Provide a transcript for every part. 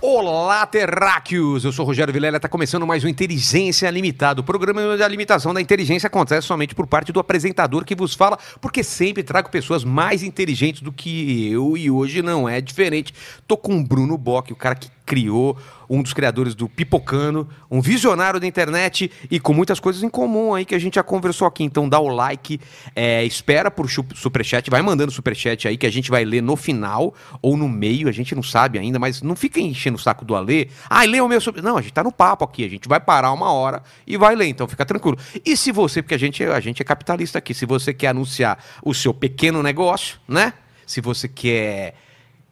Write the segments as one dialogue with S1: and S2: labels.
S1: Olá, terráqueos! Eu sou o Rogério Vilela, está começando mais um Inteligência Limitada, o programa onde a limitação da inteligência acontece somente por parte do apresentador que vos fala, porque sempre trago pessoas mais inteligentes do que eu e hoje não é diferente. Tô com o Bruno Bock, o cara que criou, um dos criadores do Pipocano, um visionário da internet e com muitas coisas em comum aí que a gente já conversou aqui. Então dá o like, é, espera por chu- superchat, vai mandando superchat aí que a gente vai ler no final ou no meio, a gente não sabe ainda, mas não fica enchendo o saco do Alê. Ah, lê o meu super... Não, a gente tá no papo aqui, a gente vai parar uma hora e vai ler, então fica tranquilo. E se você, porque a gente, a gente é capitalista aqui, se você quer anunciar o seu pequeno negócio, né? Se você quer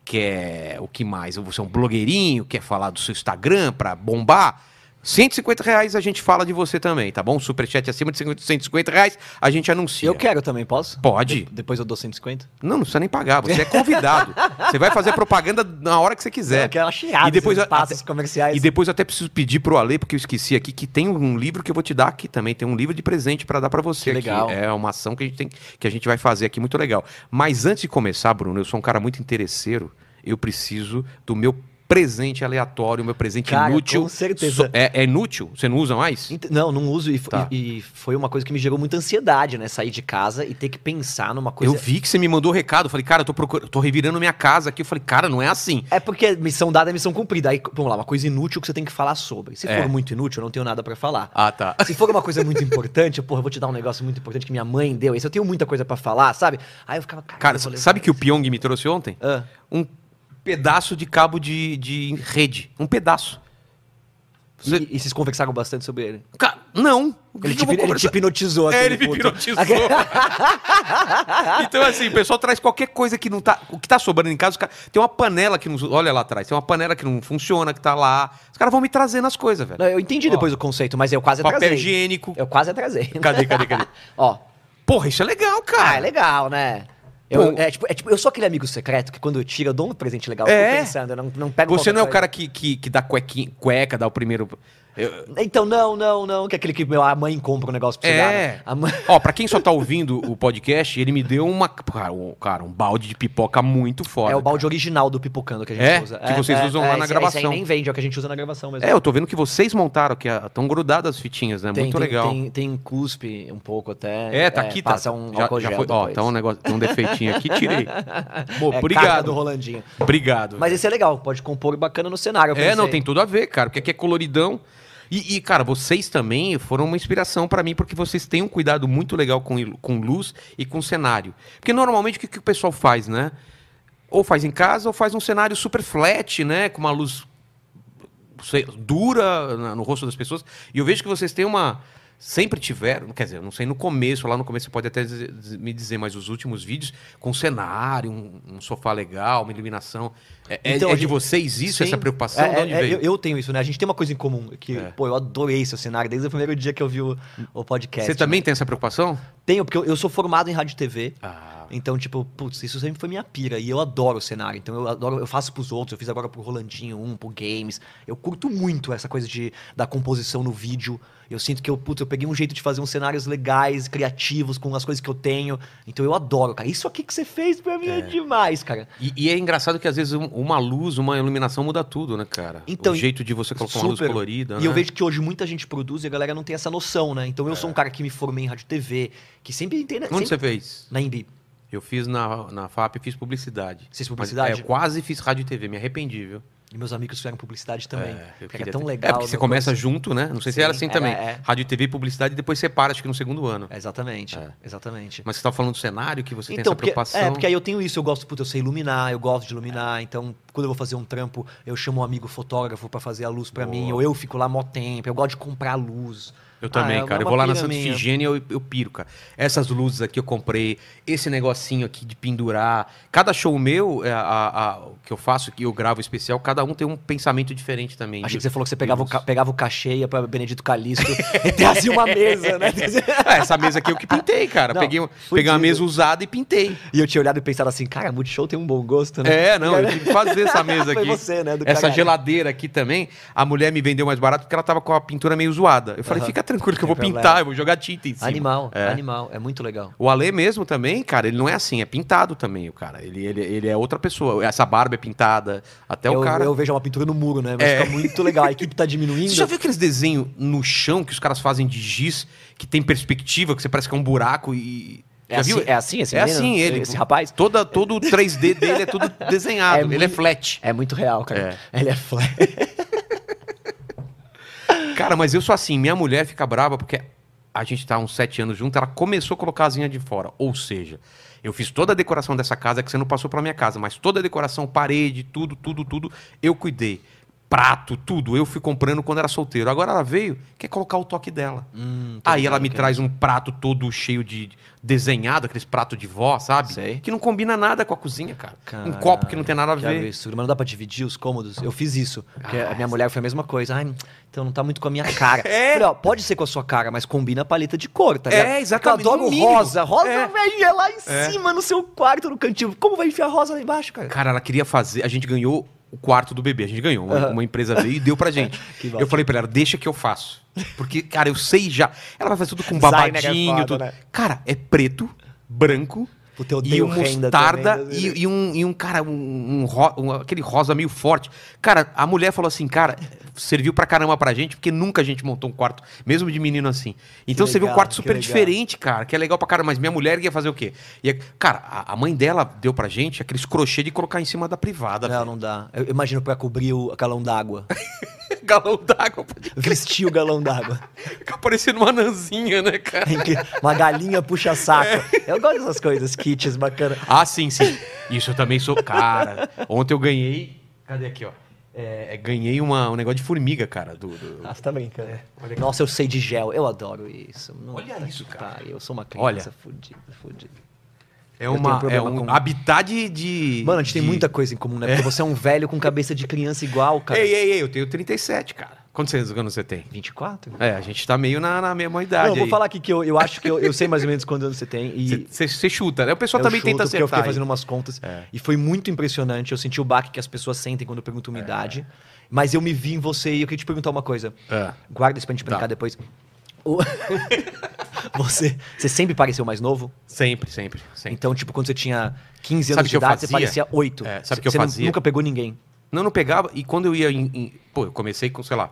S1: quer o que mais? Você é um blogueirinho, quer falar do seu Instagram para bombar? 150 reais a gente fala de você também, tá bom? Superchat acima de 50, 150 reais a gente anuncia.
S2: Eu quero também, posso?
S1: É. Pode.
S2: De- depois eu dou 150?
S1: Não, não precisa nem pagar, você é convidado. você vai fazer propaganda na hora que você quiser.
S2: Eu quero uma chiada
S1: É. E depois
S2: esses
S1: a-
S2: passos
S1: até-
S2: comerciais.
S1: E depois eu até preciso pedir pro Ale, porque eu esqueci aqui, que tem um livro que eu vou te dar aqui também. Tem um livro de presente para dar para você.
S2: Que
S1: aqui.
S2: legal.
S1: É uma ação que a, gente tem, que a gente vai fazer aqui, muito legal. Mas antes de começar, Bruno, eu sou um cara muito interesseiro. Eu preciso do meu presente aleatório, meu presente
S2: Cara,
S1: inútil.
S2: com certeza.
S1: é, é inútil? Você não usa mais?
S2: Ent- Não, não uso. E, fo-
S1: Tá.
S2: e- e foi uma coisa que me gerou muita ansiedade, né? Sair de casa e ter que pensar numa coisa.
S1: Eu vi que você me mandou o recado. Eu falei, cara, eu tô, procurando, tô revirando minha casa aqui. Eu falei, cara, não é assim.
S2: É porque missão dada é missão cumprida. Aí, vamos lá, uma coisa inútil que você tem que falar sobre. Se
S1: É.
S2: for muito inútil, eu não tenho nada pra falar.
S1: Ah, tá.
S2: Se for uma coisa muito importante, eu, porra, eu vou te dar um negócio muito importante que minha mãe deu. Isso eu tenho muita coisa pra falar, sabe? Aí eu ficava,
S1: Cara,
S2: eu vou levar
S1: sabe que o
S2: isso.
S1: Pyong me trouxe ontem?
S2: Ah,
S1: um pedaço de cabo de, de rede. Um pedaço. Você-
S2: e, e vocês conversaram bastante sobre ele.
S1: Ca- Não. O que
S2: Ele,
S1: que
S2: te,
S1: eu vou
S2: ele te
S1: conversar?
S2: hipnotizou assim,
S1: É,
S2: aquele
S1: ele me
S2: puto.
S1: hipnotizou. então, assim, o pessoal traz qualquer coisa que não tá. O que tá sobrando em casa, os cara- tem uma panela que não. Olha lá atrás, tem uma panela que não funciona, que tá lá. Os caras vão me trazendo as coisas, velho.
S2: Não, eu entendi
S1: Ó.
S2: depois o conceito, mas eu quase
S1: Papel
S2: atrasei.
S1: higiênico.
S2: Eu quase atrasei.
S1: Cadê, cadê, cadê?
S2: Ó.
S1: Porra, isso é legal, cara.
S2: Ah, é legal, né? Eu,
S1: Pô.
S2: é, tipo, é tipo, eu sou aquele amigo secreto que quando eu tiro, eu dou um presente legal. Eu
S1: É.
S2: fico pensando, eu não, não pego
S1: Você
S2: qualquer
S1: não é o
S2: coisa.
S1: cara que, que, que dá cuequinha, cueca, dá o primeiro. Eu-
S2: Então, não, não, não, que é aquele que meu, a mãe compra um negócio pra você dar, né?
S1: É.
S2: A mãe...
S1: Ó, pra quem só tá ouvindo o podcast, ele me deu uma. Cara, um, cara, um balde de pipoca muito foda.
S2: É o balde original do Pipocando que a gente
S1: É?
S2: usa.
S1: Que vocês usam lá na
S2: esse- Esse
S1: gravação.
S2: aí nem vende, é o que a gente usa na gravação mesmo.
S1: É, eu tô vendo que vocês montaram, que estão grudadas as fitinhas, né?
S2: Tem-
S1: Muito
S2: tem-
S1: legal.
S2: Tem, tem cuspe um pouco até.
S1: É, tá aqui, tá.
S2: Passa um
S1: já,
S2: álcool
S1: já
S2: gel
S1: foi. Ó,
S2: depois.
S1: tá um negócio, tem um defeitinho aqui, tirei. Pô,
S2: É, carta
S1: obrigado.
S2: do Rolandinho.
S1: Obrigado.
S2: Mas esse é legal, pode compor bacana no cenário. eu
S1: é, não,
S2: pensei.
S1: tem tudo a ver, cara, porque aqui é coloridão. E, e, cara, vocês também foram uma inspiração pra mim, porque vocês têm um cuidado muito legal com, ilu- com luz e com cenário. Porque normalmente o que, que o pessoal faz, né? Ou faz em casa, ou faz um cenário super flat, né? Com uma luz sei- dura na- no rosto das pessoas. E eu vejo que vocês têm uma. Sempre tiveram, quer dizer, eu não sei no começo, lá no começo você pode até dizer- dizer- me dizer, mas os últimos vídeos, com cenário, um, um sofá legal, uma iluminação. É, é-
S2: Então,
S1: é
S2: a
S1: de
S2: gente-
S1: vocês isso,
S2: Sim.
S1: essa preocupação?
S2: É,
S1: de onde
S2: é,
S1: veio?
S2: Eu, eu tenho isso, né? A gente tem uma coisa em comum, que,
S1: É.
S2: pô, eu adorei seu cenário desde o primeiro dia que eu vi o, o podcast. né?
S1: Você também tem essa preocupação?
S2: Tenho, porque eu, eu sou formado em rádio e TV.
S1: Ah.
S2: Então, tipo, putz, isso sempre foi minha pira. E eu adoro o cenário. Então, eu adoro, eu faço pros outros. Eu fiz agora pro Rolandinho um, pro Games. Eu curto muito essa coisa de, da composição no vídeo. Eu sinto que eu, putz, eu peguei um jeito de fazer uns cenários legais, criativos, com as coisas que eu tenho. Então, eu adoro, cara. Isso aqui que você fez pra mim é, demais, cara.
S1: E, e é engraçado que às vezes um- uma luz, uma iluminação muda tudo, né, cara?
S2: Então,
S1: o jeito de você colocar uma luz
S2: Super.
S1: colorida.
S2: E
S1: né?
S2: eu vejo que hoje muita gente produz e a galera não tem essa noção, né? Então eu sou um
S1: É.
S2: cara que me formei em rádio e TV, que sempre entende.
S1: Onde
S2: sempre...
S1: você fez?
S2: Na Embi.
S1: Eu fiz na, na FAP, fiz publicidade. Mas,
S2: Vocês publicidade?
S1: é, eu quase fiz rádio e TV, me arrependi, viu?
S2: E meus amigos fizeram publicidade também.
S1: É, eu
S2: Cara,
S1: queria
S2: é tão
S1: ter-
S2: legal.
S1: É, porque você
S2: meu
S1: começa
S2: Deus.
S1: junto, né? Não sei se
S2: Sim,
S1: era assim
S2: é,
S1: também.
S2: é.
S1: Rádio e TV, publicidade, e depois separa, acho que no segundo ano.
S2: É, Exatamente,
S1: É.
S2: exatamente.
S1: Mas você estava falando do cenário, que você tem
S2: Então,
S1: essa
S2: porque,
S1: preocupação.
S2: é, porque aí eu tenho isso, eu gosto, puta, eu sei iluminar, eu gosto de iluminar, então quando eu vou fazer um trampo, eu chamo um amigo fotógrafo pra fazer a luz pra mim,
S1: Boa.
S2: ou eu fico lá mó tempo, eu gosto de comprar a luz.
S1: Eu também,
S2: Ah, é
S1: cara. Eu
S2: uma
S1: vou lá na
S2: pira
S1: Santa
S2: minha.
S1: Figênia e eu, eu piro, cara. Essas luzes aqui eu comprei, esse negocinho aqui de pendurar. Cada show meu, é, a, a- o que eu faço, que eu gravo especial, cada um tem um pensamento diferente também.
S2: Achei
S1: de-
S2: que você falou que você
S1: de
S2: pegava o,
S1: luz.
S2: ca- pegava o cachê, ia pra Benedito Calixto e trazia uma mesa, né?
S1: Ah, essa mesa aqui eu que pintei, cara.
S2: Não,
S1: peguei, um-
S2: fudido.
S1: peguei uma mesa usada e pintei.
S2: E eu tinha olhado e pensado assim, cara, Multishow tem um bom gosto, né?
S1: É, não, eu tive que fazer essa mesa
S2: Foi
S1: aqui.
S2: você, né? do
S1: Essa
S2: caralho.
S1: geladeira aqui também, a mulher me vendeu mais barato porque ela tava com a pintura meio zoada. Eu falei,
S2: Aham.
S1: fica tranquilo que eu
S2: Sem
S1: vou pintar,
S2: problema.
S1: eu vou jogar tinta em cima.
S2: Animal,
S1: É.
S2: animal. É muito legal.
S1: O Ale mesmo também, cara, ele não é assim, é pintado também, o cara. Ele, ele, ele é outra pessoa. Essa barba é pintada, até
S2: eu,
S1: o cara.
S2: eu vejo uma pintura no muro, né? Mas
S1: É.
S2: fica muito legal. A equipe tá diminuindo.
S1: Você já viu aqueles desenhos no chão que os caras fazem de giz, que tem perspectiva, que você parece que é um buraco e.
S2: É
S1: já
S2: assim,
S1: viu?
S2: é assim esse
S1: É
S2: menino?
S1: assim ele.
S2: Esse rapaz?
S1: Toda, todo o 3D dele é tudo desenhado,
S2: É
S1: ele é
S2: muito-
S1: flat.
S2: É muito real, cara. Ele é flash.
S1: Cara, mas eu sou assim, minha mulher fica brava porque a gente tá há uns sete anos junto, ela começou a colocar a asinha de fora. Ou seja, eu fiz toda a decoração dessa casa que você não passou pra minha casa, mas toda a decoração, parede, tudo, tudo, tudo, eu cuidei. Prato, tudo, eu fui comprando quando era solteiro. Agora ela veio, quer colocar o toque dela. Aí ela me traz um prato todo cheio de desenhado, aqueles pratos de vó, sabe?
S2: Sei.
S1: Que não combina nada com a cozinha, cara. um copo que não tem nada a
S2: Que
S1: ver.
S2: absurdo. Mas não dá pra dividir os cômodos? Eu fiz isso. Porque
S1: Ah,
S2: a minha mulher foi a mesma coisa. Ai, então não tá muito com a minha cara.
S1: É.
S2: Falei, ó, pode ser com a sua cara, mas combina a paleta de cor, tá
S1: É,
S2: ligado?
S1: exatamente,
S2: Eu adoro
S1: no mínimo.
S2: rosa. Rosa,
S1: É.
S2: velho, é lá em
S1: É.
S2: cima, no seu quarto, no cantinho. Como vai enfiar rosa lá embaixo, cara?
S1: Cara, ela queria fazer. A gente ganhou o quarto do bebê. A gente ganhou. Uma,
S2: Aham.
S1: uma empresa veio e deu pra gente.
S2: Que
S1: eu
S2: bacana.
S1: falei pra ela, deixa que eu faço. Porque, cara, eu sei já. Ela vai fazer tudo com
S2: Designer é
S1: babadinho.
S2: foda,
S1: tudo.
S2: né?
S1: Cara, é preto, branco.
S2: Puta, eu
S1: E
S2: odeio
S1: um
S2: renda
S1: mostarda
S2: também,
S1: e, e um, e um cara, um, um ro- um- aquele rosa meio forte. Cara, a mulher falou assim, cara, serviu pra caramba pra gente, porque nunca a gente montou um quarto, mesmo de menino assim. Então
S2: Que
S1: você vê um
S2: legal,
S1: quarto
S2: que
S1: super
S2: legal.
S1: diferente diferente, cara, que é legal pra caramba. Mas minha mulher ia fazer o quê? Ia- Cara, a, a mãe dela deu pra gente aqueles crochê de colocar em cima da privada.
S2: Não,
S1: velho.
S2: não dá. Eu imagino pra cobrir o galão d'água.
S1: Galão d'água.
S2: Vestir o galão d'água.
S1: Fica parecendo uma nanzinha, né, cara?
S2: Tem que- Uma galinha puxa saco.
S1: É.
S2: Eu gosto dessas coisas, kits bacana.
S1: Ah, sim, sim. Isso eu também sou. Cara, ontem eu ganhei. Cadê aqui, ó? É, é, ganhei uma, um negócio de formiga, cara. Do, do-
S2: Ah, você tá brincando. Nossa, eu sei de gel. Eu adoro isso. Nossa,
S1: É, Olha isso,
S2: que
S1: cara.
S2: pariu. Eu sou uma
S1: Olha.
S2: criança fudida, fudida.
S1: É,
S2: Eu tenho
S1: uma, é
S2: problema
S1: um
S2: com-
S1: habitat de, de-
S2: Mano, a gente
S1: de-
S2: tem muita coisa em comum, né? Porque você é um velho com cabeça de criança igual, cara.
S1: Ei, ei, ei, eu tenho 37, cara. Quantos anos você tem?
S2: 24?
S1: É, a gente tá meio na, na mesma idade.
S2: Não, eu vou
S1: aí.
S2: falar aqui que eu, eu acho que eu, eu sei mais ou menos quantos anos você tem. E
S1: Você chuta, né? O pessoal
S2: eu
S1: também
S2: chuto,
S1: tenta
S2: porque
S1: acertar.
S2: Eu
S1: É.
S2: fiquei
S1: aí.
S2: fazendo umas contas. E foi muito impressionante. Eu senti o baque que as pessoas sentem quando eu pergunto uma idade. Mas eu me vi em você e eu queria te perguntar uma coisa.
S1: É.
S2: Guarda isso pra gente brincar
S1: Tá.
S2: depois. O- você, você sempre pareceu mais novo?
S1: Sempre, sempre, sempre.
S2: Então, tipo, quando você tinha 15
S1: Sabe
S2: anos
S1: o
S2: de
S1: que eu
S2: idade, você
S1: fazia?
S2: parecia 8.
S1: É, sabe o que eu
S2: você nu-
S1: fazia?
S2: nunca pegou ninguém.
S1: Então, Não, não pegava. E quando eu ia em, em- Pô, eu comecei com, sei lá,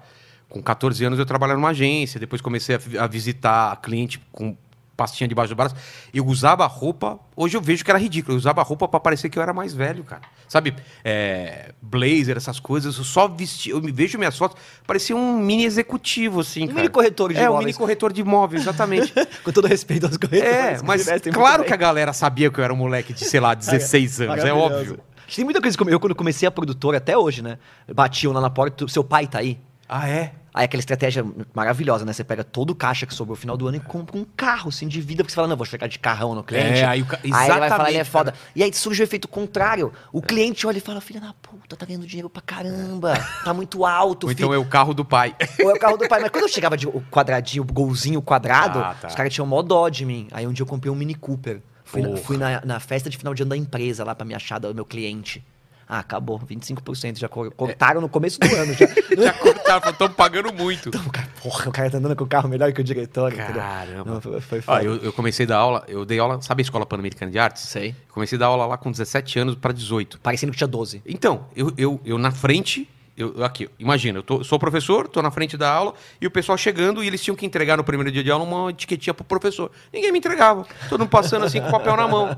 S1: com 14 anos eu trabalhava numa agência, depois comecei a, vi- a visitar a cliente com pastinha debaixo do braço. Eu usava roupa. Hoje eu vejo que era ridículo. Eu usava roupa pra parecer que eu era mais velho, cara. Sabe? é, blazer, essas coisas. Eu só vestia. Eu me vejo minhas fotos. Parecia um mini executivo, assim.
S2: Um
S1: cara.
S2: mini corretor de
S1: É, um
S2: imóveis.
S1: mini corretor de imóveis, exatamente.
S2: Com todo respeito aos corretores.
S1: É,
S2: que
S1: mas
S2: se vestem muito
S1: claro
S2: bem.
S1: que a galera sabia que eu era um moleque de, sei lá, 16 anos, é
S2: Maravilhoso.
S1: óbvio.
S2: A gente Tem muita coisa. que Eu, quando comecei a produtora, até hoje, né? Batiam lá na porta, seu pai tá aí.
S1: Ah, é?
S2: Aí aquela estratégia maravilhosa, né? Você pega todo o caixa que sobrou no final do ano e compra um carro, se endivida, porque você fala, não, vou chegar de carrão no cliente.
S1: É, aí o ca-
S2: ele vai falar, ele é
S1: exatamente,
S2: foda. E aí surge o efeito contrário. O cliente olha e fala, filha da puta, tá ganhando dinheiro pra caramba, tá muito alto.
S1: Ou
S2: filho.
S1: então é o carro do pai.
S2: Ou é o carro do pai. Mas quando eu chegava de o quadradinho, o golzinho quadrado,
S1: Ah, tá.
S2: os caras tinham mó dó de mim. Aí um dia eu comprei um Mini Cooper. Fui, na,
S1: Porra.
S2: fui na- na festa de final de ano da empresa lá pra me achar do meu cliente. Ah, acabou. 25%. Já co- cortaram no começo do ano. Já.
S1: Já cortaram, estão pagando muito.
S2: Então, cara, porra, o cara tá andando com o carro melhor que o diretor. entendeu?
S1: Caramba.
S2: Não, foi, foi
S1: Ó,
S2: foda.
S1: eu, eu comecei a dar aula, eu dei aula, sabe a Escola Pan-Americana de Artes?
S2: Sei.
S1: Comecei a dar aula lá com 17 anos para 18.
S2: Parecendo que tinha 12.
S1: Então, eu, eu, eu na frente, eu, eu aqui, imagina, eu tô- sou professor, tô na frente da aula, e o pessoal chegando, e eles tinham que entregar no primeiro dia de aula uma etiquetinha pro professor. Ninguém me entregava, todo mundo passando assim com papel na mão.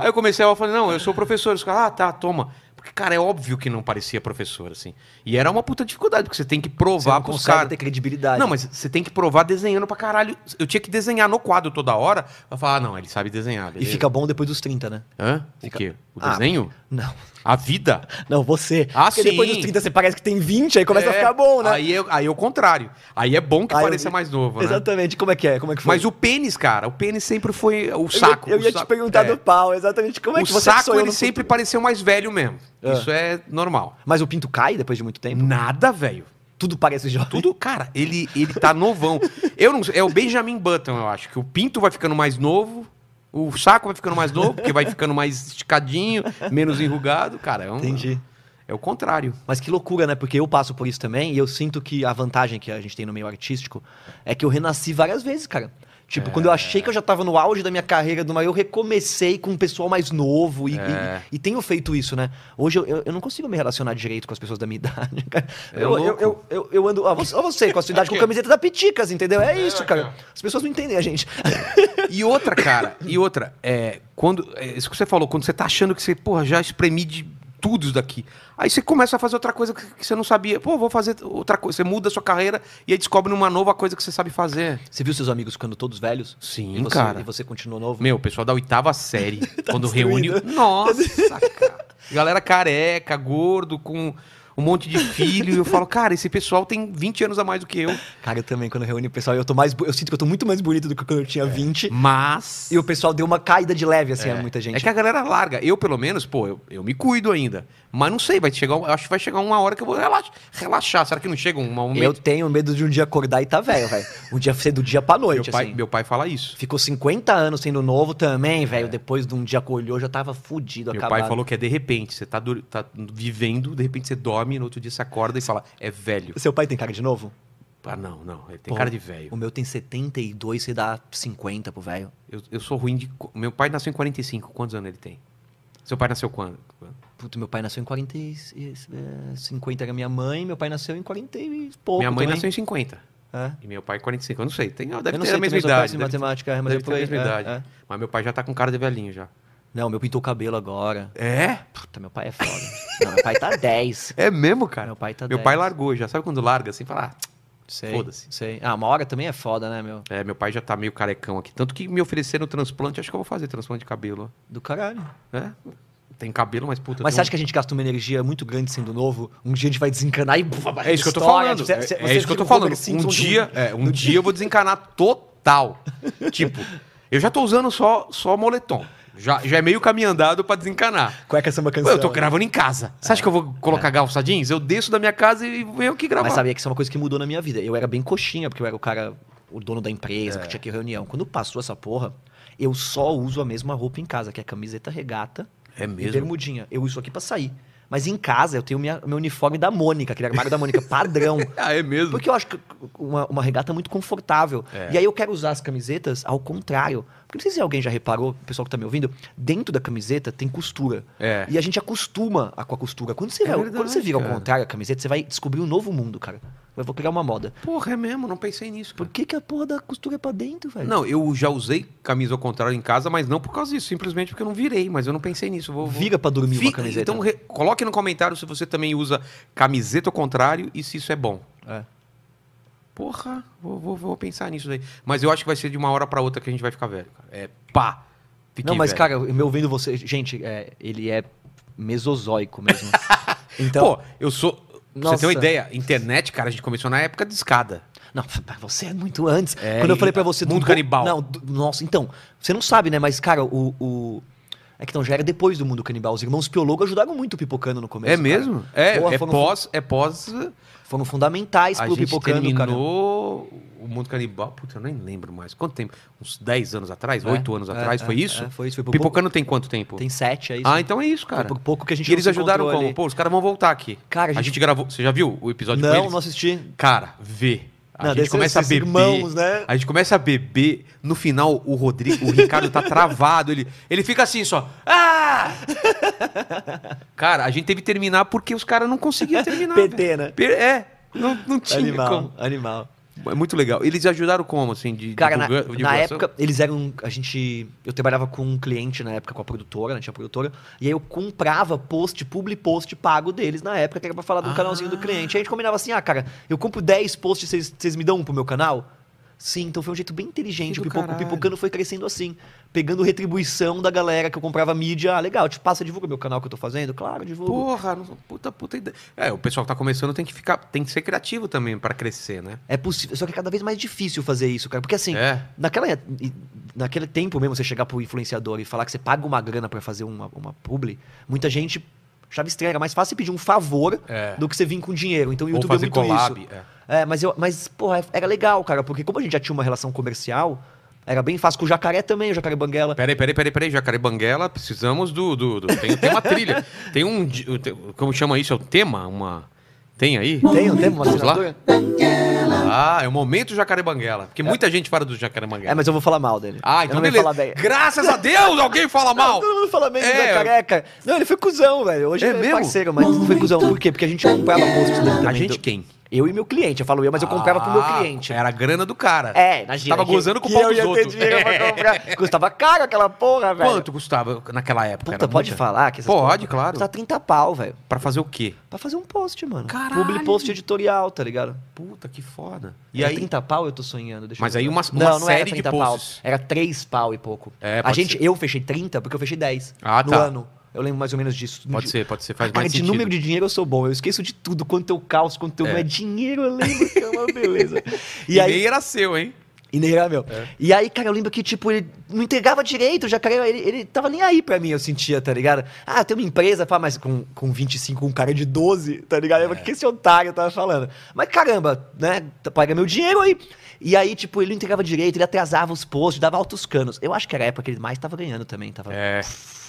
S1: Aí eu comecei a aula, falei, não, eu sou professor. Os caras, ah, tá, toma. Porque, cara, é óbvio que não parecia professor, assim. E era uma puta dificuldade, porque você tem que
S2: Você não
S1: provar pros
S2: consegue
S1: caras.
S2: ter credibilidade.
S1: Não, mas você tem que provar desenhando pra caralho. Eu tinha que desenhar no quadro toda hora pra falar, ah, não, ele sabe desenhar.
S2: E
S1: beleza.
S2: fica bom depois dos 30, né?
S1: Hã?
S2: fica-
S1: O quê? O
S2: Ah,
S1: desenho?
S2: Não.
S1: A vida?
S2: Não, você.
S1: Ah,
S2: Porque depois
S1: sim.
S2: dos 30 você parece que tem 20, aí começa a
S1: É,
S2: ficar bom, né?
S1: Aí é, aí é o contrário. Aí é bom que
S2: Aí eu
S1: pareça
S2: vi.
S1: mais novo, né?
S2: Exatamente. Como é que é? Como é que foi?
S1: Mas o pênis, cara, o pênis sempre foi o
S2: Eu ia-
S1: saco.
S2: Eu ia,
S1: o
S2: te
S1: saco-
S2: perguntar
S1: é.
S2: do pau, exatamente. Como é
S1: o
S2: que você
S1: saco,
S2: sonhou
S1: ele
S2: no futuro?
S1: sempre pareceu mais velho mesmo.
S2: É.
S1: Isso é normal.
S2: Mas o pinto cai depois de muito tempo?
S1: Nada, velho.
S2: Tudo parece jovem.
S1: Tudo, cara, ele, ele tá novão. Eu não sei, é o Benjamin Button, eu acho, que o pinto vai ficando mais novo, o saco vai ficando mais novo, porque vai ficando mais esticadinho, menos enrugado, cara. É, um-
S2: Entendi.
S1: é o contrário.
S2: Mas que loucura, né? Porque eu passo por isso também e eu sinto que a vantagem que a gente tem no meio artístico é que eu renasci várias vezes, cara. Tipo, quando
S1: É.
S2: eu achei que eu já tava no auge da minha carreira, do maior, eu recomecei com um pessoal mais novo e,
S1: É.
S2: e- e tenho feito isso, né? Hoje eu, eu, eu não consigo me relacionar direito com as pessoas da minha idade, cara.
S1: É
S2: eu, eu,
S1: louco.
S2: eu, eu- eu ando. Ó, você, ó você, com a sua idade, com
S1: Aqui.
S2: camiseta da Piticas, entendeu? É
S1: É,
S2: isso,
S1: aqui,
S2: cara. As pessoas não entendem a gente.
S1: E outra, cara, e outra, é, quando, é, isso que você falou, quando você tá achando que você, porra, já espremi de tudo isso daqui. Aí você começa a fazer outra coisa que, que você não sabia. Pô, vou fazer outra coisa. Você muda a sua carreira e aí descobre uma nova coisa que você sabe fazer.
S2: Você viu seus amigos ficando todos velhos?
S1: Sim,
S2: e você,
S1: cara.
S2: E você continua novo?
S1: Meu, o pessoal da oitava série,
S2: Tá
S1: quando reúne.
S2: destruindo.
S1: Nossa, cara. Galera careca, gordo, com um monte de filho. Eu falo, cara, esse pessoal tem 20 anos a mais do que eu.
S2: Cara, eu também, quando reúne o pessoal, eu tô mais. bo- Eu sinto que eu tô muito mais bonito do que quando eu tinha 20.
S1: Mas.
S2: E o pessoal deu uma caída de leve, assim, a muita gente.
S1: É. É que a galera larga. Eu, pelo menos, pô, eu, eu me cuido ainda. Mas não sei, vai chegar. um- Acho que vai chegar uma hora que eu vou relaxar. relaxar. Será que não chega um momento?
S2: Eu tenho medo de um dia acordar e tá velho, velho. Um dia ser do dia pra noite,
S1: meu, pai,
S2: assim.
S1: meu pai fala isso.
S2: Ficou 50 anos sendo novo também, velho. Depois de um dia que olhou, já tava fudido,
S1: É. Meu
S2: acabado.
S1: pai falou que é de repente. Você tá, dur- tá vivendo, de repente você dorme, no outro dia você acorda e fala, é velho.
S2: Seu pai tem cara de novo?
S1: Ah, não, não. Ele tem
S2: Pô,
S1: cara de velho.
S2: O meu tem 72, você dá 50 pro velho.
S1: Eu, eu sou ruim de. co- Meu pai nasceu em 45. Quantos anos ele tem? Seu pai nasceu quando?
S2: Puta, meu pai nasceu em 40 e... eh, 50 era minha mãe, meu pai nasceu em 40 e pouco
S1: Minha mãe
S2: também.
S1: nasceu em 50.
S2: É.
S1: E meu pai em 45. Eu não sei. Tem, deve
S2: Eu não
S1: ter
S2: sei
S1: a mesma
S2: também, sou péssimo
S1: idade.
S2: em
S1: Deve,
S2: matemática, mas
S1: deve
S2: é
S1: ter a
S2: por aí.
S1: mesma
S2: é,
S1: idade.
S2: é.
S1: Mas meu pai já tá com cara de velhinho já.
S2: Não, meu pintou o cabelo agora.
S1: É?
S2: Puta, meu pai é foda. Não, meu pai tá 10.
S1: É mesmo, cara?
S2: Meu pai tá
S1: Meu
S2: 10.
S1: pai largou já. Sabe quando larga assim? Fala. "Ah, tsk".
S2: Sei.
S1: Foda-se.
S2: Sei. Ah, uma hora também é foda, né, meu?
S1: É, meu pai já tá meio carecão aqui. Tanto que me ofereceram transplante. Acho que eu vou fazer transplante de cabelo.
S2: Do caralho.
S1: ó. É? Tem um cabelo, mas puta.
S2: Mas você acha que a gente gasta uma energia muito grande sendo novo? Um dia a gente vai desencanar e.
S1: É isso que eu tô falando. é é isso que eu tô falando. Um dia, é, um dia eu vou desencanar total. tipo, eu já tô usando só, só moletom. Já, já é meio caminho andado pra desencanar.
S2: Cueca samba
S1: Pô,
S2: canção.
S1: eu tô
S2: né?
S1: gravando em casa. Você acha que eu vou colocar calça jeans? Eu desço da minha casa e venho aqui gravar.
S2: Mas sabia que isso é uma coisa que mudou na minha vida. Eu era bem coxinha, porque eu era o cara, o dono da empresa,
S1: É.
S2: que tinha que ir reunião. Quando passou essa porra, eu só uso a mesma roupa em casa, que é camiseta, regata
S1: é
S2: e bermudinha. Eu uso isso aqui pra sair. Mas em casa eu tenho minha- meu uniforme da Mônica, aquele armário da Mônica, padrão.
S1: Ah, é mesmo?
S2: Porque eu acho que uma, uma regata é muito confortável.
S1: É.
S2: E aí eu quero usar as camisetas ao contrário. Porque não sei se alguém já reparou, o pessoal que tá me ouvindo, dentro da camiseta tem costura.
S1: É.
S2: E a gente acostuma a- com a costura. Quando você,
S1: É
S2: vai-
S1: verdade,
S2: quando você vira ao
S1: cara.
S2: contrário a camiseta, você vai descobrir um novo mundo, cara. Eu vou criar uma moda.
S1: Porra, é mesmo, não pensei nisso.
S2: Por
S1: Cara.
S2: que, que a porra da costura é pra dentro, velho?
S1: Não, eu já usei camisa ao contrário em casa, mas não por causa disso, simplesmente porque eu não virei, mas eu não pensei nisso. Vou, vou...
S2: Vira pra dormir uma
S1: Fica-
S2: camiseta.
S1: Então re- coloque no comentário se você também usa camiseta ao contrário e se isso é bom.
S2: É.
S1: Porra, vou, vou- vou pensar nisso daí. Mas eu acho que vai ser de uma hora pra outra que a gente vai ficar velho, cara. É pá! Fiquei
S2: Não, mas,
S1: velho.
S2: cara, me ouvindo você. Gente, é, ele é mesozoico mesmo. então.
S1: Pô, eu sou. Pra você
S2: Nossa.
S1: ter uma ideia, internet, cara, a gente começou na época de escada.
S2: Não, mas você é muito antes.
S1: É,
S2: Quando eu
S1: e-
S2: falei pra você
S1: Mundo
S2: bo-
S1: Canibal.
S2: Não, do- nossa, então. Você não sabe, né? Mas, cara, o. o- É que não, já era depois do mundo canibal. Os irmãos Piologo ajudaram muito o Pipocano no começo.
S1: É
S2: cara.
S1: mesmo? É,
S2: Porra,
S1: é
S2: foram-
S1: pós, é pós.
S2: Foram fundamentais
S1: A
S2: pro
S1: gente
S2: Pipocano, cara.
S1: terminou o Mundo Canibal. Puta, eu nem lembro mais. Quanto tempo? Uns 10 anos atrás? 8
S2: É,
S1: anos
S2: é,
S1: atrás?
S2: é,
S1: foi isso?
S2: é, foi isso. Foi por
S1: Pipocano tem quanto tempo?
S2: pouco. Tem sete, é isso.
S1: Ah, então é isso, cara.
S2: Foi por pouco que a gente
S1: E eles
S2: não se
S1: ajudaram
S2: encontrou
S1: como?
S2: ali.
S1: Pô, os caras vão voltar aqui. a
S2: Cara, a
S1: gente...
S2: gente-
S1: gravou. Você já viu o episódio com
S2: Não,
S1: eles?
S2: não assisti.
S1: Cara, vê. A
S2: Não,
S1: gente
S2: desses-
S1: começa a
S2: esses
S1: beber.
S2: irmãos, né?
S1: A gente começa a beber. No final, o Rodrigo, o Ricardo tá travado. Ele, ele fica assim só. Ah! cara, a gente teve que terminar porque os caras não conseguiam terminar.
S2: PT,
S1: velho.
S2: né?
S1: Per- É. Não, não tinha
S2: Animal,
S1: como.
S2: animal.
S1: É muito legal. Eles ajudaram como, assim, de
S2: Cara, na,
S1: divulga-
S2: na
S1: divulgação?
S2: época, eles eram. A gente. Eu trabalhava com um cliente na época, com a produtora, né? Tinha a produtora. E aí eu comprava post, publi post pago deles na época, que era pra falar do
S1: Ah.
S2: canalzinho do cliente. Aí a gente combinava assim: ah, cara, eu compro 10 posts, vocês- vocês me dão um pro meu canal? Sim, então foi um jeito bem inteligente.
S1: Que
S2: O
S1: do
S2: pipoco, o
S1: caralho.
S2: pipocano foi crescendo assim, pegando retribuição da galera que eu comprava mídia. Ah, legal, te passa, divulga meu canal que eu tô fazendo? Claro, divulga.
S1: Porra, não- puta, puta ideia. É, o pessoal que tá começando tem que ficar, tem que ser criativo também pra crescer, né?
S2: É possível, só que é cada vez mais difícil fazer isso, cara. Porque assim,
S1: É.
S2: Naquela, e- naquele tempo mesmo, você chegar pro influenciador e falar que você paga uma grana pra fazer uma, uma publi, muita gente achava estranho. Era mais fácil pedir um favor
S1: É.
S2: do que você vir com dinheiro. Então o
S1: Ou
S2: YouTube é
S1: fazer
S2: muito
S1: collab.
S2: isso.
S1: é.
S2: É, mas, eu, mas, porra, era legal, cara, porque como a gente já tinha uma relação comercial, era bem fácil. Com o Jacaré também, o Jacaré Banguela.
S1: Peraí, peraí, peraí, peraí, Jacaré Banguela, precisamos do. do, do- tem, tem uma trilha. Tem um. di- tem- Como chama isso? É o tema? Uma. Tem aí?
S2: Tem, um tem uma
S1: Vamos um lá?
S2: assinatura?
S1: Ah, é o momento Jacaré Banguela. Porque muita gente fala do Jacaré Banguela.
S2: É, mas eu vou falar mal dele.
S1: Ah,
S2: eu
S1: então
S2: não ia falar bem.
S1: beleza. Graças a Deus alguém fala mal.
S2: Todo mundo fala bem do
S1: É.
S2: Jacaré, cara. Não, ele foi cuzão, velho. Hoje
S1: É
S2: ele é
S1: mesmo?
S2: parceiro, mas não foi cuzão. Por quê? Porque a gente comprava post dele também.
S1: A gente
S2: do-
S1: quem?
S2: Eu e meu cliente, eu falo eu, mas eu comprava pro meu
S1: Ah,
S2: cliente.
S1: Era a grana do cara.
S2: É, imagina.
S1: Tava
S2: que-
S1: gozando com o
S2: que
S1: pau
S2: eu
S1: dos
S2: ia ter
S1: outros. É.
S2: dinheiro pra comprar. Custava caro aquela porra, velho.
S1: Quanto custava naquela época?
S2: Puta,
S1: Era
S2: pode
S1: muita?
S2: falar que essas
S1: Pode,
S2: porra-
S1: claro.
S2: Custa 30 pau, velho.
S1: Pra fazer o quê?
S2: Pra fazer um post, mano.
S1: Caralho.
S2: Publi post editorial, tá ligado?
S1: Puta, que foda. E
S2: Era
S1: aí,
S2: 30 pau eu tô sonhando. Deixa
S1: Mas
S2: eu
S1: aí
S2: lembrar.
S1: uma- uma
S2: não, não era
S1: série de
S2: 30 pau.
S1: posts.
S2: Era 3 pau e pouco.
S1: É,
S2: a
S1: pode
S2: gente,
S1: ser.
S2: eu fechei 30 porque eu fechei 10
S1: Ah,
S2: no
S1: tá.
S2: ano. Eu lembro mais ou menos disso.
S1: pode
S2: De-
S1: ser, pode ser, faz
S2: Cara,
S1: mais
S2: de
S1: sentido.
S2: número de dinheiro eu sou bom. Eu esqueço de tudo. Quanto eu calço, quanto eu
S1: É.
S2: não é dinheiro, eu lembro que é uma beleza.
S1: E aí era seu, hein?
S2: E nem era meu.
S1: É.
S2: E aí, cara, eu lembro que, tipo, ele não entregava direito, o jacaré, ele, ele tava nem aí pra mim, eu sentia, tá ligado? Ah, tem uma empresa, pá, mas com, com 25, um cara de 12, tá
S1: É.
S2: ligado? Eu, que esse otário tava falando. Mas caramba, né? t- Paga meu dinheiro aí. E aí, tipo, ele não entregava direito, ele atrasava os posts, dava altos canos. Eu acho que era a época que ele mais tava ganhando também, tava.
S1: É.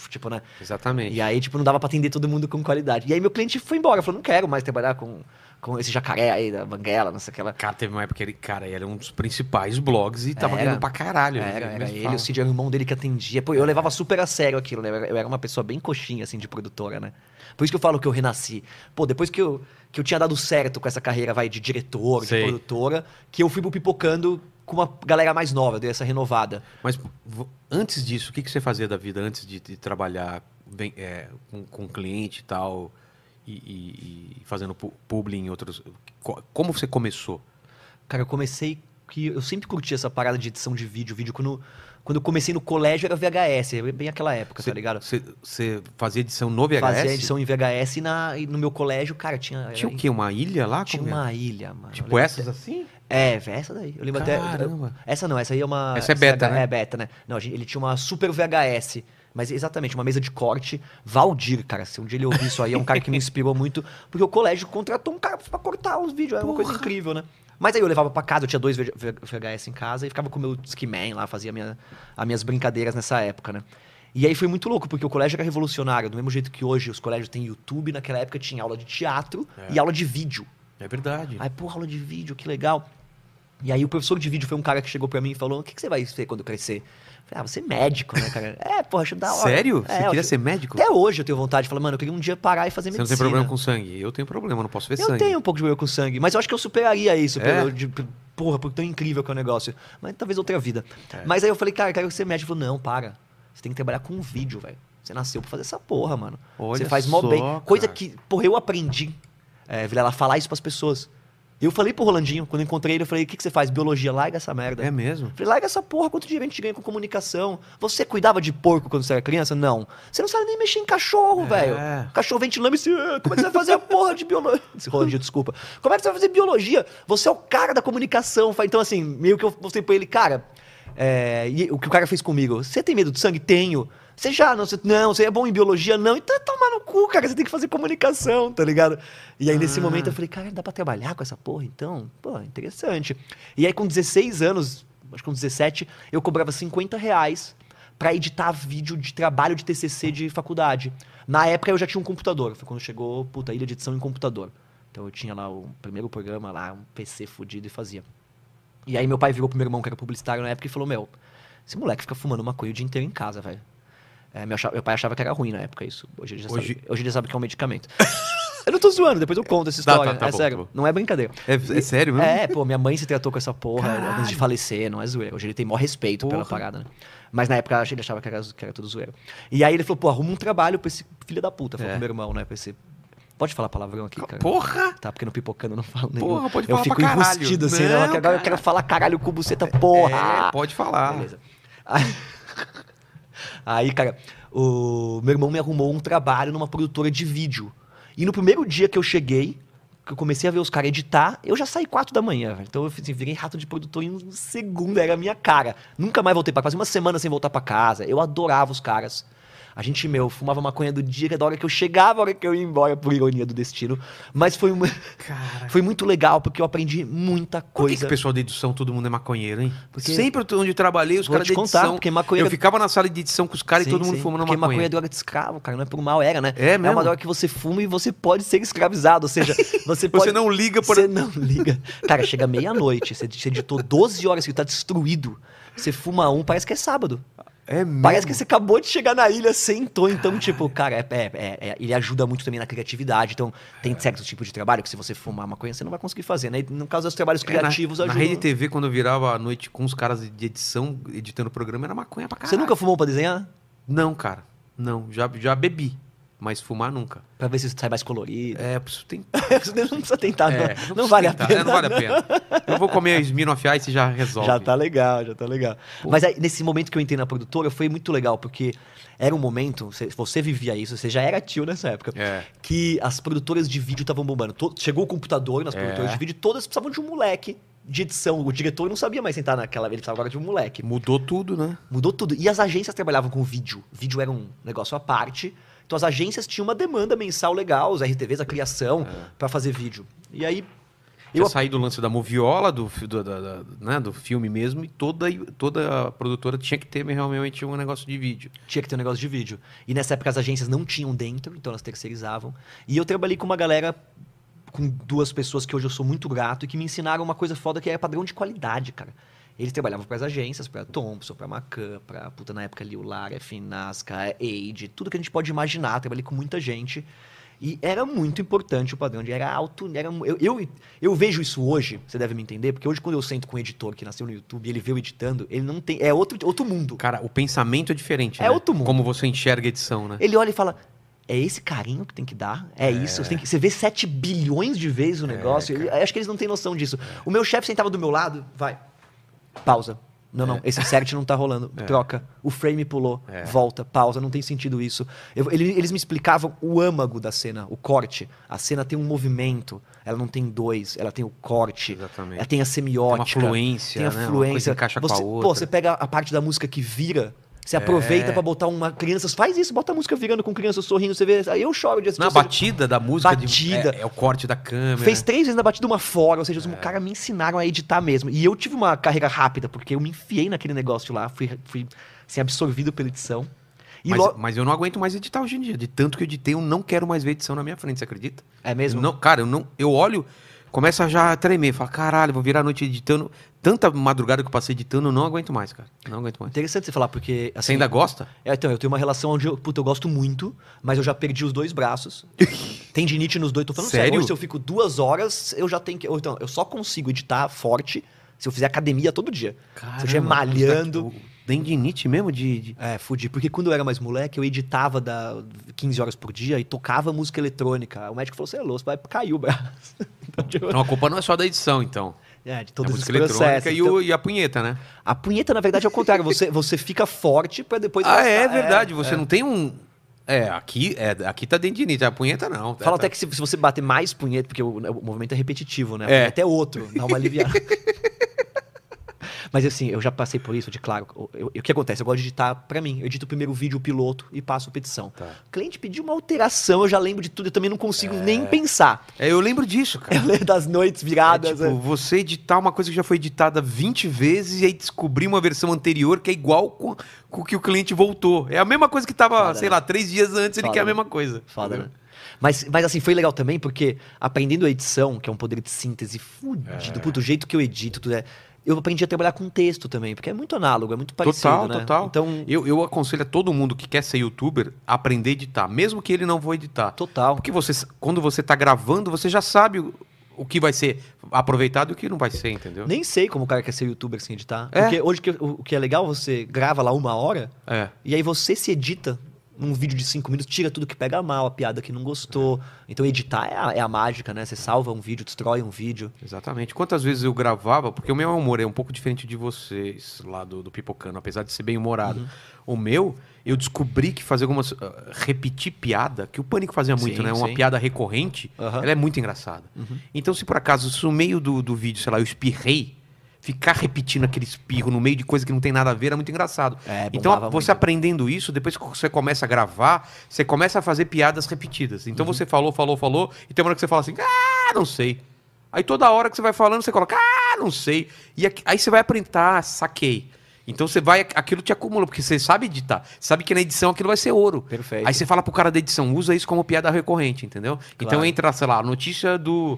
S2: Tipo, né?
S1: Exatamente.
S2: E aí, tipo, não dava pra atender todo mundo com qualidade. E aí, meu cliente foi embora, falou: não quero mais trabalhar com, com esse jacaré aí da Banguela, não sei o que lá.
S1: Cara, teve uma época que ele, cara, ele era um dos principais blogs e tava
S2: Era.
S1: ganhando pra caralho. né?
S2: Era, era
S1: mesmo
S2: ele, assim.
S1: fala.
S2: o Cid era o irmão dele que atendia. Pô, eu levava super a sério aquilo, né? Eu era- Eu era uma pessoa bem coxinha, assim, de produtora, né? Por isso que eu falo que eu renasci. Pô, depois que eu, que eu tinha dado certo com essa carreira, vai, de diretor,
S1: Sei.
S2: de produtora, que eu fui pro pipocando com uma galera mais nova, eu dei essa renovada.
S1: Mas vo- antes disso, o que, que você fazia da vida antes de, de trabalhar bem- é, com, com cliente e tal? E, e- e fazendo pu- publi em outros. co- Como você começou?
S2: Cara, eu comecei que eu sempre curti essa parada de edição de vídeo. Vídeo quando, quando eu comecei no colégio era VHS, era bem aquela época,
S1: Você-
S2: tá ligado?
S1: Você, você fazia edição no VHS?
S2: Fazia edição em VHS e, na, e no meu colégio, cara, tinha.
S1: Tinha o
S2: era-
S1: quê? Uma ilha lá?
S2: tinha
S1: Como era?
S2: uma ilha, mano. Eu
S1: Tipo
S2: lembro
S1: essas assim?
S2: É, vé, essa daí. Eu lembro até.
S1: Caramba.
S2: Essa não, essa aí é uma.
S1: Essa é beta,
S2: é,
S1: né?
S2: É beta, né? Não, a gente- ele tinha uma super VHS. Mas exatamente, uma mesa de corte. Valdir, cara. Se um dia ele ouvir isso aí, é um cara que me inspirou muito. Porque o colégio contratou um cara pra cortar os vídeos. Era uma coisa incrível, né? Mas aí eu levava pra casa, eu tinha dois VG VHS em casa e ficava com o meu Skiman lá, fazia minha, as minhas brincadeiras nessa época, né? E aí foi muito louco, porque o colégio era revolucionário. Do mesmo jeito que hoje os colégios têm YouTube, naquela época tinha aula de teatro
S1: É.
S2: e aula de vídeo.
S1: É verdade.
S2: Aí, porra, aula de vídeo, que legal. E aí o professor de vídeo foi um cara que chegou pra mim e falou: o que, que você vai ser quando crescer? Eu falei, ah, você é médico, né, cara? é, porra, acho da hora.
S1: Sério? você
S2: É, eu
S1: queria
S2: acho-
S1: ser médico?
S2: Até hoje eu tenho vontade de falar, mano, eu queria um dia parar e fazer
S1: Você
S2: medicina.
S1: não tem problema com sangue? Eu tenho problema, eu não posso ver
S2: Eu
S1: É sangue.
S2: tenho um pouco de problema com sangue, mas eu acho que eu superaria isso.
S1: É?
S2: pelo- de- p- porra, porque tão incrível que é o negócio. Mas talvez outra vida.
S1: É.
S2: Mas aí eu falei, cara, eu quero ser médico. Ele falou, não, para. Você tem que trabalhar com vídeo, velho. Você nasceu pra fazer essa porra, mano.
S1: Olha
S2: você faz mó
S1: só,
S2: bem. Coisa
S1: cara.
S2: que, porra, eu aprendi. É, Vilela, falar isso pras pessoas. Eu falei pro Rolandinho, quando eu encontrei ele, eu falei, o que, que você faz? Biologia, larga essa merda.
S1: É mesmo?
S2: Falei, larga essa porra, quanto dinheiro a gente ganha com comunicação? Você cuidava de porco quando você era criança? Não. Você não sabe nem mexer em cachorro,
S1: É.
S2: velho. Cachorro ventilando e se. "Ah, Como é que você vai fazer a porra de biologia? Biologia, desculpa. Como é que você vai fazer biologia? Você é o cara da comunicação. Fa- Então, assim, meio que eu mostrei pra ele, cara. é, e o que o cara fez comigo? Você tem medo de sangue? Tenho. Você já não, você, não, você é bom em biologia? Não. Então toma no cu, cara. Você tem que fazer comunicação, tá ligado? E aí, nesse
S1: Ah.
S2: momento, eu falei, cara, dá pra trabalhar com essa porra, então? Pô, interessante. E aí, com 16 anos, acho que com 17, eu cobrava 50 reais pra editar vídeo de trabalho de TCC de faculdade. Na época, eu já tinha um computador. Foi quando chegou, puta, a ilha de edição em computador. Então, eu tinha lá o primeiro programa lá, um PC fudido e fazia. E aí, meu pai virou pro meu irmão, que era publicitário na época, e falou, meu, esse moleque fica fumando maconha o dia inteiro em casa, velho. É, meu, acha- meu pai achava que era ruim na época isso. Hoje ele já,
S1: Hoje-
S2: Sabe, hoje ele já sabe que é um medicamento. Eu não tô zoando, depois eu conto essa
S1: Tá,
S2: história.
S1: tá, tá
S2: é
S1: bom,
S2: sério,
S1: tá bom.
S2: não é brincadeira.
S1: É, é sério mesmo?
S2: É, pô, minha mãe se tratou com essa porra antes de falecer, não é zoeira. Hoje ele tem maior respeito pela
S1: Porra.
S2: parada, né? Mas na época ele achava que era, que era tudo zoeira. E aí ele falou, pô, arruma um trabalho pra esse filho da puta, falou
S1: É.
S2: pro meu irmão, né? Pra esse... Pode falar palavrão aqui, cara?
S1: Porra!
S2: Tá, porque no pipocando eu não falo nenhum.
S1: Porra, pode
S2: eu
S1: falar
S2: fico
S1: pra caralho.
S2: enrustido assim,
S1: Não,
S2: não, que agora eu
S1: cara.
S2: quero falar caralho com buceta, porra!
S1: É, pode falar.
S2: Beleza. Aí- Aí, cara, o meu irmão me arrumou um trabalho numa produtora de vídeo. E no primeiro dia que eu cheguei, que eu comecei a ver os caras editar, eu já saí quatro da manhã, velho. Então eu assim, virei rato de produtor em um segundo, era a minha cara. Nunca mais voltei pra casa, uma semana sem voltar pra casa. Eu adorava os caras. A gente, meu, fumava maconha do dia, que era da hora que eu chegava, a hora que eu ia embora, por ironia do destino. Mas foi, uma-
S1: Cara.
S2: foi muito legal, porque eu aprendi muita
S1: Por que, que
S2: coisa.
S1: o pessoal da edição, todo mundo é maconheiro, hein?
S2: Porque-
S1: Sempre onde eu trabalhei, os
S2: Vou
S1: caras
S2: te
S1: da
S2: contar,
S1: edição.
S2: porque maconheiro-
S1: Eu ficava na sala de edição com os caras e
S2: Sim,
S1: todo mundo
S2: sim.
S1: fumando
S2: Porque
S1: maconha.
S2: maconha é droga de escravo, cara. Não é por mal, era, né?
S1: É mesmo?
S2: uma droga que você fuma e você pode ser escravizado. Ou seja, você pode...
S1: Você não liga por.
S2: Você não liga. Cara, chega meia-noite, você você editou 12 horas, que tá destruído. Você fuma um, parece que é sábado.
S1: É mesmo.
S2: Parece que você acabou de chegar na ilha, sentou. Então, tipo, cara, é, é- é- é- ele ajuda muito também na criatividade. Então, tem certos tipos de trabalho que se você fumar maconha, você não vai conseguir fazer, né? E No caso dos trabalhos
S1: É, na-
S2: criativos,
S1: na,
S2: ajuda.
S1: rede TV, quando eu virava a noite com os caras de edição, editando o programa, era maconha pra caralho.
S2: Você nunca fumou pra desenhar?
S1: Não, cara. Não. Já, já bebi. Mas fumar nunca.
S2: Pra ver se sai mais colorido.
S1: É, eu preciso tentar.
S2: Você não precisa tentar, Ah, não.
S1: É,
S2: não
S1: preciso
S2: vale a
S1: tentar,
S2: pena.
S1: né? Não vale a pena. Eu vou comer Smirnoff Ice e já resolve.
S2: Já tá legal, já tá legal.
S1: Pô.
S2: Mas aí, nesse momento que eu entrei na produtora, foi muito legal, porque era um momento, você, você vivia isso, você já era tio nessa época,
S1: É.
S2: que as produtoras de vídeo estavam bombando. To- chegou o computador nas
S1: É.
S2: produtoras de vídeo, todas precisavam de um moleque de edição. O diretor não sabia mais sentar naquela, ele precisava agora de um moleque.
S1: Mudou tudo, né?
S2: Mudou tudo. E as agências trabalhavam com vídeo. Vídeo era um negócio à parte. Então as agências tinham uma demanda mensal legal, os RTVs,
S1: É.
S2: a criação, pra fazer vídeo. E aí.
S1: Eu
S2: Eu-
S1: saí do lance da moviola, do, fi- do, da- da- né, do filme mesmo, e toda, toda a produtora tinha que ter realmente um negócio de vídeo.
S2: Tinha que ter um negócio de vídeo. E nessa época as agências não tinham dentro, então elas terceirizavam. E eu trabalhei com uma galera, com duas pessoas que hoje eu sou muito grato e que me ensinaram uma coisa foda que é padrão de qualidade, cara. Eles trabalhavam para as agências, para Thompson, para Macan, para puta na época Liular, Finasca, Aid, tudo que a gente pode imaginar. Trabalhei com muita gente. E era muito importante o padrão de era alto, era mu- eu, eu, eu vejo isso hoje, você deve me entender, porque hoje quando eu sento com um editor que nasceu no YouTube e ele vê eu editando, ele não tem, é outro, outro mundo.
S1: Cara, o pensamento é diferente.
S2: É
S1: né?
S2: outro mundo.
S1: Como você enxerga a edição, né?
S2: Ele olha e fala: é esse carinho que tem que dar? É, isso? Você, tem que, você vê 7 bilhões de vezes
S1: É,
S2: o negócio? Eu- eu acho que eles não têm noção disso. O meu chefe sentava do meu lado, vai. Pausa. Não,
S1: É.
S2: não, esse set não tá rolando. Troca. O frame pulou. Volta, pausa, não tem sentido isso. Eu- ele- eles me explicavam o âmago da cena, o corte. A cena tem um movimento, ela não tem dois, ela tem o corte,
S1: Exatamente.
S2: ela tem a
S1: Tem uma
S2: semiótica.
S1: fluência,
S2: Tem a
S1: né? Uma
S2: fluência.
S1: coisa encaixa
S2: você,
S1: com a outra. É.
S2: Pô, você pega a parte da música que vira, você aproveita pra botar uma criança, faz isso, bota a música virando com criança sorrindo, você vê, aí eu choro de assistir.
S1: Na
S2: ou seja,
S1: batida da música. de-
S2: Batida.
S1: é, é o corte da câmera.
S2: Fez três vezes na batida uma fora, ou seja,
S1: É.
S2: os caras me ensinaram a editar mesmo. E eu tive uma carreira rápida, porque eu me enfiei naquele negócio lá, fui, fui assim, absorvido pela edição. E
S1: Mas,
S2: lo-
S1: mas eu não aguento mais editar hoje em dia. De tanto que eu editei, eu não quero mais ver edição na minha frente, você acredita?
S2: É mesmo?
S1: Não, cara, eu não. Eu olho, começa já a tremer. Fala, caralho, vou virar a noite editando. Tanta madrugada que eu passei editando, eu não aguento mais, cara. Não aguento mais.
S2: Interessante você falar, porque.
S1: Você
S2: Assim,
S1: ainda gosta?
S2: É, então, eu tenho uma relação onde eu, puta, eu gosto muito, mas eu já perdi os dois braços. Tendinite nos dois, tô falando sério.
S1: Sério?
S2: Hoje, se eu fico duas horas, eu já tenho que. Ou então, eu só consigo editar forte se eu fizer academia todo dia. se eu estiver
S1: Caramba,
S2: malhando.
S1: puta que- o Tendinite mesmo de. de-
S2: É, fudi. Porque quando eu era mais moleque, eu editava da 15 horas por dia e tocava música eletrônica. O médico falou: você é louco, vai cair o braço. Então, tipo,
S1: Não, a culpa não é só da edição, então.
S2: é, de
S1: É a
S2: todos esses
S1: música
S2: processos.
S1: eletrônica e,
S2: Então,
S1: o- e a punheta, né?
S2: A punheta, na verdade, é o contrário. Você, você fica forte pra depois.
S1: Ah,
S2: gastar.
S1: é verdade. você não tem um. É, aqui, é, aqui tá dendinite, a punheta não.
S2: Fala
S1: tá,
S2: até que se, se você bater mais punheta, porque o, o movimento é repetitivo, né?
S1: É.
S2: Até outro, dá uma aliviada. Mas assim, eu já passei por isso, de claro. eu- eu- O que acontece? Eu gosto de editar pra mim. Eu edito primeiro o vídeo, o piloto e passo a petição.
S1: Tá.
S2: O cliente pediu uma alteração, eu já lembro de tudo, eu também não consigo nem pensar.
S1: É, eu lembro disso, cara.
S2: Eu lembro das noites viradas.
S1: É, tipo,
S2: né?
S1: você editar uma coisa que já foi editada 20 vezes e aí descobrir uma versão anterior que é igual com, com o que o cliente voltou. É a mesma coisa que tava,
S2: Foda,
S1: sei
S2: né?
S1: lá, três dias antes, ele
S2: Foda,
S1: quer a
S2: né?
S1: mesma coisa.
S2: Foda, né?
S1: Entendeu?
S2: Mas, mas assim, foi legal também, porque aprendendo a edição, que é um poder de síntese fudido, puto, o jeito que eu edito, tudo é. eu aprendi a trabalhar com texto também, porque é muito análogo, é muito parecido,
S1: Total,
S2: né?
S1: total.
S2: Então,
S1: Eu, eu aconselho a todo mundo que quer ser youtuber a aprender a editar, mesmo que ele não vou editar. Então,
S2: total.
S1: Porque você, quando você tá gravando, você já sabe o, o que vai ser aproveitado e o que não vai ser, entendeu?
S2: Nem sei como o cara quer ser youtuber sem editar.
S1: É.
S2: Porque hoje que- o, o que é legal, você grava lá uma hora
S1: É.
S2: e aí você se edita num vídeo de cinco minutos, tira tudo que pega mal, a piada que não gostou. Então editar é a, é a mágica, né? Você salva um vídeo, destrói um vídeo.
S1: Exatamente. Quantas vezes eu gravava, porque o meu humor é um pouco diferente de vocês lá do, do Pipocano, apesar de ser bem humorado.
S2: Uhum.
S1: O meu, eu descobri que fazer algumas. ah, repetir piada, que o pânico fazia muito,
S2: Sim,
S1: né? Uma
S2: sim.
S1: piada recorrente,
S2: Aham. Uhum.
S1: ela é muito engraçada. Então, se por acaso, se no meio do, do vídeo, sei lá, eu espirrei, ficar repetindo aquele espirro no meio de coisa que não tem nada a ver é muito engraçado.
S2: É,
S1: Então,
S2: bombava
S1: você
S2: muito.
S1: aprendendo isso, depois que você começa a gravar, você começa a fazer piadas repetidas. Então,
S2: Uhum.
S1: você falou, falou, falou, e tem uma hora que você fala assim, ah, não sei. Aí, toda hora que você vai falando, você coloca, ah, não sei. E aqui- aí você vai aprender, ah, saquei. Então, você vai, aquilo te acumula, porque você sabe editar. Sabe que na edição aquilo vai ser ouro.
S2: Perfeito.
S1: Aí você fala pro cara da edição, usa isso como piada recorrente, entendeu? Então
S2: Claro.
S1: entra, sei lá, a notícia do.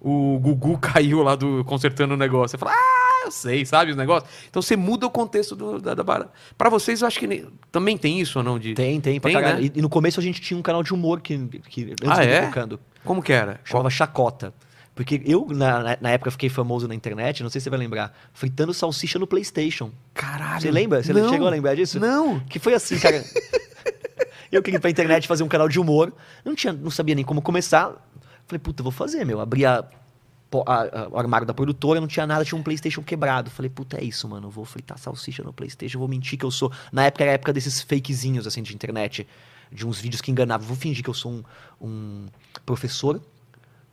S1: O Gugu caiu lá do consertando o negócio. Você fala, ah, eu sei, sabe os negócios? Então você muda o contexto do, da, da barra. Pra vocês, eu acho que ne- também tem isso ou não? De...
S2: Tem, tem, pra
S1: Tem,
S2: caralho.
S1: né?
S2: E, e no começo a gente tinha um canal de humor que, que antes
S1: Ah,
S2: do
S1: é?
S2: Pipocando.
S1: Como que era?
S2: chamava Chacota. Porque eu, na, na- na época, fiquei famoso na internet, não sei se você vai lembrar, fritando salsicha no PlayStation.
S1: Caralho.
S2: Você lembra? Você
S1: Não.
S2: chegou a lembrar disso?
S1: Não.
S2: Que foi assim, cara. eu queria ir pra internet fazer um canal de humor. Não, tinha, não sabia nem como começar. Falei, puta, vou fazer, meu. Abri a, po- a- a- o armário da produtora, não tinha nada, tinha um Playstation quebrado. Falei, puta, é isso, mano. Vou fritar salsicha no Playstation, vou mentir que eu sou. Na época era a época desses fakezinhos, assim, de internet. De uns vídeos que enganavam. Vou fingir que eu sou um, um professor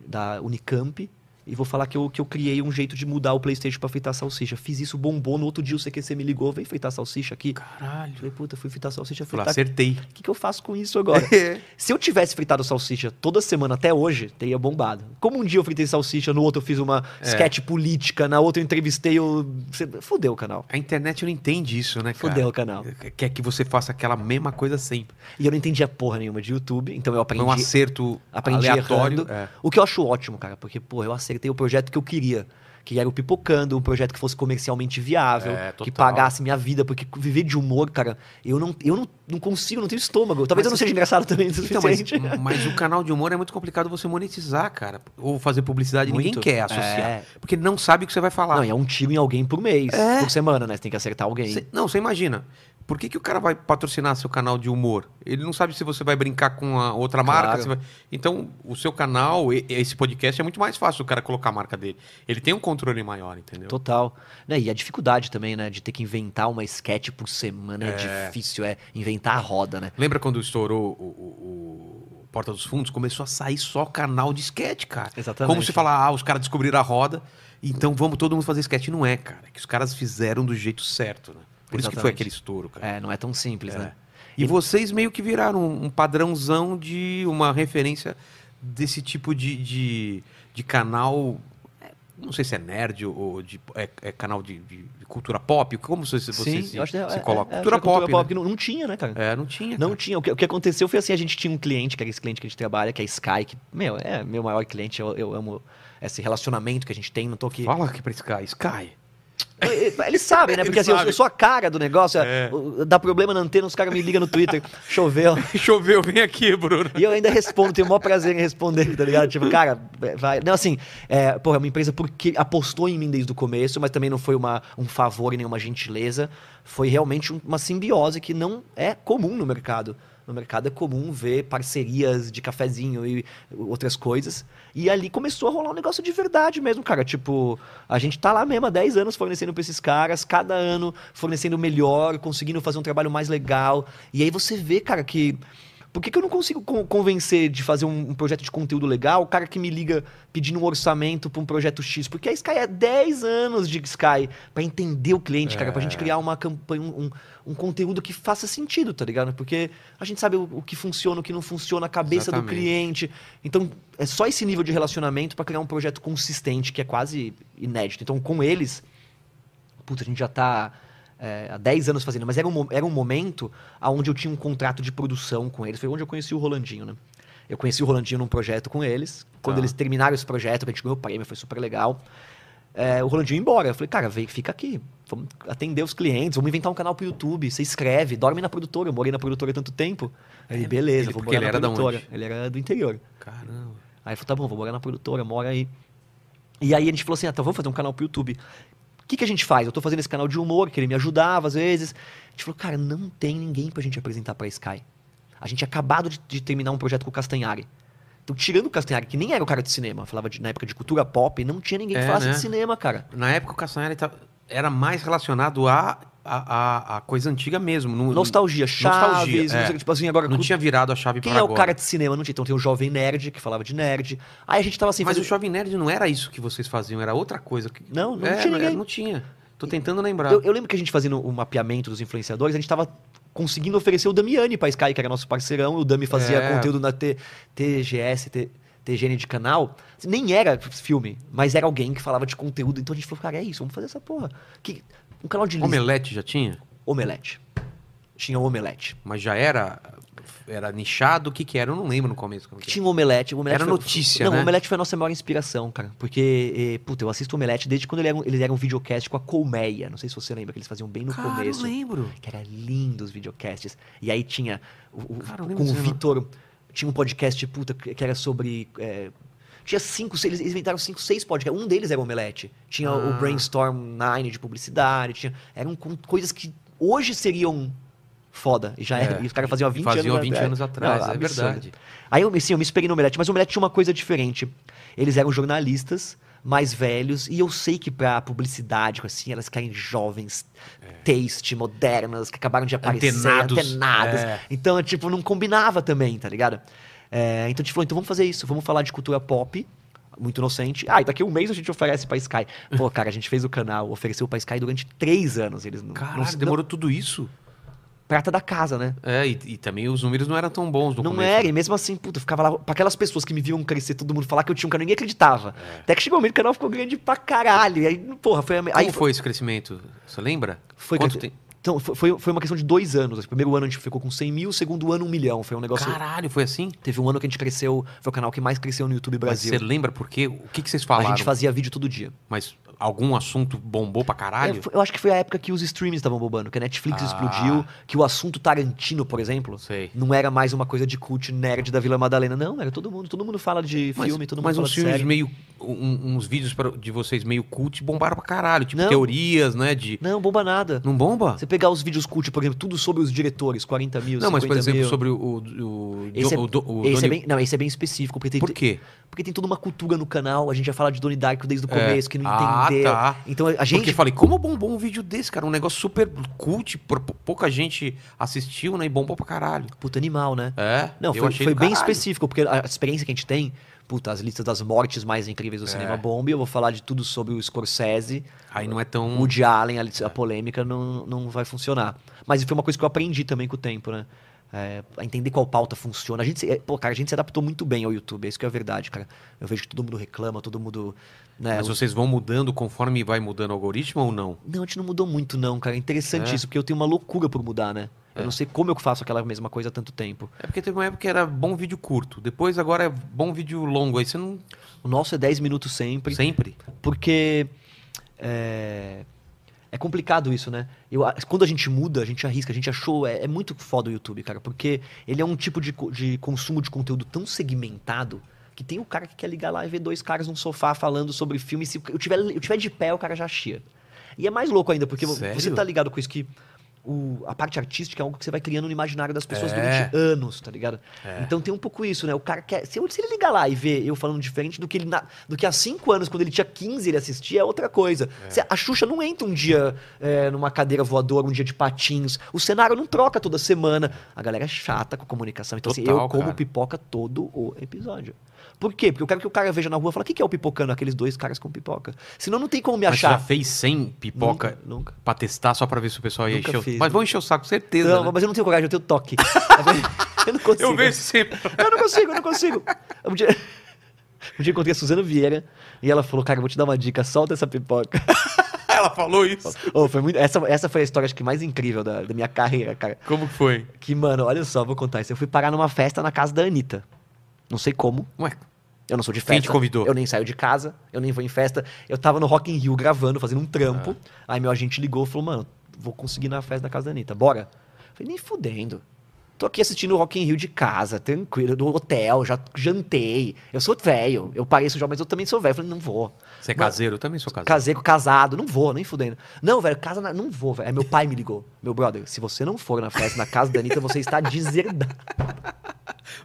S2: da Unicamp. E vou falar que eu, que eu criei um jeito de mudar o Playstation pra fritar salsicha. Fiz isso, bombou. No outro dia o CQC me ligou, vem fritar salsicha aqui.
S1: Caralho.
S2: Falei, puta, fui fritar salsicha,
S1: Falei,
S2: fritar.
S1: acertei.
S2: O que, que eu faço com isso agora?
S1: É.
S2: Se eu tivesse fritado salsicha toda semana até hoje, teria bombado. Como um dia eu fritei salsicha, no outro eu fiz uma
S1: É.
S2: sketch política, na outra eu entrevistei o. Cê- Fudeu o canal.
S1: A internet não entende isso, né, cara?
S2: Fudeu o canal.
S1: Quer que você faça aquela mesma coisa sempre.
S2: E eu não entendia porra nenhuma de YouTube, então eu
S1: Foi
S2: aprendi.
S1: um acerto
S2: aprendi
S1: aleatório. É.
S2: errando. O que eu acho ótimo, cara, porque, porra, eu acertei o projeto que eu queria. Que era o Pipocando, um projeto que fosse comercialmente viável,
S1: É,
S2: que
S1: total.
S2: pagasse minha vida, porque viver de humor, cara, eu não, eu não, não consigo, não tenho estômago. Talvez
S1: Mas
S2: eu não
S1: você-
S2: seja engraçado também o
S1: Então, mas,
S2: suficiente.
S1: mas o canal de humor é muito complicado você monetizar, cara. Ou fazer publicidade, ninguém
S2: Muito.
S1: quer associar.
S2: É.
S1: Porque não sabe o que você vai falar.
S2: Não, e é um tiro em alguém por mês,
S1: É.
S2: por semana, né? Você tem que acertar alguém.
S1: Cê- não, você imagina. Por que, que o cara vai patrocinar seu canal de humor? Ele não sabe se você vai brincar com a outra
S2: Claro.
S1: marca. se vai- Então, o seu canal, e- esse podcast, é muito mais fácil o cara colocar a marca dele. Ele tem um controle maior, entendeu?
S2: Total. Né, E a dificuldade também, né? De ter que inventar uma sketch por semana é, difícil, é inventar a roda, né?
S1: Lembra quando estourou o, o- o Porta dos Fundos? Começou a sair só canal de sketch, cara.
S2: Exatamente.
S1: Como se falar, ah, os caras descobriram a roda, então vamos todo mundo fazer sketch. Não é, cara. É que os caras fizeram do jeito certo, né? Por isso que foi
S2: Exatamente.
S1: aquele estouro, cara.
S2: É, não é tão simples, né?
S1: E vocês meio que viraram um padrãozão de uma referência desse tipo de, de, de canal. é, Não sei se é nerd ou de, é, é canal de, de- de cultura pop. Como vocês, vocês se,
S2: eu acho que é-
S1: se
S2: é-
S1: colocam?
S2: é- acho que
S1: cultura
S2: é
S1: pop. né?
S2: que não, não tinha, né, cara?
S1: É, não tinha.
S2: Não
S1: cara.
S2: tinha. O que, o que aconteceu foi assim: a gente tinha um cliente, que era esse cliente que a gente trabalha, que é a Sky, que, meu, é meu maior cliente. Eu, eu amo esse relacionamento que a gente tem. Não tô aqui.
S1: Fala aqui pra Sky. Sky.
S2: Eles sabem, né? Porque
S1: Eles
S2: assim, eu-
S1: sabem.
S2: eu sou a cara do negócio.
S1: É.
S2: o- Dá problema na antena, os caras me ligam no Twitter. Choveu.
S1: Choveu, vem aqui, Bruno.
S2: E eu ainda respondo, tenho o maior prazer em responder, tá ligado? Tipo, cara, vai. Não, assim, é, porra, é uma empresa porque apostou em mim desde o começo, mas também não foi uma, um favor e nenhuma gentileza. Foi realmente um- uma simbiose que não é comum no mercado. No mercado é comum ver parcerias de cafezinho e outras coisas. E ali começou a rolar um negócio de verdade mesmo, cara. Tipo, a gente tá lá mesmo há 10 anos fornecendo pra esses caras, cada ano fornecendo melhor, conseguindo fazer um trabalho mais legal. E aí você vê, cara, que por que, que eu não consigo con- convencer de fazer um, um projeto de conteúdo legal o cara que me liga pedindo um orçamento para um projeto X? Porque a Sky é 10 anos de Sky para entender o cliente, cara, pra gente criar uma campanha, um, um- um conteúdo que faça sentido, tá ligado? Porque a gente sabe o, o que funciona, o que não funciona, a cabeça
S1: Exatamente.
S2: do cliente. Então, é só esse nível de relacionamento para criar um projeto consistente, que é quase inédito. Então, com eles, Puta, a gente já tá é, há 10 anos fazendo, mas era um, mo- era um momento onde eu tinha um contrato de produção com eles. Foi onde eu conheci o Rolandinho, né? Eu conheci o Rolandinho num projeto com eles. Quando
S1: Tá.
S2: eles terminaram esse projeto, que a gente ganhou o prêmio, foi super legal. é, o Rolandinho ia embora. Eu falei, cara, vem, fica aqui. Vamos atender os clientes, vamos inventar um canal pro YouTube. Você escreve, dorme na produtora. Eu morei na produtora há tanto tempo. Aí ele,
S1: É,
S2: beleza,
S1: Ele-
S2: vou
S1: porque
S2: morar
S1: ele
S2: na
S1: era da
S2: produtora.
S1: onde?
S2: Ele era do interior.
S1: Caramba.
S2: Aí ele falou, tá bom, vou morar na produtora, mora aí. E aí a gente falou assim, ah, então vamos fazer um canal pro YouTube. O que, que a gente faz? Eu tô fazendo esse canal de humor, que ele me ajudava às vezes. A gente falou, cara, não tem ninguém pra gente apresentar pra Sky. A gente tinha acabado de, de terminar um projeto com o Castanhari. Então, tirando o Castanhari, que nem era o cara de cinema, falava de- na época de cultura pop, não tinha ninguém que
S1: É,
S2: falasse
S1: né?
S2: de cinema, cara.
S1: Na época o Castanhari tá- era mais relacionado à a, a, coisa antiga mesmo. Não,
S2: Nostalgia, Chaves,
S1: Hum, é.
S2: não sei, tipo assim, agora...
S1: não
S2: cu-
S1: tinha virado a chave
S2: Quem
S1: para
S2: é
S1: agora.
S2: o cara de cinema? Não tinha. Então tem o Jovem Nerd, que falava de nerd. Aí a gente tava assim...
S1: Mas o
S2: fazendo-
S1: Jovem Nerd não era isso que vocês faziam, era outra coisa. que-
S2: Não, não
S1: É,
S2: tinha
S1: era-
S2: ninguém.
S1: Não tinha. Tô tentando lembrar.
S2: Eu, eu lembro que a gente fazendo o mapeamento dos influenciadores, a gente tava conseguindo oferecer o Damiani pra Sky, que era nosso parceirão. O Dami fazia
S1: É.
S2: conteúdo na T- TGS, T- TGN de canal. Nem era filme, mas era alguém que falava de conteúdo. Então a gente falou, cara, é isso, vamos fazer essa porra. Que, um canal de lis-
S1: Omelete já tinha?
S2: Omelete. Tinha o Omelete.
S1: Mas já era era nichado, o que que era? Eu não lembro no começo. como que era.
S2: Tinha o Omelete. O Omelete
S1: Era
S2: foi-
S1: notícia,
S2: Não,
S1: né?
S2: o Omelete foi a nossa maior inspiração, cara. Porque, eh, puta, eu assisto o Omelete desde quando ele era um, eles eram um videocast com a Colmeia. Não sei se você lembra, que eles faziam bem no
S1: Cara, eu
S2: começo.
S1: lembro.
S2: que era lindo os videocasts. E aí tinha o, o-
S1: Cara, eu lembro
S2: com o
S1: disso, né?
S2: Vitor, tinha um podcast puta que que era sobre é, tinha cinco, seis, eles inventaram cinco, seis podcasts. Um deles era o Omelete. Tinha
S1: Ah.
S2: o Brainstorm Nine de publicidade, tinha eram co- coisas que hoje seriam foda. E já era,
S1: É.
S2: e os caras faziam há 20
S1: Faziam há
S2: anos
S1: 20 anos atrás,
S2: Não,
S1: é
S2: absurdo.
S1: verdade.
S2: Aí eu, me- sim, eu me esperei no Omelete, mas o Omelete tinha uma coisa diferente. Eles eram jornalistas mais velhos, e eu sei que pra publicidade, assim, elas querem jovens, taste, modernas, que acabaram de aparecer,
S1: É. Antenados,
S2: antenadas.
S1: é.
S2: Então, tipo, não combinava também, tá ligado? É, então a gente falou, então vamos fazer isso, vamos falar de cultura pop, muito inocente. Ah, e daqui a um mês a gente oferece pra Sky. Pô, cara, a gente fez o canal, ofereceu pra Sky durante três anos. Eles não,
S1: Caralho,
S2: não, não-
S1: demorou tudo isso?
S2: prata da casa, né?
S1: É, e, e também os números não eram tão bons no
S2: Não
S1: começo.
S2: era, e mesmo assim, puta, eu ficava lá. Pra aquelas pessoas que me viam crescer, todo mundo falar que eu tinha um canal, ninguém acreditava.
S1: É.
S2: Até que chegou o momento que o canal ficou grande pra caralho. E aí, porra, foi. a me-
S1: Como
S2: aí
S1: foi esse crescimento? Você lembra?
S2: Foi
S1: Quanto
S2: cresci-
S1: tem-
S2: Então, foi- foi, foi uma questão de dois anos. O primeiro ano a gente ficou com 100 mil, o segundo ano, um milhão. Foi um negócio.
S1: Caralho, foi assim?
S2: Teve um ano que a gente cresceu, foi o canal que mais cresceu no YouTube
S1: Mas
S2: Brasil.
S1: você lembra por quê? O que, que vocês
S2: A
S1: falaram?
S2: gente fazia vídeo todo dia.
S1: Mas algum assunto bombou pra caralho?
S2: É, foi- eu acho que foi a época que os streams estavam bombando, que a Netflix
S1: Ah.
S2: explodiu, que o assunto Tarantino, por exemplo,
S1: Sei.
S2: não era mais uma coisa de cult nerd da Vila Madalena. Não, era todo mundo. Todo mundo fala de
S1: Mas,
S2: filme, todo mundo
S1: mas
S2: fala
S1: uns
S2: de série.
S1: filmes meio. um- uns vídeos pra- de vocês meio cult bombaram pra caralho. Tipo,
S2: Não.
S1: teorias, né? De.
S2: Não, bomba nada.
S1: Não bomba?
S2: Você pegar os vídeos cult, por exemplo, tudo sobre os diretores, 40 mil,
S1: Não, mas por
S2: 50
S1: exemplo,
S2: mil.
S1: sobre o. o, o,
S2: Esse é,
S1: o, do- o
S2: esse é
S1: Donnie-
S2: bem, não, esse é bem específico, porque tem,
S1: Por quê?
S2: porque tem toda uma cultura no canal, a gente já fala de Donnie Darko desde o
S1: É.
S2: começo, que não
S1: Ah,
S2: entendeu.
S1: tá.
S2: Então a
S1: Porque
S2: gente...
S1: eu falei, como bombou um vídeo desse, cara? Um negócio super cult, por- pouca gente assistiu, né? E bombou pra caralho.
S2: Puta animal, né?
S1: É.
S2: Não,
S1: eu
S2: foi,
S1: achei
S2: foi
S1: do
S2: bem
S1: caralho.
S2: específico, porque a experiência que a gente tem, puta, as listas das mortes mais incríveis
S1: É.
S2: do cinema bomba, e eu vou falar de tudo sobre o Scorsese,
S1: Aí não é tão.
S2: o Woody Allen, a, li- a polêmica não, não vai funcionar. Mas foi uma coisa que eu aprendi também com o tempo, né? É, a entender qual pauta funciona. A gente, se- é, pô, cara, a gente se adaptou muito bem ao YouTube, é isso que é a verdade, cara. Eu vejo que todo mundo reclama, todo mundo. Né,
S1: Mas
S2: o-
S1: vocês vão mudando conforme vai mudando o algoritmo ou não?
S2: Não, a gente não mudou muito, não, cara. É interessante
S1: É?
S2: isso, porque eu tenho uma loucura por mudar, né? Eu não sei como eu faço aquela mesma coisa há tanto tempo.
S1: É porque teve uma época que era bom vídeo curto, depois agora é bom vídeo longo, aí você não.
S2: O nosso é 10 minutos sempre.
S1: Sempre.
S2: Porque é, é complicado isso, né? Eu, a- quando a gente muda, a gente arrisca, a gente achou. É, é muito foda o YouTube, cara, porque ele é um tipo de, co- de consumo de conteúdo tão segmentado que tem o cara que quer ligar lá e ver dois caras num sofá falando sobre filme. Se eu tiver, eu tiver de pé, o cara já chia. E é mais louco ainda, porque vo-
S1: Sério?
S2: você tá ligado com isso que. o- a parte artística é algo que você vai criando no imaginário das pessoas
S1: É.
S2: durante anos, tá ligado? Então tem um pouco isso, né? O cara quer. Se, eu- se ele ligar lá e ver eu falando diferente do que ele na- do que há cinco anos, quando ele tinha 15, ele assistia, é outra coisa. Se- a Xuxa não entra um dia é, numa cadeira voadora, um dia de patins. O cenário não troca toda semana. A galera é chata com comunicação. Então, assim,
S1: Total,
S2: eu como
S1: cara.
S2: pipoca todo o episódio. Por quê? Porque eu quero que o cara veja na rua e fale: o que que é o pipocando? Aqueles dois caras com pipoca. Senão não tem como me
S1: Mas você já
S2: achar.
S1: fez 100 pipoca
S2: Nunca, nunca.
S1: pra testar só pra ver se o pessoal ia
S2: Nunca
S1: encher o
S2: fiz,
S1: Mas
S2: nunca.
S1: vão encher o saco, certeza.
S2: Não,
S1: né?
S2: mas eu não tenho coragem, eu tenho toque. eu não consigo.
S1: Eu vejo sempre.
S2: Eu não consigo, eu não consigo. Um dia, um dia eu encontrei a Suzana Vieira e ela falou, cara, eu vou te dar uma dica, solta essa pipoca.
S1: Ela falou isso.
S2: Ô, foi muito, essa, essa foi a história acho que mais incrível da, da minha carreira, cara.
S1: Como que foi?
S2: Que, mano, olha só, vou contar isso. Eu fui parar numa festa na casa da Anitta. Não sei como.
S1: Ué,
S2: Eu não sou de
S1: Quem
S2: festa.
S1: te convidou?
S2: Eu nem saio de casa, eu nem vou em festa. Eu tava no Rock in Rio gravando, fazendo um trampo.
S1: Ah.
S2: Aí meu agente ligou e falou, mano, vou conseguir ir na festa da casa da Anitta, bora? Eu falei, nem fudendo. Tô aqui assistindo o Rock in Rio de casa, tranquilo, do hotel, já jantei. Eu sou velho, eu pareço jovem, mas eu também sou velho. Eu falei, não vou.
S1: Você é
S2: Mano,
S1: caseiro? Eu também sou caseiro.
S2: Casei com casado, não vou, nem fudendo. Não, velho, casa na- não vou, velho. Aí meu pai me ligou. Meu brother, se você não for na festa na casa da Anitta, você está deserdado.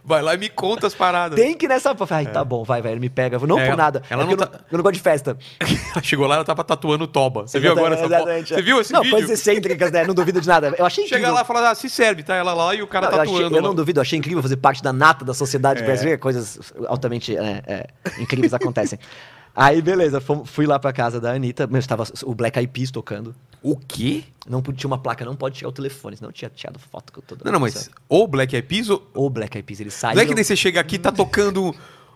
S1: Vai lá e me conta as paradas.
S2: Tem que ir nessa. Eu falei, Ai, tá bom, vai, velho, me pega. Eu falei, Não
S1: É,
S2: por nada.
S1: ela
S2: é que
S1: não
S2: eu,
S1: tá-
S2: não, eu não gosto de festa.
S1: Chegou lá, ela tava tatuando toba. Você viu agora essa foto?
S2: Exatamente, é.
S1: Você viu esse
S2: não,
S1: vídeo?
S2: coisas excêntricas, né? Não duvido de nada. Eu achei incrível.
S1: Chega lá e fala, ah, se serve, tá ela lá e o cara
S2: Não, eu, achei-
S1: tatuando.
S2: eu não
S1: lá. É.
S2: duvido, eu achei incrível fazer parte da nata da sociedade brasileira, coisas altamente né, é, incríveis acontecem. Aí, beleza, fom- fui lá pra casa da Anitta, mas tava o Black Eyed Peas tocando.
S1: O quê?
S2: Não podia- tinha uma placa, não pode tirar o telefone, senão eu tinha tirado foto com todo
S1: Não, não, mas ou Black Eyed Peas ou...
S2: O Black Eyed Peas, ele saiu.
S1: Não é que daí você chega aqui e tá tocando um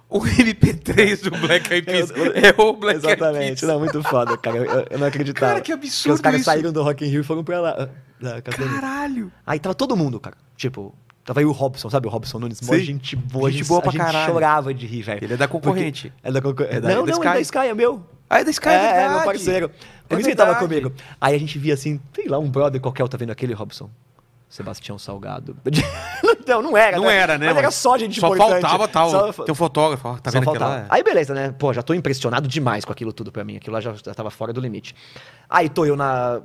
S1: o MP3 do Black Eyed Peas. É o Black Eyed Peas.
S2: Exatamente, não, muito foda, cara, eu, eu- eu não acreditava.
S1: Cara, que
S2: Porque
S1: absurdo
S2: os caras
S1: isso.
S2: saíram do Rock in Rio e foram pra lá. ah, da casa da Anitta.
S1: Caralho.
S2: Aí tava todo mundo, cara. Tipo, tava aí o Robson, sabe? O Robson Nunes. Mó
S1: Sim.
S2: gente boa,
S1: Gente
S2: gente
S1: boa pra
S2: boa a gente
S1: caralho.
S2: chorava de rir, velho.
S1: Ele é da concorrente.
S2: Porque- É da concorrente.
S1: É da-
S2: não,
S1: da
S2: não,
S1: Sky.
S2: é da Sky, é meu.
S1: Ah, é da Sky,
S2: é, é,
S1: verdade.
S2: meu parceiro. Por
S1: É
S2: isso que ele tava
S1: verdade.
S2: comigo. Aí a gente via assim, tem lá um brother qualquer, tá vendo aquele Robson? Sebastião Salgado. não, não era.
S1: Não era, né?
S2: Mas era
S1: mas
S2: só gente
S1: Só
S2: importante.
S1: faltava tal.
S2: Só-
S1: Teu fotógrafo, ó, tá
S2: só
S1: vendo
S2: faltava.
S1: aquela...
S2: Aí beleza, né? Pô, já tô impressionado demais com aquilo tudo pra mim. Aquilo lá já, já tava fora do limite. Aí tô eu na.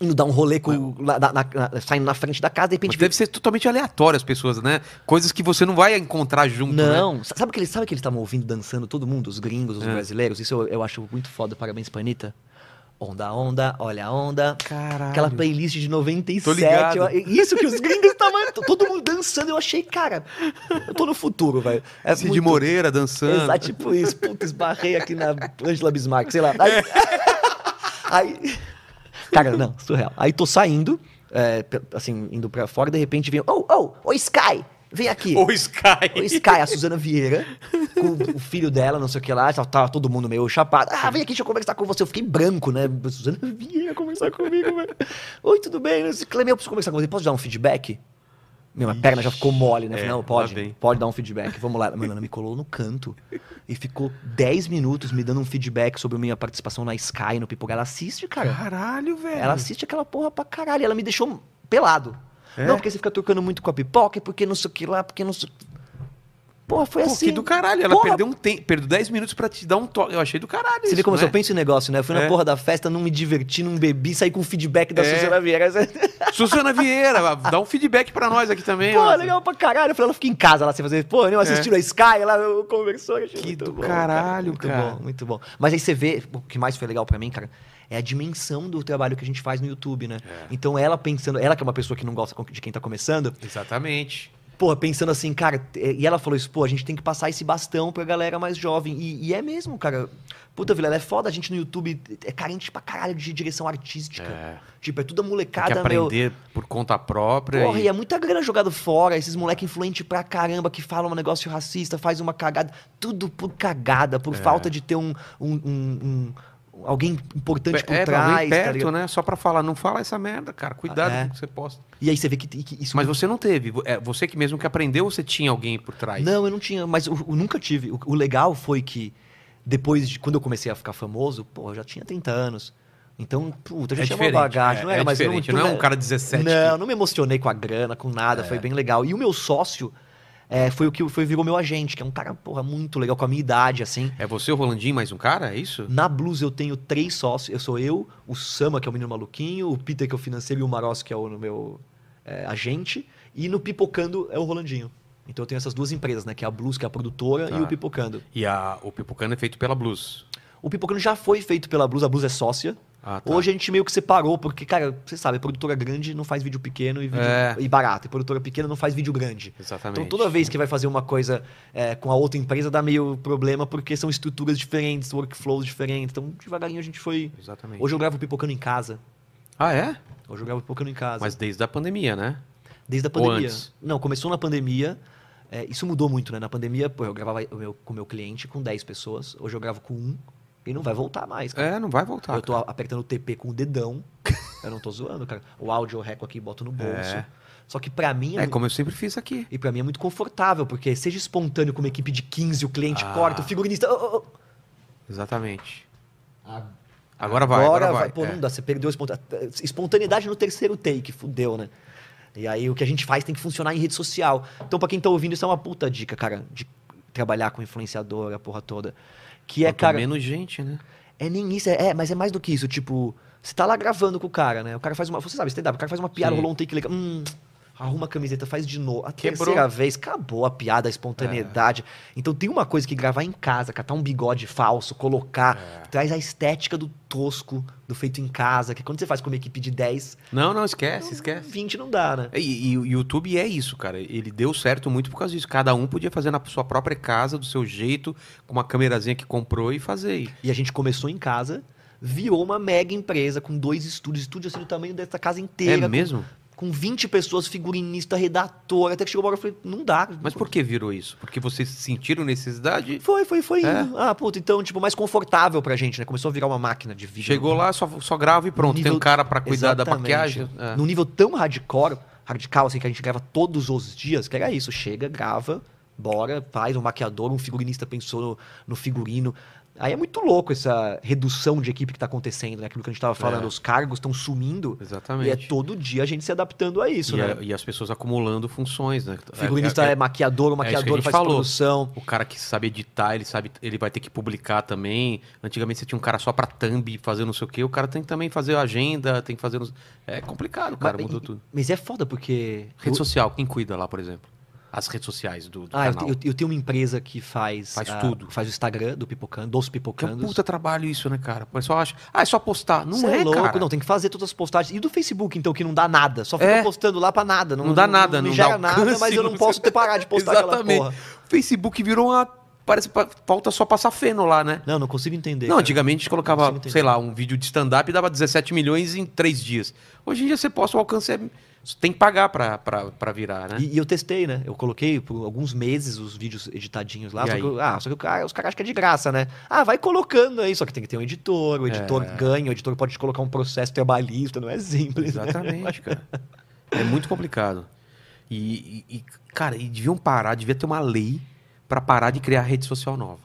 S2: indo dar um rolê com. lá- na- na- na- saindo na frente da casa, de
S1: Mas
S2: repente.
S1: deve ser totalmente aleatório as pessoas, né? Coisas que você não vai encontrar junto, né? É.
S2: Não, sa- sabe o que eles sabe o que eles estavam ouvindo dançando todo mundo, os gringos, os brasileiros? Isso eu, eu acho muito foda, parabéns pra Anitta. Onda, onda, olha a onda.
S1: Caralho.
S2: Aquela playlist de 97.
S1: Tô ligado.
S2: eu- isso que os gringos estavam. Todo mundo dançando, eu achei, cara. Eu tô no futuro, velho. É
S1: Cid
S2: muito-
S1: Moreira dançando.
S2: Exato, tipo isso. Puta, esbarrei aqui na Angela Bismarck, sei lá. Aí, aí- Cara, não, surreal. Aí tô saindo, é, pe- assim, indo pra fora, de repente vem... Oh, oh, oh, Sky, vem aqui.
S1: Ou Sky.
S2: O Sky, a Suzana Vieira, com o filho dela, não sei o que lá, tava, tava todo mundo meio chapado. Ah, vem aqui, deixa eu conversar com você. Eu fiquei branco, né? Suzana Vieira conversar comigo, velho. Oi, tudo bem? Eu disse, Cleme, eu preciso conversar com você. Posso dar um feedback? Minha perna já ficou mole, né?
S1: É,
S2: Falei, não,
S1: lá vem.
S2: pode, pode dar um feedback. Vamos lá. Mano, ela me colou no canto e ficou 10 minutos me dando um feedback sobre a minha participação na Sky, no Pipoca. Ela assiste, cara.
S1: Caralho, velho.
S2: Ela é assiste aquela porra pra caralho. Ela me deixou pelado.
S1: É?
S2: Não, porque você fica trocando muito com a pipoca, e porque não sei o que lá, porque não sei. Porra, foi
S1: Pô,
S2: assim.
S1: que do caralho. Ela
S2: Porra.
S1: perdeu um tempo, perdeu 10 minutos pra te dar um toque. Eu achei do caralho
S2: Você vê
S1: isso,
S2: como
S1: não
S2: eu penso em negócio, né? Eu fui
S1: É.
S2: na porra da festa, não me diverti, não bebi, saí com feedback da
S1: É.
S2: Suzana Vieira.
S1: é? Suzana Vieira, dá um feedback pra nós aqui também.
S2: Pô,
S1: ó.
S2: legal pra caralho. Eu falei, ela fica em casa lá sem fazer. Pô, eu assistindo a Sky, lá eu conversou. eu achei
S1: É. Que
S2: muito
S1: do
S2: bom,
S1: caralho,
S2: Muito
S1: cara.
S2: bom, muito bom. Mas aí você vê, o que mais foi legal pra mim, cara, é a dimensão do trabalho que a gente faz no YouTube, né?
S1: É.
S2: Então ela pensando, ela que é uma pessoa que não gosta de quem tá começando,
S1: Exatamente.
S2: Porra, pensando assim, cara, e ela falou isso, pô, a gente tem que passar esse bastão pra galera mais jovem. E, e é mesmo, cara. Puta, Vila, é foda, a gente no YouTube é carente pra caralho de direção artística.
S1: É.
S2: Tipo, é tudo
S1: Tem que
S2: molecada, meu.
S1: aprender por conta própria.
S2: Porra,
S1: e-
S2: e é muita grana jogada fora, esses moleque influente pra caramba que fala um negócio racista, faz uma cagada, tudo por cagada,
S1: É.
S2: por falta de ter um, um- um- um- alguém importante por
S1: é, pra alguém
S2: trás, tá
S1: perto,
S2: ligado?
S1: né? Só pra falar, não fala essa merda, cara. Cuidado
S2: Ah, é.
S1: com o que você posta.
S2: E aí você vê que, que isso
S1: Mas você não teve. Vo- é, você que mesmo que aprendeu, ou você tinha alguém por trás.
S2: Não, eu não tinha, mas eu, eu nunca tive. O, o legal foi que depois de quando eu comecei a ficar famoso, pô, eu já tinha 30 anos. Então, puta, eu já
S1: é
S2: tinha uma
S1: diferente.
S2: bagagem,
S1: é,
S2: não era
S1: é
S2: mais
S1: diferente.
S2: eu
S1: Não,
S2: não,
S1: é um cara de É. 17.
S2: Não, não me emocionei com a grana, com nada, foi bem legal. E o meu sócio é, foi o que foi virou meu agente, que é um cara, porra, muito legal com a minha idade assim.
S1: É você, o Rolandinho, mais um cara? É isso?
S2: Na Blues eu tenho três sócios. Eu sou eu, o Sama, que é o menino maluquinho, o Peter, que é o financeiro, e o Maros, que é o meu é, agente. E no Pipocando é o Rolandinho. Então eu tenho essas duas empresas, né? Que é a Blues, que é a produtora,
S1: Tá.
S2: e o Pipocando.
S1: E a- o Pipocano é feito pela Blues.
S2: O Pipocando já foi feito pela Blues, a Blues é sócia.
S1: Ah,
S2: Hoje a gente meio que separou, porque, cara, você sabe, produtora grande não faz vídeo pequeno e, vídeo-
S1: É.
S2: e barato. E produtora pequena não faz vídeo grande.
S1: Exatamente.
S2: Então toda vez que vai fazer uma coisa é, com a outra empresa dá meio problema, porque são estruturas diferentes, workflows diferentes. Então devagarinho a gente foi
S1: Exatamente.
S2: Hoje eu gravo pipocando em casa.
S1: Ah, é?
S2: Hoje eu gravo pipocando em casa.
S1: Mas desde a pandemia, né?
S2: Desde a
S1: ou
S2: pandemia.
S1: antes?
S2: Não, começou na pandemia. É, isso mudou muito, né? Na pandemia, pô, eu gravava o meu- com o meu cliente com 10 pessoas. Hoje eu gravo com um e não vai voltar mais. cara.
S1: É, não vai voltar.
S2: eu tô a- apertando o TP com o dedão. Eu não tô zoando, cara. O áudio eu reco aqui e boto no bolso.
S1: É.
S2: Só que pra mim.
S1: É como eu sempre fiz aqui.
S2: E pra mim é muito confortável, porque seja espontâneo com uma equipe de 15, o cliente
S1: Ah.
S2: corta, o figurinista. "Oh, oh,
S1: Exatamente.
S2: oh". Agora,
S1: Agora vai, agora, vai.
S2: Pô,
S1: É.
S2: não dá, você perdeu a espontaneidade. Espontaneidade no terceiro take, fudeu, né? E aí o que a gente faz tem que funcionar em rede social. Então, pra quem tá ouvindo, isso é uma puta dica, cara, de trabalhar com influenciador, a porra toda. Que é,
S1: Quanto
S2: cara.
S1: menos gente, né?
S2: É nem isso, é, é, mas é mais do que isso, tipo, você tá lá gravando com o cara, né? O cara faz uma. Você sabe, stand-up, o cara faz uma piada,
S1: Sim.
S2: rolou um take legal. Hum, arruma a camiseta, faz de novo. A
S1: Quebrou. É.
S2: terceira vez, acabou a piada, a espontaneidade. Então tem uma coisa que gravar em casa, catar um bigode falso, colocar,
S1: É.
S2: traz a estética do tosco, do feito em casa, que é quando você faz com uma equipe de 10,
S1: Não, não, esquece,
S2: não-
S1: esquece.
S2: 20 não dá, né?
S1: E, e o YouTube é isso, cara. Ele deu certo muito por causa disso. Cada um podia fazer na sua própria casa, do seu jeito, com uma câmerazinha que comprou e fazer. É
S2: E a gente começou em casa, virou uma mega empresa com dois estúdios, estúdio assim do tamanho dessa casa inteira.
S1: É mesmo?
S2: com 20 pessoas, figurinista, redator, até que chegou uma hora eu falei, não dá.
S1: Mas por que virou isso? Porque vocês sentiram necessidade?
S2: Foi, foi, foi
S1: É?
S2: indo. Ah, puta, então, tipo, mais confortável pra gente, né? Começou a virar uma máquina de vídeo.
S1: Chegou lá, só, só grava e pronto.
S2: Nível-
S1: Tem um cara pra cuidar da
S2: Exatamente.
S1: maquiagem. É.
S2: Num nível tão hardcore, radical, assim, que a gente grava todos os dias, que era isso, chega, grava, bora, faz um maquiador, um figurinista pensou no, no figurino. Aí é muito louco essa redução de equipe que tá acontecendo, né? Aquilo que a gente tava falando,
S1: É.
S2: os cargos estão sumindo.
S1: Exatamente.
S2: E é todo dia a gente se adaptando a isso,
S1: E
S2: né?
S1: a- e as pessoas acumulando funções, né?
S2: Figurinista
S1: É-
S2: é,
S1: é-
S2: maquiador, o
S1: é isso que a
S2: maquiador
S1: gente
S2: faz
S1: falou.
S2: produção.
S1: O cara que sabe editar, ele sabe, ele vai ter que publicar também. Antigamente você tinha um cara só pra thumb fazer não sei o quê. O cara tem que também fazer agenda, tem que fazer. uns- É complicado, cara,
S2: Mas-
S1: mudou
S2: e-
S1: tudo.
S2: Mas é foda porque.
S1: Rede
S2: eu,
S1: social, quem cuida lá, por exemplo? As redes sociais do, do
S2: ah, eu,
S1: canal.
S2: te- eu- eu tenho uma empresa que faz.
S1: Faz
S2: ah,
S1: tudo.
S2: Faz o Instagram do Pipocando, dos
S1: Que é um
S2: Pipocandos.
S1: puta trabalho isso, né, cara? O pessoal acha. Ah, é só postar. Não
S2: Cê
S1: é,
S2: louco,
S1: cara.
S2: não, tem que fazer todas as postagens. E do Facebook, então, que não dá nada. Só fica
S1: É.
S2: postando lá pra nada. Não,
S1: Não dá nada,
S2: não,
S1: não dá
S2: gera nada,
S1: alcance,
S2: mas eu
S1: não-
S2: não posso ter parar de postar aquela
S1: Exatamente.
S2: porra.
S1: O Facebook virou uma. Parece pa- falta só passar feno lá, né?
S2: Não, não consigo entender.
S1: Não,
S2: cara.
S1: antigamente a gente
S2: Não
S1: colocava,
S2: consigo entender.
S1: sei lá, um vídeo de stand-up e dava 17 milhões em 3 dias. Hoje em dia você posta o alcance. É... Você tem que pagar pra, pra, pra virar, né?
S2: E, e eu testei, né? Eu coloquei por alguns meses os vídeos editadinhos lá.
S1: E
S2: Só
S1: aí?
S2: que, eu- ah, só que o cara- os caras acham que é de graça, né? Ah, vai colocando aí. Só que tem que ter um editor. O editor
S1: É.
S2: ganha, o editor pode te colocar um processo trabalhista. Não é simples, né?
S1: Exatamente, cara. É muito complicado. E, e- e, cara, e deviam parar, devia ter uma lei pra parar de criar rede social nova.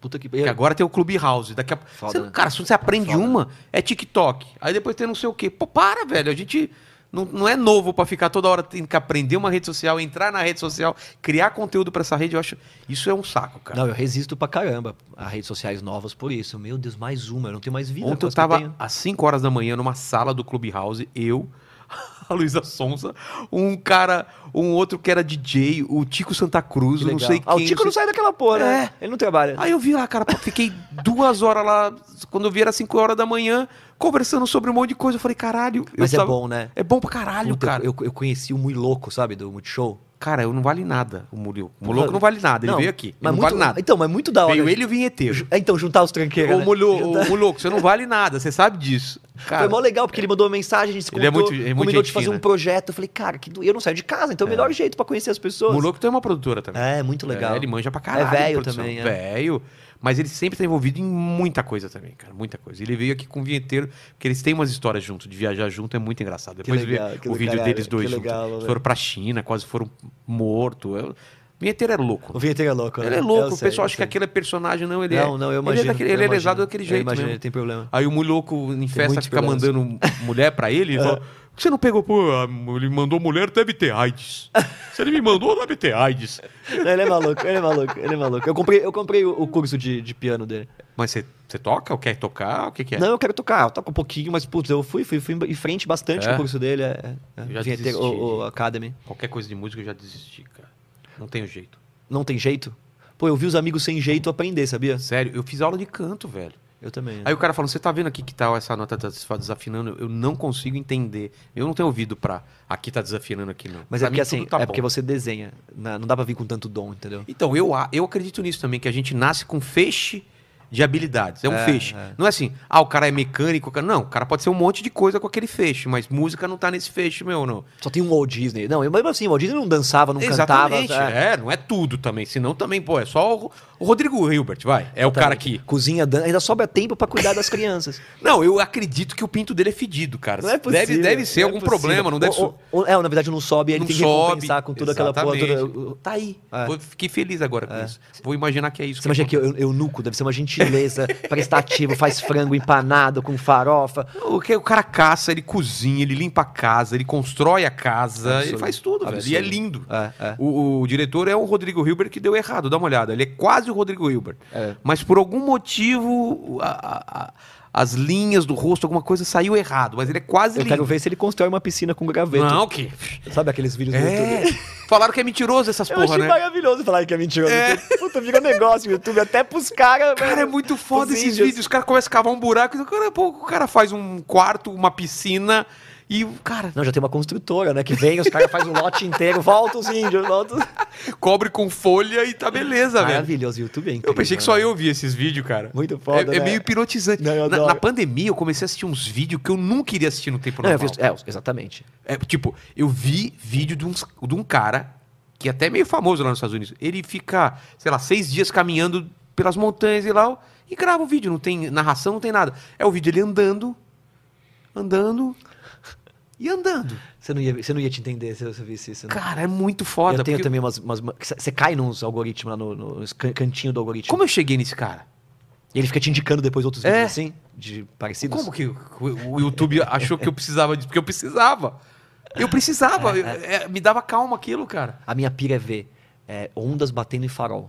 S2: Puta que
S1: Porque agora tem o Clubhouse. Daqui a
S2: É. Foda,
S1: você-
S2: né?
S1: Cara, se você aprende
S2: Foda.
S1: uma, é TikTok. Aí depois tem não sei o quê. Pô, para, velho. A gente não, não é novo pra ficar toda hora tendo que aprender uma rede social, entrar na rede social, criar conteúdo pra essa rede. Eu acho. Isso é um saco, cara.
S2: Não, eu resisto pra caramba a redes sociais novas por isso. Meu Deus, mais uma, eu não tenho mais vida.
S1: Ontem eu
S2: quase que
S1: tava
S2: tenho.
S1: às 5 horas da manhã numa sala do Clubhouse, eu, a Luísa Sonza, um cara, um outro que era DJ, o Tico Santa Cruz,
S2: Que
S1: eu não
S2: legal.
S1: sei quem.
S2: Ah, o Tico
S1: não
S2: não
S1: sei- É.
S2: sai daquela porra, né? Ele não trabalha.
S1: Aí eu vi lá, cara, pô, fiquei duas horas lá, quando eu vi era 5 horas da manhã, conversando sobre um monte de coisa. Eu falei, caralho. eu
S2: Mas é
S1: tava-
S2: bom, né?
S1: É bom pra caralho,
S2: Puta,
S1: cara.
S2: Eu, eu conheci o Mui Louco, sabe? Do Multishow.
S1: Cara, eu não vale nada, o Murilo. O Moloco não vale nada, ele veio aqui. Ele
S2: mas
S1: não
S2: muito,
S1: vale nada.
S2: Então, mas muito da hora.
S1: Veio ele e o vinheteiro.
S2: Ju- é, Então, juntar os tranqueiros.
S1: Ô,
S2: né?
S1: Mulu-
S2: Juntar-
S1: ô, Muluco, você não vale nada, você sabe disso. Cara,
S2: Foi mó legal, porque ele mandou uma mensagem, a gente se
S1: Ele é
S2: contou,
S1: muito- é muito
S2: combinou de
S1: gente
S2: fazer
S1: fina.
S2: um projeto. Eu falei, cara, que do... eu não saio de casa, então é o melhor jeito pra conhecer as
S1: o
S2: pessoas.
S1: Moloco tem uma produtora também.
S2: É, muito legal.
S1: É, ele manja pra caralho.
S2: É velho
S1: produção.
S2: também, é.
S1: Velho. Mas ele sempre tá envolvido em muita coisa também, cara. Muita coisa. Ele veio aqui com o vinheteiro, porque eles têm umas histórias junto, de viajar junto, é muito engraçado. Depois
S2: legal,
S1: ver
S2: que
S1: o vídeo
S2: legal,
S1: deles
S2: que
S1: dois juntos.
S2: legal, né? velho.
S1: foram pra China, quase foram morto. É, O vinheteiro é
S2: O
S1: louco.
S2: vinheteiro é louco, né?
S1: Ele é louco.
S2: Eu
S1: o
S2: sei,
S1: pessoal
S2: eu
S1: acha que
S2: sei.
S1: aquele é personagem, não. Ele
S2: Não,
S1: é,
S2: não, eu
S1: Ele é,
S2: imagino.
S1: daquele- ele
S2: eu
S1: é
S2: imagino.
S1: lesado daquele
S2: Eu
S1: jeito
S2: imagino,
S1: mesmo.
S2: ele tem problema.
S1: Aí o mulhoco em festa
S2: muitos
S1: fica
S2: problemas.
S1: mandando mulher pra ele. Ele fala, Por que você não pegou? Pô, a- ele mandou mulher, deve ter AIDS. Se ele me mandou, deve ter AIDS.
S2: Não, ele é maluco, ele é maluco, ele é maluco. Eu comprei, eu comprei o o curso de, de piano dele.
S1: Mas você você toca ou quer tocar? O que, que é?
S2: Não, eu quero tocar, eu toco um pouquinho, mas putz, eu fui, fui, fui em frente bastante
S1: É?
S2: com o curso dele. É, é,
S1: Eu já
S2: vinha ter
S1: desisti
S2: o, o
S1: de-
S2: Academy.
S1: Qualquer coisa de música eu já desisti, cara. Não tenho jeito.
S2: Não tem jeito? Pô, eu vi os amigos sem jeito aprender, sabia?
S1: Sério, eu fiz aula de canto, velho.
S2: Eu também. né?
S1: Aí o cara falando, você tá vendo aqui que tal essa nota tá desfa- desafinando? Eu não consigo entender. Eu não tenho ouvido pra aqui tá desafinando aqui, não.
S2: Mas
S1: Pra
S2: é porque
S1: mim,
S2: assim,
S1: tudo tá
S2: é
S1: bom.
S2: porque você desenha. na- Não dá pra vir com tanto dom, entendeu?
S1: Então, eu, a- eu acredito nisso também, que a gente nasce com feixe de habilidades. É um
S2: É,
S1: feixe.
S2: é.
S1: Não é assim, ah, o cara é mecânico. o cara- Não, o cara pode ser um monte de coisa com aquele feixe, mas música não tá nesse feixe, meu, não.
S2: Só tem um Walt Disney. Não, eu- mas assim, o Walt Disney não dançava, não
S1: Exatamente.
S2: cantava. tá?
S1: É. não é tudo também. Senão também, pô, é só o, O Rodrigo Hilbert, vai. É o cara
S2: aqui
S1: que.
S2: Cozinha, dan- ainda sobra tempo pra cuidar das crianças.
S1: Não, eu acredito que o pinto dele é fedido, cara.
S2: Não é possível.
S1: Deve, deve ser
S2: não é
S1: algum
S2: possível.
S1: problema, não deve
S2: Ou-
S1: ser.
S2: ou- ou- é, na verdade não sobe, ele
S1: Não
S2: tem que
S1: sobe,
S2: compensar com toda aquela porra. Toda, tá aí. É.
S1: Pô, Fiquei feliz agora com isso. Vou imaginar que é isso.
S2: Você imagina que eu, eunuco deve ser uma gentileza, prestativo, faz frango empanado com farofa.
S1: O, que, é, o cara caça, ele cozinha, ele limpa a casa, ele constrói a casa, ele
S2: Absurdo.
S1: faz tudo, velho. E é
S2: Absurdo.
S1: lindo.
S2: É, é.
S1: O, o diretor é o Rodrigo Hilbert que deu errado, dá uma olhada. Ele é quase o Rodrigo Hilbert.
S2: É.
S1: Mas por algum motivo, a- a- a- as linhas do rosto, alguma coisa saiu errado. Mas ele é quase
S2: Eu
S1: lindo.
S2: quero ver se ele constrói uma piscina com graveto.
S1: Não, que.
S2: Sabe aqueles vídeos do
S1: É.
S2: YouTube?
S1: Falaram que é mentiroso essas
S2: Eu
S1: porra,
S2: achei
S1: né?
S2: maravilhoso falar que é mentira. Puta, vira negócio no YouTube, até pros caras.
S1: Cara, é
S2: velho.
S1: muito foda
S2: Os
S1: esses
S2: índios.
S1: vídeos. Os caras começam a cavar um buraco. e o Cara, pô, o cara faz um quarto, uma piscina e, cara,
S2: Não, já tem uma construtora, né? Que vem, os caras fazem um lote inteiro, volta os índios, volta os...
S1: cobre com folha e tá beleza, velho.
S2: Maravilhoso, o YouTube é incrível,
S1: Eu pensei que só
S2: né?
S1: eu via esses vídeos, cara.
S2: Muito foda,
S1: É, é
S2: né?
S1: meio hipnotizante.
S2: Não, eu
S1: na,
S2: adoro.
S1: na pandemia, eu comecei a assistir uns vídeos que eu nunca iria assistir no tempo
S2: Não, eu
S1: normal.
S2: vi- é, exatamente.
S1: É, tipo, eu vi vídeo de, uns- de um cara, que é até meio famoso lá nos Estados Unidos. Ele fica, sei lá, seis dias caminhando pelas montanhas e lá, e grava o vídeo. Não tem narração, não tem nada. É o vídeo ele andando, andando e andando.
S2: Você não ia, você não ia te entender se você visse isso. né?
S1: Cara, é muito foda.
S2: eu tenho
S1: porque-
S2: também umas... umas- umas- Você cai nos algoritmos lá, no, nos can- cantinho do algoritmo.
S1: Como eu cheguei nesse cara?
S2: E ele fica te indicando depois outros
S1: É.
S2: vídeos assim, de parecidos.
S1: Como que o, o YouTube achou que eu precisava disso? Porque eu precisava. Eu precisava. eu- é, me dava calma aquilo, cara.
S2: A minha pira é ver é, ondas batendo em farol.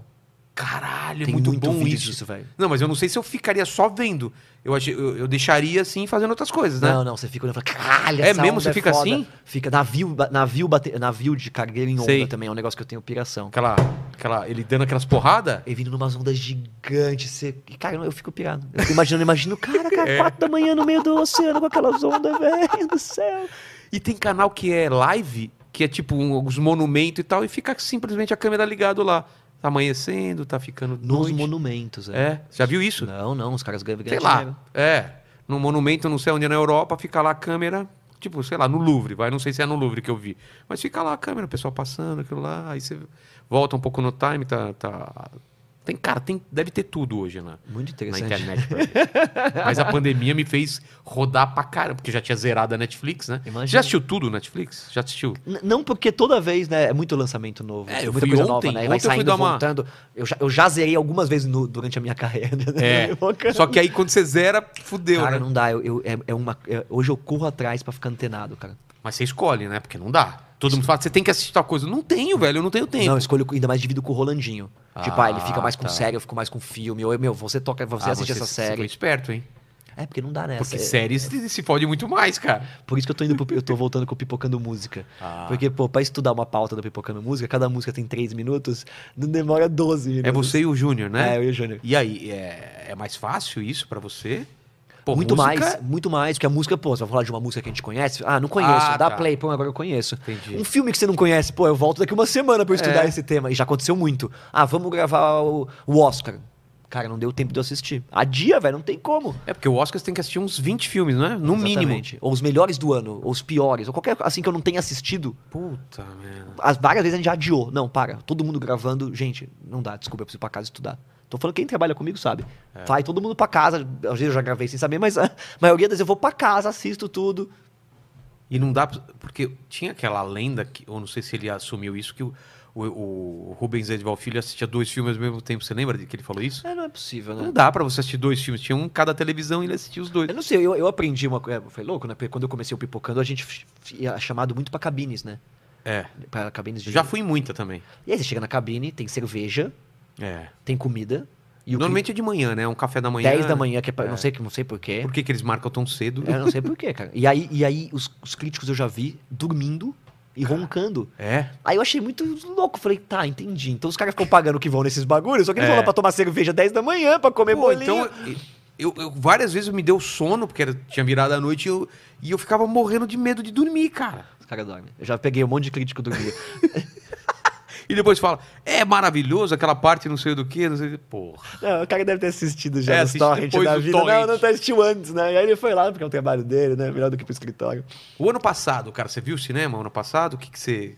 S1: Caralho, é
S2: Tem
S1: muito,
S2: muito
S1: bom
S2: vídeo
S1: isso.
S2: disso, velho.
S1: Não, mas eu não sei se eu ficaria só vendo. Eu, achei- eu, eu deixaria assim fazendo outras coisas, né?
S2: Não, não, você fica olhando e fala, caralho,
S1: É
S2: essa
S1: mesmo?
S2: onda
S1: Você fica
S2: foda."
S1: assim?
S2: Fica navio, ba- navio, bate, navio de cargueiro em onda
S1: Sei.
S2: também, é um negócio que eu tenho piração.
S1: Aquela, aquela. Ele dando aquelas porradas.
S2: Ele vindo numas ondas gigantes, você... e, cara, eu fico pirado. Eu fico imaginando, imagino, cara,
S1: É.
S2: cara, quatro da manhã no meio do oceano com aquelas ondas, velho do céu.
S1: E tem canal que é live, que é tipo um, alguns monumentos e tal, e fica simplesmente a câmera ligada lá. Tá amanhecendo, tá ficando.
S2: Nos
S1: noite.
S2: monumentos,
S1: É. Já viu isso?
S2: Não, não, os caras ganham
S1: sei
S2: ganham
S1: lá.
S2: dinheiro.
S1: É. Num monumento, não sei onde é na Europa, fica lá a câmera, tipo, sei lá, no Louvre, vai. Não sei se é no Louvre que eu vi. Mas fica lá a câmera, o pessoal passando, aquilo lá. Aí você volta um pouco no time, tá. tá- Tem, cara, tem, deve ter tudo hoje lá.
S2: Muito
S1: Na
S2: interessante.
S1: internet. pra mim. Mas a pandemia me fez rodar pra caramba, porque eu já tinha zerado a Netflix, né?
S2: Imagina.
S1: Já assistiu tudo Netflix? Já assistiu?
S2: N- Não porque toda vez, né? É muito lançamento novo.
S1: É, eu
S2: muita
S1: fui
S2: coisa
S1: ontem,
S2: nova, né?
S1: ontem
S2: Vai
S1: eu fui
S2: saindo,
S1: dar uma-
S2: voltando. Eu já, eu já zerei algumas vezes no- durante a minha carreira. né,
S1: É. Só que aí quando você zera, fudeu, né?
S2: Cara, não dá. Eu, eu- é, é uma, é- hoje eu corro atrás pra ficar antenado, cara.
S1: Mas você escolhe, né? Porque não dá. Todo mundo fala, você tem que assistir tal coisa. Não tenho, velho, eu não tenho tempo.
S2: Não, eu escolho, ainda mais divido com o Rolandinho. tipo,
S1: Ah,
S2: ah, ele fica mais com
S1: tá.
S2: série, eu fico mais com filme. Ou, meu, você toca, você
S1: Ah,
S2: assiste essa
S1: Você foi
S2: série.
S1: esperto, hein?
S2: É, porque não dá nessa.
S1: Porque
S2: É-
S1: séries se, se fode muito mais, cara.
S2: Por isso que eu tô indo pro, eu tô voltando com o Pipocando Música.
S1: Ah.
S2: Porque, pô, pra estudar uma pauta do Pipocando Música, cada música tem 3 minutos, não demora 12 minutos.
S1: É você e o Júnior, né?
S2: É, eu e o Júnior.
S1: E aí, é, é mais fácil isso pra você? Pô,
S2: muito
S1: música- é
S2: mais, muito mais, porque a música, pô, você vai falar de uma música que a gente conhece? Ah, não conheço,
S1: Ah,
S2: dá
S1: tá.
S2: play, pô, agora eu conheço.
S1: Entendi.
S2: Um filme que você não conhece, pô, eu volto daqui uma semana pra eu estudar
S1: É.
S2: esse tema, e já aconteceu muito. Ah, vamos gravar o, o Oscar. Cara, não deu tempo de eu assistir. A dia, velho, não tem como.
S1: É porque o Oscar você tem que assistir uns 20 filmes, né? No mínimo.
S2: Exatamente. Ou os melhores do ano, ou os piores, ou qualquer assim que eu não tenha assistido,
S1: Puta merda.
S2: as várias vezes a gente já adiou. Não, para. Todo mundo gravando. Gente, não dá, desculpa, eu preciso ir pra casa estudar. Tô falando quem trabalha comigo sabe. Vai todo mundo pra casa. Às vezes eu já gravei sem saber, mas a maioria das vezes eu vou pra casa, assisto tudo.
S1: E não dá. pra- Porque tinha aquela lenda, que, eu não sei se ele assumiu isso, que o, o, o Rubens Edval Filho assistia dois filmes ao mesmo tempo. Você lembra de que ele falou isso?
S2: É, não é possível, né?
S1: Não dá pra você assistir dois filmes. Tinha um em cada televisão e ele assistia os dois.
S2: Eu não sei, eu, eu aprendi uma coisa. Foi louco, né? Porque quando eu comecei o pipocando, a gente f- f- ia chamado muito pra cabines, né?
S1: É.
S2: Pra cabines de.
S1: Eu já fui em muita também.
S2: E aí você chega na cabine, tem cerveja,
S1: É.
S2: tem comida. E o que-
S1: Normalmente é de manhã, né? É um café da manhã.
S2: 10 da manhã, que é pra, não sei não sei porquê.
S1: Por que, que eles marcam tão cedo?
S2: Eu não sei porquê, cara. E aí, e aí os, os críticos eu já vi dormindo e roncando.
S1: É.
S2: Aí eu achei muito louco. Falei, tá, entendi. Então os caras ficam pagando o que vão nesses bagulhos, só que eles
S1: É.
S2: vão lá pra tomar cerveja 10 da manhã, pra comer
S1: Pô,
S2: bolinho.
S1: então, eu, eu- várias vezes me deu sono, porque era- tinha virado a noite e eu, e eu ficava morrendo de medo de dormir, cara.
S2: Os caras dormem. Eu já peguei um monte de crítico dormindo.
S1: E depois fala, é maravilhoso aquela parte não sei do que, não sei. Porra.
S2: não, o cara deve ter assistido
S1: É,
S2: já nos
S1: assiste
S2: torrent
S1: depois
S2: da
S1: do
S2: vida.
S1: torrent.
S2: Não, não tá assistiu antes, né? E aí ele foi lá, porque é o trabalho dele, né? Melhor do que pro escritório.
S1: O ano passado, cara, você viu o cinema ano passado? O que, que você.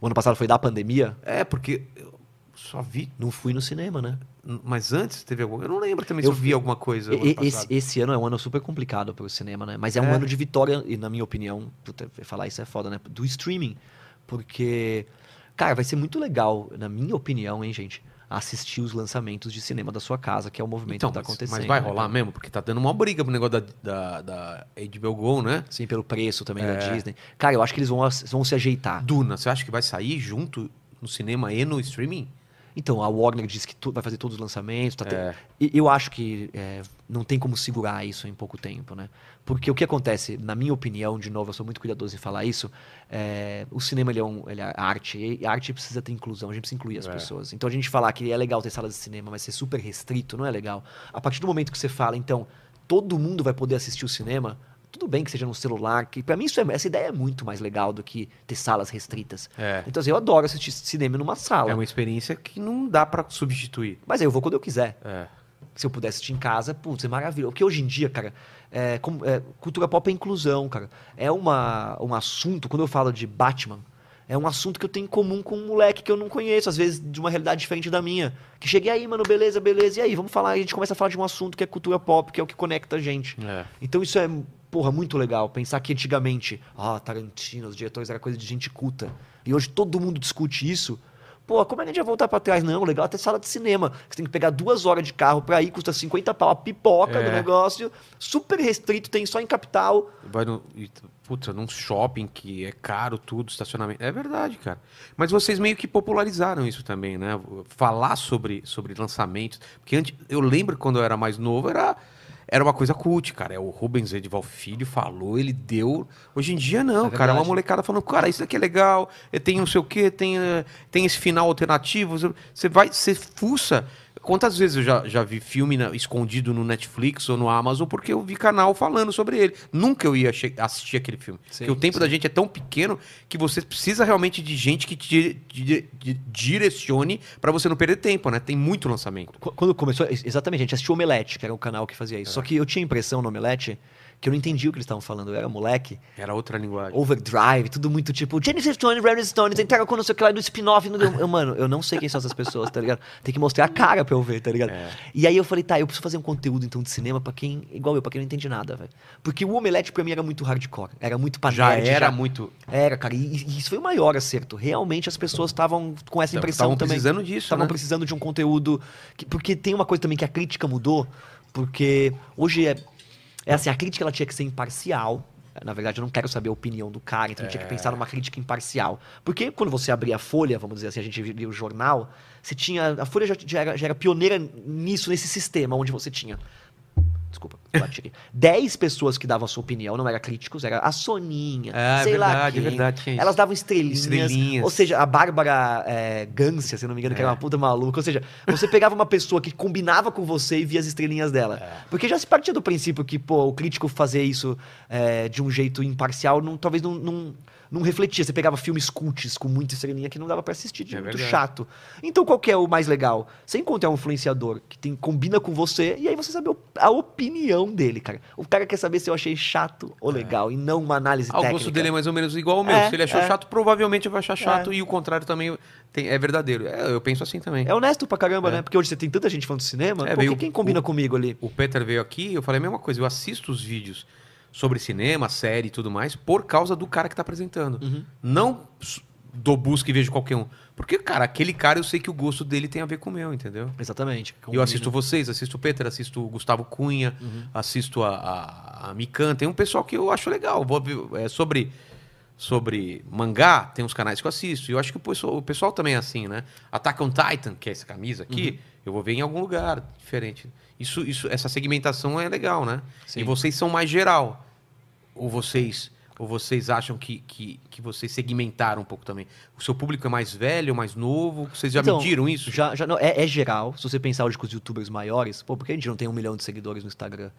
S2: O ano passado foi da pandemia.
S1: É, porque. eu- Só vi.
S2: Não fui no cinema, né?
S1: Mas antes teve alguma. Eu não lembro também
S2: Eu
S1: se eu vi alguma coisa. o
S2: E-
S1: ano
S2: e- esse,
S1: passado.
S2: esse ano é um ano super complicado para o cinema, né? Mas é,
S1: É.
S2: um ano de vitória, e na minha opinião, puta, falar isso é foda, né? Do streaming. Porque, cara, vai ser muito legal, na minha opinião, hein, gente, assistir os lançamentos de cinema da sua casa, que é o movimento
S1: Então,
S2: que tá
S1: mas-
S2: acontecendo.
S1: Mas vai
S2: né,
S1: rolar
S2: cara?
S1: mesmo? Porque tá dando uma briga pro negócio da, da, da HBO Go, né?
S2: Sim, pelo preço também
S1: É.
S2: da Disney. Cara, eu acho que eles vão, as- vão se ajeitar.
S1: Duna, você acha que vai sair junto no cinema e no streaming?
S2: Então, a Warner diz que tu- vai fazer todos os lançamentos. tá te-
S1: É.
S2: E Eu acho que é, não tem como segurar isso em pouco tempo, né? Porque o que acontece, na minha opinião, de novo, eu sou muito cuidadoso em falar isso, é, o cinema ele é, um, ele é arte, e a arte precisa ter inclusão, a gente precisa incluir as
S1: É.
S2: pessoas. Então a gente falar que é legal ter salas de cinema, mas ser super restrito não é legal. A partir do momento que você fala, então, todo mundo vai poder assistir o cinema, tudo bem que seja no celular, que para mim isso é- essa ideia é muito mais legal do que ter salas restritas.
S1: É.
S2: Então assim, eu adoro assistir cinema numa sala,
S1: É uma experiência que não dá pra substituir.
S2: mas aí eu vou quando eu quiser.
S1: É.
S2: Se eu pudesse assistir em casa, putz, é maravilhoso. Porque hoje em dia, cara, é, como- é, cultura pop é inclusão, cara. É uma, um assunto, quando eu falo de Batman, é um assunto que eu tenho em comum com um moleque que eu não conheço, às vezes de uma realidade diferente da minha. Que cheguei aí, mano, beleza, beleza, e aí, vamos falar. A gente começa a falar de um assunto que é cultura pop, que é o que conecta a gente.
S1: É.
S2: Então isso é, porra, muito legal. Pensar que antigamente, ah, Tarantino, os diretores era coisa de gente culta. E hoje todo mundo discute isso. Pô, como é que a gente vai voltar pra trás? Não, legal até sala de cinema. que Você tem que pegar duas horas de carro pra ir, custa 50 pau a pipoca
S1: É.
S2: do negócio. Super restrito, tem só em capital.
S1: Vai no, e, puta, num shopping que é caro tudo, estacionamento. É verdade, cara. Mas vocês meio que popularizaram isso também, né? Falar sobre, sobre lançamentos. Porque antes, eu lembro que quando eu era mais novo, era, era uma coisa cult, cara. É, O Rubens Edival Filho falou, ele deu. Hoje em dia, não,
S2: É
S1: cara. É uma
S2: verdade.
S1: molecada falando, cara, isso daqui é legal, eh, tem não sei o quê, tem, eh, tem esse final alternativo. Você- Você vai, você fuça. Quantas vezes eu já, já vi filme na- escondido no Netflix ou no Amazon porque eu vi canal falando sobre ele. Nunca eu ia che- assistir aquele filme.
S2: Sim,
S1: porque o tempo
S2: sim.
S1: da gente é tão pequeno que você precisa realmente de gente que te, te- te- direcione pra você não perder tempo, né? Tem muito lançamento.
S2: Qu- Quando começou, ex- exatamente, a gente assistiu Omelete, que era o canal que fazia isso. Só que eu tinha a impressão no Omelete que eu não entendia o que eles estavam falando. Eu era moleque.
S1: Era outra linguagem.
S2: Overdrive, tudo muito tipo Jennifer Stone, Rolling Stone, tem que com não sei o que lá do spin-off. não- Eu, mano, eu não sei quem são essas pessoas, tá ligado? Tem que mostrar a cara pra eu ver, tá ligado?
S1: É.
S2: E aí eu falei, tá, eu preciso fazer um conteúdo então de cinema pra quem, igual eu, pra quem não entende nada, velho. Porque o Omelete pra mim era muito hardcore, era muito pra
S1: já
S2: nerd,
S1: era muito.
S2: Era, cara, e, e isso foi o maior acerto. Realmente as pessoas estavam com essa impressão
S1: Então, Estavam
S2: também.
S1: precisando disso.
S2: Estavam
S1: né?
S2: precisando de um conteúdo. que- porque tem uma coisa também que a crítica mudou, porque hoje é. É assim, a crítica ela tinha que ser imparcial. Na verdade, eu não quero saber a opinião do cara, então eu
S1: É.
S2: tinha que pensar numa crítica imparcial. Porque quando você abria a Folha, vamos dizer assim, a gente lia o jornal, você tinha. A Folha já, já era, já era pioneira nisso, nesse sistema, onde você tinha. Desculpa, bati aqui. 10 pessoas que davam a sua opinião, não era críticos, era a Soninha,
S1: É,
S2: sei lá
S1: verdade, é
S2: quem.
S1: verdade, tinha isso.
S2: Elas davam estrelinhas,
S1: Estrelinhas. É.
S2: Ou seja, a Bárbara é, Gância, se eu não me engano, que era uma puta maluca. Ou seja, você pegava uma pessoa que combinava com você e via as estrelinhas dela.
S1: É.
S2: Porque já se partia do princípio que, pô, o crítico fazer isso é, de um jeito imparcial não, talvez não, não, não refletia. Você pegava filmes cults com muita estrelinha que não dava pra assistir, de
S1: É
S2: muito
S1: verdade.
S2: chato. Então, qual que é o mais legal? Você encontrar um influenciador que tem, combina com você e aí você sabe o- a opinião dele, cara. O cara quer saber se eu achei chato ou legal e não uma análise
S1: Ah, o
S2: técnica.
S1: É. gosto dele é mais ou menos igual ao meu.
S2: É,
S1: Se ele achou
S2: é.
S1: chato, provavelmente vai achar chato. E o contrário também tem- é verdadeiro. É, eu penso assim também.
S2: É honesto pra caramba, né? Porque hoje você tem tanta gente falando de cinema.
S1: É,
S2: É,
S1: veio
S2: quem
S1: o-
S2: combina comigo ali?
S1: O Peter veio aqui e eu falei a mesma coisa. Eu assisto os vídeos sobre cinema, série e tudo mais por causa do cara que tá apresentando.
S2: Uhum.
S1: Não s- dou busca e vejo qualquer um. Porque, cara, aquele cara eu sei que o gosto dele tem a ver com o meu, entendeu?
S2: Exatamente.
S1: E eu assisto vocês, assisto o Peter, assisto o Gustavo Cunha,
S2: Uhum.
S1: assisto a, a, a Mikan. Tem um pessoal que eu acho legal. Vou ver, é, sobre, sobre mangá, tem uns canais que eu assisto. E eu acho que o pessoal, o pessoal também é assim, né? Attack on Titan, que é essa camisa aqui,
S2: Uhum.
S1: eu vou ver em algum lugar diferente. Isso, isso, essa segmentação é legal, né?
S2: Sim.
S1: E vocês são mais geral. Ou vocês. Ou vocês acham que, que, que vocês segmentaram um pouco também? O seu público é mais velho, mais novo? Vocês já
S2: Então,
S1: mediram isso?
S2: Já, já, não, é, é geral. Se você pensar hoje com os youtubers maiores, pô, por que a gente não tem um milhão de seguidores no Instagram?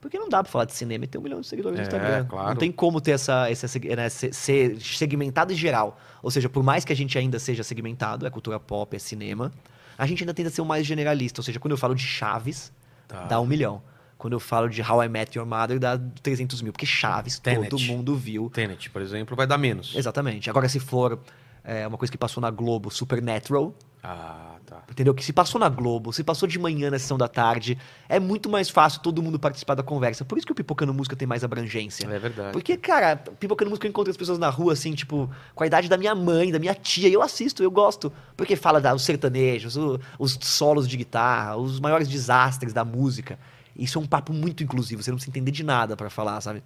S2: Porque não dá pra falar de cinema e ter um milhão de seguidores
S1: É,
S2: no Instagram.
S1: claro.
S2: Não tem como ter essa, essa seg- né, se- ser segmentado e geral. Ou seja, por mais que a gente ainda seja segmentado, é cultura pop, é cinema, a gente ainda tenta ser o mais generalista. Ou seja, quando eu falo de Chaves,
S1: Tá.
S2: dá um milhão. Quando eu falo de How I Met Your Mother, dá 300 mil. Porque Chaves,
S1: Tenet.
S2: todo mundo viu.
S1: Tenet, por exemplo, vai dar menos.
S2: Exatamente. Agora, se for é, uma coisa que passou na Globo, Supernatural,
S1: Ah, tá.
S2: Entendeu? Que se passou na Globo, se passou de manhã na sessão da tarde, é muito mais fácil todo mundo participar da conversa. Por isso que o Pipocando Música tem mais abrangência.
S1: É verdade.
S2: Porque, cara, Pipocando Música eu encontro as pessoas na rua, assim, tipo, com a idade da minha mãe, da minha tia, e eu assisto, eu gosto. Porque fala dos sertanejos, o- os solos de guitarra, os maiores desastres da música. Isso é um papo muito inclusivo, você não precisa entender de nada pra falar, sabe?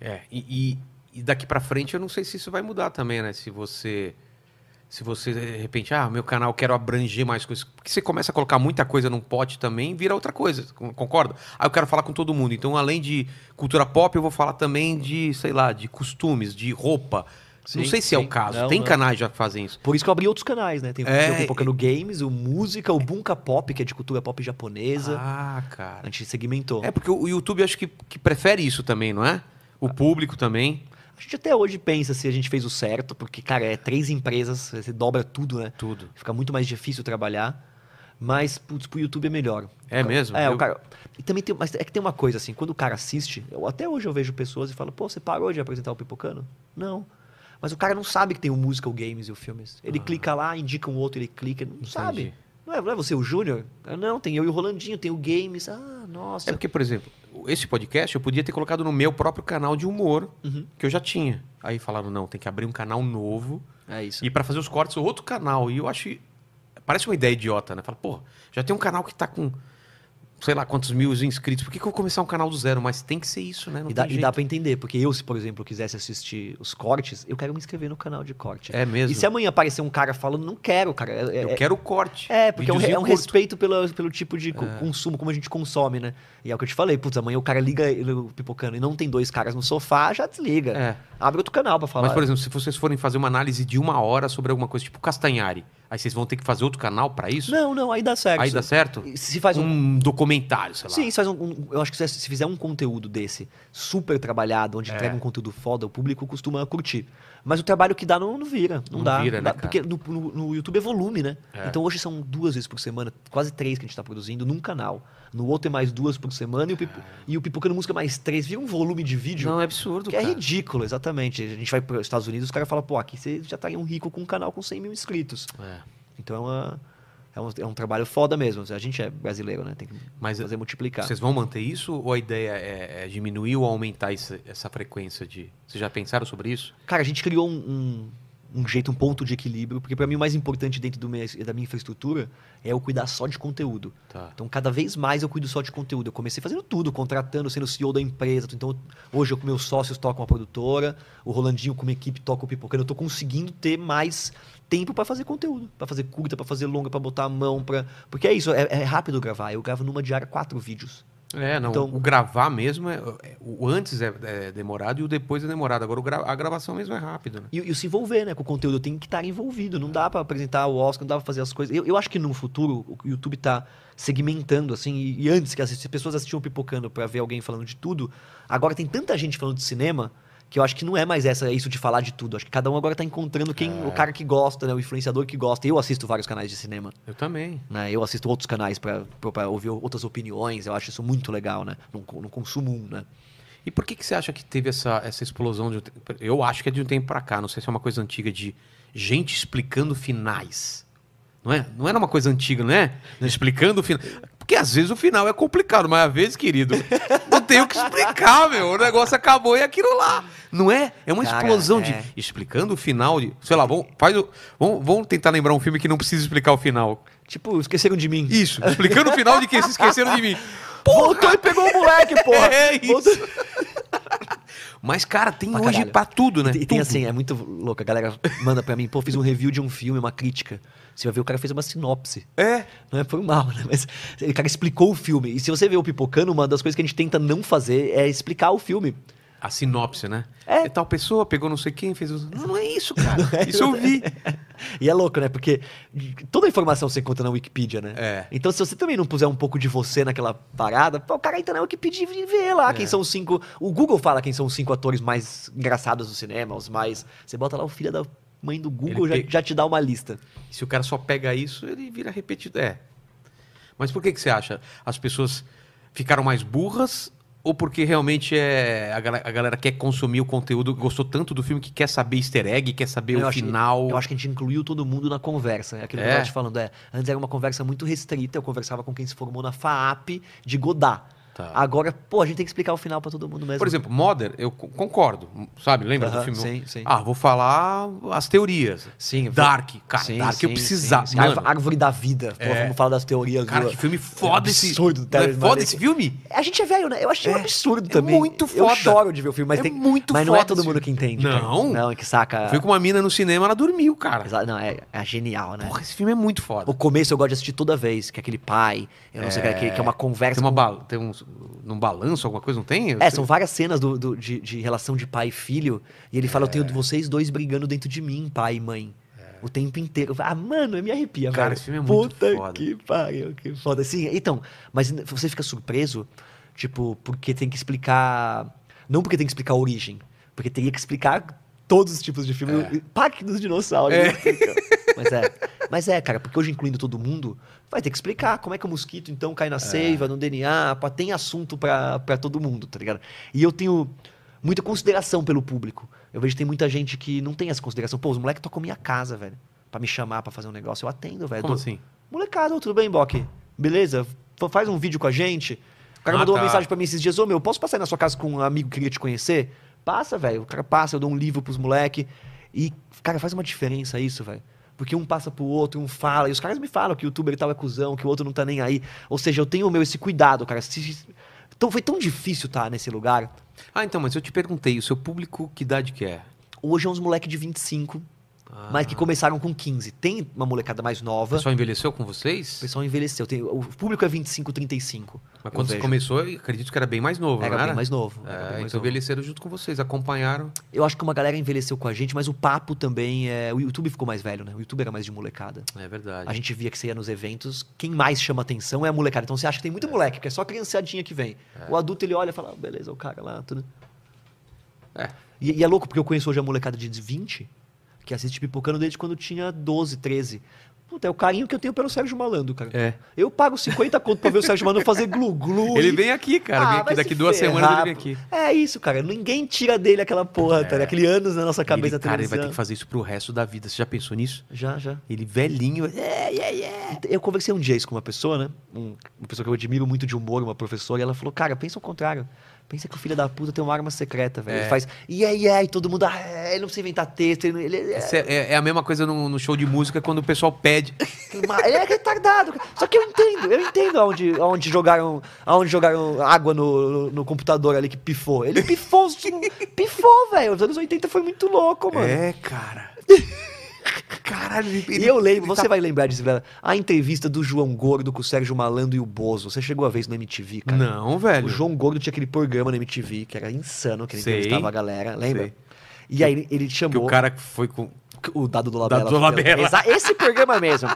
S1: É, e, e- e daqui pra frente eu não sei se isso vai mudar também, né? Se você. Se você, de repente, ah, meu canal quero abranger mais coisas. Porque você começa a colocar muita coisa num pote também, vira outra coisa, con- concorda? Aí eu quero falar com todo mundo. Então, além de cultura pop, eu vou falar também de, sei lá, de costumes, de roupa. não
S3: Sim,
S1: sei se é o
S3: sim.
S1: caso.
S3: Não,
S1: Tem
S3: não.
S1: canais já que fazem isso.
S2: Por isso que eu abri outros canais, né? Tem o
S1: É,
S2: Pipocando Games, o Música, o Bunka Pop, que é de cultura pop japonesa.
S1: Ah,
S2: a
S1: cara.
S2: gente segmentou.
S1: É porque o YouTube acho que, que prefere isso também, não é? O público também.
S2: A gente até hoje pensa se a gente fez o certo, porque, cara, é três empresas, você dobra tudo, né?
S1: Tudo.
S2: Fica muito mais difícil trabalhar. Mas, putz, pro YouTube é melhor.
S1: É mesmo?
S2: É,
S1: Eu-
S2: o cara. E também tem. Mas é que tem uma coisa, assim, quando o cara assiste, eu, até hoje eu vejo pessoas e falo, pô, você parou de apresentar o pipocano? Não. Mas o cara não sabe que tem o música, o games e o filmes.
S1: Ah.
S2: Ele clica lá, indica um outro, ele clica, não sabe. Não é, não é você o Júnior? Ah, Não, tem eu e o Rolandinho, tem o Games. Ah, nossa.
S1: É porque, por exemplo, esse podcast eu podia ter colocado no meu próprio canal de humor,
S2: Uhum.
S1: que eu já tinha. Aí falaram, não, tem que abrir um canal novo
S2: É isso.
S1: e pra fazer os cortes, outro canal. E eu acho. Parece uma ideia idiota, né? Fala, pô, já tem um canal que tá com sei lá quantos mil inscritos, por que, que eu vou começar um canal do zero? Mas tem que ser isso, né? Não
S2: E dá,
S1: tem
S2: e dá
S1: jeito.
S2: pra entender, porque eu, se por exemplo, quisesse assistir os cortes, eu quero me inscrever no canal de corte.
S1: É mesmo.
S2: E se amanhã aparecer um cara falando, não quero, cara. É,
S1: Eu
S2: é-
S1: quero o corte.
S2: é, porque é um, re- é um
S1: Videozinho curto. É.
S2: respeito pelo, pelo tipo de co- consumo, como a gente consome, né? E é o que eu te falei, putz, amanhã o cara liga ele- o pipocando e não tem dois caras no sofá, já desliga.
S1: É.
S2: Abre outro canal pra falar.
S1: Mas, por exemplo, se vocês forem fazer uma análise de uma hora sobre alguma coisa, tipo Castanhari, aí vocês vão ter que fazer outro canal pra isso?
S2: não, é não, aí dá certo.
S1: aí dá certo?
S2: Se faz um
S1: Um documentário, sei lá.
S2: Sim, se faz um, um- eu acho que se, se fizer um conteúdo desse super
S1: É.
S2: trabalhado, onde entrega um conteúdo foda, o público costuma curtir. Mas o trabalho que dá não, não vira. Não,
S1: Não
S2: dá.
S1: vira,
S2: não
S1: né,
S2: dá, porque no, no- no YouTube é volume, né?
S1: É.
S2: Então hoje são duas vezes por semana, quase três que a gente tá produzindo num canal. No outro é mais duas por semana e o, pipo, e o Pipocando Música mais três. Vira um volume de vídeo.
S1: Não, é absurdo,
S2: Que é
S1: cara.
S2: ridículo, exatamente. A gente vai para os Estados Unidos, os caras falam, pô, aqui você já estaria um rico com um canal com 100 mil inscritos.
S1: É.
S2: Então é, uma- é um, é um trabalho foda mesmo. A gente é brasileiro, né? Tem que
S1: Mas
S2: fazer multiplicar.
S1: Vocês vão manter isso ou a ideia é, é diminuir ou aumentar essa, essa frequência de. Vocês já pensaram sobre isso?
S2: Cara, a gente criou um, um, um jeito, um ponto de equilíbrio, porque pra mim o mais importante dentro do meu- da minha infraestrutura é eu cuidar só de conteúdo.
S1: Tá.
S2: Então, cada vez mais eu cuido só de conteúdo. Eu comecei fazendo tudo, contratando, sendo CEO da empresa. Então, hoje eu com meus sócios toco uma produtora, o Rolandinho com uma equipe toca o pipocando. Eu tô conseguindo ter mais tempo pra fazer conteúdo, pra fazer curta, pra fazer longa, pra botar a mão, para porque é isso, é, é rápido gravar. Eu gravo numa diária quatro vídeos.
S1: É, não.
S2: Então-
S1: o gravar mesmo é, é- O antes é, é demorado e o depois é demorado. Agora o gra- a gravação mesmo é rápido, né?
S2: E, e se envolver, né? Com o conteúdo, eu tenho que estar envolvido. Não dá pra apresentar o Oscar, não dá pra fazer as coisas. Eu, eu acho que no futuro o YouTube tá segmentando, assim, e, e antes que as, as pessoas assistiam pipocando pra ver alguém falando de tudo, agora tem tanta gente falando de cinema que eu acho que não é mais essa isso de falar de tudo. Acho que cada um agora tá encontrando quem
S1: É.
S2: o cara que gosta, né? O influenciador que gosta. Eu assisto vários canais de cinema,
S1: Eu também.
S2: né? Eu assisto outros canais pra pra- pra ouvir outras opiniões. Eu acho isso muito legal, né? Não, co- não consumo um, né?
S1: E por que, que você acha que teve essa, essa explosão de. um te- Eu acho que é de um tempo pra cá, não sei se é uma coisa antiga de gente explicando finais. Não, é? não era uma coisa antiga, não é? Explicando o final. Porque às vezes o final é complicado, mas às vezes, querido, não tem o que explicar, meu. O negócio acabou e é aquilo lá. Não é? É uma
S2: Cara,
S1: explosão de.
S2: é.
S1: Explicando o final de. Sei lá, vamos, faz o- vamos, vamos tentar lembrar um filme que não precisa explicar o final.
S2: Tipo, esqueceram de mim.
S1: Isso, explicando o final de que se esqueceram de mim.
S2: Voltou e pegou o moleque, porra!
S1: É isso.
S2: Voltou-
S1: Mas, cara, tem
S2: Pra
S1: hoje
S2: caralho.
S1: pra tudo, né?
S2: E tem
S1: Tudo.
S2: assim, é muito louco. A galera manda pra mim, pô, fiz um review de um filme, uma crítica. Você vai ver, o cara fez uma sinopse.
S1: É.
S2: Não é por mal, né? Mas o cara explicou o filme. E se você vê o Pipocando, uma das coisas que a gente tenta não fazer é explicar o filme.
S1: A sinopse, né?
S2: É.
S1: E tal pessoa pegou não sei quem, fez. os- Não, não é isso, cara. isso eu vi.
S2: E é louco, né? Porque toda a informação você encontra na Wikipedia, né?
S1: É.
S2: Então, se você também não puser um pouco de você naquela parada, pô, o cara entra na Wikipedia e vê lá
S1: É.
S2: quem são os cinco. O Google fala quem são os cinco atores mais engraçados do cinema, os mais. Você bota lá o filho da mãe do Google, já,
S1: Ele pe-
S2: já te dá uma lista.
S1: Se o cara só pega isso, ele vira repetido. É. Mas por que, que você acha? As pessoas ficaram mais burras Ou porque realmente é a, gala- a galera quer consumir o conteúdo, gostou tanto do filme que quer saber easter egg, quer saber
S2: Eu
S1: o
S2: acho que-
S1: final.
S2: Eu acho que a gente incluiu todo mundo na conversa. É aquilo que eu
S1: É.
S2: tava te falando. É, antes era uma conversa muito restrita. Eu conversava com quem se formou na FAAP de Godá.
S1: Tá.
S2: Agora, pô, a gente tem que explicar o final pra todo mundo mesmo.
S1: Por exemplo, Mother, eu co- concordo, sabe? Lembra do
S2: Aham,
S1: filme?
S2: Sim, sim.
S1: Ah, vou falar as teorias.
S2: sim.
S1: Dark, cara,
S2: Sim,
S1: Dark eu
S2: sim,
S1: precisava.
S2: sim, sim.
S1: Mano,
S2: Árvore- Árvore da vida. Pô,
S1: É.
S2: vamos falar das teorias.
S1: cara,
S2: do-
S1: que filme foda esse.
S2: absurdo,
S1: não é
S2: Terry
S1: foda
S2: Malick.
S1: esse filme?
S2: A gente é velho, né? Eu achei um
S1: É,
S2: absurdo
S1: é
S2: também.
S1: muito
S2: Eu
S1: foda.
S2: choro de ver o filme, mas
S1: é
S2: tem...
S1: muito
S2: mas
S1: foda.
S2: não é todo
S1: esse
S2: mundo que
S1: filme.
S2: entende. cara.
S1: Não.
S2: Não, é que saca...
S1: Eu fui com uma mina no cinema, ela dormiu, cara.
S2: Exa- Não, é, é genial, né?
S1: Porra, esse filme é muito foda.
S2: O começo eu gosto de assistir toda vez, que é aquele pai, eu não sei o que, que- que é uma conversa.
S1: Tem, uma bal... tem um... um balanço, alguma coisa, não tem? Eu
S2: É,
S1: sei-
S2: são várias cenas do- do- de, de relação de pai e filho, e ele fala, eu tenho
S1: É.
S2: vocês dois brigando dentro de mim, pai e mãe. O tempo inteiro. Ah, mano, eu me arrepia,
S1: Cara,
S2: velho.
S1: esse filme é muito
S2: Puta
S1: foda.
S2: que pariu, que foda. Sim, então, mas n- você fica surpreso, tipo, porque tem que explicar... Não porque tem que explicar a origem, porque teria que explicar todos os tipos de filme.
S1: É.
S2: O Parque dos Dinossauros. né? Mas é. Mas é, cara, porque hoje, incluindo todo mundo, vai ter que explicar como é que o mosquito, então, cai na seiva, no DNA, pá, tem assunto pra pra todo mundo, tá ligado? E eu tenho muita consideração pelo público. Eu vejo que tem muita gente que não tem essa consideração. Pô, os moleques tocam minha casa, velho, pra me chamar pra fazer um negócio. Eu atendo, velho.
S1: Como
S2: Dou-
S1: assim?
S2: Molecada, ô, tudo bem, Bock? Beleza? Fa- faz um vídeo com a gente. O cara
S1: Ah,
S2: mandou
S1: tá.
S2: uma mensagem pra mim esses dias, ô meu, posso passar aí na sua casa com um amigo que queria te conhecer? Passa, velho. O cara passa, eu dou um livro pros moleque. E, cara, faz uma diferença isso, velho. Porque um passa pro outro, um fala, e os caras me falam que o youtuber e tal é cuzão, que o outro não tá nem aí. Ou seja, eu tenho, meu, esse cuidado, cara. Se- Então foi tão difícil estar nesse lugar.
S1: Ah, então, mas eu te perguntei, o seu público, que idade que é?
S2: Hoje é uns moleque de 25,
S1: Ah,
S2: mas que começaram com 15. Tem uma molecada mais
S1: O
S2: nova,
S1: pessoal envelheceu com
S2: o
S1: vocês?
S2: pessoal envelheceu. Tem- o público é 25, 35.
S1: Mas
S2: eu
S1: quando você
S2: vejo.
S1: começou, eu acredito que era bem mais novo,
S2: Era
S1: não
S2: bem mais novo.
S1: É,
S2: era bem
S1: então
S2: mais novo.
S1: envelheceram junto com vocês, acompanharam.
S2: Eu acho que uma galera envelheceu com a gente, mas o papo também. É... O YouTube ficou mais velho, né? O YouTube era mais de molecada.
S1: É verdade.
S2: A gente via que você ia nos eventos, quem mais chama atenção é a molecada. Então você acha que tem muito moleque, porque é só a criançadinha que vem. O adulto ele olha e fala, ah, beleza, o cara lá, tudo.
S1: É.
S2: E, e é louco, porque eu conheço hoje a molecada de 20, que assiste pipocando desde quando tinha 12, 13. Puta, é o carinho que eu tenho pelo Sérgio Malandro, cara.
S1: É.
S2: Eu pago 50 conto pra ver o Sérgio Malandro fazer glu-glu.
S1: Ele
S2: e-
S1: vem aqui, cara.
S2: Ah,
S1: vem aqui
S2: vai
S1: daqui
S2: se
S1: duas
S2: ferrar,
S1: semanas ele vem
S2: pô.
S1: aqui.
S2: É isso, cara. Ninguém tira dele aquela porra, tá? ligado? Aquele anos na nossa
S1: É.
S2: cabeça
S1: ele, cara, ele vai ter
S2: televisão.
S1: que fazer isso pro resto da vida. Você já pensou nisso?
S2: Já, já.
S1: Ele velhinho. É, é, é.
S2: Eu conversei um dia isso com uma pessoa, né? Um- uma pessoa que eu admiro muito de humor, uma professora, e ela falou, cara, pensa o contrário. Pensa que o filho da puta tem uma arma secreta, velho.
S1: É.
S2: Ele faz yeah, yeah, e todo mundo, ah, é, ele não precisa inventar texto, ele, não- ele, ele, é,
S1: Essa é- é a mesma coisa no, no show de música quando o pessoal pede.
S2: aquele ma- ele é retardado. cara." Só que eu entendo, eu entendo aonde, aonde, jogaram, aonde jogaram água no, no- no computador ali que pifou. Ele pifou, pifou, velho. Os anos 80 foi muito louco, mano.
S1: É, cara. Caralho, ele,
S2: E eu
S1: tá
S2: lembro, você vai lembrar disso, velho. A entrevista do João Gordo com o Sérgio Malandro e o Bozo. Você chegou a vez no MTV, cara?
S1: Não, velho.
S2: O João Gordo tinha aquele programa na MTV que era insano, que ele
S1: Sei.
S2: entrevistava a galera, lembra?
S1: Sei.
S2: E aí ele, ele
S1: Que o
S2: chamou
S1: cara que foi com.
S2: o Dado do Labela.
S1: Dado do Dolabella.
S2: Exa- Esse programa mesmo.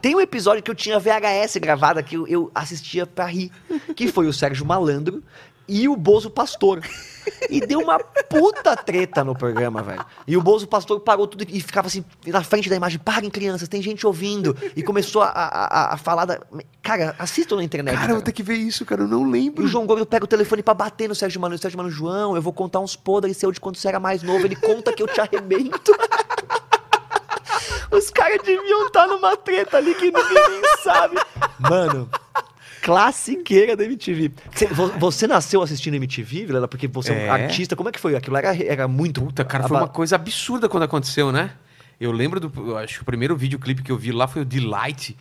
S2: Tem um episódio que eu tinha VHS gravada que eu, eu assistia pra rir, que foi o Sérgio Malandro e o Bozo Pastor. E deu uma puta treta no programa, velho. E o Bozo Pastor parou tudo e ficava assim, na frente da imagem, parem crianças, tem gente ouvindo. E começou a, a, a- a falar da... Cara, assistam na internet.
S1: Cara, eu vou ter que ver isso, cara. Eu não
S2: E o
S1: lembro.
S2: João Gordo pega o telefone pra bater no Sérgio Malandro. O Sérgio Malandro, João, eu vou contar uns podres seu de quando você era mais novo. Ele conta que eu te arrebento. Os caras deviam estar numa treta ali que ninguém nem sabe. Mano, classiqueira da MTV. Você, vo- você nasceu assistindo MTV, Vilela? Porque você é
S1: É.
S2: um artista. Como é que foi? Aquilo era, era muito...
S1: Puta, cara, foi
S2: aba-
S1: uma coisa absurda quando aconteceu, né? Eu lembro do. eu Acho que o primeiro videoclipe que eu vi lá foi o Delight.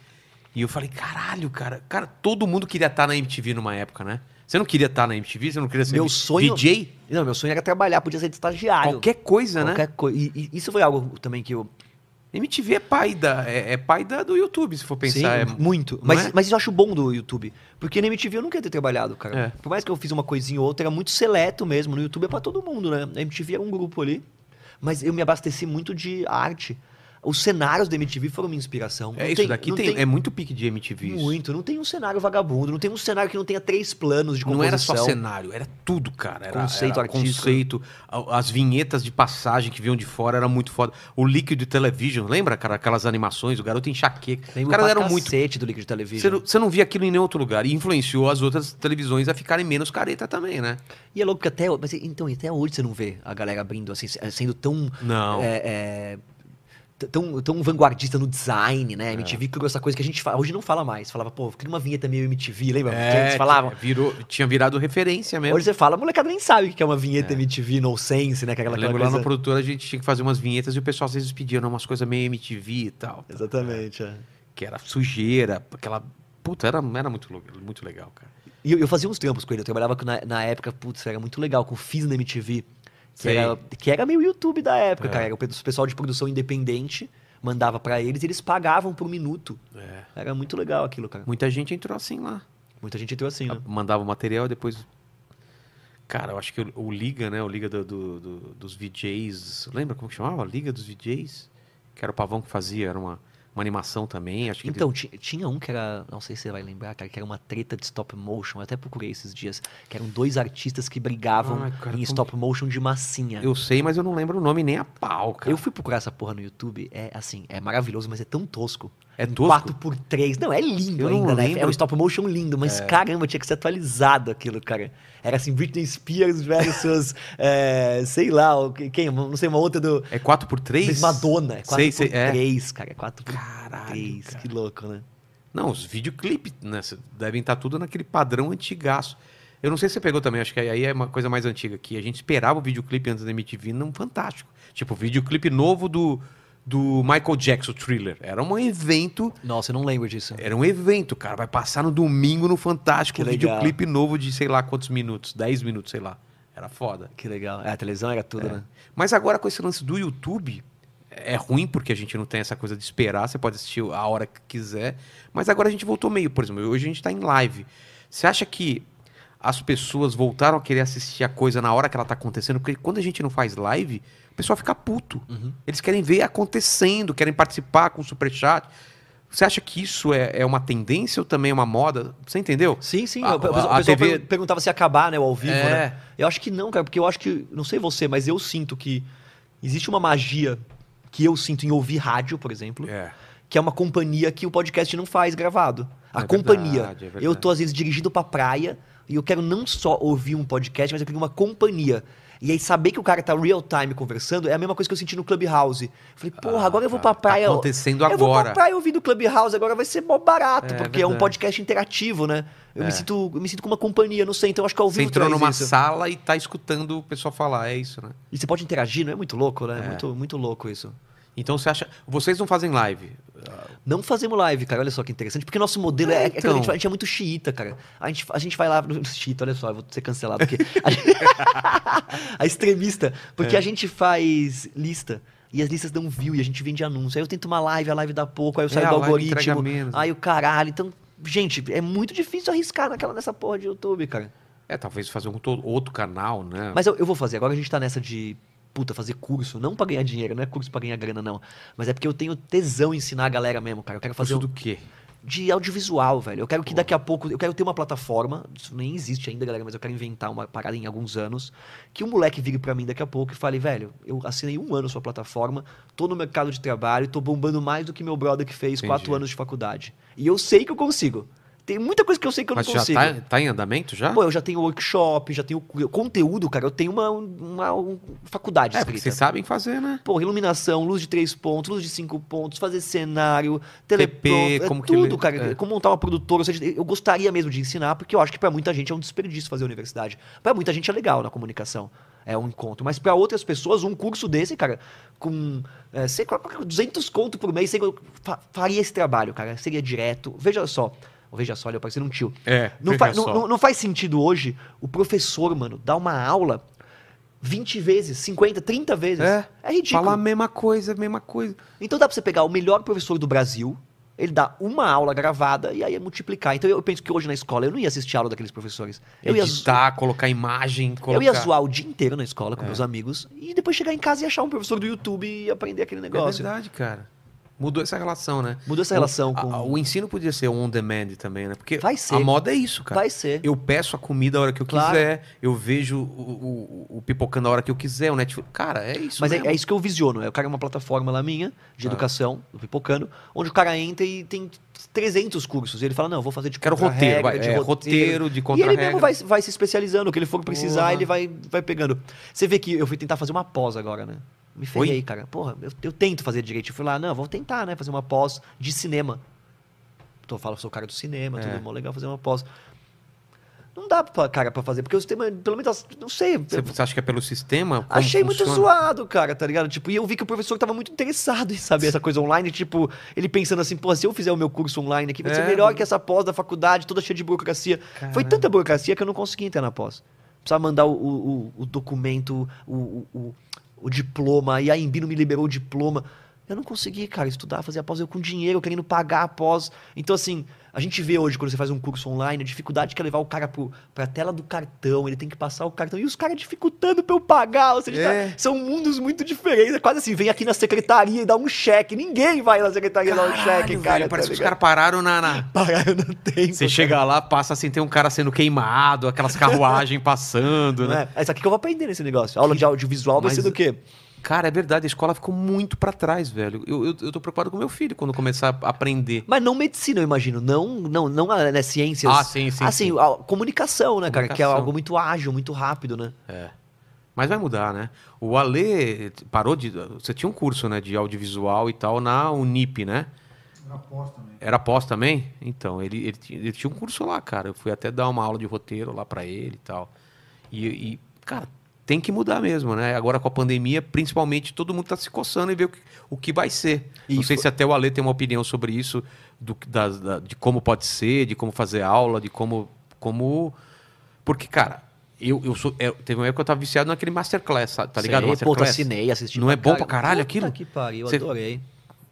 S1: E eu falei, caralho, cara. Cara, todo mundo queria estar na MTV numa época, né? Você não queria estar na MTV? Você não queria ser
S2: Meu
S1: di-
S2: sonho-
S1: DJ?
S2: Não, meu sonho era trabalhar. Podia ser de estagiário.
S1: Qualquer coisa, né?
S2: Qualquer coi- E, e isso foi algo também que eu...
S1: MTV é pai, da, é, é pai da, do YouTube, se for pensar.
S2: Sim,
S1: é...
S2: muito.
S1: não
S2: Mas,
S1: é?
S2: mas isso eu acho bom do YouTube. Porque na MTV eu não queria ter trabalhado, cara.
S1: É.
S2: Por mais que eu fiz uma coisinha ou outra, era muito seleto mesmo. é No YouTube é pra todo mundo, né? Na MTV era um grupo ali. Mas eu me abasteci muito de arte. Os cenários da MTV foram minha inspiração.
S1: É
S2: Não
S1: isso
S2: tem-
S1: daqui,
S2: não
S1: tem, é muito pique de MTV isso.
S2: muito. Não tem um cenário vagabundo, não tem um cenário que não tenha três planos de
S1: Não era só
S2: composição.
S1: cenário, era tudo, cara. Era,
S2: Conceito
S1: era
S2: artístico. né?
S1: Conceito, a- as vinhetas de passagem que vinham de fora era muito foda. O líquido de television, lembra, cara, aquelas animações, o garoto enxaqueca. Os
S2: Lembro
S1: caras
S2: pra
S1: eram muito.
S2: cacete do Liquid
S1: Você
S2: Television.
S1: não, você não via aquilo em nenhum outro lugar. E influenciou as outras televisões a ficarem menos careta também, né?
S2: E é louco que até. Mas, então, e até hoje você não vê a galera abrindo assim, se- sendo tão.
S1: Não.
S2: é, é, t- tão, tão vanguardista no design,
S1: É.
S2: né? A MTV criou essa coisa que a gente fala, hoje não fala mais. Falava, pô, cria uma vinheta meio MTV, lembra? que antes falavam.
S1: virou, tinha virado referência É, mesmo.
S2: Hoje você fala, a molecada nem sabe o que é uma vinheta MTV, no sense, né? Que é
S1: Eu
S2: aquela, aquela
S1: lembro lá
S2: coisa.
S1: na produtora a gente tinha que fazer umas vinhetas e o pessoal às vezes pedia umas coisas meio MTV e tal.
S2: Exatamente. é.
S1: Que era sujeira, aquela. Puta, era, era muito, lo- muito legal, cara.
S2: E eu, eu fazia uns trampos com ele. Eu trabalhava com- na, na época, putz, era muito legal, com o Fiz na MTV. Que
S1: Sei.
S2: era, que era meio YouTube da época,
S1: É.
S2: cara. Era o pe- o pessoal de produção independente mandava pra eles e eles pagavam por minuto.
S1: É.
S2: Era muito legal aquilo, cara.
S1: Muita gente entrou assim lá.
S2: Muita gente entrou assim, né?
S1: Mandava o material e depois. Cara, eu acho que o, o Liga, né? O Liga do- do- do- dos VJs. Lembra como que chamava? Liga dos VJs? Que era o Pavão que fazia, era uma, uma animação também. Acho que
S2: Então, ti- tinha um que era, não sei se você vai lembrar, cara, que era uma treta de stop motion. Eu até procurei esses dias. Que eram dois artistas que brigavam
S1: Ai, cara,
S2: em
S1: como-
S2: stop motion de massinha.
S1: eles- Eu sei, mas eu não lembro o nome nem a pau, cara.
S2: Eu fui procurar essa porra no YouTube, é assim, é maravilhoso, mas é tão tosco.
S1: É tosco?
S2: 4x3. Não, é lindo
S1: Eu não
S2: ainda, né? É
S1: lembro. É.
S2: um stop motion lindo, mas caramba, tinha que ser atualizado aquilo, cara. Era assim, Britney Spears versus, é, sei lá, o que- quem, não sei, uma outra do...
S1: É 4x3?
S2: Madonna, é 4x3,
S1: Sei, sei, é.
S2: cara, é 4x3,
S1: Caralho, cara.
S2: que louco, né?
S1: Não, os videoclipes né, cê- devem estar tudo naquele padrão antigaço. Eu não sei se você pegou também, acho que aí é uma coisa mais antiga, que a gente esperava o videoclipe antes da MTV, não fantástico. Tipo, o videoclipe novo do, do Michael Jackson, Thriller. Era um evento,
S2: Nossa, eu não lembro disso.
S1: era um evento, cara. Vai passar no domingo no Fantástico,
S2: Que
S1: um
S2: legal.
S1: videoclipe novo de sei lá quantos minutos, 10 minutos, sei lá. Era foda.
S2: Que legal. É, a televisão era tudo, né?
S1: Mas agora com esse lance do YouTube, é ruim porque a gente não tem essa coisa de esperar, você pode assistir a hora que quiser. Mas agora a gente voltou meio, por exemplo, hoje a gente tá em live. Você acha que as pessoas voltaram a querer assistir a coisa na hora que ela tá acontecendo? Porque quando a gente não faz live, o pessoal fica puto.
S2: Uhum.
S1: Eles querem ver acontecendo, querem participar com o superchat. Você acha que isso é, é uma tendência ou também é uma moda? Você entendeu?
S2: Sim, sim.
S1: A-
S2: o pe- o
S1: a-
S2: pessoal
S1: a TV
S2: pergun- perguntava se ia acabar, né, o ao vivo,
S1: É.
S2: né? Eu acho que não, cara, porque eu acho que, não sei você, mas eu sinto que existe uma magia que eu sinto em ouvir rádio, por exemplo,
S1: É.
S2: que é uma companhia que o podcast não faz gravado. A
S1: É
S2: companhia.
S1: verdade, é verdade.
S2: eu tô às vezes dirigindo pra praia e eu quero não só ouvir um podcast, mas eu quero uma companhia. E aí saber que o cara tá real time conversando é a mesma coisa que eu senti no Clubhouse. Falei, porra, agora eu vou pra
S1: Tá-
S2: praia.
S1: Tá acontecendo
S2: Eu vou
S1: agora.
S2: pra praia ouvir do Clubhouse agora, vai ser mó barato,
S1: É,
S2: porque é um
S1: verdade.
S2: podcast interativo, né? Eu,
S1: É.
S2: me sinto, eu me sinto com uma companhia, não sei, então eu acho que ao
S1: Você
S2: vivo
S1: entrou
S2: traz
S1: numa
S2: isso.
S1: sala e tá escutando o pessoal falar, é isso, né?
S2: E você pode interagir, não é muito louco, né? É.
S1: É.
S2: Muito, muito louco isso.
S1: Então você acha. Vocês não fazem live.
S2: Não fazemos live, cara. Olha só que interessante. Porque nosso modelo é.
S1: É,
S2: é aquilo que a, gente,
S1: então.
S2: fala, a gente é muito xiita, cara. A gente, a gente vai lá. no- Xiita, olha só, eu vou ser cancelado. Porque a, gente- a extremista. Porque
S1: É.
S2: a gente faz lista. E as listas dão view e a gente vende anúncio. Aí eu tento uma live, a live dá pouco, aí eu
S1: É,
S2: saio
S1: a
S2: do
S1: live entrega
S2: algoritmo.
S1: menos.
S2: Aí o caralho. Então, gente, é muito difícil arriscar naquela, nessa porra de YouTube, cara.
S1: É, talvez fazer um to- outro canal, né?
S2: Mas eu, eu vou fazer. Agora a gente tá nessa de, puta, fazer curso. Não pra ganhar dinheiro, não é curso pra ganhar grana, não. Mas é porque eu tenho tesão em ensinar a galera mesmo, cara. Eu quero fazer
S1: Curso
S2: um
S1: do Tá quê?
S2: de audiovisual, velho. Eu quero que
S1: Porra.
S2: daqui a pouco. Eu quero ter uma plataforma. Isso nem existe ainda, galera, mas eu quero inventar uma parada em alguns anos. Que um moleque vire pra mim daqui a pouco e fale, velho, eu assinei um ano sua plataforma, tô no mercado de trabalho, tô bombando mais do que meu brother que fez
S1: Entendi.
S2: quatro anos de faculdade. E eu sei que eu consigo. Tem muita coisa que eu sei que eu
S1: Mas
S2: não
S1: já
S2: consigo.
S1: tá, tá em andamento já?
S2: Pô, eu já tenho workshop, já tenho cu- conteúdo, cara. Eu tenho uma, uma, uma faculdade
S1: é, porque
S2: escrita.
S1: vocês sabem fazer, né?
S2: Porra, iluminação, luz de três pontos, luz de cinco pontos, fazer cenário,
S1: TP,
S2: teleprompter, é
S1: como que
S2: tudo,
S1: lê,
S2: cara.
S1: é.
S2: Como montar uma produtora, ou seja, eu gostaria mesmo de ensinar, porque eu acho que pra muita gente é um desperdício fazer universidade. Pra muita gente é legal na comunicação, é um encontro, mas pra outras pessoas um curso desse, cara, com é, sei, lá, 200 conto por mês, sei, lá, fa- faria esse trabalho, cara, seria direto. Veja só, veja só, olha, eu parecendo um tio.
S1: É,
S2: Não,
S1: veja
S2: fa- não-
S1: só.
S2: não- não faz sentido hoje o professor, mano, dar uma aula 20 vezes, 50, 30 vezes.
S1: É.
S2: é ridículo.
S1: Falar a mesma coisa, a mesma coisa.
S2: Então dá pra você pegar o melhor professor do Brasil, Ele dá uma aula gravada e aí é multiplicar. Então eu penso que hoje na escola eu não ia assistir a aula daqueles professores. Eu ia, zo-
S1: Editar, colocar imagem,
S2: eu
S1: É colocar... É.
S2: ia zoar o dia inteiro na escola com meus amigos e depois chegar em casa e achar um professor do YouTube e aprender aquele
S1: É
S2: negócio.
S1: verdade, cara. Mudou essa relação, né?
S2: Mudou essa relação
S1: o, a-
S2: com.
S1: a- o ensino podia ser on demand também, né? Porque
S2: Vai ser.
S1: a moda é isso, cara.
S2: Vai ser.
S1: Eu peço a comida a hora que eu
S2: Claro.
S1: quiser, eu vejo o, o, o pipocando a hora que eu quiser, o Netflix. Cara, é isso.
S2: Mas é,
S1: mesmo.
S2: é isso que eu visiono. Eu quero uma plataforma lá minha, de
S1: Ah.
S2: educação, do Pipocano, onde o cara entra e tem 300 cursos. E ele fala, não, eu vou fazer de
S1: Quero roteiro,
S2: contra-regra,
S1: vai.
S2: de
S1: é, roteiro, de
S2: E ele
S1: contra-regra.
S2: mesmo vai, vai se especializando. O que ele for precisar,
S1: Porra.
S2: ele vai, vai pegando. Você vê que eu fui tentar fazer uma pós agora, né? Me ferrei,
S1: Oi?
S2: cara. Porra, eu, eu tento fazer direito. Eu fui lá, não, vou tentar, né? Fazer uma pós de cinema. Tô falando, sou o cara do cinema,
S1: É.
S2: tudo mó legal fazer uma pós. Não dá, pra, cara, pra fazer. Porque o sistema, pelo menos, as- não sei.
S1: Você, você acha que é pelo sistema? Como
S2: Achei muito
S1: funciona?
S2: zoado, cara, tá ligado? Tipo, e eu vi que o professor tava muito interessado em saber essa coisa online, tipo, ele pensando assim, pô, se eu fizer o meu curso online aqui, vai ser
S1: É,
S2: melhor
S1: mano.
S2: que essa pós da faculdade, toda cheia de burocracia. Foi
S1: Caramba.
S2: tanta burocracia que eu não consegui entrar na pós. Precisava mandar o, o- o- o documento, o, o- o- o diploma, e a Embi não me liberou o diploma. Eu não consegui, cara, estudar, fazer a pós, eu com dinheiro, querendo pagar a pós. Então, assim, a gente vê hoje, quando você faz um curso online, a dificuldade que é levar o cara pro, pra tela do cartão, ele tem que passar o cartão, e os caras dificultando pra eu pagar, ou seja,
S1: É.
S2: tá- são mundos muito diferentes. É quase assim, vem aqui na secretaria e dá um cheque. Ninguém vai na secretaria dar um
S1: Caralho,
S2: cheque,
S1: velho,
S2: cara.
S1: parece que os
S2: ligado?
S1: caras pararam na... na-
S2: Pararam no tempo. né?
S1: Você chega lá, passa assim, tem um cara sendo queimado, aquelas carruagens passando,
S2: Não
S1: né?
S2: é? É isso aqui que eu vou aprender nesse negócio. Aula de audiovisual vai
S1: Mas-
S2: ser do quê?
S1: Cara, é verdade, a escola ficou muito pra trás, velho. Eu, eu, eu tô preocupado com meu filho quando começar a aprender.
S2: Mas não medicina, eu imagino. Não, não, não a, né, ciências.
S1: Ah, sim, sim,
S2: Assim,
S1: sim.
S2: a comunicação, né, cara? Que é
S1: Comunicação.
S2: algo muito ágil, muito rápido, né?
S1: Mas vai mudar, né? O Ale parou de. Você tinha um curso, né, de audiovisual e tal na Unip, né?
S3: Na pós também.
S1: Era pós também? Então, ele, ele, tinha- ele tinha um curso lá, cara. Eu fui até dar uma aula de roteiro lá pra ele e tal. E, e, cara, tem que mudar mesmo, né? Agora com a pandemia, principalmente, todo mundo tá se coçando e vê o que, o que vai ser. Não
S2: E
S1: sei se até o Ale tem uma opinião sobre isso, do, que- das- da- de como pode ser, de como fazer aula, de como. como... Porque, cara, eu, eu sou. é, teve uma época que eu tava viciado naquele Masterclass, sabe? tá ligado?
S2: Sei, pô,
S1: Masterclass.
S2: assinei, assisti.
S1: Não é bom pra caralho
S2: Puta
S1: aquilo?
S2: que pariu,
S1: Você-
S2: adorei.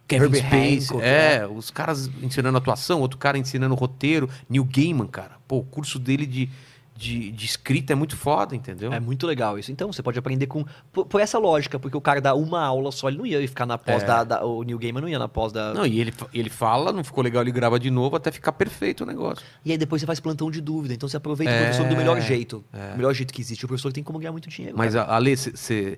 S1: Kevin
S2: Herbie
S1: Space,
S2: Hancock,
S1: é, os caras ensinando atuação, outro cara ensinando roteiro, Neil Gaiman, cara. Pô, o curso dele de, de, de escrita é muito foda, entendeu?
S2: É muito legal isso. Então, você pode aprender com. Por, por essa lógica, porque o cara dá uma aula só, ele não ia ficar na pós
S1: É.
S2: da, da- O New Gamer não ia na pós da.
S1: Não, e ele, fa- ele fala, não ficou legal, ele grava de novo até ficar perfeito o negócio.
S2: E aí depois você faz plantão de dúvida. Então você aproveita
S1: É.
S2: o professor do melhor jeito. O melhor jeito que existe. O professor tem como ganhar muito dinheiro.
S1: Mas, a- Ale, você.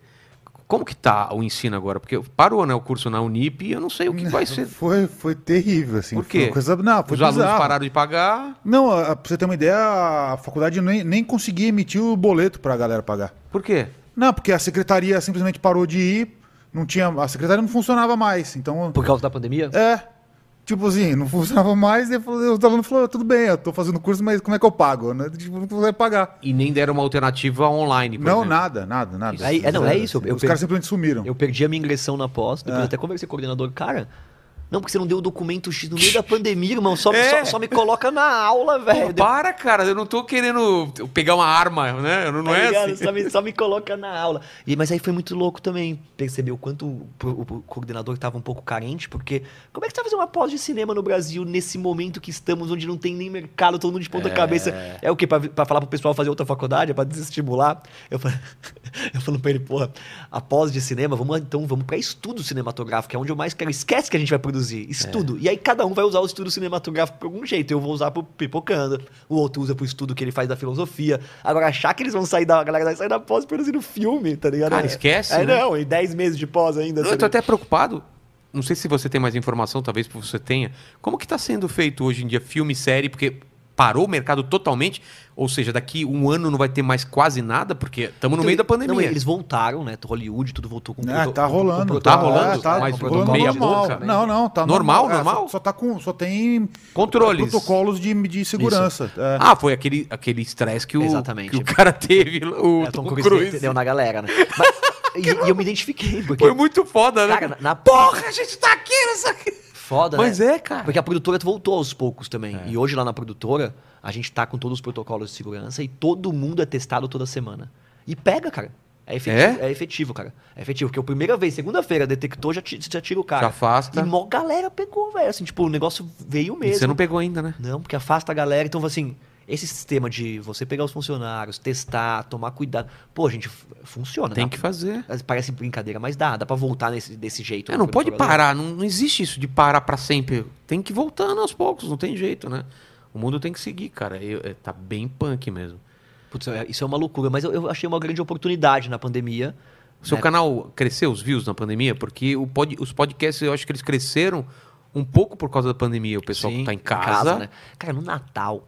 S1: Como que tá o ensino agora? Porque parou, né, o curso na Unip e eu não sei o que vai ser.
S3: Foi, foi terrível, assim.
S1: Por
S3: Foi
S1: quê?
S3: uma coisa, não, foi
S1: Os alunos
S3: bizarro.
S1: pararam de pagar.
S3: Não, a- a- pra você ter uma ideia, a faculdade nem, nem conseguia emitir o boleto pra galera pagar.
S1: Por quê?
S3: Não, porque a secretaria simplesmente parou de ir, não tinha, a secretaria não funcionava mais, então...
S2: Por causa da pandemia?
S3: É, tipo assim, não funcionava mais, e eu falei- os alunos falaram, tudo bem, eu tô fazendo curso, mas como é que eu pago? né? Tipo, não consegue pagar.
S1: E nem deram uma alternativa online, por
S3: Não,
S1: exemplo.
S3: nada, nada, nada.
S2: Aí- é, não, é isso,
S3: assim.
S2: eu
S3: os
S2: pe-
S3: caras simplesmente sumiram.
S2: Eu perdi a minha ingressão na pós,
S1: É.
S2: depois eu até conversei com o coordenador, cara. Não, porque você não deu o documento X no meio da pandemia, irmão. Só,
S1: É.
S2: só, só me coloca na aula, velho.
S1: Pô,
S2: tá
S1: para, cara, eu não tô querendo pegar uma arma, né? Não, não
S2: Tá
S1: é
S2: ligado?
S1: assim.
S2: Só me, só me coloca na aula. E, mas aí foi muito louco também perceber o quanto o, pro- o coordenador estava um pouco carente, porque como é que você vai fazer uma pós de cinema no Brasil nesse momento que estamos, onde não tem nem mercado, todo mundo de ponta cabeça? É o quê? Pra, pra falar pro pessoal fazer outra faculdade? É pra desestimular? Eu falo, eu falo pra ele, porra, a pós de cinema, vamos então, vamos pra estudo cinematográfico, é onde eu mais quero. Esquece que a gente vai
S1: É.
S2: produzir, estudo. E aí cada um vai usar o estudo cinematográfico por algum jeito. Eu vou usar pro Pipocando, o outro usa pro estudo que ele faz da filosofia. Agora, achar que eles vão sair da. A galera vai sair da pós produzindo filme, tá ligado?
S1: Cara, esquece,
S2: É,
S1: né?
S2: não, e 10 meses de pós ainda. tá
S1: Eu tô
S2: ligado?
S1: até preocupado. Não sei se você tem mais informação, talvez você tenha. Como que tá sendo feito hoje em dia filme, série? Porque parou o mercado totalmente. Ou seja, daqui um ano não vai ter mais quase nada, porque estamos no
S2: Então,
S1: meio da
S2: Não,
S1: pandemia.
S2: eles voltaram, né? Hollywood, tudo voltou com
S3: Ah,
S2: proto-
S3: tá
S2: com- com né,
S3: rolando.
S2: proto-
S1: tá rolando,
S3: é, tá
S1: mas
S3: rolando
S1: rolando meia
S3: normal.
S1: boca, né?
S3: Não, não, tá
S1: Normal,
S3: É, só-
S1: normal?
S3: Só, tá com, só tem
S1: Controles.
S3: protocolos de, de segurança. É.
S1: Ah, foi aquele estresse aquele estresse que, o-
S2: né? Exatamente.
S1: que o cara teve, o
S2: É,
S1: Tom,
S2: Tom Cruise
S1: Cruise.
S2: deu- deu na galera, né? Mas- e, e eu me identifiquei, porque.
S1: Foi muito foda, né?
S2: Cara, na, na
S1: Porra, a gente tá aqui nessa...
S2: foda,
S1: Mas
S2: né?
S1: é, cara.
S2: Porque a produtora voltou aos poucos também.
S1: É.
S2: E hoje lá na produtora, a gente tá com todos os protocolos de segurança e todo mundo é testado toda semana. E pega, cara. É efetivo, é? efetivo, cara. É efetivo. Porque a primeira vez, segunda-feira, detectou, já, ti- já tira o cara.
S1: Já afasta.
S2: E mó galera pegou, velho. Assim, tipo, o negócio veio
S1: E
S2: mesmo.
S1: você não pegou ainda, né?
S2: Não, porque afasta a galera. Então, assim, esse sistema de você pegar os funcionários, testar, tomar cuidado. Pô, gente, f- funciona.
S1: Tem
S2: dá-
S1: que fazer.
S2: Parece brincadeira, mas dá. Dá pra voltar nesse, desse jeito.
S1: É, não
S2: Pra-
S1: pode
S2: pra-
S1: parar, não, não existe isso de parar pra sempre. Tem que ir voltando aos poucos, não tem jeito, né? O mundo tem que seguir, cara. Eu- é, tá bem punk mesmo.
S2: Putz, é- isso é uma loucura. Mas eu, eu achei uma grande oportunidade na pandemia.
S1: O seu
S2: né?
S1: canal cresceu os views na pandemia? Porque o pod- os podcasts, eu acho que eles cresceram um pouco por causa da pandemia. O pessoal
S2: Sim,
S1: que tá em casa.
S2: né? Cara, no Natal,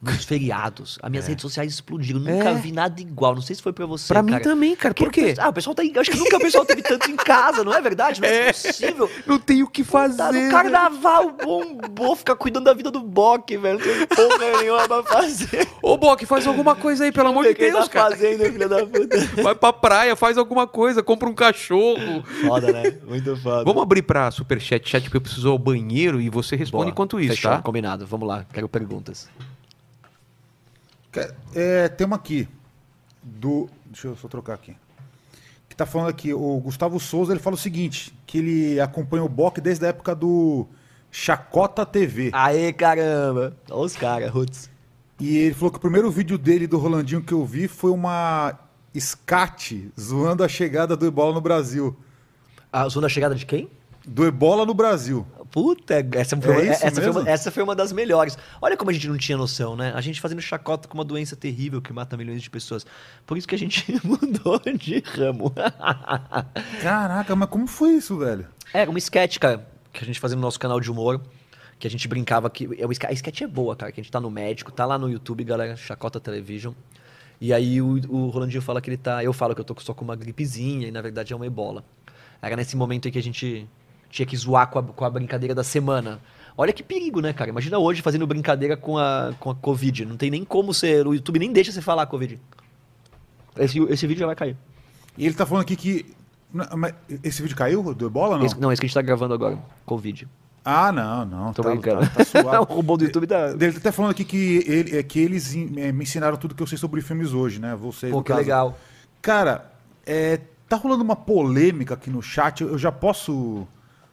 S2: nos feriados, as minhas redes sociais explodiram. Nunca
S1: É.
S2: vi nada igual. Não sei se foi pra você,
S1: Pra mim
S2: cara.
S1: também, cara. Por
S2: Porque-
S1: quê?
S2: Ah, o pessoal tá. em- Acho que nunca o pessoal teve tanto em casa, não é verdade? Não é, possível.
S1: Não tenho o que
S2: Tá
S1: né?
S2: no carnaval, bombou, ficar cuidando da vida do Bock, velho. Não tem porra nenhuma pra fazer.
S1: Ô, Bock, faz alguma coisa aí, pelo amor de
S2: O que ele
S1: Deus,
S2: tá
S1: cara.
S2: fazendo, filho da puta?
S1: Vai pra praia, faz alguma coisa, compra um cachorro.
S2: Foda, né? Muito foda.
S1: Vamos abrir pra superchat, chat, porque eu preciso ir ao banheiro e você responde
S2: Boa.
S1: enquanto isso,
S2: Fechou,
S1: tá?
S2: combinado. Vamos lá, quero perguntas.
S3: Cara, É, tem uma aqui. Do. Deixa eu só trocar aqui. Que tá falando aqui, o Gustavo Souza ele fala o seguinte: que ele acompanha o Bock desde a época do Chacota TV.
S1: Ah.
S2: Aê, caramba. Olha os caras, Roots.
S3: E ele falou que o primeiro vídeo dele do Rolandinho que eu vi foi uma escate zoando a chegada do ebola no Brasil.
S2: A zona chegada de quem?
S3: Do ebola no Brasil.
S2: Puta, essa foi,
S3: É
S2: uma-
S3: isso
S2: essa, foi uma,
S3: mesmo?
S2: essa foi uma das melhores. Olha como a gente não tinha noção, né? A gente fazendo chacota com uma doença terrível que mata milhões de pessoas. Por isso que a gente mudou de ramo.
S3: Caraca, mas como foi isso, velho?
S2: Era É, uma sketch, cara, que a gente fazia no nosso canal de humor, que a gente brincava que. é uma esque- A sketch é boa, cara, que a gente tá no médico, tá lá no YouTube, galera, Chacota Television. E aí o, o Rolandinho fala que ele tá. Eu falo que eu tô só com uma gripezinha e na verdade é uma ebola. Era nesse momento aí que a gente tinha que zoar com a, com a brincadeira da semana. Olha que perigo, né, cara? Imagina hoje fazendo brincadeira com a, com a Covid. Não tem nem como ser. O YouTube nem deixa você falar Covid. Esse, esse vídeo já vai cair.
S3: E ele tá falando aqui que. Não, mas Esse vídeo caiu do ebola? Não.
S2: Esse- não, esse que a gente tá gravando agora. Covid.
S3: Ah, não, não.
S2: Tô
S3: tá,
S2: brincando.
S3: tá- tá suave.
S2: o robô do YouTube tá.
S3: Ele tá até falando aqui que, ele, é que eles em- é, me ensinaram tudo que eu sei sobre filmes hoje, né? Vocês,
S2: Pô,
S3: no
S2: que
S3: caso.
S2: legal.
S3: Cara, é, tá rolando uma polêmica aqui no chat. Eu já posso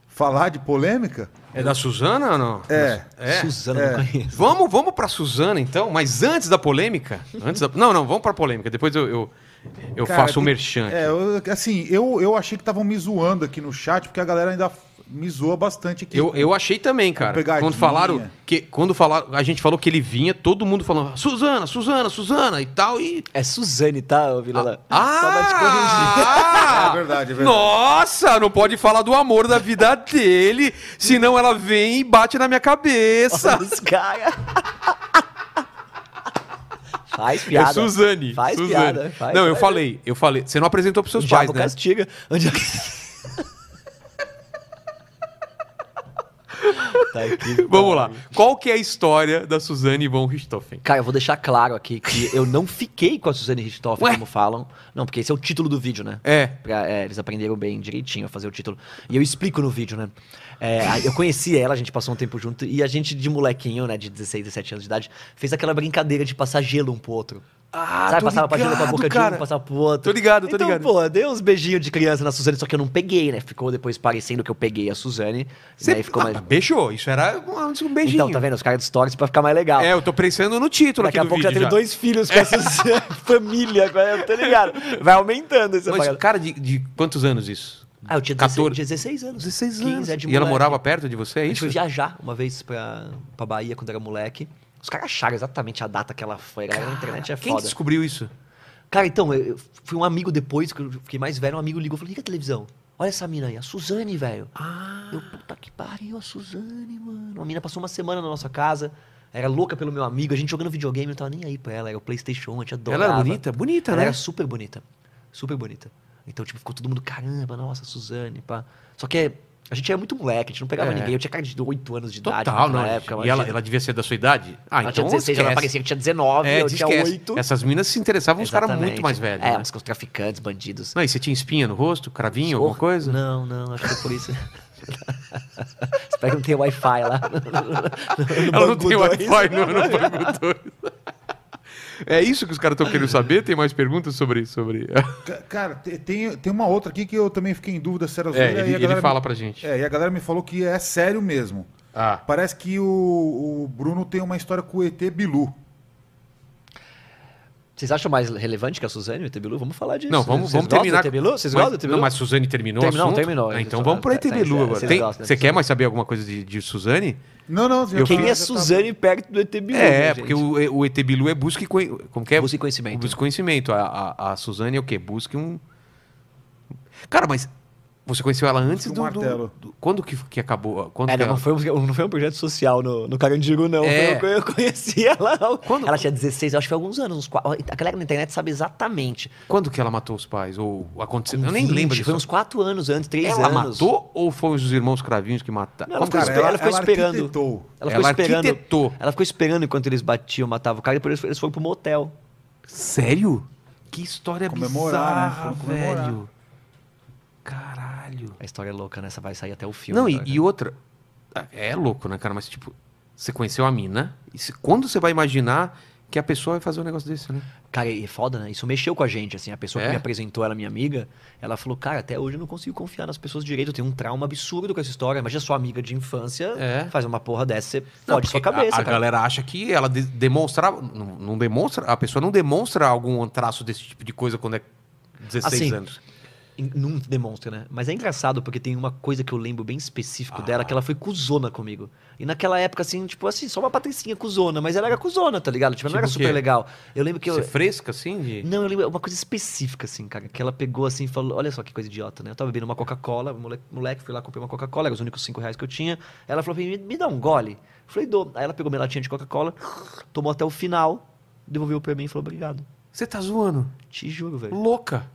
S3: falar de polêmica?
S1: É da Suzana ou não?
S3: É.
S1: É.
S2: Suzana, não conheço.
S1: Vamos, vamos pra Suzana, então, mas antes da polêmica. Antes da... Não, não, vamos pra polêmica. Depois eu, eu, eu
S3: Cara,
S1: faço o
S3: tem-
S1: merchan. aqui.
S3: É, eu- assim, eu, eu achei que estavam me zoando aqui no chat, porque a galera ainda me zoa bastante aqui.
S1: Eu, eu achei também, cara.
S3: pegadinha.
S1: Quando falaram que quando falaram, a gente falou que ele vinha, todo mundo falando Suzana, Suzana, Suzana e tal e
S2: É Suzane, tá, Vilela? Só pra te corrigir.
S1: ah!
S3: É verdade, é verdade.
S1: Nossa, não pode falar do amor da vida dele, senão ela vem e bate na minha cabeça.
S2: Olha Os caras. Faz
S1: É
S2: piada.
S1: Suzane.
S2: Faz
S1: Suzane.
S2: piada. faz
S1: não, eu
S2: piada.
S1: falei, eu falei. Você não apresentou pros
S2: O
S1: seus pais,
S2: diabo
S1: né?
S2: castiga. Onde é que- tá aqui.
S1: Vamos lá. Qual que é a história da Suzane von Richthofen?
S2: Cara, eu vou deixar claro aqui que eu não fiquei com a Suzane Richthofen,
S1: Ué?
S2: como falam. Não, porque esse é o título do vídeo, né?
S1: É.
S2: Pra- é, eles aprenderam bem direitinho a fazer o título. E eu explico no vídeo, né? É, a- eu conheci ela, a gente passou um tempo junto, e a gente, de molequinho, né, de 16, 17 anos de idade, fez aquela brincadeira de passar gelo um pro outro.
S1: Ah,
S2: Sabe,
S1: tô
S2: passava pra gelo pra
S1: ligado,
S2: boca de
S1: cara.
S2: um, passava pro outro.
S1: Tô ligado, tô
S2: então,
S1: ligado.
S2: pô, dei uns beijinhos de criança na Suzane, só que eu não peguei, né? Ficou depois parecendo que eu peguei a Suzane.
S1: Você ah,
S2: né, e ficou mais...
S1: beijou, isso era um, um tá beijinho.
S2: Então, tá vendo? Os caras dos stories pra ficar mais legal.
S1: É, eu tô pensando no título
S2: Daqui a
S1: aqui do
S2: pouco já
S1: vídeo
S2: teve dois filhos com essa família, tá ligado? Vai aumentando essa
S1: Mas,
S2: parada.
S1: cara, de, de quantos anos isso?
S2: Ah, eu tinha
S1: 14.
S2: 16, 16 anos.
S1: 16
S2: 15, é de
S1: e ela
S2: moleque.
S1: morava perto de você, é
S2: A gente
S1: isso?
S2: foi viajar uma vez pra, pra Bahia quando era moleque. Os caras acharam exatamente a data que ela foi. Galera, a internet é
S1: Quem
S2: foda.
S1: descobriu isso?
S2: Cara, então, eu, eu fui um amigo depois, que eu fiquei mais velho, um amigo ligou e falou, liga a televisão. Olha essa mina aí, a Suzane, velho.
S1: Ah,
S2: Eu, puta que pariu, a Suzane, mano. A mina passou uma semana na nossa casa, era louca pelo meu amigo, a gente jogando videogame, eu não tava nem aí pra ela, era o Playstation, a gente adorava.
S1: ela era bonita? Bonita,
S2: Ela
S1: né?
S2: era super bonita. Super bonita. Então, tipo, ficou todo mundo, caramba, nossa, Suzane, pá. Só que a gente era muito moleque, a gente não pegava
S1: É.
S2: ninguém. Eu tinha cara de 8 anos de
S1: Total,
S2: idade
S1: não.
S2: na época.
S1: e ela,
S2: imagina.
S1: ela devia ser da sua idade? Ah,
S2: Ela
S1: então
S2: tinha 16, ela
S1: esquece.
S2: parecia que tinha 19,
S1: É,
S2: eu tinha
S1: esquece.
S2: 8.
S1: Essas minas se interessavam uns caras
S2: Exatamente.
S1: muito mais velhos.
S2: É,
S1: né?
S2: uns traficantes, bandidos.
S1: Não, e você tinha espinha no rosto, cravinho, alguma
S2: Porra,
S1: coisa?
S2: Não, não, acho que é por isso. Espero que não tenha Wi-Fi lá.
S1: Ela não tem
S2: Bangu dois.
S1: Wi-Fi no, no Bangu dois. É isso que os caras estão querendo saber? Tem mais perguntas sobre. sobre...
S3: Ca- Cara, te- tem, tem uma outra aqui que eu também fiquei em dúvida se era
S1: É,
S3: zoeira. e a
S1: ele, ele
S3: galera me-
S1: fala pra gente.
S3: É, e a galera me falou que é sério mesmo.
S1: Ah.
S3: Parece que o, o Bruno tem uma história com o ET Bilu.
S2: Vocês acham mais relevante que a Suzane e o ET Bilu? Vamos falar disso. né?
S1: Não, vamos,
S2: Vocês
S1: vamos
S2: gostam
S1: terminar.
S2: do ET Bilu? Vocês
S1: mas,
S2: gostam do ET Bilu?
S1: Não, mas Suzane terminou
S2: Terminou,
S1: o assunto?
S2: terminou.
S1: Ah, então
S2: Então
S1: vamos pro
S2: tá,
S1: ET
S2: tá,
S1: Bilu
S2: tá,
S1: agora.
S2: vocês
S1: Tem-
S2: gostam,
S1: você
S2: vocês
S1: quer
S2: gostam.
S1: mais saber alguma coisa de, de Suzane?
S3: Não, não. já
S1: Eu
S3: tá-
S2: Quem
S3: já
S2: é
S3: tá-
S2: Suzane perto do ET Bilu?
S1: É,
S2: né,
S1: porque
S2: gente?
S1: o, o ET Bilu é busca e conhe- como que é?
S2: Busca e conhecimento.
S1: Busca e conhecimento. A, a, a Suzane é o quê? Busca um. Cara, mas você conheceu ela antes
S3: Busca
S1: do, do-
S3: um martelo.
S1: do- Quando que, que acabou? ah, Quando
S2: É,
S1: que
S2: não,
S1: ela-
S2: não foi, um, não foi um projeto social no, no Carandiru, não.
S1: É.
S2: Foi- Eu conheci ela.
S1: Quando-
S2: Ela tinha 16, eu acho que foi alguns anos. Uns, qua- a galera na internet sabe exatamente.
S1: Quando que ela matou os pais? Ou aconteceu?
S2: Com
S1: Eu nem
S2: 20,
S1: lembro disso.
S2: Foi uns 4 anos antes, 3
S1: Ela
S2: anos.
S1: matou ou foi os irmãos Cravinhos que mataram?
S2: Não, ela
S1: Como que
S2: ficou,
S1: ela-
S3: é-
S2: esper- ela ficou
S3: ela
S2: esperando.
S3: arquitetou.
S2: Ela ficou
S1: Ela
S2: esperando.
S1: arquitetou.
S2: Ela ficou esperando enquanto eles batiam, matavam o cara, e depois eles- eles foram pro motel.
S1: Sério? Que história
S3: Comemorar,
S1: bizarra,
S3: né? Foi comemorar.
S1: velho. Caralho.
S2: A história é louca, né? Essa vai sair até o filme.
S1: Não, e,
S2: agora,
S1: e
S2: né?
S1: outra. ah, É louco, né, cara? Mas, tipo, você conheceu a mina. E se- quando você vai imaginar que a pessoa vai fazer um negócio desse, né?
S2: Cara, e é foda, né? Isso mexeu com a gente, assim. A pessoa
S1: É?
S2: que me apresentou, ela minha amiga, ela falou, cara, até hoje eu não consigo confiar nas pessoas direito. Eu tenho um trauma absurdo com essa história. Imagina sua amiga de infância
S1: É.
S2: faz uma porra dessa, você
S1: Não, porque
S2: fode sua cabeça,
S1: a, a
S2: cara.
S1: galera acha que ela de- demonstrava. Não, não demonstra. A pessoa não demonstra algum traço desse tipo de coisa quando é 16
S2: Assim,
S1: anos.
S2: Em- Não demonstra, né? Mas é engraçado porque tem uma coisa que eu lembro bem específico
S1: Ah.
S2: dela, que ela foi cuzona comigo. E naquela época, assim, tipo assim, só uma patricinha cuzona, mas ela era cuzona, tá ligado? Tipo, ela
S1: Tipo
S2: não era
S1: o
S2: super
S1: quê?
S2: legal. Eu lembro que
S1: Você
S2: eu.
S1: fresca, assim? de-
S2: Não, eu lembro uma coisa específica, assim, cara, que ela pegou assim e falou: Olha só que coisa idiota, né? Eu tava bebendo uma Coca-Cola, moleque, moleque, fui lá, comprei uma Coca-Cola, era os únicos cinco reais que eu tinha. Ela falou pra mim: Me, me dá um gole. Eu Falei: Dou. Aí ela pegou minha latinha de Coca-Cola, tomou até o final, devolveu pra mim e falou: Obrigado.
S1: Você tá zoando?
S2: Te juro, velho.
S1: Louca.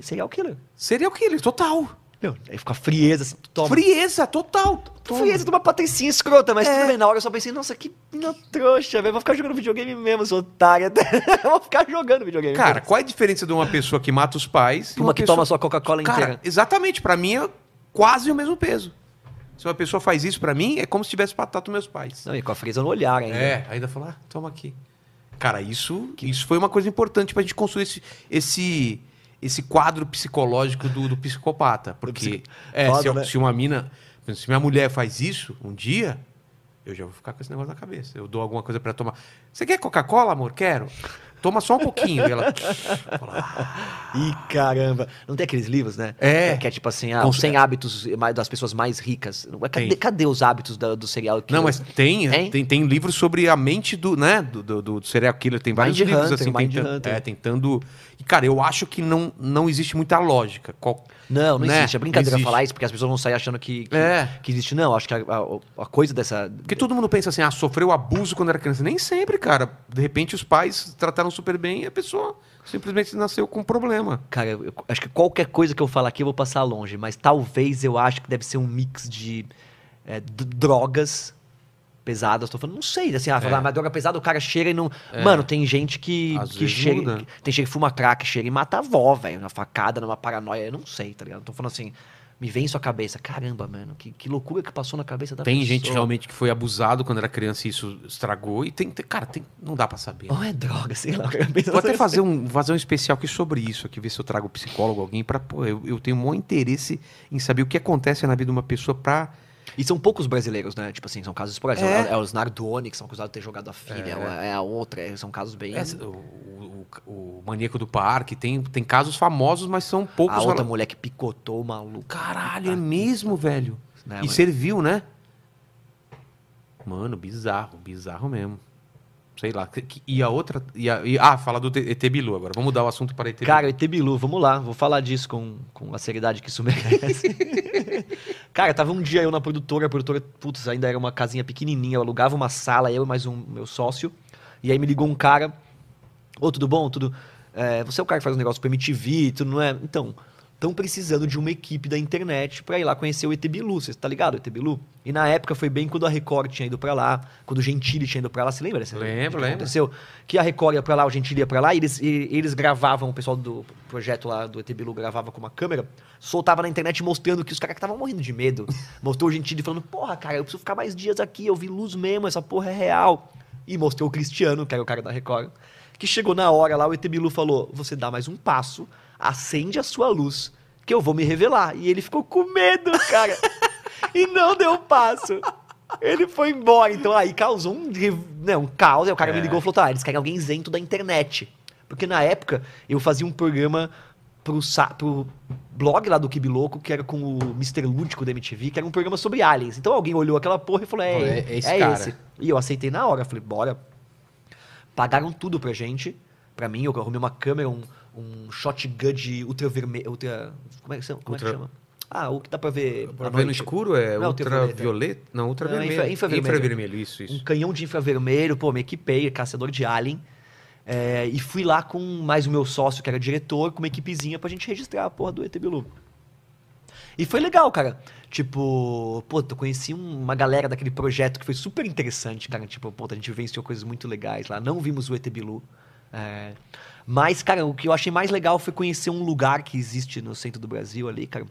S2: Serial killer.
S1: Seria o killer, total.
S2: Meu, aí fica frieza, assim, toma.
S1: Frieza, total.
S2: Toma. Frieza de uma patricinha escrota, mas
S1: É.
S2: tudo bem, na hora eu só pensei, nossa, que mina trouxa, velho, vou ficar jogando videogame mesmo, sou otária, vou ficar jogando videogame.
S1: Cara, qual é a diferença de uma pessoa que mata os pais e
S2: uma que
S1: pessoa...
S2: toma sua Coca-Cola
S1: Cara,
S2: inteira.
S1: exatamente, pra mim é quase o mesmo peso. Se uma pessoa faz isso pra mim, é como se tivesse matado meus pais.
S2: Não, e com a frieza no olhar ainda.
S1: É, ainda falar, ah, toma aqui. Cara, isso, isso foi uma coisa importante pra gente construir esse, esse, esse quadro psicológico do, do psicopata. Porque
S2: psico-
S1: é,
S2: Foda,
S1: se, eu-
S2: né?
S1: se uma mina. Se minha mulher faz isso um dia, eu já vou ficar com esse negócio na cabeça. Eu dou alguma coisa pra tomar. Você quer Coca-Cola, amor? Quero. Toma só um pouquinho. E ela. fala,
S2: Ih, caramba. Não tem aqueles livros, né?
S1: Ah. É.
S2: Que é tipo assim, ah,
S1: Com-
S2: os 100 hábitos mais- das pessoas mais ricas. Não, mas Cadê,
S1: Tem.
S2: cadê os hábitos da- do serial killer?
S1: Não, mas tem,
S2: Tem?
S1: tem, tem, livro sobre a mente do, né, do, do, do serial killer, tem vários
S2: Mind
S1: livros
S2: Hunter,
S1: assim,
S2: Mind
S1: tentando,
S2: Hunter.
S1: é, tentando. E cara, eu acho que não, não existe muita lógica. Qual-
S2: Não, não
S1: Né?
S2: existe. É brincadeira
S1: Não existe.
S2: falar isso, porque as pessoas vão sair achando que, que,
S1: É.
S2: que existe. Não, acho que a, a- a coisa dessa...
S1: Porque todo mundo pensa assim, ah, sofreu abuso quando era criança. Nem sempre, cara. De repente os pais trataram super bem e a pessoa simplesmente nasceu com um problema.
S2: Cara, eu, eu acho que qualquer coisa que eu falar aqui eu vou passar longe, mas talvez eu acho que deve ser um mix de é, d- drogas pesadas. Tô falando, não sei,
S1: É.
S2: assim, ah, falar, mas droga pesada o cara cheira e não. Mano, tem gente que,
S1: Às
S2: que
S1: vezes
S2: chega.
S1: muda.
S2: que- Tem gente que fuma crack, chega e mata a avó, velho, numa facada, numa paranoia, eu não sei, tá ligado? Tô falando assim, me vem em sua cabeça, caramba, mano, que, que loucura que passou na cabeça da
S1: Tem
S2: pessoa.
S1: gente realmente que foi abusado quando era criança e isso estragou. E tem, tem- cara, tem, não dá pra saber. né?
S2: Ou é droga, sei lá. eu penso
S1: Vou até
S2: assim.
S1: fazer um, fazer um especial aqui sobre isso, aqui, ver se eu trago psicólogo, alguém, pra. Pô, eu, eu tenho o maior interesse em saber o que acontece na vida de uma pessoa pra.
S2: E são poucos brasileiros, né? Tipo assim, são casos por exemplo,
S1: É.
S2: É, é os Nardoni que são acusados de ter jogado a filha, é, a outra, é- são casos bem.
S1: Essa- o, o- o- o maníaco do parque tem, tem casos famosos, mas são poucos.
S2: a outra Ah,
S1: rela-
S2: mulher que picotou o maluco.
S1: Caralho, é mesmo, velho.
S2: Né,
S1: e
S2: mano?
S1: serviu, né? Mano, bizarro, bizarro mesmo. Sei lá. que- que- E a outra. E a- e- ah, falar do T- ET Bilu agora. Vamos mudar o assunto para ET Bilu. Tá
S2: Cara, o ET Bilu, vamos lá, vou falar disso com, com a seriedade que isso merece. Cara, tava um dia eu na produtora, a produtora, putz, ainda era uma casinha pequenininha, eu alugava uma sala, eu e mais um meu sócio, e aí me ligou um cara, ô, tudo bom, tudo, é, você é o cara que faz um negócio pra MTV, tudo, não é? Então, estão precisando de uma equipe da internet pra ir lá conhecer o ET Bilu, você tá ligado, o ET Bilu? E na época foi bem quando a Record tinha ido pra lá, quando o Gentili tinha ido pra lá, você lembra dessa?
S1: Lembro,
S2: de que
S1: lembro.
S2: Aconteceu que a Record ia pra lá, o Gentili ia pra lá, e eles, e- eles gravavam, o pessoal do projeto lá do ET Bilu gravava com uma câmera, soltava na internet mostrando que os caras que estavam morrendo de medo. Mostrou o Gentili falando, porra, cara, eu preciso ficar mais dias aqui, eu vi luz mesmo, essa porra é real. E mostrou o Cristiano, que era o cara da Record. que chegou na hora lá, o Etebilu falou: Você dá mais um passo, acende a sua luz, que eu vou me revelar. E ele ficou com medo, cara. e não deu um passo. Ele foi embora. Então aí causou um, re- né, um caos. Aí o cara
S1: É.
S2: me ligou e falou: tá, eles querem alguém isento da internet. Porque na época eu fazia um programa pro, sa- pro blog lá do Kibiloco, que era com o Mr. Lúdico da MTV, que era um programa sobre aliens. Então alguém olhou aquela porra e falou: é,
S4: É,
S2: é
S4: é
S2: esse.
S4: esse cara.
S2: E eu aceitei na hora. Falei: bora. Pagaram tudo pra gente. Pra mim, eu arrumei uma câmera, um, um shotgun de ultravermelho. Ultra, como é que, chama? Como é que
S1: Ultra-
S2: chama? Ah, o que dá pra ver.
S1: Pra
S2: à
S1: ver no
S2: noite.
S1: escuro é
S2: Não, ultravioleta.
S1: ultravioleta? Não, ultravermelho.
S2: Não, infra- infravermelho.
S1: Infravermelho, isso,
S2: um
S1: isso.
S2: canhão de infravermelho, pô, me equipei, caçador de alien. É, e fui lá com mais o meu sócio, que era diretor, com uma equipezinha pra gente registrar a porra do ET Bilu. E foi legal, cara. Tipo, pô, eu conheci um- uma galera daquele projeto que foi super interessante, cara. Tipo, pô, a gente venceu coisas muito legais lá. Não vimos o ET Bilu. É, Mas, cara, o que eu achei mais legal foi conhecer um lugar que existe no centro do Brasil ali, cara,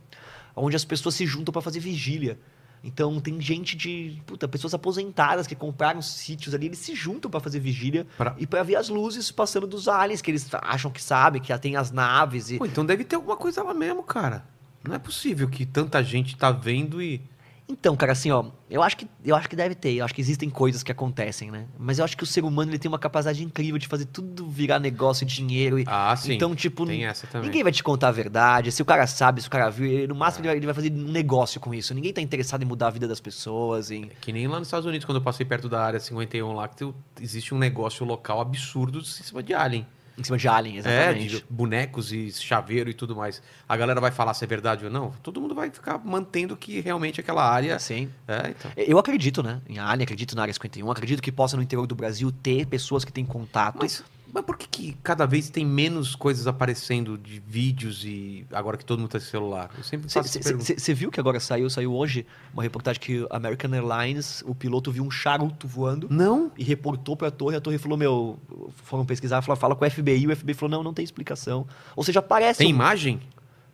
S2: onde as pessoas se juntam pra fazer vigília. Então tem gente de, puta, pessoas aposentadas que compraram sítios ali, eles se juntam pra fazer vigília
S1: Pra-
S2: e pra ver as luzes passando dos aliens que eles acham que sabem, que já tem as naves e
S1: Pô, então deve ter alguma coisa lá mesmo, cara. Não é possível que tanta gente tá vendo e...
S2: Então, cara, assim, ó, eu acho que eu acho que deve ter, eu acho que existem coisas que acontecem, né? Mas eu acho que o ser humano ele tem uma capacidade incrível de fazer tudo virar negócio, e dinheiro e
S1: Ah, sim.
S2: então tipo
S1: tem essa também. É.
S2: ninguém vai te contar a verdade. Se o cara sabe, se o cara viu, ele, no máximo ele vai, ele vai fazer um negócio com isso. Ninguém tá interessado em mudar a vida das pessoas. Em...
S1: É Que nem lá nos Estados Unidos, quando eu passei perto da área 51 lá, que tem- existe um negócio local absurdo em cima de alien.
S2: Em cima de Alien,
S1: É, de
S2: exatamente.
S1: bonecos e chaveiro e tudo mais. A galera vai falar se é verdade ou não. Todo mundo vai ficar mantendo que realmente aquela área.
S2: Sim.
S1: É, então.
S2: Eu acredito, né? Em Alien, acredito na Área 51, acredito que possa no interior do Brasil ter pessoas que têm contato.
S1: Mas, mas por que, que cada vez tem menos coisas aparecendo de vídeos e agora que todo mundo tá de celular? Eu sempre faço essa pergunta.
S2: Você viu que agora saiu, saiu hoje, uma reportagem que a American Airlines, o piloto viu um charuto voando
S1: Não?
S2: e reportou pra torre, a torre falou, meu, foram pesquisar, falaram, fala com o FBI, o FBI falou, não, não tem explicação. Ou seja, aparece,
S1: Tem
S2: um-
S1: imagem?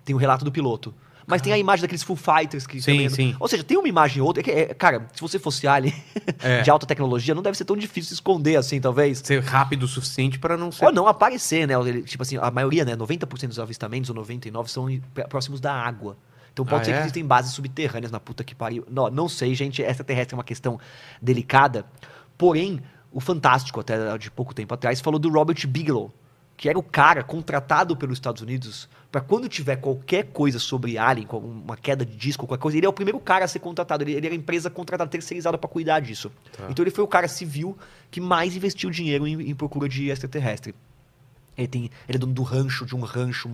S2: tem o relato do piloto. Mas tem a imagem daqueles Full Fighters que
S1: Sim,
S2: também- né?
S1: sim.
S2: Ou seja, tem uma imagem ou outra. é que, é, cara, se você fosse alien
S1: É.
S2: de alta tecnologia, não deve ser tão difícil se esconder assim, talvez.
S1: Ser rápido o suficiente para Oh, não ser.
S2: Ou não aparecer, né? Ele- Tipo assim, a maioria, né? 90% dos avistamentos, ou 99%, são em- pr- próximos da água. Então pode
S1: Ah,
S2: ser
S1: é?
S2: que existem bases subterrâneas na puta que pariu. Não, não sei, gente. Extraterrestre é uma questão delicada. Porém, o Fantástico, até de pouco tempo atrás, falou do Robert Bigelow, que era o cara contratado pelos Estados Unidos para quando tiver qualquer coisa sobre Alien, com uma queda de disco, qualquer coisa, ele é o primeiro cara a ser contratado. Ele, ele era a empresa contratada, terceirizada para cuidar disso.
S1: Tá.
S2: Então ele foi o cara civil que mais investiu dinheiro em, em procura de extraterrestre. Ele, tem, ele é dono do rancho, de um rancho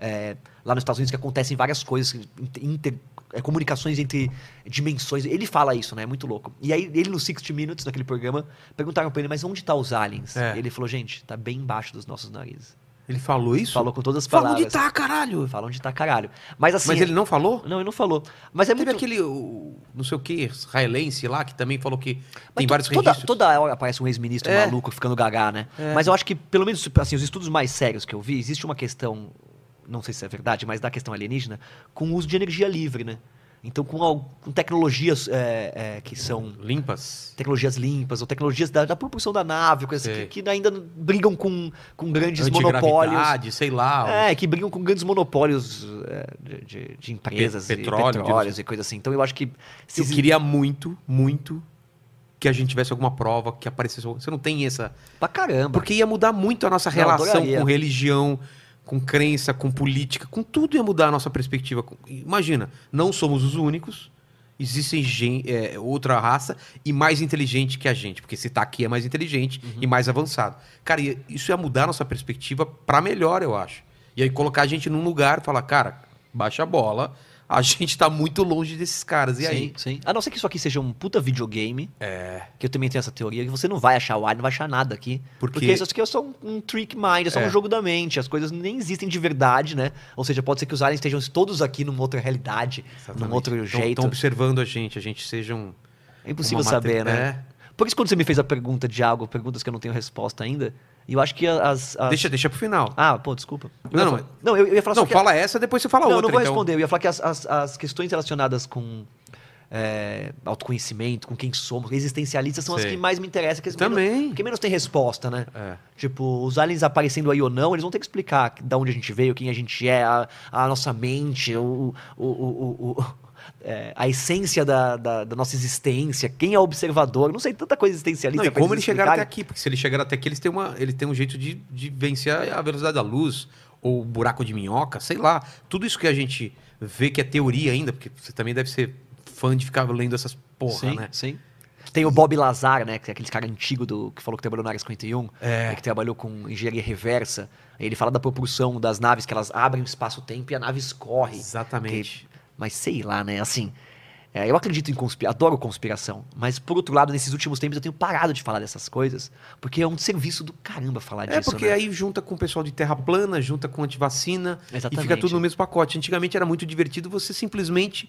S2: é, lá nos Estados Unidos que acontecem várias coisas, inter- é, comunicações entre dimensões. Ele fala isso, né? É muito louco. E aí, ele no 60 Minutes, naquele programa, perguntaram pra ele, mas onde tá os aliens?
S1: É.
S2: Ele falou, gente, tá bem embaixo dos nossos narizes.
S1: Ele falou isso?
S2: Falou com todas as
S1: Falou
S2: palavras.
S1: de tá, caralho.
S2: Fala onde tá, caralho. Mas assim...
S1: Mas ele não falou?
S2: Não, ele não falou. Mas é
S1: Teve
S2: muito...
S1: aquele, o- não sei o que, israelense lá, que também falou que
S2: Mas
S1: tem
S2: to-
S1: vários
S2: toda,
S1: registros.
S2: toda hora aparece um ex-ministro
S1: É.
S2: maluco ficando gagá, né? Mas eu acho que, pelo menos, assim, os estudos mais sérios que eu vi, existe uma questão, não sei se é verdade, mas da questão alienígena, com o uso de energia livre, né? Então, com, al- com tecnologias é, é, que são
S1: Limpas.
S2: tecnologias limpas ou tecnologias da, da propulsão da nave, coisas
S1: Sei.
S2: que, que ainda brigam com, com grandes monopólios.
S1: Antigravidade, sei lá.
S2: É, que brigam com grandes monopólios é, de, de- de empresas,
S1: Pe-
S2: e
S1: petróleo,
S2: petróleos e coisas assim. Então, eu acho que... se
S1: eu
S2: exi-
S1: queria muito, muito que a gente tivesse alguma prova que aparecesse. alguma- Você não tem essa.
S2: Pra caramba.
S1: Porque ia mudar muito a nossa
S2: Não,
S1: relação
S2: adoraria.
S1: com religião, com crença, com política, com tudo ia mudar a nossa perspectiva. Com- Imagina, não somos os únicos. Existe gen- é, outra raça e mais inteligente que a gente, porque se tá aqui é mais inteligente
S2: Uhum.
S1: e mais avançado. Cara, ia- isso ia mudar a nossa perspectiva pra melhor, eu acho. E aí colocar a gente num lugar e falar, cara, baixa a bola, a gente tá muito longe desses caras. E
S2: sim,
S1: aí? É.
S2: Sim. A não ser que isso aqui seja um puta videogame. Que eu também tenho essa teoria, que você não vai achar o alien, não vai achar nada aqui.
S1: Porque-
S2: isso aqui é só um, um trick mind, é só
S1: É.
S2: um jogo da mente. As coisas nem existem de verdade, né? Ou seja, pode ser que os aliens estejam todos aqui numa outra realidade, tá num outro jeito.
S1: Estão observando a gente, a gente seja um.
S2: É impossível
S1: uma
S2: saber,
S1: matéria-
S2: né? Por isso, quando você me fez a pergunta de algo, perguntas que eu não tenho resposta ainda, e eu acho que as. as-
S1: é. Deixa, deixa pro final.
S2: Ah, pô, desculpa.
S1: Não,
S2: fa- não eu, eu ia falar só
S1: não,
S2: que-
S1: fala essa, depois você fala
S2: não,
S1: outra.
S2: não vou
S1: então.
S2: responder. Eu ia falar que as, as, as questões relacionadas com é, autoconhecimento, com quem somos, existencialistas são as
S1: Sei.
S2: que mais me interessam, que eles
S1: Também.
S2: Menos, que menos tem resposta, né?
S1: É.
S2: Tipo, os aliens aparecendo aí ou não, eles vão ter que explicar da onde a gente veio, quem a gente é, a, a nossa mente, o, o, o- o- o- é, a essência da, da- da nossa existência, quem é o observador, não sei, tanta coisa existencialista.
S1: Não, e
S2: pra
S1: como eles chegaram até
S2: explicarem.
S1: aqui? Porque se eles chegaram até aqui, eles têm, uma, eles têm um jeito de, de vencer a a velocidade da luz, ou o buraco de minhoca, sei lá. Tudo isso que a gente vê que é teoria ainda, porque você também deve ser fã de ficar lendo essas porra,
S2: sim,
S1: né?
S2: Sim. Tem o Bob Lazar, né? Que é aquele cara antigo do, que falou que trabalhou na área 51,
S1: É.
S2: que trabalhou com engenharia reversa. Ele fala da propulsão das naves, que elas abrem o espaço-tempo e a nave escorre.
S1: Exatamente.
S2: Mas sei lá, né? Assim, é, eu acredito em conspiração, adoro conspiração. Mas por outro lado, nesses últimos tempos eu tenho parado de falar dessas coisas, porque é um serviço do caramba falar
S1: É
S2: disso.
S1: porque
S2: né?
S1: aí junta com o pessoal de terra plana, junta com antivacina, e
S2: Exatamente.
S1: fica tudo no mesmo pacote. Antigamente era muito divertido você simplesmente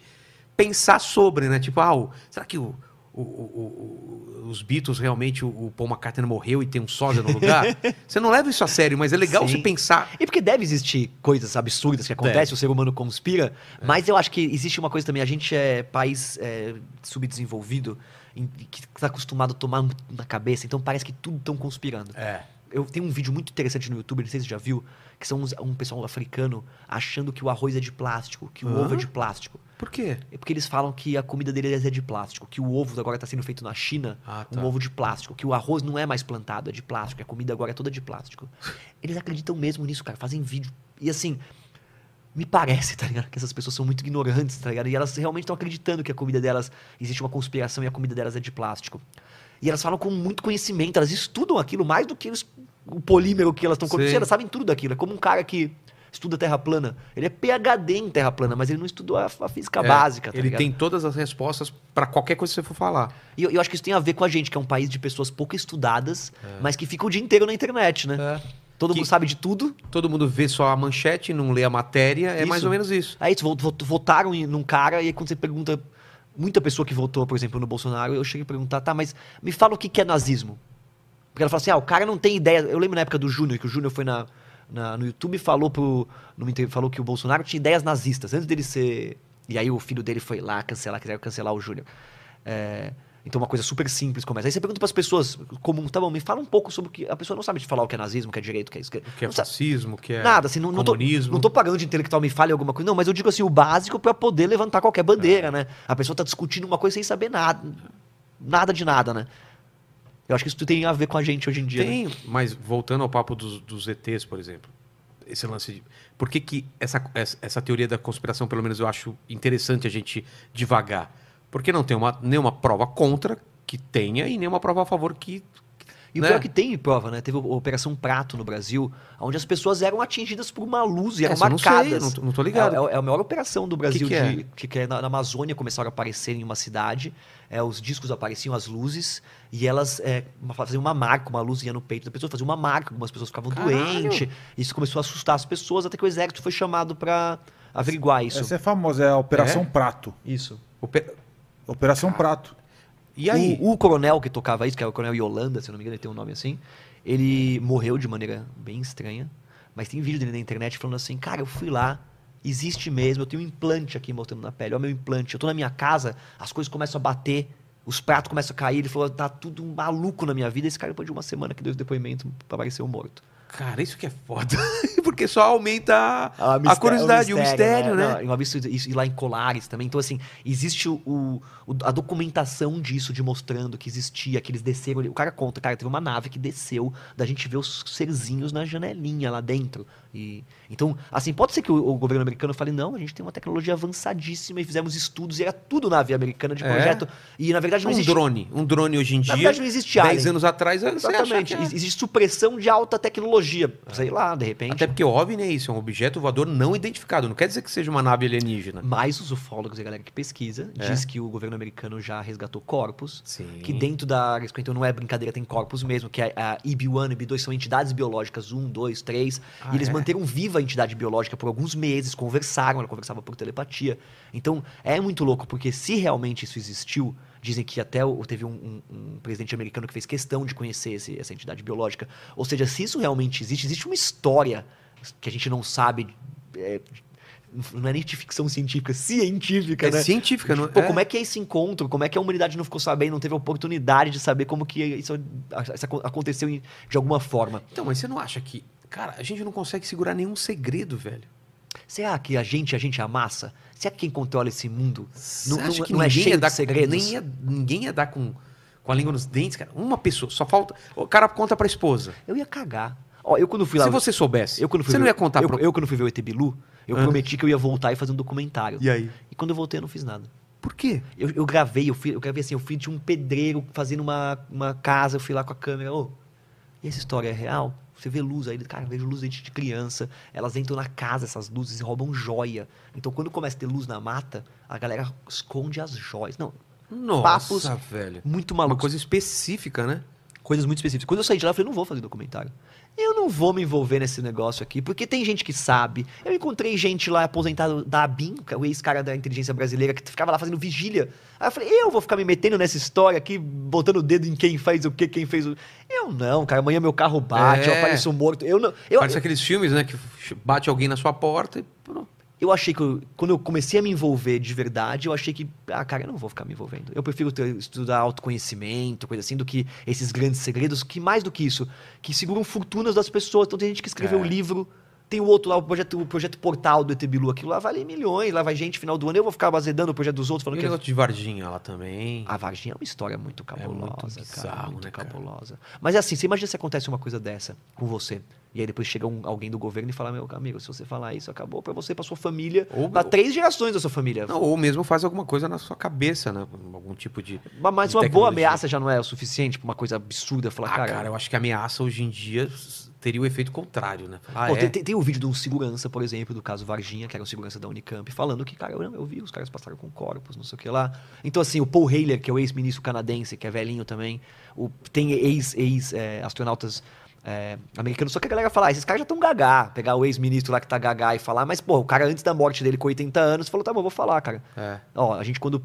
S1: pensar sobre, né? Tipo, ah, o- será que o- o- o- o- os Beatles realmente, o, o Paul McCartney morreu e tem um sósia no lugar? você não leva isso a sério, mas é legal
S2: Sim.
S1: você pensar.
S2: E porque deve existir coisas absurdas que acontecem,
S1: Deve. É.
S2: o ser humano conspira, mas eu acho que existe uma coisa também, a gente é país é, subdesenvolvido, em- que está acostumado a tomar um na cabeça, então parece que tudo estão conspirando.
S1: É.
S2: Eu tenho um vídeo muito interessante no YouTube, não sei se você já viu, que são uns- um pessoal africano achando que o arroz é de plástico, que o
S1: Hã?
S2: ovo é de plástico.
S1: Por quê?
S2: É porque eles falam que a comida deles é de plástico, que o ovo agora está sendo feito na China,
S1: Ah,
S2: um ovo de plástico, que o arroz não é mais plantado, é de plástico, a comida agora é toda de plástico. Eles acreditam mesmo nisso, cara, fazem vídeo. E assim, me parece, tá ligado? Que essas pessoas são muito ignorantes, tá ligado? E elas realmente estão acreditando que a comida delas, existe uma conspiração e a comida delas é de plástico. E elas falam com muito conhecimento, elas estudam aquilo mais do que os- o polímero que elas estão
S1: Sim.
S2: conhecendo, elas sabem tudo daquilo. É como um cara que estuda terra plana. Ele é PhD em terra plana, mas ele não estudou a, a física
S1: É,
S2: básica, tá
S1: Ele
S2: ligado?
S1: tem todas as respostas pra qualquer coisa que você for falar.
S2: E eu, eu acho que isso tem a ver com a gente, que é um país de pessoas pouco estudadas, mas que fica o dia inteiro na internet, né? Todo
S1: É. Que-
S2: mundo sabe de tudo.
S1: Todo mundo vê só a manchete, não lê a matéria, é
S2: Isso.
S1: mais ou menos isso.
S2: É isso, vo- vo- votaram em- num cara, e aí quando você pergunta. Muita pessoa que votou, por exemplo, no Bolsonaro, eu cheguei a perguntar, tá, mas me fala o que que é nazismo. Porque ela fala assim, ah, o cara não tem ideia. Eu lembro na época do Júnior, que o Júnior foi na, na- no YouTube e falou, pro, numa entrevista, falou que o Bolsonaro tinha ideias nazistas, antes dele ser. E aí o filho dele foi lá cancelar, quiseram cancelar o Júnior. É, então uma coisa super simples começa. Aí você pergunta para as pessoas comum, tá bom, me fala um pouco sobre o que. A pessoa não sabe te falar o que é nazismo, o que é direito, o que é isso.
S1: O que é
S2: não sabe-
S1: fascismo, o que é
S2: Nada, assim, não, não, tô,
S1: comunismo.
S2: não tô pagando de intelectual, me fale alguma coisa. Não, mas eu digo assim, o básico pra poder levantar qualquer
S1: É.
S2: bandeira, né? A pessoa tá discutindo uma coisa sem saber nada. Nada de nada, né? Eu acho que isso tem a ver com a gente hoje em dia. né?
S1: Tem, mas voltando ao papo dos, dos ETs, por exemplo, esse lance de. Por que, que essa, essa, essa teoria da conspiração, pelo menos eu acho interessante a gente divagar? Porque não tem uma, nenhuma prova contra que tenha e nenhuma prova a favor que.
S2: E o
S1: né?
S2: pior que tem prova, né? Teve a Operação Prato no Brasil, onde as pessoas eram atingidas por uma luz e eram
S1: Essa eu É, não sei,
S2: marcadas.
S1: não, tô- não tô ligado.
S2: É, é a maior operação do Brasil
S1: que é?
S2: de- que, que é na, na Amazônia começaram a aparecer em uma cidade. é, os discos apareciam, as luzes, e elas é, uma- faziam uma marca, uma luz ia no peito da pessoa, fazia uma marca, algumas pessoas ficavam
S1: Caralho!
S2: doentes. Isso começou a assustar as pessoas, até que o exército foi chamado pra averiguar isso.
S3: Essa é famosa, é a Operação
S1: É?
S3: Prato.
S2: Isso.
S1: o pe-
S2: Ah,
S3: Operação Prato.
S1: E aí?
S2: O, o coronel que tocava isso, que era o coronel Yolanda, se eu não me engano, ele tem um nome assim. Ele morreu de maneira bem estranha. Mas tem vídeo dele na internet falando assim: Cara, eu fui lá, existe mesmo, eu tenho um implante aqui mostrando na pele, olha meu implante. Eu tô na minha casa, as coisas começam a bater, os pratos começam a cair. Ele falou: Tá tudo um maluco na minha vida. Esse cara, depois de uma semana que deu esse depoimento, apareceu morto.
S1: Cara, isso que é foda. Porque só aumenta a,
S2: Ah, misté-
S1: curiosidade, o mistério, né?
S2: Não, eu já vi isso, isso lá em Colares também. Então, assim, existe o, o- a documentação disso, de mostrando que existia, que eles desceram. ali. O cara conta, cara, teve uma nave que desceu, da gente ver os serzinhos na janelinha lá dentro. E, então, assim, pode ser que o, o governo americano fale, não, a gente tem uma tecnologia avançadíssima e fizemos estudos e era tudo nave americana de
S1: É?
S2: projeto. E, na verdade, não
S1: um
S2: existe...
S1: drone. Um drone hoje em
S2: Na
S1: dia.
S2: verdade, não é existe
S1: Dez
S2: alien.
S1: anos atrás, você acha
S2: Exatamente.
S1: que é.
S2: Ex- Existe supressão de alta tecnologia. Sei lá, de repente.
S1: Até porque OVNI é isso, é um objeto voador não identificado. Não quer dizer que seja uma nave alienígena.
S2: Mas os ufólogos e a galera que pesquisa
S1: É.
S2: diz que o governo americano já resgatou corpos.
S1: Sim.
S2: Que dentro da área 51 não é brincadeira, tem corpos mesmo, que é a IB1 e IB2 são entidades biológicas, 1, 2, 3.
S1: Ah,
S2: e eles
S1: é?
S2: manteram viva a entidade biológica por alguns meses, conversaram, ela conversava por telepatia. Então, é muito louco, porque se realmente isso existiu, dizem que até o- teve um, um- um presidente americano que fez questão de conhecer esse- essa entidade biológica. Ou seja, se isso realmente existe, existe uma história que a gente não sabe é, não é nem de ficção científica, científica,
S1: É
S2: né?
S1: científica, não
S2: Pô, como é que é esse encontro? Como é que a humanidade não ficou sabendo, não teve a oportunidade de saber como que isso, isso acon- aconteceu em- de alguma forma?
S1: Então, mas você não acha que. Cara, a gente não consegue segurar nenhum segredo, velho.
S2: Será que a gente, a gente amassa? Será que quem controla esse mundo não,
S1: Você
S2: não,
S1: acha que
S2: não é
S1: ninguém
S2: cheio
S1: ia dar,
S2: de segredos?
S1: Nem ia, ninguém ia dar com, com a língua nos dentes, cara. Uma pessoa, só falta. O cara conta pra esposa.
S2: Eu ia cagar. Ó, eu quando fui lá...
S1: Se você soubesse,
S2: eu quando fui
S1: você
S2: ver-
S1: não ia contar
S2: eu,
S1: pro.
S2: eu quando fui ver o ET Bilu, eu
S1: Ah.
S2: prometi que eu ia voltar e fazer um documentário.
S1: E aí?
S2: E quando eu voltei, eu não fiz nada.
S1: Por quê?
S2: Eu, eu gravei, eu, fui, eu gravei assim, eu fui de um pedreiro fazendo uma, uma casa, eu fui lá com a câmera, ô, e essa história é real? Você vê luz aí, cara, eu vejo luz desde de criança, elas entram na casa, essas luzes, e roubam joia. Então, quando começa a ter luz na mata, a galera esconde as joias. Não,
S1: Nossa,
S2: Papos
S1: velho.
S2: muito
S1: Uma
S2: maluco.
S1: coisa específica, né?
S2: Coisas muito específicas. Quando eu saí de lá, eu falei, não vou fazer documentário. Eu não vou me envolver nesse negócio aqui, porque tem gente que sabe. Eu encontrei gente lá aposentada da ABIN, que é o ex-cara da inteligência brasileira, que ficava lá fazendo vigília. Aí eu falei, eu vou ficar me metendo nessa história aqui, botando o dedo em quem faz o quê, quem fez o. Eu não, cara, amanhã meu carro bate,
S1: É.
S2: eu apareço morto. Eu não. Eu,
S1: Parece aqueles filmes, né? Que bate alguém na sua porta e. pronto.
S2: eu achei que eu- quando eu comecei a me envolver de verdade, eu achei que, ah, cara, eu não vou ficar me envolvendo. Eu prefiro ter- estudar autoconhecimento, coisa assim, do que esses grandes segredos, que mais do que isso, que seguram fortunas das pessoas. Então tem gente que escreveu
S1: É.
S2: o livro, tem o outro lá, o projeto, o projeto portal do ET Bilu, aquilo lá vale milhões, lá vai gente final do ano, eu vou ficar bazedando o projeto dos outros,
S1: E o
S2: falando que...
S1: negócio de Varginha lá também.
S2: A Varginha é uma história muito
S1: É
S2: cabulosa,
S1: muito
S2: cara,
S1: bizarro,
S2: muito
S1: né, cara?
S2: cabulosa. Mas é assim, você imagina se acontece uma coisa dessa com você, e aí depois chega um- alguém do governo e fala, meu amigo, se você falar isso, acabou pra você, pra sua família,
S1: Ou-
S2: pra três gerações da sua família.
S1: Não, ou mesmo faz alguma coisa na sua cabeça, né? Algum tipo de.
S2: Ma- Mas
S1: de
S2: uma boa
S1: tecnologia.
S2: ameaça já não é o suficiente pra uma coisa absurda falar,
S1: Ah,
S2: cara.
S1: cara, eu acho que a ameaça hoje em dia teria o efeito contrário, né? Falar, Ah,
S2: Pô,
S1: é?
S2: tem, tem- tem um vídeo de um segurança, por exemplo, do caso Varginha, que era um segurança da Unicamp, falando que, cara, eu, não, eu vi, os caras passaram com corpos, não sei o que lá. Então, assim, o Paul Haler, que é o ex-ministro canadense, que é velhinho também, o, tem ex-astronautas é, americanos, só que a galera fala, ah, esses caras já estão gagá, pegar o ex-ministro lá que tá gagá e falar, mas, pô, o cara antes da morte dele, com 80 anos, falou, tá bom, vou falar, cara.
S1: É.
S2: Ó, a gente quando,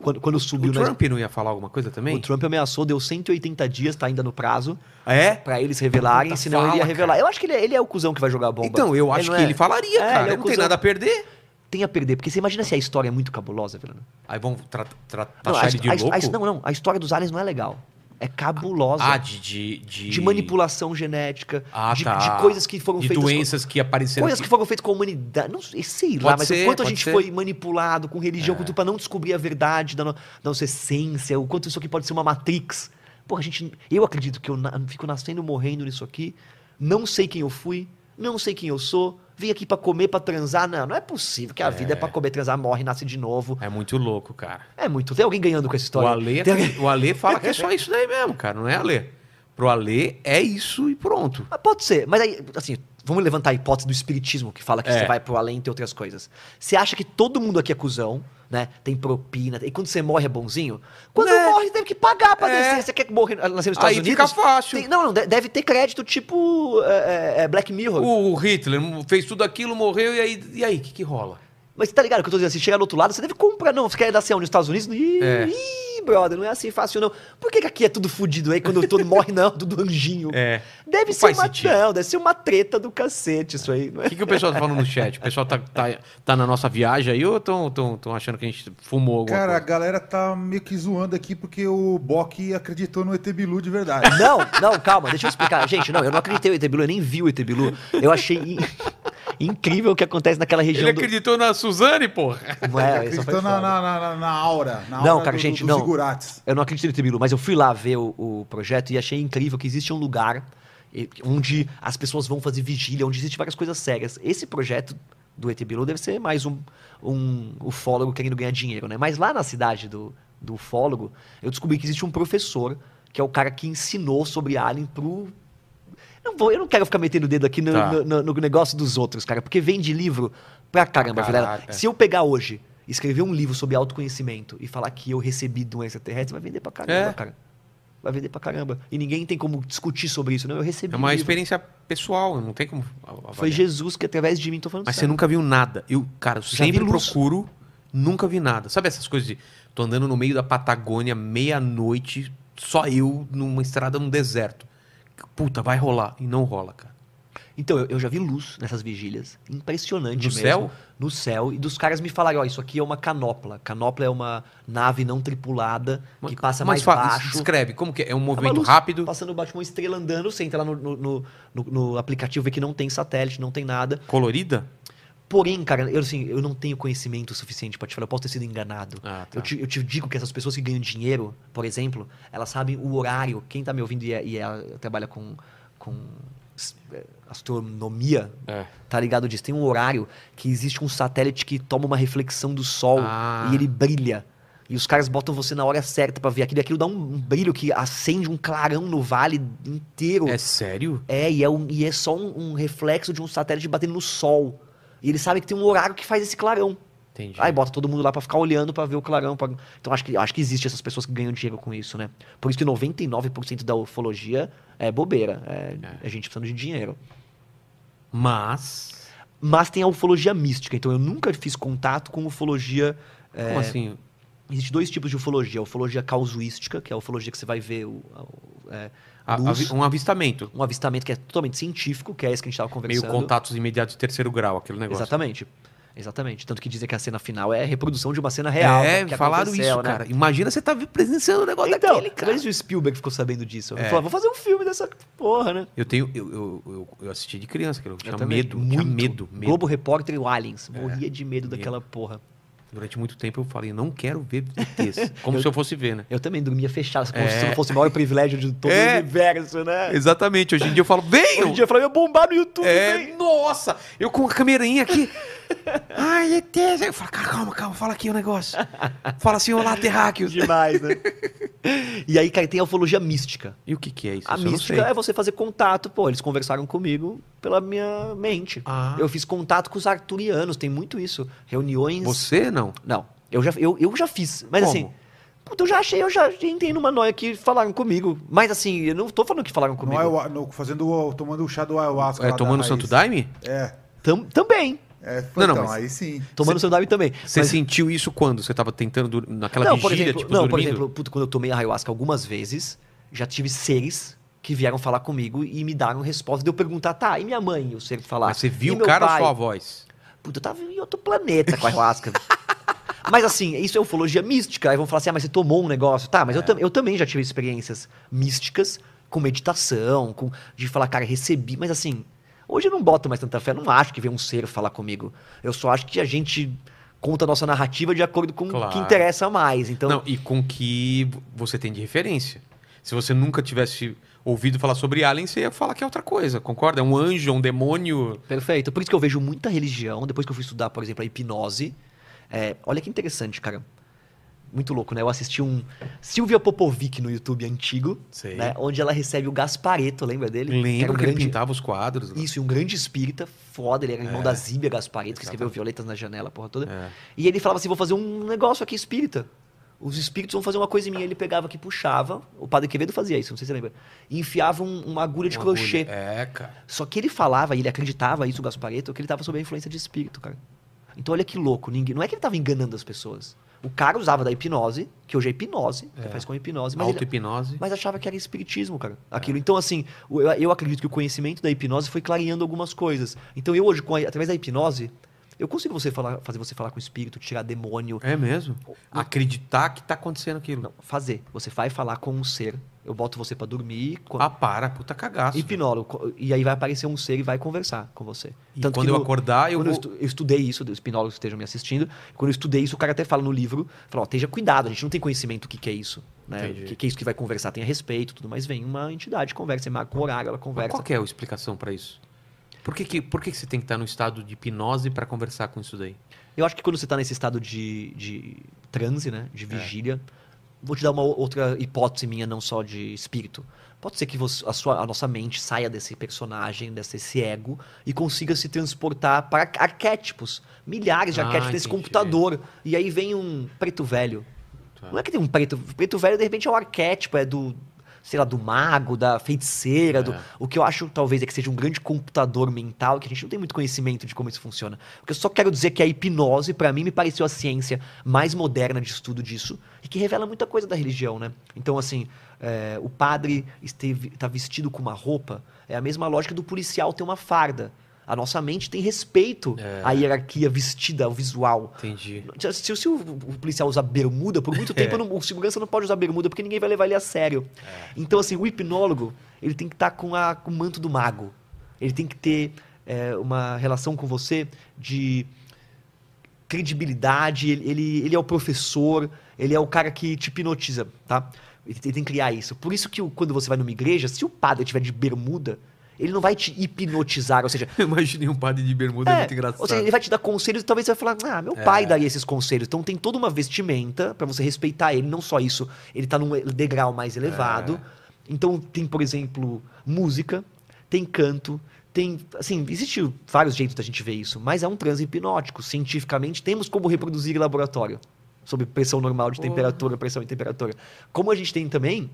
S2: quando, quando subiu...
S1: O
S2: nas-
S1: Trump não ia falar alguma coisa também?
S2: o Trump ameaçou, deu 180 dias, tá ainda no prazo,
S1: É?
S2: Pra eles revelarem,
S1: Puta,
S2: senão ele
S1: fala,
S2: ia revelar.
S1: cara.
S2: Eu acho que ele é, ele é o cuzão que vai jogar a bomba.
S1: Então, eu acho
S2: não
S1: que
S2: é-
S1: ele falaria,
S2: É,
S1: cara.
S2: ele é o
S1: não tem
S2: cuzão.
S1: nada a perder.
S2: Tem a perder, porque você imagina se a história é muito cabulosa, Vilano.
S1: Aí vão tra tra
S2: Não,
S1: taxar
S2: a,
S1: ele de
S2: a- a-
S1: louco?
S2: não, não, a história dos aliens não é legal. É cabulosa.
S1: ah, de, de, de...
S2: de manipulação genética,
S1: Ah,
S2: de,
S1: tá.
S2: de coisas que foram
S1: de
S2: feitas. com-
S1: doenças que apareceram.
S2: Coisas que foram feitas com a humanidade. Não sei, sei lá,
S1: Pode
S2: mas
S1: ser,
S2: o quanto a
S1: pode
S2: gente
S1: ser. É.
S2: foi manipulado com religião, com tudo, pra não descobrir a verdade da, no- da nossa essência, o quanto isso aqui pode ser uma matrix. Porra, a gente. Eu acredito que eu na- fico nascendo e morrendo nisso aqui. Não sei quem eu fui, não sei quem eu sou. Vim aqui pra comer, pra transar. Não, não é possível que a vida é pra comer, transar, morre, nasce de novo.
S1: É muito louco, cara.
S2: É muito. Tem alguém ganhando com essa
S1: O
S2: história?
S1: Ale,
S2: Tem alguém-
S1: o Ale fala que é só isso daí mesmo, cara. Não é Ale? Pro Ale é isso e pronto.
S2: Mas Ah, pode ser, mas aí, assim, vamos levantar a hipótese do espiritismo que fala que
S1: É.
S2: você vai pro além e tem outras coisas. Você acha que todo mundo aqui é cuzão, né? Tem propina, e quando você morre é bonzinho? Quando
S1: Né?
S2: morre, teve que pagar pra
S1: É.
S2: descer. Você quer que morrer nascer nos Estados
S1: Aí
S2: Unidos?
S1: fica fácil.
S2: Tem- não, não, de- deve ter crédito tipo é, é, é, Black Mirror.
S1: O Hitler fez tudo aquilo, morreu e aí, e aí, o que que rola?
S2: Mas tá ligado que eu tô dizendo assim, chega do outro lado, você deve comprar, não, você quer dar C1 nos Estados Unidos? Ih,
S1: É.
S2: ih, brother, não é assim fácil não. Por que, que aqui é tudo fudido aí, quando todo morre não, tudo anjinho?
S1: É.
S2: Deve
S1: Não
S2: ser
S1: faz
S2: uma,
S1: sentido.
S2: não, deve ser uma treta do cacete isso aí, não é?
S1: O que, que o pessoal tá falando no chat? O pessoal tá, tá, tá na nossa viagem aí ou estão tão, tão achando que a gente fumou alguma
S3: Cara, a
S1: coisa?
S3: galera tá meio que zoando aqui porque o Bock acreditou no ET Bilu de verdade.
S2: Não, não, calma, deixa eu explicar. Gente, não, eu não acreditei no ET Bilu, eu nem vi o ET Bilu. Eu achei in- incrível o que acontece naquela região
S1: Ele
S2: do...
S1: acreditou na Suzane, porra.
S2: Não, é, isso foi
S3: Acreditou na,
S2: foda.
S3: na, na, na aura. Na
S2: Não,
S3: aura
S2: cara,
S3: do-
S2: gente,
S3: do
S2: não.
S3: Zigurates.
S2: Eu não acredito no ET Bilu, mas eu fui lá ver o, o projeto e achei incrível que existe um lugar eh, onde as pessoas vão fazer vigília, onde existem várias coisas sérias. Esse projeto do ET Bilu deve ser mais um, um ufólogo querendo ganhar dinheiro, né? Mas lá na cidade do, do ufólogo, eu descobri que existe um professor, que é o cara que ensinou sobre alien pro, Não vou, eu não quero ficar metendo o dedo aqui no,
S1: Tá.
S2: no- no- no negócio dos outros, cara, porque vende livro pra caramba,
S1: Pra
S2: Vilela.
S1: caralho, é.
S2: Se eu pegar hoje, escrever um livro sobre autoconhecimento e falar que eu recebi de um extraterrestre, vai vender pra caramba,
S1: É.
S2: cara. Vai vender pra caramba. E ninguém tem como discutir sobre isso, não. Eu recebi.
S1: É
S2: um
S1: uma
S2: livro.
S1: experiência pessoal, não tem como. a- avaliar.
S2: Foi Jesus que através de mim tô falando
S1: Mas você
S2: sério.
S1: nunca viu nada. Eu, cara, eu
S2: Já vi
S1: sempre
S2: luz.
S1: procuro, nunca vi nada. Sabe essas coisas de. Tô andando no meio da Patagônia, meia-noite, só eu, numa estrada, num deserto. Puta, vai rolar. E não rola, cara.
S2: Então, eu, eu já vi luz nessas vigílias. Impressionante
S1: No
S2: mesmo.
S1: céu?
S2: No céu. E dos caras me falaram, ó, isso aqui é uma canopla. Canopla é uma nave não tripulada que passa mais
S1: fala,
S2: baixo.
S1: Escreve, como que é? É um
S2: É uma
S1: movimento
S2: luz
S1: rápido.
S2: Passando baixo uma estrela andando, você entra lá no, no- no- no- no aplicativo vê que não tem satélite, não tem nada.
S1: Colorida?
S2: Porém, cara, eu assim, eu não tenho conhecimento suficiente pra te falar, eu posso ter sido enganado.
S1: Ah, tá.
S2: Eu, te, eu te digo que essas pessoas que ganham dinheiro, por exemplo, elas sabem o horário. Quem tá me ouvindo e, é- e é- trabalha com, com s- é, astronomia,
S1: É.
S2: tá ligado disso? Tem um horário que existe um satélite que toma uma reflexão do sol
S1: Ah.
S2: e ele brilha. E os caras botam você na hora certa pra ver aquilo. E aquilo dá um, um brilho que acende um clarão no vale inteiro.
S1: É sério?
S2: É, e é, um- e é só um, um reflexo de um satélite batendo no sol. E eles sabem que tem um horário que faz esse clarão.
S1: Entendi.
S2: Aí bota todo mundo lá pra ficar olhando pra ver o clarão. pra- Então acho que, acho que existe essas pessoas que ganham dinheiro com isso, né? Por isso que 99% da ufologia é bobeira. É, é gente precisando de dinheiro.
S1: Mas.
S2: Mas tem a ufologia mística. Então eu nunca fiz contato com ufologia
S1: Como assim?
S2: Existem dois tipos de ufologia. A ufologia causuística, que é a ufologia que você vai ver o- a- o- é,
S1: A- a-
S2: luz.
S1: um avistamento.
S2: um avistamento que é totalmente científico, que é esse que a gente estava
S1: Meio
S2: conversando.
S1: contatos imediatos de terceiro grau, aquele negócio. né?
S2: Exatamente. Exatamente. Tanto que dizem que a cena final é a reprodução de uma cena real.
S1: é,
S2: que
S1: falaram
S2: aconteceu,
S1: isso,
S2: né?
S1: cara. Imagina você tá vi- presenciando um negócio
S2: Então,
S1: daquele, cara.
S2: mas o Spielberg ficou sabendo disso. Ele
S1: É.
S2: falou, vou fazer um filme dessa porra, né?
S1: Eu tenho. Eu, eu, eu, eu assisti de criança, aquilo. Eu tinha
S2: também,
S1: medo, tinha medo, medo. É.
S2: Globo Repórter e o Aliens. Morria de medo daquela porra.
S1: Durante muito tempo eu falei, não quero ver ETs. Como se eu fosse ver, né?
S2: Eu também dormia fechado, como se
S1: É.
S2: isso fosse o maior privilégio de todo
S1: É.
S2: o universo, né?
S1: Exatamente. Hoje em dia eu falo,
S2: Hoje
S1: venham!
S2: em dia eu falava, eu ia bombar no YouTube,
S1: É,
S2: vem.
S1: nossa! Eu com a câmerinha aqui. Ai, ET! Eu falo, cara, calma, calma, fala aqui o negócio. Fala assim, olá, terráqueos.
S2: Demais, né? e aí, cara, tem a ufologia mística.
S1: E o que que é isso?
S2: A
S1: Isso eu não sei.
S2: mística é você fazer contato, pô, eles conversaram comigo pela minha mente.
S1: Ah.
S2: Eu fiz contato com os arturianos, tem muito isso. Reuniões.
S1: Você não.
S2: Não, eu já, eu, eu já fiz, mas
S1: Como?
S2: assim. Puta, eu já achei, eu já entrei numa noia que falaram comigo. Mas assim, eu não tô falando que falaram comigo.
S3: No aia- no- fazendo é o, tomando o chá do ayahuasca.
S1: É,
S3: lá da
S1: tomando
S3: raiz.
S1: Santo Daime?
S3: É.
S2: Tam- também.
S3: é foi,
S1: Não, não,
S3: então,
S1: mas-
S3: aí sim.
S2: Tomando seu nome também.
S1: Você
S2: Mas- assim,
S1: sentiu isso quando? Você tava tentando dur- naquela
S2: não, por
S1: vigília,
S2: exemplo,
S1: tipo,
S2: não, por
S1: dormindo?
S2: exemplo, puta, quando eu tomei ayahuasca algumas vezes, já tive seres que vieram falar comigo e me deram resposta. De eu perguntar, tá, e minha mãe? E o ser falar.
S1: Mas você
S2: "E
S1: viu o
S2: meu
S1: cara
S2: pai?"
S1: ou só a voz?
S2: Puta, eu tava em outro planeta com a ayahuasca. mas assim, isso é ufologia mística. Aí vão falar assim, ah, mas você tomou um negócio. Tá, mas eu, tam- eu também já tive experiências místicas com meditação, com de falar, cara, recebi. Mas assim, hoje eu não boto mais tanta fé. Não acho que vem um ser falar comigo. Eu só acho que a gente conta a nossa narrativa de acordo com o
S1: Claro.
S2: que interessa mais. Então,
S1: Não, e com que vo- você tem de referência. Se você nunca tivesse ouvido falar sobre Alien, você ia falar que é outra coisa, concorda? É um anjo, é um demônio.
S2: Perfeito. Por isso que eu vejo muita religião. Depois que eu fui estudar, por exemplo, a hipnose. é, olha que interessante, cara. Muito louco, né? Eu assisti um Silvia Popovic no YouTube antigo,
S1: Sei.
S2: né? Onde ela recebe o Gaspareto, lembra dele? Que era
S1: Lembra
S2: um
S1: que ele
S2: grande-
S1: pintava os quadros? lá?
S2: Isso, e um grande espírita, foda, ele era irmão da Zíbia Gaspareto, que escreveu
S1: Exatamente.
S2: Violetas na Janela, porra toda.
S1: É.
S2: E ele falava assim: vou fazer um negócio aqui espírita. Os espíritos vão fazer uma coisa em mim. Ele pegava aqui, puxava. O padre Quevedo fazia isso, não sei se você lembra. E enfiava um- uma agulha de
S1: Uma
S2: crochê.
S1: agulha. É, cara.
S2: Só que ele falava, e ele acreditava isso, o Gaspareto, que ele estava sob a influência de espírito, cara. Então olha que louco, ninguém, não é que ele estava enganando as pessoas. O cara usava da hipnose, que hoje é hipnose, você faz com hipnose, mas, ele-
S1: Auto-hipnose. É.
S2: mas achava que era espiritismo, cara. Aquilo. Então, assim, o- eu, eu acredito que o conhecimento da hipnose foi clareando algumas coisas. Então eu hoje, com a- através da hipnose, eu consigo você falar, fazer você falar com o espírito, tirar demônio,
S1: É mesmo? Acreditar que tá acontecendo aquilo.
S2: fazer. Você vai falar com um ser. Eu boto você pra dormir. Quando...
S1: Ah, para, puta cagaço.
S2: Hipnólogo. co- E aí vai aparecer um ser e vai conversar com você.
S1: E quando eu acordar, Ah, eu
S2: quando
S1: vou...
S2: estu- eu estudei isso, os hipnólogos que estejam me assistindo, quando eu estudei isso, o cara até fala no livro, fala, ó, esteja cuidado, a gente não tem conhecimento do que, que é isso. Né? O
S1: Entendi.
S2: que, que é isso que vai conversar, tenha respeito, tudo mais. Vem uma entidade, conversa, você marca um horário, ela
S1: Mas
S2: conversa.
S1: qual que é a explicação pra isso? Por que, que, por que, que você tem que estar no estado de hipnose pra conversar com isso daí?
S2: Eu acho que quando você tá nesse estado de, de transe, né?
S1: É.
S2: De vigília. Vou te dar uma outra hipótese minha, não só de espírito. Pode ser que você- a, sua, a nossa mente saia desse personagem, desse esse ego, e consiga se transportar para arquétipos. Milhares de
S1: Ah,
S2: arquétipos nesse
S1: entendi.
S2: computador. E aí vem um preto velho.
S1: Tá.
S2: Não é que tem um preto. Preto velho, de repente, é um arquétipo, é do. sei lá, do mago, da feiticeira.
S1: É.
S2: Do... O que eu acho, talvez, é que seja um grande computador mental, que a gente não tem muito conhecimento de como isso funciona. O que eu só quero dizer é que a hipnose, pra mim, me pareceu a ciência mais moderna de estudo disso e que revela muita coisa da religião, né? Então, assim, é, o padre esteve, tá vestido com uma roupa, é a mesma lógica do policial ter uma farda. A nossa mente tem respeito
S1: É.
S2: à hierarquia vestida, ao visual.
S1: Entendi.
S2: Se, se- se o, o policial usar bermuda, por muito tempo não- o segurança não pode usar bermuda, porque ninguém vai levar ele a sério. Então, assim, o hipnólogo, ele tem que estar com, a- com o manto do mago. Ele tem que ter é, uma relação com você de credibilidade, ele, ele, ele é o professor, ele é o cara que te hipnotiza, tá? Ele tem, tem que criar isso. Por isso que o- quando você vai numa igreja, se o padre tiver de bermuda, ele não vai te hipnotizar, ou seja,
S1: Eu imaginei um padre de bermuda, é, muito engraçado. É.
S2: ou seja, ele vai te dar conselhos e talvez você vai falar, ah, meu pai daria esses conselhos. Então tem toda uma vestimenta pra você respeitar ele. Não só isso, ele tá num degrau mais elevado.
S1: É.
S2: Então tem, por exemplo, música, tem canto, tem. Assim, existe vários jeitos da gente ver isso, mas é um transe hipnótico. Cientificamente, temos como reproduzir em laboratório. Sob pressão normal de temperatura, pressão e temperatura. Como a gente tem também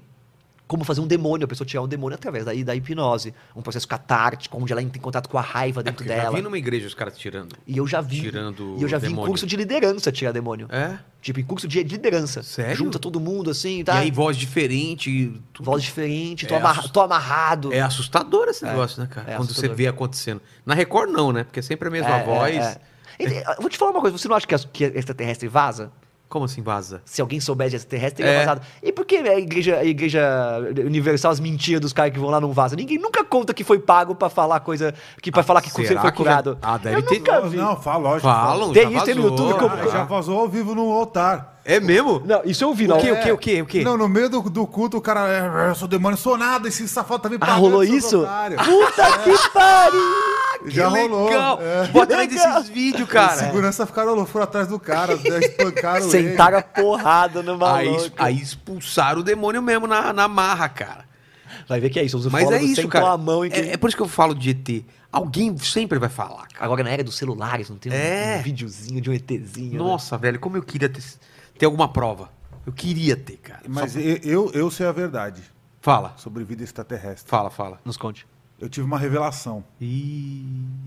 S2: como fazer um demônio, a pessoa tirar um demônio através da, da hipnose. Um processo catártico, onde ela entra em contato com a raiva dentro
S1: É, Porque eu já
S2: dela.
S1: vi numa igreja os caras tirando.
S2: E eu já vi.
S1: Tirando
S2: e eu já
S1: o
S2: vi em
S1: demônio.
S2: curso de liderança tirar demônio.
S1: É?
S2: Tipo, em curso de liderança.
S1: Sério?
S2: Junta todo mundo assim, tá?
S1: E aí voz diferente. tudo.
S2: Voz diferente, tô,
S1: É
S2: amarra-
S1: assust-
S2: tô amarrado.
S1: É assustador esse negócio, né, cara?
S2: é
S1: Quando você
S2: assustador.
S1: vê acontecendo. Na Record não, né? Porque é sempre a mesma
S2: É,
S1: voz.
S2: é, é. Ent- Eu Vou te falar uma coisa, você não acha que, as- que extraterrestre vaza?
S1: Como assim vaza?
S2: Se alguém soubesse de extraterrestre, teria
S1: É.
S2: vazado. E por que né, a igreja, a igreja universal, as mentiras dos caras que vão lá não vaza? Ninguém nunca conta que foi pago pra falar coisa. que para falar que você
S1: Ah, será
S2: foi
S1: que
S2: curado.
S1: já- Ah, deve
S2: eu
S1: ter-
S2: Nunca vi.
S3: Não, fala, lógico.
S1: Falam,
S2: Tem
S1: já
S2: isso, tem no
S1: vazou,
S2: YouTube, como-
S3: fala. Ah, já vazou ao vivo no altar.
S1: É mesmo?
S2: Não, isso eu vi, não.
S1: O quê, o quê, o quê, o quê?
S3: Não, no meio do, do culto o cara, "É, eu sou demônio, sou nada, esse safado tá me
S2: Ah,
S3: pagando,
S2: rolou
S3: seus
S2: isso? Ah,
S3: otários."
S2: Puta que pariu!
S3: Já
S1: Que
S3: rolou.
S1: legal.
S3: é.
S1: Vou atrás
S2: Que legal.
S1: desses vídeos, cara.
S3: Segurança ficaram foram atrás do cara, espancaram
S2: Sentaram a porrada no
S1: Aí,
S2: maluco.
S1: aí expulsaram o demônio mesmo na, na marra, cara.
S2: Vai ver que é isso. Os
S1: Mas é
S2: ufólogos
S1: isso,
S2: sentam
S1: cara.
S2: a mão em quem-
S1: é, é por isso que eu falo de ET. Alguém sempre vai falar, cara.
S2: Agora na era dos celulares, não tem um,
S1: É.
S2: um videozinho de um ETzinho. né?
S1: Nossa, velho, como eu queria ter, ter alguma prova. Eu queria ter, cara.
S3: ele. Mas
S1: Só-
S3: eu, eu, eu sei a verdade
S1: Fala,
S3: sobre vida extraterrestre.
S1: fala, fala.
S2: Nos conte.
S3: Eu tive uma revelação.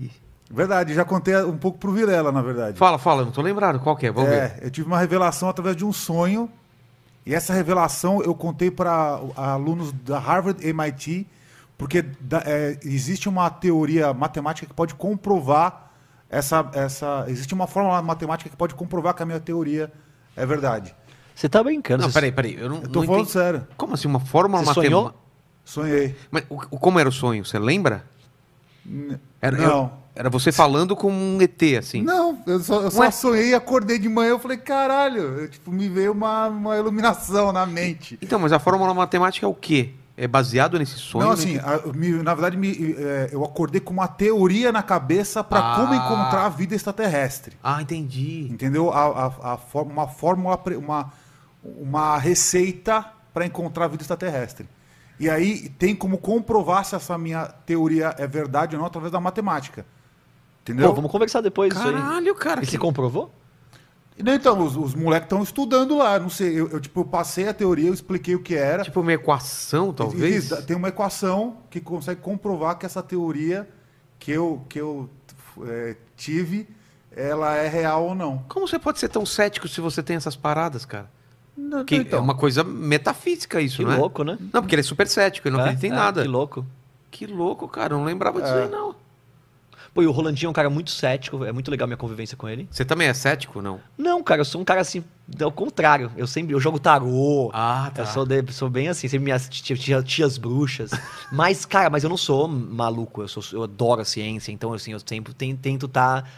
S1: Ih.
S3: Verdade, já contei um pouco pro Virela, na verdade.
S1: Fala, fala, eu não tô lembrado qual que é, vamos ver.
S3: É, eu tive uma revelação através de um sonho. E essa revelação eu contei para alunos da Harvard MIT, porque da- é, existe uma teoria matemática que pode comprovar essa, essa. Existe uma fórmula matemática que pode comprovar que a minha teoria é verdade.
S2: Você tá brincando.
S1: Não,
S2: você-
S1: peraí, peraí, eu não,
S3: Eu tô
S1: não
S3: falando
S1: entendi.
S3: sério.
S1: Como assim, uma fórmula
S2: Você sonhou?
S1: matemática?
S3: Sonhei.
S1: Mas o, o- como era o sonho, você lembra? Era,
S3: não.
S1: era você falando com um ET, assim.
S3: Não, eu só, eu só
S1: Ué?
S3: sonhei, acordei de manhã, eu falei, caralho, eu, tipo, me veio uma, uma iluminação na mente.
S1: Então, mas a fórmula matemática é o quê? É baseado nesse sonho?
S3: Não,
S1: né?
S3: assim, a- me- na verdade, me- é, eu acordei com uma teoria na cabeça para
S1: Ah.
S3: como encontrar a vida extraterrestre.
S1: Ah, entendi.
S3: Entendeu? A, a- a fór- uma fórmula, pre- uma, uma receita para encontrar a vida extraterrestre. E aí tem como comprovar se essa minha teoria é verdade ou não através da matemática. Entendeu?
S2: Pô, vamos conversar
S3: é
S2: depois disso aí.
S1: Caralho, cara.
S2: E
S1: que-
S2: você comprovou?
S3: Não, Então, os, os moleques estão estudando lá. Não sei, eu, eu, tipo, eu passei a teoria, eu expliquei o que era.
S1: Tipo uma equação, talvez?
S3: Existe- Tem uma equação que consegue comprovar que essa teoria que eu, que eu é, tive, ela é real ou não.
S1: Como você pode ser tão cético se você tem essas paradas, cara?
S3: Não, então.
S1: Que É uma coisa metafísica isso,
S2: Que
S1: né?
S2: louco, né?
S1: Não, porque ele é super cético, ele não
S2: É,
S1: acredita em
S2: é,
S1: nada.
S2: Que
S1: Que,
S2: louco.
S1: louco, cara. Eu não lembrava
S3: É.
S1: disso aí, não.
S2: Pô, e o Rolandinho é um cara muito cético, é muito legal minha convivência com ele.
S1: Você também é cético, não?
S2: Não, cara, eu sou um cara assim, ao contrário. Eu sempre, eu jogo tarô.
S1: Ah,
S2: Eu sou, de- sou bem assim, sempre minhas tia- tia- tias bruxas. Mas, cara, mas eu não sou maluco, eu, sou, eu adoro a ciência, então assim, eu sempre ten- tento estar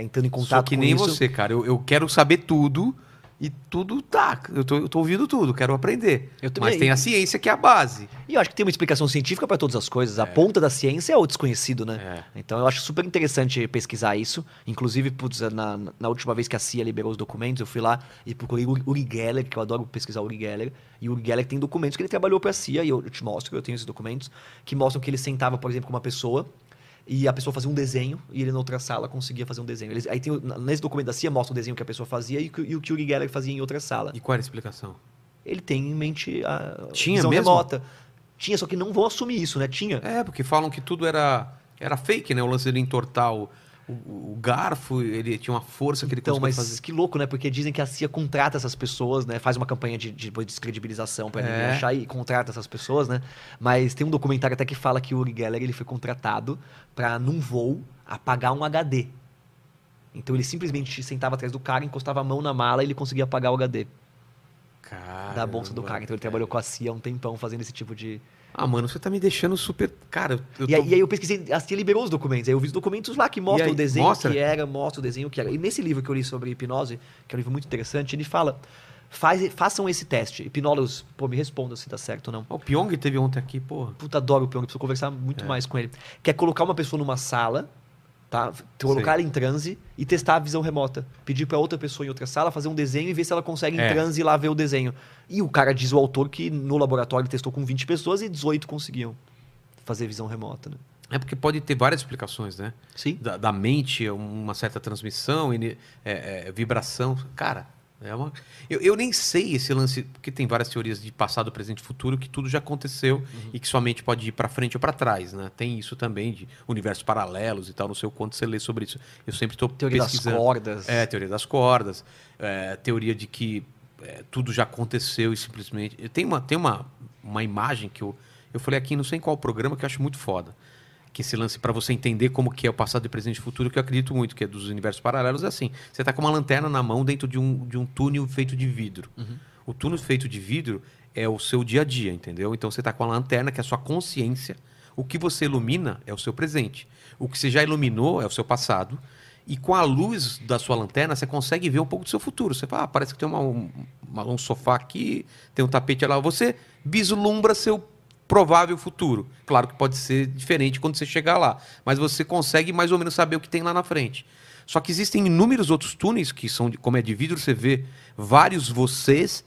S2: entrando em
S1: Sou
S2: contato
S1: que
S2: com
S1: nem
S2: isso.
S1: você, cara. Eu, eu quero saber tudo e tudo tá. Eu tô, eu tô ouvindo tudo, quero aprender.
S2: Eu também.
S1: Mas tem a ciência que é a base.
S2: E eu acho que tem uma explicação científica para todas as coisas. A ponta da ciência é o desconhecido, né? Então eu acho super interessante pesquisar isso. Inclusive, putz, na, na última vez que a CIA liberou os documentos, eu fui lá e procurei o Uri Geller, que eu adoro pesquisar o Uri Geller. E o Uri Geller tem documentos que ele trabalhou para a CIA, e eu, eu te mostro, eu tenho esses documentos, que mostram que ele sentava, por exemplo, com uma pessoa. E a pessoa fazia um desenho e ele na outra sala conseguia fazer um desenho. Eles- aí tem, o- nesse documento da CIA mostra o desenho que a pessoa fazia e, o que- e o que o Uri Geller fazia em outra sala
S1: E qual era a explicação?
S2: ele tem em mente a
S1: Tinha
S2: visão
S1: mesmo?
S2: remota. Tinha, só que não vou assumir isso, né? Tinha.
S1: É, porque falam que tudo era, era fake, né? O lance dele entortar o, o, o garfo, ele tinha uma força que ele
S2: Então,
S1: conseguia
S2: mas
S1: fazer.
S2: que louco, né? Porque dizem que a CIA contrata essas pessoas, né? Faz uma campanha de, de descredibilização pra ninguém
S1: É.
S2: achar e contrata essas pessoas, né? Mas tem um documentário até que fala que o Uri Geller ele foi contratado pra, num voo, apagar um HD. Então ele simplesmente sentava atrás do cara, encostava a mão na mala e ele conseguia apagar o HD
S1: Cara,
S2: da bolsa do cara. Então ele trabalhou com a CIA há um tempão fazendo esse tipo de.
S1: Ah, mano, você tá me deixando super. Cara, eu
S2: E, aí- e aí eu pesquisei, a CIA liberou os documentos. Aí eu vi os documentos lá que mostram
S1: aí,
S2: o desenho
S1: mostra?
S2: que era, mostra o desenho que era. E nesse livro que eu li sobre hipnose, que é um livro muito interessante, ele fala: faz- façam esse teste. Hipnólogos, pô, me respondam se tá certo ou não.
S1: Ó, O Pyong teve ontem aqui, porra.
S2: Puta, adoro o Pyong, preciso conversar muito mais com ele. Que é colocar uma pessoa numa sala, tá? Colocar ela em transe e testar a visão remota. Pedir pra outra pessoa em outra sala fazer um desenho e ver se ela consegue em
S1: É.
S2: transe ir lá ver o desenho. E o cara diz o autor que no laboratório ele testou com 20 pessoas e 18 conseguiam fazer visão remota, né?
S1: É porque pode ter várias explicações, né?
S2: Sim.
S1: Da, da mente, uma certa transmissão, ine- é, é, vibração. Cara, é uma. Eu, eu nem sei esse lance, porque tem várias teorias de passado, presente e futuro, que tudo já aconteceu
S2: Uhum.
S1: e que sua mente pode ir pra frente ou pra trás, né? Tem isso também, de universos paralelos e tal. Não sei o quanto você lê sobre isso. Eu sempre tô
S2: Teoria
S1: pesquisando.
S2: das cordas.
S1: É, teoria das cordas, é, teoria de que é, tudo já aconteceu e simplesmente. eu- Tem uma, tem uma, uma imagem que eu, eu falei aqui, não sei em qual programa, que eu acho muito foda. Que esse lance, pra você entender como que é o passado, presente e futuro, que eu acredito muito, que é dos universos paralelos, é assim. Você tá com uma lanterna na mão dentro de um, de um túnel feito de vidro. O túnel feito de vidro é o seu dia a dia, entendeu? Então você tá com a lanterna, que é a sua consciência. O que você ilumina é o seu presente. O que você já iluminou é o seu passado. E com a luz da sua lanterna, você consegue ver um pouco do seu futuro. Você fala, ah, parece que tem uma- um, uma- um sofá aqui, tem um tapete lá. Você vislumbra seu provável futuro. Claro que pode ser diferente quando você chegar lá, mas você consegue mais ou menos saber o que tem lá na frente. Só que existem inúmeros outros túneis que são, de, como é de vidro, você vê vários vocês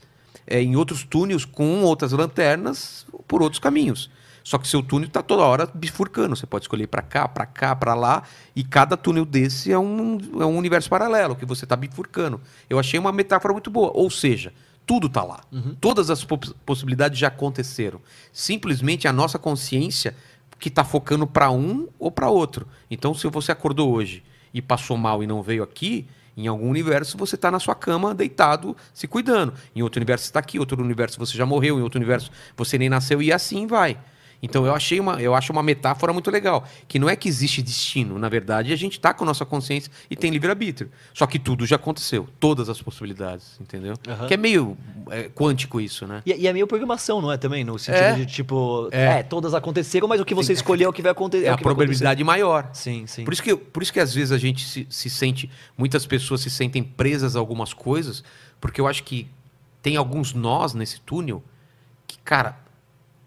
S1: é, em outros túneis com outras lanternas por outros caminhos. Só que seu túnel está toda hora bifurcando. Você pode escolher para cá, para cá, para lá. E cada túnel desse é um, é um universo paralelo que você está bifurcando. Eu achei uma metáfora muito boa. Ou seja, tudo está lá. Todas as pos- possibilidades já aconteceram. Simplesmente a nossa consciência que está focando para um ou para outro. Então, se você acordou hoje e passou mal e não veio aqui, em algum universo você está na sua cama, deitado, se cuidando. Em outro universo você está aqui, outro universo você já morreu, em outro universo você nem nasceu e assim vai. Então eu achei uma, eu acho uma metáfora muito legal, que não é que existe destino, na verdade a gente está com nossa consciência e tem livre arbítrio. Só que tudo já aconteceu, todas as possibilidades, entendeu?
S2: Aham.
S1: Que é meio é, quântico isso, né?
S2: E, e é meio programação, não é também? No sentido
S1: É.
S2: de tipo, é.
S1: É.
S2: todas aconteceram, mas o que você escolheu é o que vai aconte-
S1: É
S2: é o
S1: a
S2: que vai acontecer.
S1: probabilidade maior.
S2: Sim, sim.
S1: Por isso, que, por isso que às vezes a gente se, se sente, muitas pessoas se sentem presas a algumas coisas, porque eu acho que tem alguns nós nesse túnel que, cara,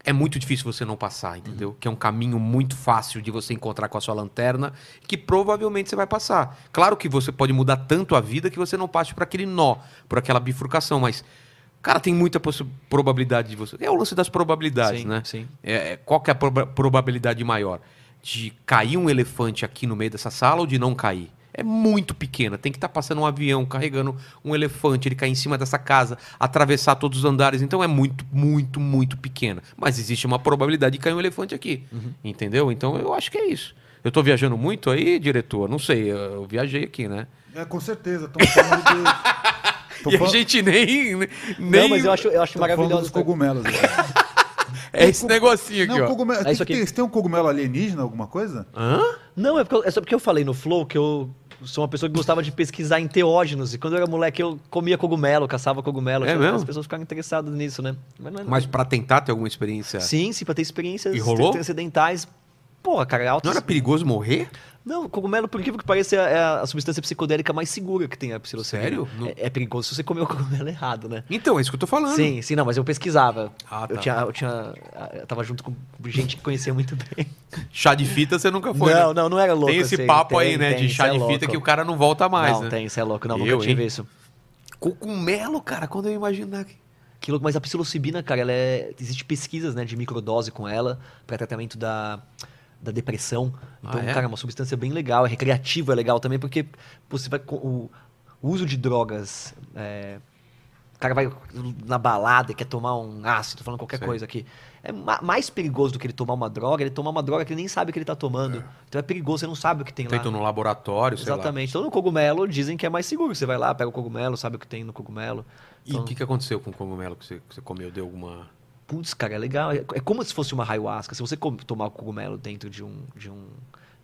S1: é muito difícil você não passar,
S2: Uhum.
S1: entendeu? Que é um caminho muito fácil de você encontrar com a sua lanterna, que provavelmente você vai passar. Claro que você pode mudar tanto a vida que você não passe por aquele nó, por aquela bifurcação, mas, cara, tem muita possi- probabilidade de você. É o lance das probabilidades,
S2: sim,
S1: né?
S2: sim.
S1: É, é, qual que é a proba- probabilidade maior? De cair um elefante aqui no meio dessa sala ou de não cair? É muito pequena. Tem que estar passando um avião carregando um elefante, ele cair em cima dessa casa, atravessar todos os andares. Então é muito, muito, muito pequena. Mas existe uma probabilidade de cair um elefante aqui.
S2: Uhum.
S1: Entendeu? Então eu acho que é isso. Eu tô viajando muito aí, diretor? Não sei, eu, eu viajei aqui, né?
S3: É, com certeza. Tô falando de. Tô
S1: e
S3: fa-
S1: a gente nem. nem tá
S2: Não, mas eu acho, eu acho
S3: tô falando
S2: maravilhoso.
S3: dos cogumelos. agora.
S1: É esse negocinho aqui,
S3: Não,
S1: ó.
S3: cogumelo.
S2: isso
S3: tem,
S2: né? aqui.
S3: que ter- tem um cogumelo alienígena, alguma coisa?
S1: Hã?
S2: Não, é, porque eu- é só porque eu falei no Flow que eu sou uma pessoa que gostava de pesquisar em teógenos. E quando eu era moleque, eu comia cogumelo, caçava cogumelo.
S1: É
S2: achava que
S1: mesmo?
S2: As pessoas ficaram interessadas nisso, né? Mas não é-
S1: Mas pra tentar ter alguma experiência.
S2: Sim, sim, pra ter experiências
S1: E rolou?
S2: transcendentais. Porra, cara, é alto.
S1: Não era perigoso morrer?
S2: Não, cogumelo, por incrível que pareça, é a substância psicodélica mais segura que tem a psilocibina.
S1: Sério? Não-
S2: É, é perigoso se você comer o cogumelo errado, né?
S1: Então, é isso que eu tô falando.
S2: Sim, sim, não, mas eu pesquisava.
S1: Ah,
S2: eu,
S1: tá.
S2: tinha, eu tinha. Eu tava junto com gente que conhecia muito bem.
S1: Chá de fita você nunca foi.
S2: não,
S1: né?
S2: não, não era louco.
S1: Tem esse
S2: assim,
S1: papo
S2: tem,
S1: aí, né?
S2: tem,
S1: de chá
S2: cê é
S1: de
S2: louco.
S1: fita que o cara não volta mais,
S2: Não,
S1: né?
S2: tem, isso é louco. Não,
S1: Eu,
S2: nunca tive
S1: hein?
S2: isso.
S1: Cogumelo, cara, quando eu imaginar que.
S2: Que louco, mas a psilocibina, cara, ela é. Existe pesquisas, né, de microdose com ela pra tratamento da, da depressão. Então,
S1: Ah, é?
S2: cara, é uma substância bem legal, é recreativa, é legal também, porque você vai. co- O, o uso de drogas é, O cara vai na balada e quer tomar um ácido, falando qualquer
S1: Sim.
S2: coisa aqui. É ma- mais perigoso do que ele tomar uma droga, ele tomar uma droga que ele nem sabe o que ele tá tomando. Então é perigoso, você não sabe o que tem lá.
S1: Feito no laboratório, sei lá.
S2: Exatamente. Então no cogumelo dizem que é mais seguro. Você vai lá, pega o cogumelo, sabe o que tem no cogumelo.
S1: E o que, que aconteceu com o cogumelo que você, que você comeu? Deu alguma.
S2: Putz, cara, é legal. É é como se fosse uma ayahuasca. Se você com- tomar o cogumelo dentro de um, de um,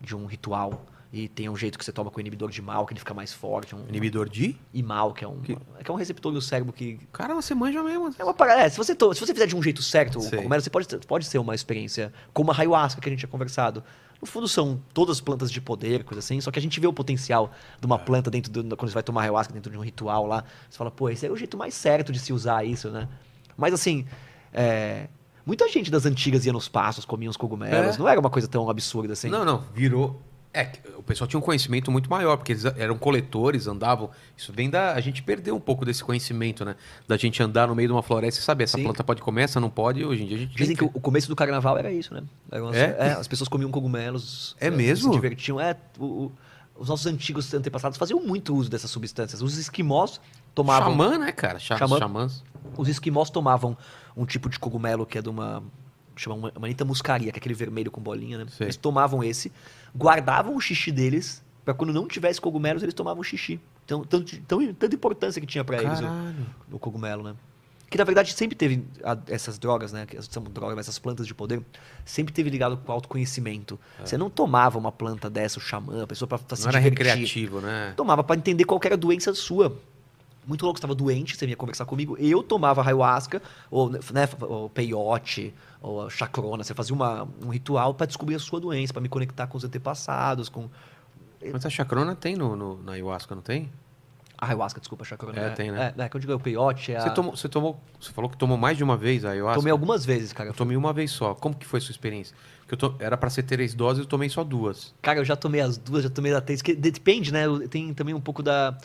S2: de um ritual e tem um jeito que você toma com o inibidor de mal, que ele fica mais forte. Um
S1: Inibidor de?
S2: imal, que é um,
S1: Que-
S2: É, que é um receptor do cérebro que.
S1: Cara, você manja mesmo.
S2: É uma parada. é, se, você to- se você fizer de um jeito certo o
S1: Sei.
S2: cogumelo, você pode, ter- pode ser uma experiência como a ayahuasca que a gente tinha conversado. No fundo, são todas plantas de poder, coisa assim. Só que a gente vê o potencial de
S1: É.
S2: uma planta dentro do. Quando você vai tomar ayahuasca dentro de um ritual lá. Você fala, pô, esse é o jeito mais certo de se usar isso, né? Mas assim. é, Muita gente das antigas ia nos passos, comia uns cogumelos.
S1: É.
S2: Não era uma coisa tão absurda assim.
S1: Não, não, virou. É, que o pessoal tinha um conhecimento muito maior, porque eles eram coletores, andavam. Isso vem da. A gente perdeu um pouco desse conhecimento, né? Da gente andar no meio de uma floresta e saber, essa
S2: Sim.
S1: planta pode comer, essa não pode. Hoje em dia a gente.
S2: Dizem que o começo do carnaval era isso, né? Eram as-
S1: É?
S2: é, as pessoas comiam cogumelos.
S1: É
S2: eh,
S1: mesmo?
S2: Se divertiam. É, o- o- os nossos antigos antepassados faziam muito uso dessas substâncias. Os esquimós tomavam.
S1: Xamã, né, cara? Xa-
S2: Xamã.
S1: Xamãs.
S2: Os esquimós tomavam um tipo de cogumelo que é de uma. chama uma manita muscaria, que é aquele vermelho com bolinha, né?
S1: Sei.
S2: Eles tomavam esse, guardavam o xixi deles, pra quando não tivesse cogumelos, eles tomavam xixi. Então, tanto, tão- tanta importância que tinha pra eles. né? o-
S1: Caralho.
S2: o cogumelo, né? Que na verdade sempre teve a- essas drogas, né? Que são drogas, mas essas plantas de poder, sempre teve ligado com o autoconhecimento. Você não tomava uma planta dessa, o xamã, a pessoa pra, pra
S1: É.
S2: se Então,
S1: Não era
S2: divertir.
S1: recreativo, né?
S2: Tomava pra entender qual que era a doença sua. Muito louco, você tava doente, você vinha conversar comigo. Eu tomava ayahuasca, ou, né, ou peiote, ou a chacrona. Você fazia uma- um ritual pra descobrir a sua doença, pra me conectar com os antepassados, com.
S1: Mas a chacrona tem no, no- na ayahuasca, não tem?
S2: A ayahuasca, desculpa, a chacrona.
S1: É, tem, né?
S2: É, é, quando eu digo é o peiote, é. a-
S1: Você, tomou, você tomou. Você falou que tomou mais de uma vez a ayahuasca?
S2: Tomei algumas vezes, cara.
S1: Eu tomei uma vez só. Como que foi a sua experiência? Porque eu to- era pra ser três doses, eu tomei só duas.
S2: Cara, eu já tomei as duas, já tomei a três. Que depende, né? Tem também um pouco da.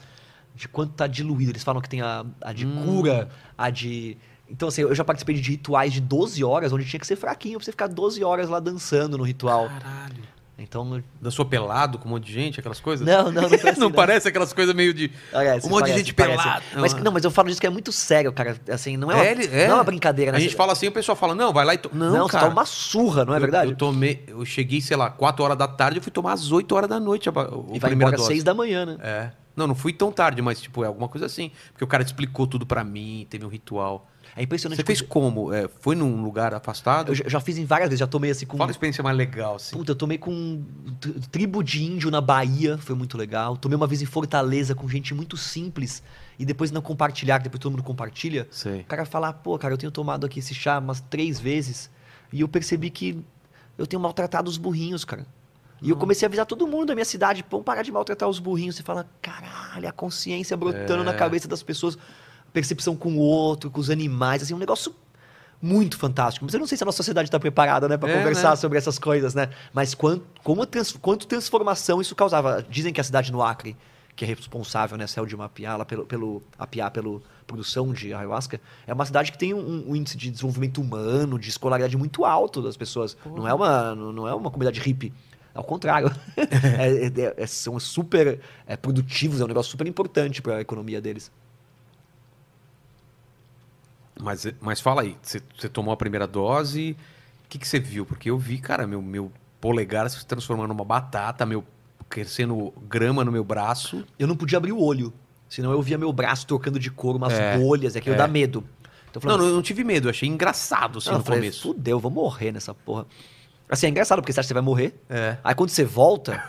S2: De quanto tá diluído. Eles falam que tem a, a de
S1: Hum.
S2: cura, a de. Então, assim, eu já participei de rituais de 12 horas, onde tinha que ser fraquinho pra você ficar 12 horas lá dançando no ritual.
S1: Ah. Caralho.
S2: Então. eu-
S1: Dançou pelado com um monte de gente, aquelas coisas?
S2: Não, não, não foi assim,
S1: não
S2: não.
S1: parece aquelas coisas meio de.
S2: Parece,
S1: um monte
S2: parece,
S1: de gente
S2: parece.
S1: pelado.
S2: Mas, não, mas eu falo disso que é muito sério, cara. Assim, não é uma,
S1: ele- é.
S2: Não é uma brincadeira, né?
S1: A gente
S2: Você-
S1: fala assim, o pessoal fala, não, vai lá e. To... Não,
S2: Não, você
S1: cara.
S2: tá uma surra, não é
S1: Eu-
S2: verdade?
S1: Eu, tomei, eu cheguei, sei lá, 4 horas da tarde, eu fui tomar às 8 horas da noite a, ba- o-
S2: e
S1: a
S2: vai
S1: primeira
S2: embora às
S1: dose.
S2: 6 da manhã, né?
S1: É. Não, não fui tão tarde, mas tipo, é alguma coisa assim. Porque o cara explicou tudo pra mim, teve um ritual.
S2: É impressionante.
S1: Você fez como? É, foi num lugar afastado?
S2: Eu já, já fiz em várias vezes, já tomei assim com.
S1: Fala a experiência mais legal, assim.
S2: Puta, eu tomei com t- tribo de índio na Bahia, foi muito legal. Tomei uma vez em Fortaleza com gente muito simples e depois não compartilhar, que depois todo mundo compartilha.
S1: Sei.
S2: O cara falar, pô, cara, eu tenho tomado aqui esse chá umas três vezes e eu percebi que eu tenho maltratado os burrinhos, cara. E
S1: Uhum.
S2: eu comecei a avisar todo mundo da minha cidade, pô, parar de maltratar os burrinhos. Você fala, caralho, a consciência brotando
S1: É.
S2: na cabeça das pessoas, percepção com o outro, com os animais, assim, um negócio muito fantástico. Mas eu não sei se a nossa sociedade está preparada, né, para
S1: É,
S2: conversar
S1: né?
S2: sobre essas coisas, né? Mas quanto, como trans- quanto transformação isso causava? Dizem que a cidade no Acre, que é responsável, né, céu de Mapiá, lá pelo, pelo Apiá, pelo produção de ayahuasca, é uma cidade que tem um, um índice de desenvolvimento humano, de escolaridade muito alto das pessoas. Não é uma, não não é uma comunidade hippie. Ao contrário, É- é- é- são super é, produtivos, é um negócio super importante para a economia deles.
S1: Mas, mas fala aí, você você tomou a primeira dose, o que, que você viu? Porque eu vi, cara, meu, meu polegar se transformando numa batata, meu crescendo grama no meu braço.
S2: Eu não podia abrir o olho, senão eu via meu braço trocando de cor, umas
S1: É,
S2: bolhas, é que eu
S1: é.
S2: dá medo.
S1: Não,
S2: Então, eu falava,
S1: não, eu não tive medo, eu achei engraçado assim
S2: Não, eu
S1: no
S2: falei,
S1: começo.
S2: Fudeu, eu vou morrer nessa porra. Assim, é engraçado, porque você acha que você vai morrer.
S1: É.
S2: Aí quando você volta.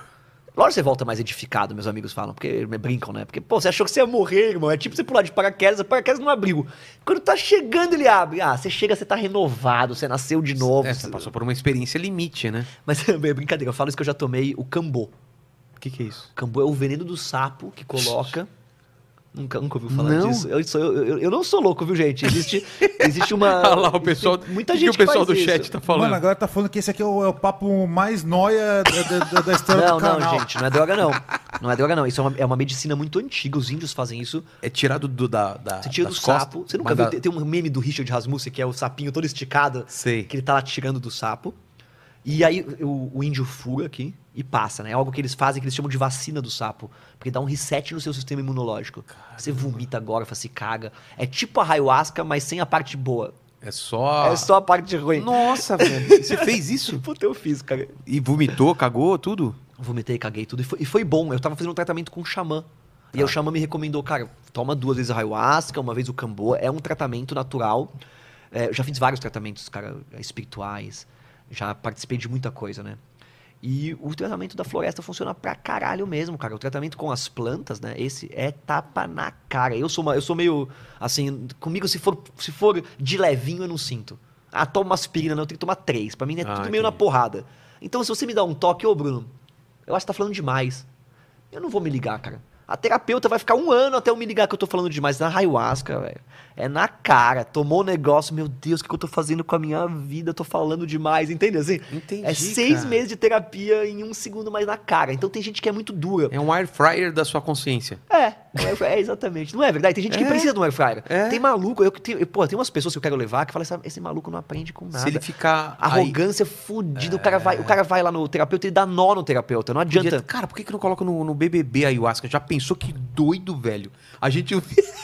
S2: Lógico que você volta mais edificado, meus amigos falam, porque me brincam, né? Porque, pô, você achou que você ia morrer, irmão. É tipo você pular de paraquedas, o paraquedas não abriu. Quando tá chegando, ele abre. Ah, você chega, você tá renovado, você nasceu de novo.
S1: É, você passou por uma experiência limite, né?
S2: Mas é brincadeira, eu falo isso que eu já tomei o cambô.
S1: O que, que é isso?
S2: Cambu é o veneno do sapo que coloca. Nunca, nunca ouviu falar
S1: Não?
S2: disso. Eu, sou- eu- eu- eu não sou louco, viu, gente? Existe, existe uma.
S1: Olha lá, o
S2: existe
S1: pessoal.
S2: Muita
S1: o que
S2: gente
S1: que o pessoal
S2: faz
S1: do
S2: isso.
S1: chat tá falando?
S3: Mano, a galera tá falando que esse aqui é o, é o papo mais nóia da, da- da- da história
S2: Não,
S3: do
S2: não,
S3: canal.
S2: gente, não é droga, não. Não é droga, não. Isso é uma, é uma medicina muito antiga. Os índios fazem isso.
S1: É tirado do, da, da.
S2: Você tira
S1: das
S2: do
S1: costas,
S2: sapo. Você nunca
S1: mas
S2: viu?
S1: da-
S2: Tem, tem um meme do Richard Rasmussen, que é o sapinho todo esticado,
S1: Sei.
S2: que ele tá lá tirando do sapo. E aí o, o índio fura aqui e passa, né? É algo que eles fazem que eles chamam de vacina do sapo, porque dá um reset no seu sistema imunológico. Você vomita agora, se caga. É tipo a ayahuasca, mas sem a parte boa.
S1: É só.
S2: É só a parte ruim.
S1: Nossa, velho. Você fez isso?
S2: Puta, eu fiz, cara.
S1: E vomitou, cagou, tudo?
S2: Vomitei, caguei tudo. E foi, e foi bom. Eu tava fazendo um tratamento com um xamã. E
S1: Tá.
S2: aí o xamã me recomendou, cara, toma duas vezes a ayahuasca, uma vez o cambô. É um tratamento natural. É, eu já fiz vários tratamentos, cara, espirituais. Já participei de muita coisa, né? E o tratamento da floresta funciona pra caralho mesmo, cara. O tratamento com as plantas, né? Esse é tapa na cara. Eu sou, uma- eu sou meio, assim, comigo se for, se for de levinho eu não sinto. Ah, toma uma aspirina, não, eu tenho que tomar três. Pra mim é
S1: Ah,
S2: tudo meio na
S1: entendi.
S2: porrada. Então se você me dá um toque, ô Bruno, eu acho que tá falando demais. Eu não vou me ligar, cara. A terapeuta vai ficar um ano até eu me ligar que eu tô falando demais. Na ayahuasca, velho. É na cara. Tomou o negócio. Meu Deus, o que, que eu tô fazendo com a minha vida? Eu tô falando demais. Entende assim?
S1: Entendi.
S2: é seis
S1: cara.
S2: meses de terapia em um segundo mais na cara. Então tem gente que é muito dura.
S1: É um air fryer da sua consciência.
S2: É, um air fryer, é exatamente. Não é verdade? Tem gente que
S1: É.
S2: precisa de um air fryer.
S1: É.
S2: Tem maluco, eu, que tenho- eu- pô, tem umas pessoas que eu quero levar que falam, "Essa- esse maluco não aprende com nada.
S1: Se ele ficar. aí-
S2: Arrogância fudida, o, cara vai, o cara vai lá no terapeuta e dá nó no terapeuta. Não
S1: Podia-
S2: adianta.
S1: Cara, por que, que não coloca no, no BBB a ayahuasca? Já pensou que doido, velho? A gente.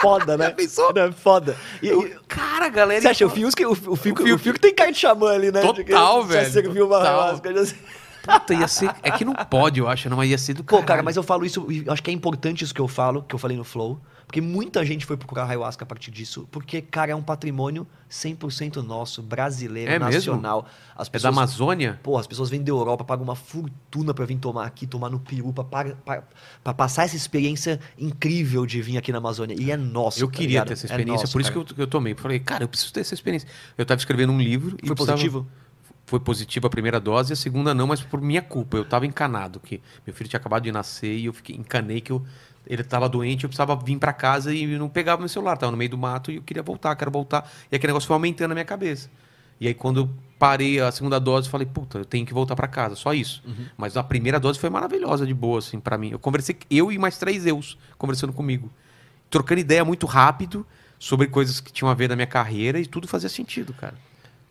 S2: Foda, né?
S1: Já pensou?
S2: Não, é foda. E, e-
S1: Cara, galera.
S2: você acha o Fiuk? O, o, Fiuk,
S1: O Fiuk-
S2: o Fiuk tem cara de xamã ali, né?
S1: Total,
S2: De que já
S1: velho,
S2: serviu uma
S1: total.
S2: ayahuasca, já-
S1: Puta, ia ser. É que não pode, eu acho, não, mas ia ser do
S2: Pô,
S1: caralho.
S2: cara, mas eu falo isso, e eu acho que é importante isso que eu falo, que eu falei no Flow, porque muita gente foi procurar ayahuasca a partir disso, porque, cara, é um patrimônio 100% nosso, brasileiro,
S1: É mesmo?
S2: nacional. As
S1: É da Amazônia?
S2: Pô, as pessoas vêm da Europa, pagam uma fortuna pra vir tomar aqui, tomar no Peru, pra, pra, pra- pra passar essa experiência incrível de vir aqui na Amazônia. E é nosso.
S1: Eu
S2: tá
S1: queria
S2: ligado?
S1: ter essa
S2: É
S1: experiência,
S2: nosso,
S1: por isso
S2: cara.
S1: que eu, que eu tomei. Falei, cara, eu preciso ter essa experiência. Eu tava escrevendo um livro e
S2: Foi
S1: precisava-
S2: positivo?
S1: Foi positivo a primeira dose, a segunda não, mas por minha culpa. Eu tava encanado, que meu filho tinha acabado de nascer e eu fiquei, encanei que eu, ele tava doente, eu precisava vir pra casa e não pegava meu celular, tava no meio do mato e eu queria voltar, quero voltar. E aquele negócio foi aumentando na minha cabeça. E aí quando eu parei a segunda dose, eu falei, puta, eu tenho que voltar pra casa, só isso. Mas a primeira dose foi maravilhosa de boa assim pra mim. Eu conversei eu e mais três eus conversando comigo, trocando ideia muito rápido sobre coisas que tinham a ver na minha carreira e tudo fazia sentido, cara.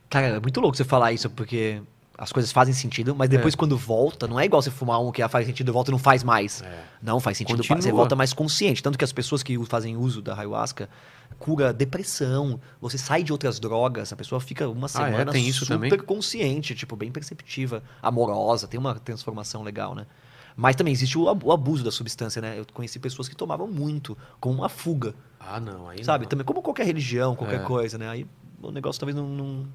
S2: Cara, é muito louco você falar isso, porque as coisas fazem sentido, mas depois quando volta, não é igual você fumar um que ah, faz sentido e volta e não faz mais. Não, faz sentido,
S1: É. Continua.
S2: você volta mais consciente. Tanto que as pessoas que fazem uso da ayahuasca cura depressão, você sai de outras drogas, a pessoa fica uma semana
S1: Ah, é? Tem isso
S2: super
S1: também?
S2: consciente, tipo, bem perceptiva, amorosa, tem uma transformação legal, né? Mas também existe o ab- o abuso da substância, né? Eu conheci pessoas que tomavam muito, com uma fuga,
S1: Ah, não, aí
S2: sabe?
S1: não.
S2: Também, como qualquer religião, qualquer
S1: É.
S2: coisa, né? Aí o negócio talvez não- não...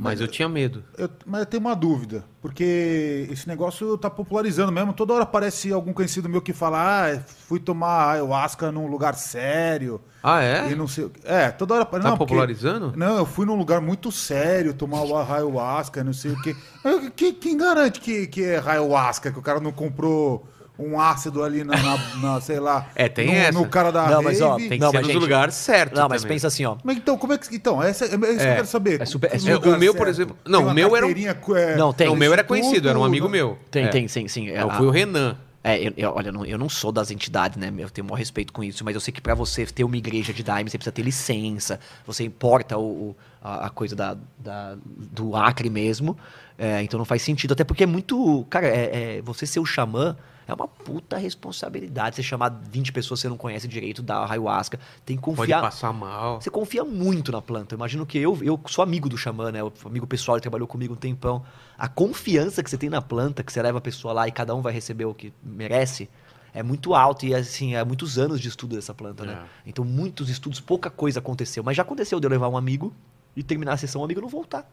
S1: Mas eu tinha medo.
S3: Eu- mas eu tenho uma dúvida, porque esse negócio tá popularizando mesmo. Toda hora aparece algum conhecido meu que fala: Ah, fui tomar ayahuasca num lugar sério.
S1: Ah,
S3: E
S1: é?
S3: não sei. o quê." É, toda hora aparece.
S1: Tá
S3: não, porque-
S1: popularizando?
S3: Não, eu fui num lugar muito sério tomar o ayahuasca, não sei o quê. Eu- que- Quem garante que, que é ayahuasca? Que o cara não comprou um ácido ali na, na- na, sei lá.
S1: É, tem
S3: no,
S1: essa.
S3: no cara da
S2: Não, mas, ó,
S3: rave?
S1: Tem que
S2: Não,
S1: ser
S2: mas,
S1: nos
S2: gente,
S1: lugares certos.
S2: Não, mas
S1: também.
S2: pensa assim, ó.
S3: Mas então, como é que. Então, essa, é isso que eu quero saber.
S2: É super- é
S3: Que
S2: super-
S3: lugar
S1: o meu, por exemplo- não,
S3: Tem uma
S1: o meu era um-
S3: carteirinha, é,
S2: Não, tem.
S1: Não, o meu era
S3: Tudo,
S1: conhecido, era um amigo
S3: não-
S1: meu.
S2: Tem,
S1: É.
S2: tem, sim, sim. É,
S1: É,
S2: a-
S1: foi o Renan.
S2: é, eu- eu- olha, eu não, eu não sou das entidades, né? Eu tenho o maior respeito com isso, mas eu sei que pra você ter uma igreja de daime, você precisa ter licença, você importa o, o- a, a coisa da, da- do Acre mesmo. é, então não faz sentido. Até porque é muito. Cara, é, é, você ser o xamã é uma puta responsabilidade. Você chamar 20 pessoas que você não conhece direito, da ayahuasca. Tem que
S1: Pode
S2: confiar.
S1: passar mal.
S2: um Você confia muito na planta. Eu imagino que eu, eu sou amigo do xamã, né? O amigo pessoal, ele trabalhou comigo um tempão. A confiança que você tem na planta, que você leva a pessoa lá e cada um vai receber o que merece, é muito alto. E assim, é muitos anos de estudo dessa planta,
S1: É.
S2: né? Então, muitos estudos, pouca coisa aconteceu. Mas já aconteceu de eu levar um amigo e terminar a sessão, o amigo não voltar.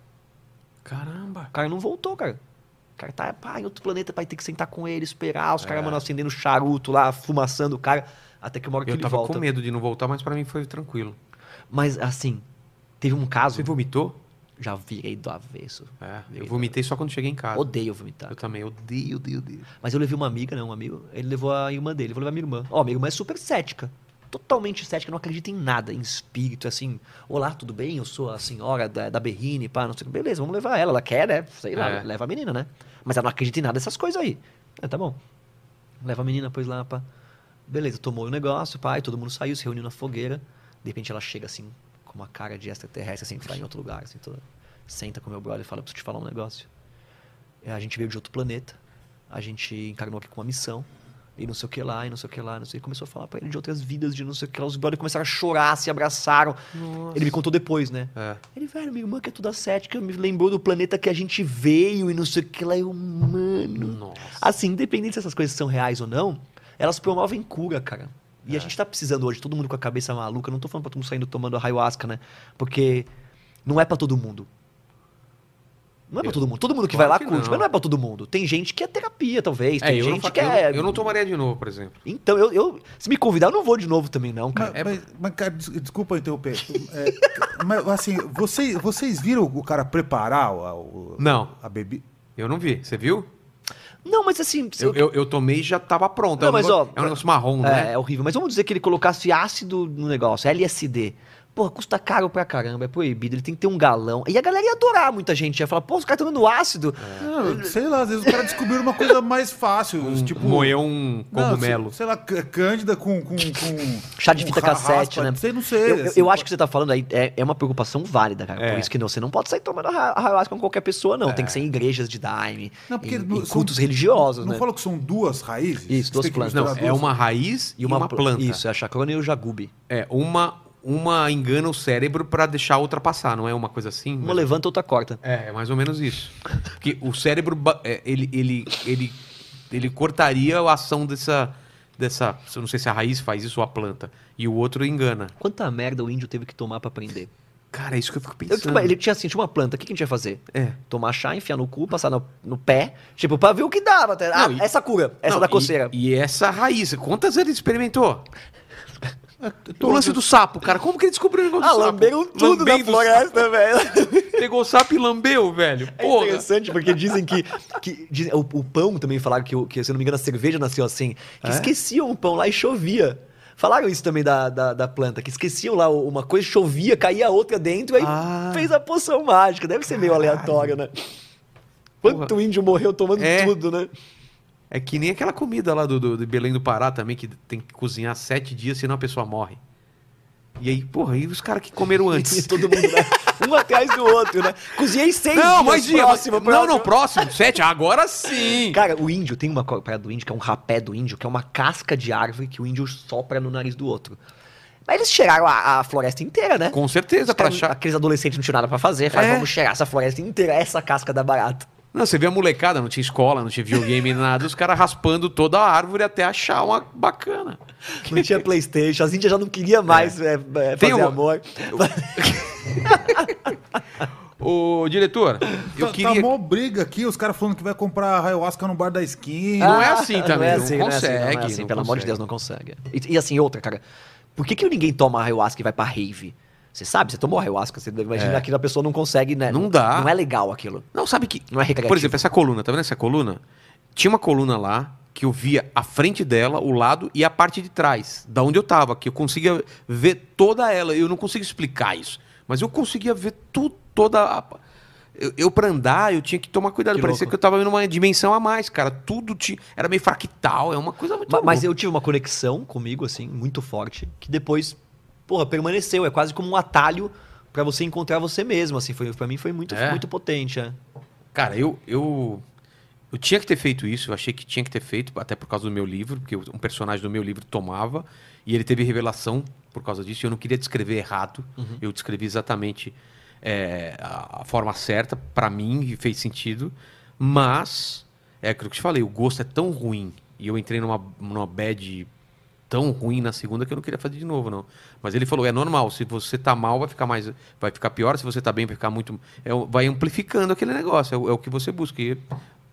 S1: Caramba.
S2: O cara não voltou, cara. O cara tá pá, em outro planeta, vai ter que sentar com ele, esperar. Os
S1: É.
S2: caras, mano, acendendo charuto lá, fumaçando o cara. Até que uma hora é que
S1: Eu
S2: ele
S1: tava
S2: volta.
S1: com medo de não voltar, mas pra mim foi tranquilo.
S2: Mas assim, teve um caso.
S1: Você vomitou?
S2: Já virei do avesso.
S1: É, eu
S2: Eita.
S1: vomitei só quando cheguei em casa.
S2: Odeio vomitar.
S1: Eu também Ah. odeio, odeio, odeio.
S2: Mas eu levei uma amiga, né? Um amigo. Ele levou a irmã dele. Eu vou levar minha irmã. Ó, minha irmã é super cética. Totalmente cética, não acredita em nada, em espírito, assim. Olá, tudo bem? Eu sou a senhora da, da Berrine, pá, não sei o que. Beleza, vamos levar ela. Ela quer, né? Sei lá,
S1: É.
S2: leva a menina, né? Mas ela não acredita em nada dessas coisas aí. É, tá bom. Leva a menina, pois lá, pá. Beleza, tomou o negócio, pai, todo mundo saiu, se reuniu na fogueira. De repente ela chega assim, com uma cara de extraterrestre, assim, que tá em outro lugar, assim, toda. Senta com meu brother e fala: preciso te falar um negócio. É, a gente veio de outro planeta, a gente encarnou aqui com uma missão, e não sei o que lá, e não sei o que lá, não sei. E começou a falar pra ele de outras vidas, de não sei o que lá. Os brothers começaram a chorar, se abraçaram. Ele me contou depois, né?
S1: É.
S2: Ele, velho, minha irmã que é toda cética, me lembrou do planeta que a gente veio e não sei o que lá. Eu, mano.
S1: Nossa.
S2: Assim, independente se essas coisas são reais ou não, elas promovem cura, cara. E
S1: É.
S2: a gente tá precisando hoje, todo mundo com a cabeça maluca. Não tô falando pra todo mundo saindo tomando ayahuasca, né? Porque não é pra todo mundo. Não é pra
S1: Eu-
S2: todo mundo. Todo mundo que
S1: Claro
S2: vai lá
S1: que
S2: curte,
S1: não.
S2: mas não é pra todo mundo. Tem gente que é terapia, talvez.
S1: É,
S2: Tem
S1: eu,
S2: gente
S1: não fa-
S2: que é.
S1: eu, eu não tomaria de novo, por exemplo.
S2: Então, eu, eu- Se me convidar, eu não vou de novo também, não,
S3: Mas,
S2: cara.
S1: É-
S3: mas- mas, cara, des- desculpa interromper. É, mas assim, vocês, vocês viram o cara preparar o, o-
S1: Não,
S3: a bebida?
S1: eu não vi. Você viu?
S2: Não, mas assim. se-
S1: Eu, eu, eu tomei e já tava pronto.
S2: Não,
S1: é um
S2: mas,
S1: negócio,
S2: ó,
S1: é um negócio marrom,
S2: É,
S1: né?
S2: é horrível. Mas vamos dizer que ele colocasse ácido no negócio, LSD. Porra, custa caro pra caramba, é proibido, ele tem que ter um galão. E a galera ia adorar, muita gente ia falar, pô, os caras estão dando ácido.
S3: Não, sei lá, às vezes o cara descobriu uma coisa mais fácil.
S1: Um,
S2: é,
S3: tipo,
S1: moeu um
S3: não,
S1: cogumelo.
S3: sei, sei lá, c- cândida com, com, com-
S2: Chá de
S3: com
S2: fita
S3: ra-
S2: cassete,
S3: raspa,
S2: né?
S3: Sei, não
S2: Eu,
S3: sei.
S2: eu-
S3: assim,
S2: eu acho que você tá falando aí, é, é uma preocupação válida, cara.
S1: É.
S2: Por isso que não, você não pode sair tomando a ayahuasca com qualquer pessoa, não. Tem que ser em igrejas de daime,
S3: Não, porque
S2: em,
S3: não-
S2: em
S3: são-
S2: cultos religiosos,
S3: Não
S2: né?
S3: fala que são duas raízes?
S2: Isso,
S3: Você
S2: duas
S3: tem que
S2: plantas.
S1: Não,
S3: misturar
S1: é
S3: duas?
S1: uma raiz e uma,
S2: pla-
S1: planta.
S2: Isso, é a chacrona e o jagube.
S1: É, uma, uma engana o cérebro pra deixar a outra passar, não é uma coisa assim?
S2: Uma
S1: Mas-
S2: levanta, outra corta.
S1: É, é mais ou menos isso. Porque o cérebro, ba- é, ele, ele, ele, ele cortaria a ação dessa, dessa. Eu não sei se a raiz faz isso ou a planta. E o outro engana.
S2: Quanta merda o índio teve que tomar pra aprender.
S1: Cara, é isso que eu fico
S2: Eu-
S1: pensando.
S2: ele tinha assim, tinha uma planta, o que, que a gente ia fazer?
S1: É.
S2: Tomar chá, enfiar no cu, passar no, no pé, tipo, pra ver o que dava. até- Ah,
S1: Não, e-
S2: essa cura, essa
S1: Não,
S2: da
S1: e-
S2: coceira.
S1: E, essa raiz, quantas vezes ele experimentou? O lance do sapo, cara. Como que ele descobriu o negócio
S2: ah,
S1: do sapo?
S2: lamberam tudo
S1: Lambendo
S2: na floresta, velho.
S1: sapo. Pegou o sapo e lambeu, velho.
S2: É
S1: Porra.
S2: interessante, porque dizem que. que dizem- o, o pão também falaram que, o- que, se eu não me engano, a cerveja nasceu assim.
S1: É?
S2: Que esqueciam o pão lá e chovia. Falaram isso também da, da, da planta, que esqueciam lá o- uma coisa, chovia, caía a outra dentro, aí
S1: Ah.
S2: fez a poção mágica. Deve ser meio aleatório, né? Quanto índio morreu tomando
S1: É.
S2: tudo, né?
S1: É que nem aquela comida lá do, do- de Belém do Pará também, que tem que cozinhar sete dias, senão a pessoa morre. E aí, porra, e os caras que comeram
S2: E
S1: antes?
S2: todo mundo, né? Um atrás do outro, né? Cozinhei seis
S1: não,
S2: dias,
S1: mais dia.
S2: próximo,
S1: Não,
S2: próximo.
S1: não, próximo. Sete, agora sim.
S2: Cara, o índio, tem uma co- parada do índio, que é um rapé do índio, que é uma casca de árvore que o índio sopra no nariz do outro. Mas eles cheiraram a, a floresta inteira, né?
S1: Com certeza,
S2: Os
S1: pra
S2: caras-
S1: achar.
S2: Aqueles adolescentes não tinham nada pra fazer, falaram,
S1: É.
S2: vamos cheirar essa floresta inteira, essa casca da barata.
S1: Não, você vê a molecada, não tinha escola, não tinha videogame, nada. Os caras raspando toda a árvore até achar uma bacana.
S2: Não tinha Playstation, as índias já não queriam mais é, é,
S1: Tem
S2: fazer
S1: um-
S2: amor.
S1: Ô, diretor, eu
S3: tá,
S1: queria...
S3: tá mó briga aqui, os caras falando que vai comprar ayahuasca no bar da esquina.
S2: Ah.
S1: não é assim também, não
S2: é assim, não é
S1: consegue,
S2: assim,
S1: não
S2: pelo amor
S1: consegue.
S2: de Deus, não consegue. E, e assim, outra, cara. Por que, que ninguém toma ayahuasca e vai pra rave? Você sabe, você tomou ayahuasca, você imagina que a pessoa não consegue, né?
S1: É. Não dá.
S2: Não é legal aquilo.
S1: Não, sabe que...
S2: Não é recreativo.
S1: Por exemplo, essa coluna, tá vendo essa coluna? Tinha uma coluna lá que eu via a frente dela, o lado e a parte de trás, da onde eu tava, que eu conseguia ver toda ela. Eu não consigo explicar isso, mas eu conseguia ver tu, toda a... Eu, eu pra andar, eu tinha que tomar cuidado.
S2: Que
S1: Parecia
S2: louco.
S1: que eu tava numa dimensão a mais, cara. Tudo tinha... Era meio fractal, é uma coisa muito
S2: Ma- Mas
S1: louca.
S2: eu tive uma conexão comigo, assim, muito forte, que depois, porra, permaneceu. É quase como um atalho pra você encontrar você mesmo, assim. Foi, pra mim foi muito,
S1: É?
S2: muito potente, é.
S1: Cara, eu, eu, eu tinha que ter feito isso, eu achei que tinha que ter feito, até por causa do meu livro, porque um personagem do meu livro tomava, e ele teve revelação por causa disso, e eu não queria descrever errado, eu descrevi exatamente é, a, a forma certa, pra mim, e fez sentido, mas, é aquilo que eu te falei, o gosto é tão ruim, e eu entrei numa, numa bad tão ruim na segunda que eu não queria fazer de novo, não. Mas ele falou, é normal, se você tá mal vai ficar mais, vai ficar pior, se você tá bem vai ficar muito, é o- vai amplificando aquele negócio, é o, é o que você busca. E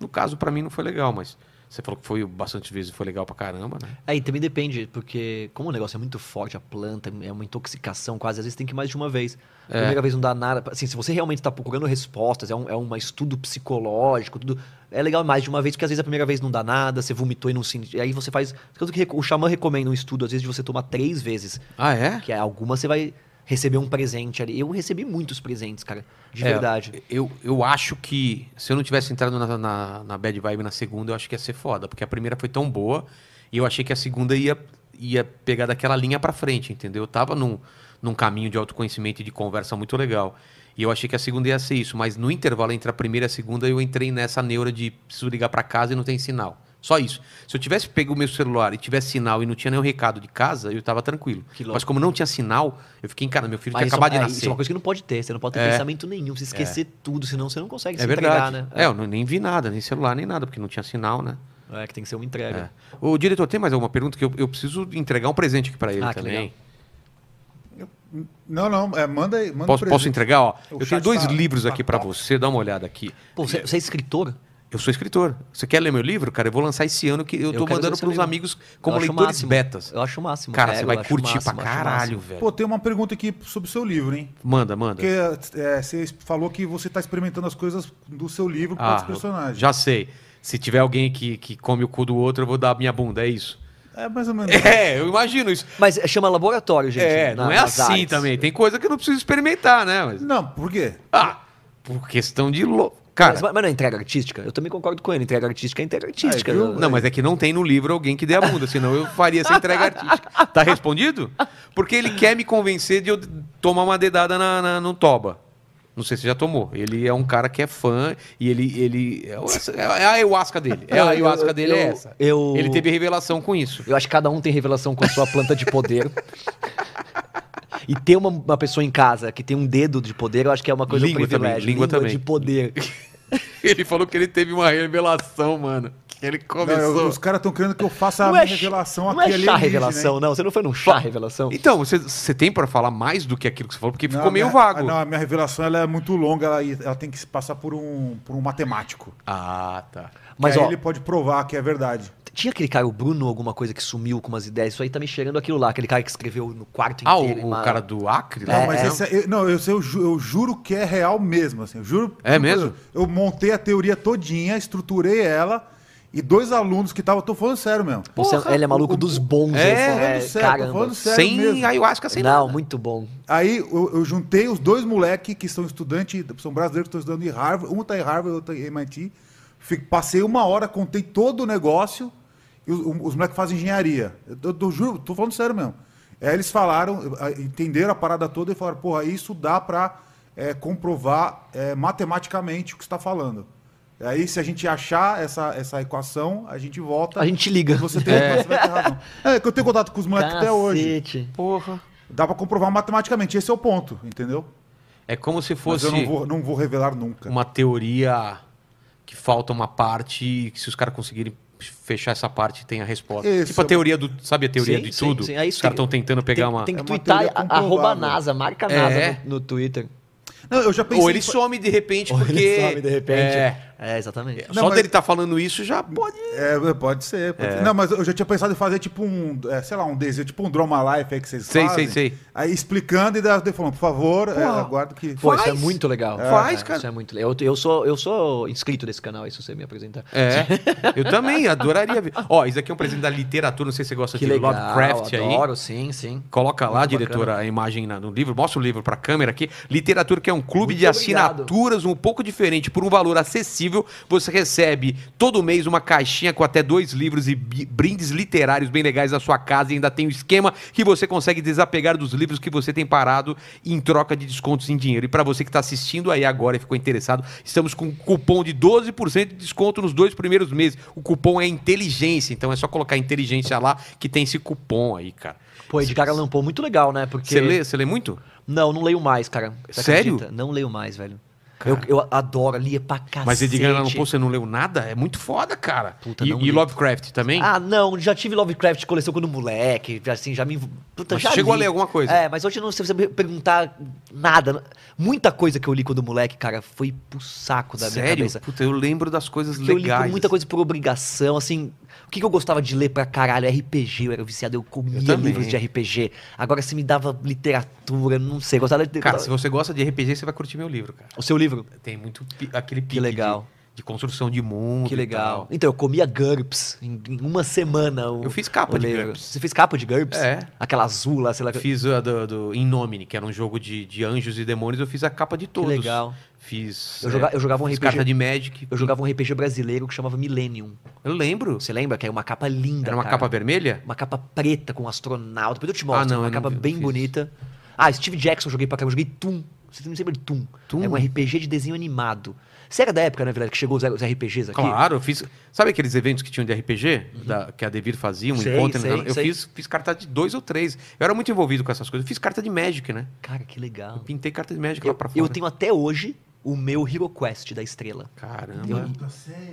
S1: no caso pra mim não foi legal, mas você falou que foi bastante vezes e foi legal pra caramba, né?
S2: Aí É, também depende, porque como o negócio é muito forte, a planta é uma intoxicação quase, às vezes tem que ir mais de uma vez.
S1: É.
S2: A primeira vez não dá nada. Assim, se você realmente está procurando respostas, é um, é um estudo psicológico, tudo. É legal mais de uma vez, porque às vezes a primeira vez não dá nada, você vomitou e não sentiu. Aí você faz. Tanto que reco- o xamã recomenda um estudo, às vezes, de você tomar três vezes.
S1: Ah, é?
S2: Que é alguma você vai receber um presente ali. Eu recebi muitos presentes, cara. De
S1: É,
S2: verdade.
S1: Eu, eu acho que se eu não tivesse entrado na, na, na Bad Vibe na segunda, eu acho que ia ser foda, porque a primeira foi tão boa e eu achei que a segunda ia, ia pegar daquela linha pra frente, entendeu? Eu tava num, num caminho de autoconhecimento e de conversa muito legal. E eu achei que a segunda ia ser isso, mas no intervalo entre a primeira e a segunda eu entrei nessa neura de preciso ligar para casa e não tem sinal. Só isso. Se eu tivesse pego o meu celular e tivesse sinal e não tinha nenhum recado de casa, eu estava tranquilo.
S2: Que louco.
S1: Mas como não tinha sinal, eu fiquei em casa. Meu filho
S2: Mas
S1: tinha
S2: isso,
S1: acabado
S2: é,
S1: de
S2: isso é
S1: nascer.
S2: uma coisa que não pode ter. Você não pode ter pensamento nenhum. Você esquecer tudo, senão você não consegue
S1: É
S2: se
S1: verdade.
S2: entregar, né?
S1: É, eu não- nem vi nada, nem celular, nem nada, porque não tinha sinal, né?
S2: É, que tem que ser uma entrega.
S1: O diretor, tem mais alguma pergunta? Que eu, eu preciso entregar um presente aqui para ele
S2: Ah, que
S1: também.
S2: legal.
S3: Não, não, é, manda aí. Manda
S1: Posso,
S3: pra
S1: posso
S3: gente.
S1: entregar? Ó,
S3: O
S1: eu tenho
S3: chat
S1: dois
S3: tá-
S1: livros
S3: tá
S1: aqui para
S3: top.
S1: você, dá uma olhada aqui.
S2: Pô, você, você é escritor?
S1: Eu sou escritor. Você quer ler meu livro? Cara, eu vou lançar esse ano que eu,
S2: Eu
S1: tô
S2: quero
S1: mandando
S2: ler seu
S1: pros
S2: livro.
S1: amigos como
S2: Eu acho o
S1: leitores
S2: máximo.
S1: betas.
S2: Eu acho o máximo.
S1: Cara,
S2: é,
S1: você
S2: eu
S1: vai
S2: acho o
S1: curtir
S2: máximo,
S1: pra
S2: eu acho o
S1: caralho,
S2: máximo.
S1: velho.
S3: Pô, tem uma pergunta aqui sobre o seu livro, hein?
S1: Manda, manda.
S3: Porque é, você falou que você tá experimentando as coisas do seu livro para os personagens.
S1: Ah, já sei. Se tiver alguém que, que come o cu do outro, eu vou dar a minha bunda, é isso?
S3: É mais ou menos.
S1: É, eu imagino isso.
S2: Mas chama laboratório, gente.
S1: é,
S2: na-
S1: não é
S2: nas
S1: assim
S2: artes.
S1: também. Tem coisa que eu não preciso experimentar, né? Mas-
S3: Não, por quê?
S1: ah, por questão de louco. Cara, Ah,
S2: Mas, mas não é entrega artística? Eu também concordo com ele. Entrega artística é entrega artística.
S3: Aí, viu?
S2: né?
S1: Não, mas é que não tem no livro alguém que dê a bunda, senão eu faria essa entrega artística. Tá respondido? Porque ele quer me convencer de eu tomar uma dedada na, na- no Toba. Não sei se já tomou. Ele é um cara que é fã e ele. ele é o- é a ayahuasca dele. É a
S2: Eu-
S1: ayahuasca
S2: eu-
S1: dele é
S2: eu-
S1: essa.
S2: eu-
S1: Ele teve revelação com isso.
S2: Eu acho que cada um tem revelação com a sua planta de poder. E ter uma, uma pessoa em casa que tem um dedo de poder, eu acho que é uma coisa
S1: Língua
S2: um privilégio.
S1: também, língua também.
S2: de poder.
S1: Ele falou que ele teve uma revelação, mano. Que ele
S3: Não, eu-
S1: começou.
S3: os caras estão querendo que eu faça
S2: Não
S3: a
S2: é, ch-
S3: revelação
S2: não
S3: aqui
S2: é
S3: ali.
S2: chá revelação, não. Você não foi num chá revelação?
S1: Então, você- você tem pra falar mais do que aquilo que você falou? Porque
S3: Não,
S1: ficou meio
S3: minha-
S1: vago.
S3: ah, Não, a minha revelação ela é muito longa, ela, ela tem que se passar por um, por um matemático.
S1: Ah, tá.
S2: Mas,
S3: que aí
S2: ó,
S3: ele pode provar que é verdade.
S2: tinha aquele cara, o Bruno, alguma coisa que sumiu com umas ideias. Isso aí tá me cheirando aquilo lá. Aquele cara que escreveu no quarto
S1: Ah,
S2: inteiro.
S1: o, o
S2: uma-
S1: cara do Acre?
S3: Não,
S1: lá?
S3: mas esse é- eu, não, eu, eu ju- eu juro que é real mesmo, assim. Eu juro.
S1: É mesmo?
S3: Eu, eu montei a teoria todinha, estruturei ela e dois alunos que estavam, tô falando sério mesmo.
S2: Você- ele é maluco
S3: O-
S2: dos bons.
S1: É,
S2: esse,
S3: falando
S2: né?
S3: sério, tô
S2: Caramba.
S3: falando sério
S1: sem
S3: mesmo.
S1: ayahuasca, sem
S2: Não,
S1: nada.
S2: muito bom.
S3: Aí eu, eu juntei os dois moleques que são estudantes, são brasileiros que estão estudando em Harvard, um tá em Harvard, outro em MIT. Fi- passei uma hora, contei todo o negócio, e os, um- os moleques fazem engenharia. Eu, eu, eu juro, tô falando sério mesmo. Aí eles falaram, eu- a- entenderam a parada toda e falaram, porra, isso dá pra é, comprovar é, matematicamente o que você está falando. Aí, se a gente achar essa, essa equação, a gente volta.
S2: A gente liga.
S3: e Tá. Você, tem, você vai ter razão. É que eu tenho contato com os moleques até hoje.
S2: Cacete.
S1: Porra.
S3: Dá pra comprovar matematicamente, esse é o ponto, entendeu?
S1: É como se
S3: Mas
S1: fosse
S3: eu não vou, não vou revelar nunca.
S1: uma teoria que falta uma parte e que se os caras conseguirem fechar essa parte, tem a resposta.
S3: Isso.
S1: Tipo a teoria do... Sabe a teoria
S2: Sim,
S1: de
S2: sim,
S1: tudo?
S2: sim. É isso
S1: os caras
S2: que-
S1: estão tentando pegar
S2: tem,
S1: uma...
S2: tem que
S3: É uma
S2: twittar
S3: teoria
S2: a- arroba
S3: comprovável.
S2: NASA, marca NASA
S1: É.
S2: no, no Twitter.
S3: Não, eu já pensei.
S1: Ou ele
S3: em fa-
S1: some de repente
S2: Ou
S1: porque...
S2: ele some de repente.
S1: É.
S2: É, exatamente.
S3: Não,
S1: Só
S3: mas-
S1: dele estar falando isso já pode...
S3: É, pode ser. pode ser. Não, mas eu já tinha pensado em fazer tipo um, é, sei lá, um desenho, tipo um Drama Life aí que vocês
S1: Sei,
S3: fazem.
S1: sei, sei.
S3: Aí explicando e da- de- falando, por favor, é, aguardo que.
S2: Pô, isso é
S1: Faz.
S2: muito legal.
S1: Faz,
S2: É,
S1: cara.
S2: Isso é muito legal. Eu, eu sou, eu sou inscrito desse canal, aí se você me apresentar.
S1: É, eu também adoraria ver. Ó, isso aqui é um presente da literatura, não sei se você gosta
S2: Que
S1: de
S2: legal.
S1: Lovecraft aí.
S2: adoro, sim, sim.
S1: Coloca lá,
S2: Muito
S1: diretora, a imagem na- no livro. Mostra o livro para a câmera aqui. Literatura, que é um clube
S2: Muito
S1: de
S2: obrigado.
S1: assinaturas um pouco diferente. Por um valor acessível, você recebe todo mês uma caixinha com até dois livros e bi- brindes literários bem legais na sua casa. E ainda tem um esquema que você consegue desapegar dos livros que você tem parado em troca de descontos em dinheiro. E para você que está assistindo aí agora e ficou interessado, estamos com um cupom de 12% de desconto nos dois primeiros meses. O cupom é inteligência, então é só colocar inteligência lá que tem esse cupom aí, cara.
S2: Pô, Edgar Allan Poe, muito legal, né? Porque...
S1: Você lê, você lê muito?
S2: Não, não leio mais, cara. Você
S1: Sério?
S2: acredita? Não leio mais, velho. Eu, eu adoro, lia pra cacete.
S1: Mas Edgar Allan Poe, você não leu nada? É muito foda, cara.
S2: Puta,
S1: e,
S2: não
S1: e
S2: li.
S1: Lovecraft também?
S2: Ah, não, já tive Lovecraft coleção quando moleque, já, assim, já me... Puta,
S1: Mas
S2: já
S1: chegou
S2: li.
S1: a ler alguma coisa?
S2: É, mas hoje não sei se você me perguntar nada. Muita coisa que eu li quando moleque, cara, foi pro saco da minha
S1: Sério?
S2: cabeça.
S1: Puta, eu lembro das coisas
S2: Porque eu li
S1: legais.
S2: por muita coisa por obrigação, assim. O que, que eu gostava de ler pra caralho? RPG, eu era viciado, eu
S1: Eu
S2: comia
S1: também.
S2: livros de RPG. Agora se me dava literatura, não sei, eu gostava de.
S1: assim. Cara, se
S2: gostava-
S1: você gosta de RPG, você vai curtir meu livro, cara.
S2: O seu livro?
S1: Tem muito pi- aquele pique
S2: legal.
S1: De, de construção de mundo.
S2: Que
S1: e
S2: legal.
S1: tal.
S2: Então, eu comia GURPS em, em uma semana. o-
S1: Eu fiz capa
S2: o
S1: de
S2: livro.
S1: GURPS.
S2: Você fez capa de GURPS?
S1: É.
S2: Aquela azul lá, sei lá.
S1: Eu
S2: Que
S1: Fiz a do, do Innomine, que era um jogo de, de anjos e demônios, eu fiz a capa de todos.
S2: legal.
S1: Fiz. é,
S2: Eu joga- eu jogava um
S1: fiz
S2: RPG.
S1: carta de Magic.
S2: Eu jogava um RPG brasileiro que chamava Millennium.
S1: Eu lembro.
S2: Você lembra? Que era uma capa linda.
S1: Era uma
S2: cara.
S1: capa vermelha?
S2: Uma capa preta com um astronauta. Depois eu te mostro.
S1: Ah, não,
S2: uma
S1: eu não
S2: capa
S1: vi- não
S2: bem
S1: fiz.
S2: bonita. Ah, Steve Jackson eu joguei pra caramba, eu joguei Tum. Você não lembra de Tum?
S1: Tum?
S2: É um RPG de desenho animado. Você era da época, né, Vilela, que chegou os os RPGs aqui?
S1: Claro, eu fiz. Sabe aqueles eventos que tinham de RPG? da- que a Devir fazia, um
S2: Sei,
S1: encontro?
S2: sei,
S1: eu
S2: sei.
S1: Fiz, fiz carta de dois ou três. Eu era muito envolvido com essas coisas. Eu fiz carta de Magic, né?
S2: Cara, que legal.
S1: Pintei carta de Magic lá
S2: Eu,
S1: pra
S2: eu
S1: fora.
S2: tenho até hoje o meu Hero Quest da estrela.
S1: Caramba.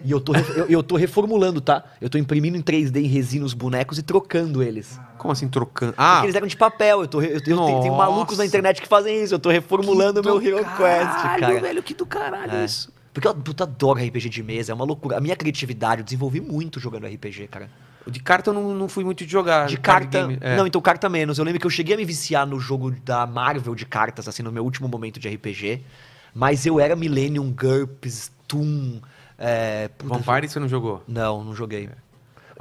S2: E eu tô, ref- eu, eu tô reformulando, tá? Eu tô imprimindo em 3D em resina os bonecos e trocando eles.
S1: Como assim trocando?
S2: Porque
S1: Ah,
S2: eles eram de papel. Eu, tô, re- eu, tenho- tem, tem malucos
S1: Nossa.
S2: na internet que fazem isso. Eu tô reformulando o meu Hero Quest, cara.
S1: velho, que do caralho
S2: É.
S1: isso.
S2: Porque eu puta, adoro RPG de mesa, é uma loucura. A minha criatividade, eu desenvolvi muito jogando RPG, cara.
S1: De carta eu não, não fui muito de jogar.
S2: De
S1: card
S2: carta.
S1: game, é.
S2: Não, então carta menos. Eu lembro que eu cheguei a me viciar no jogo da Marvel de cartas, assim, no meu último momento de RPG. Mas eu era Millennium GURPS, Toon. É, puta,
S1: Vampire você não jogou?
S2: Não, não joguei.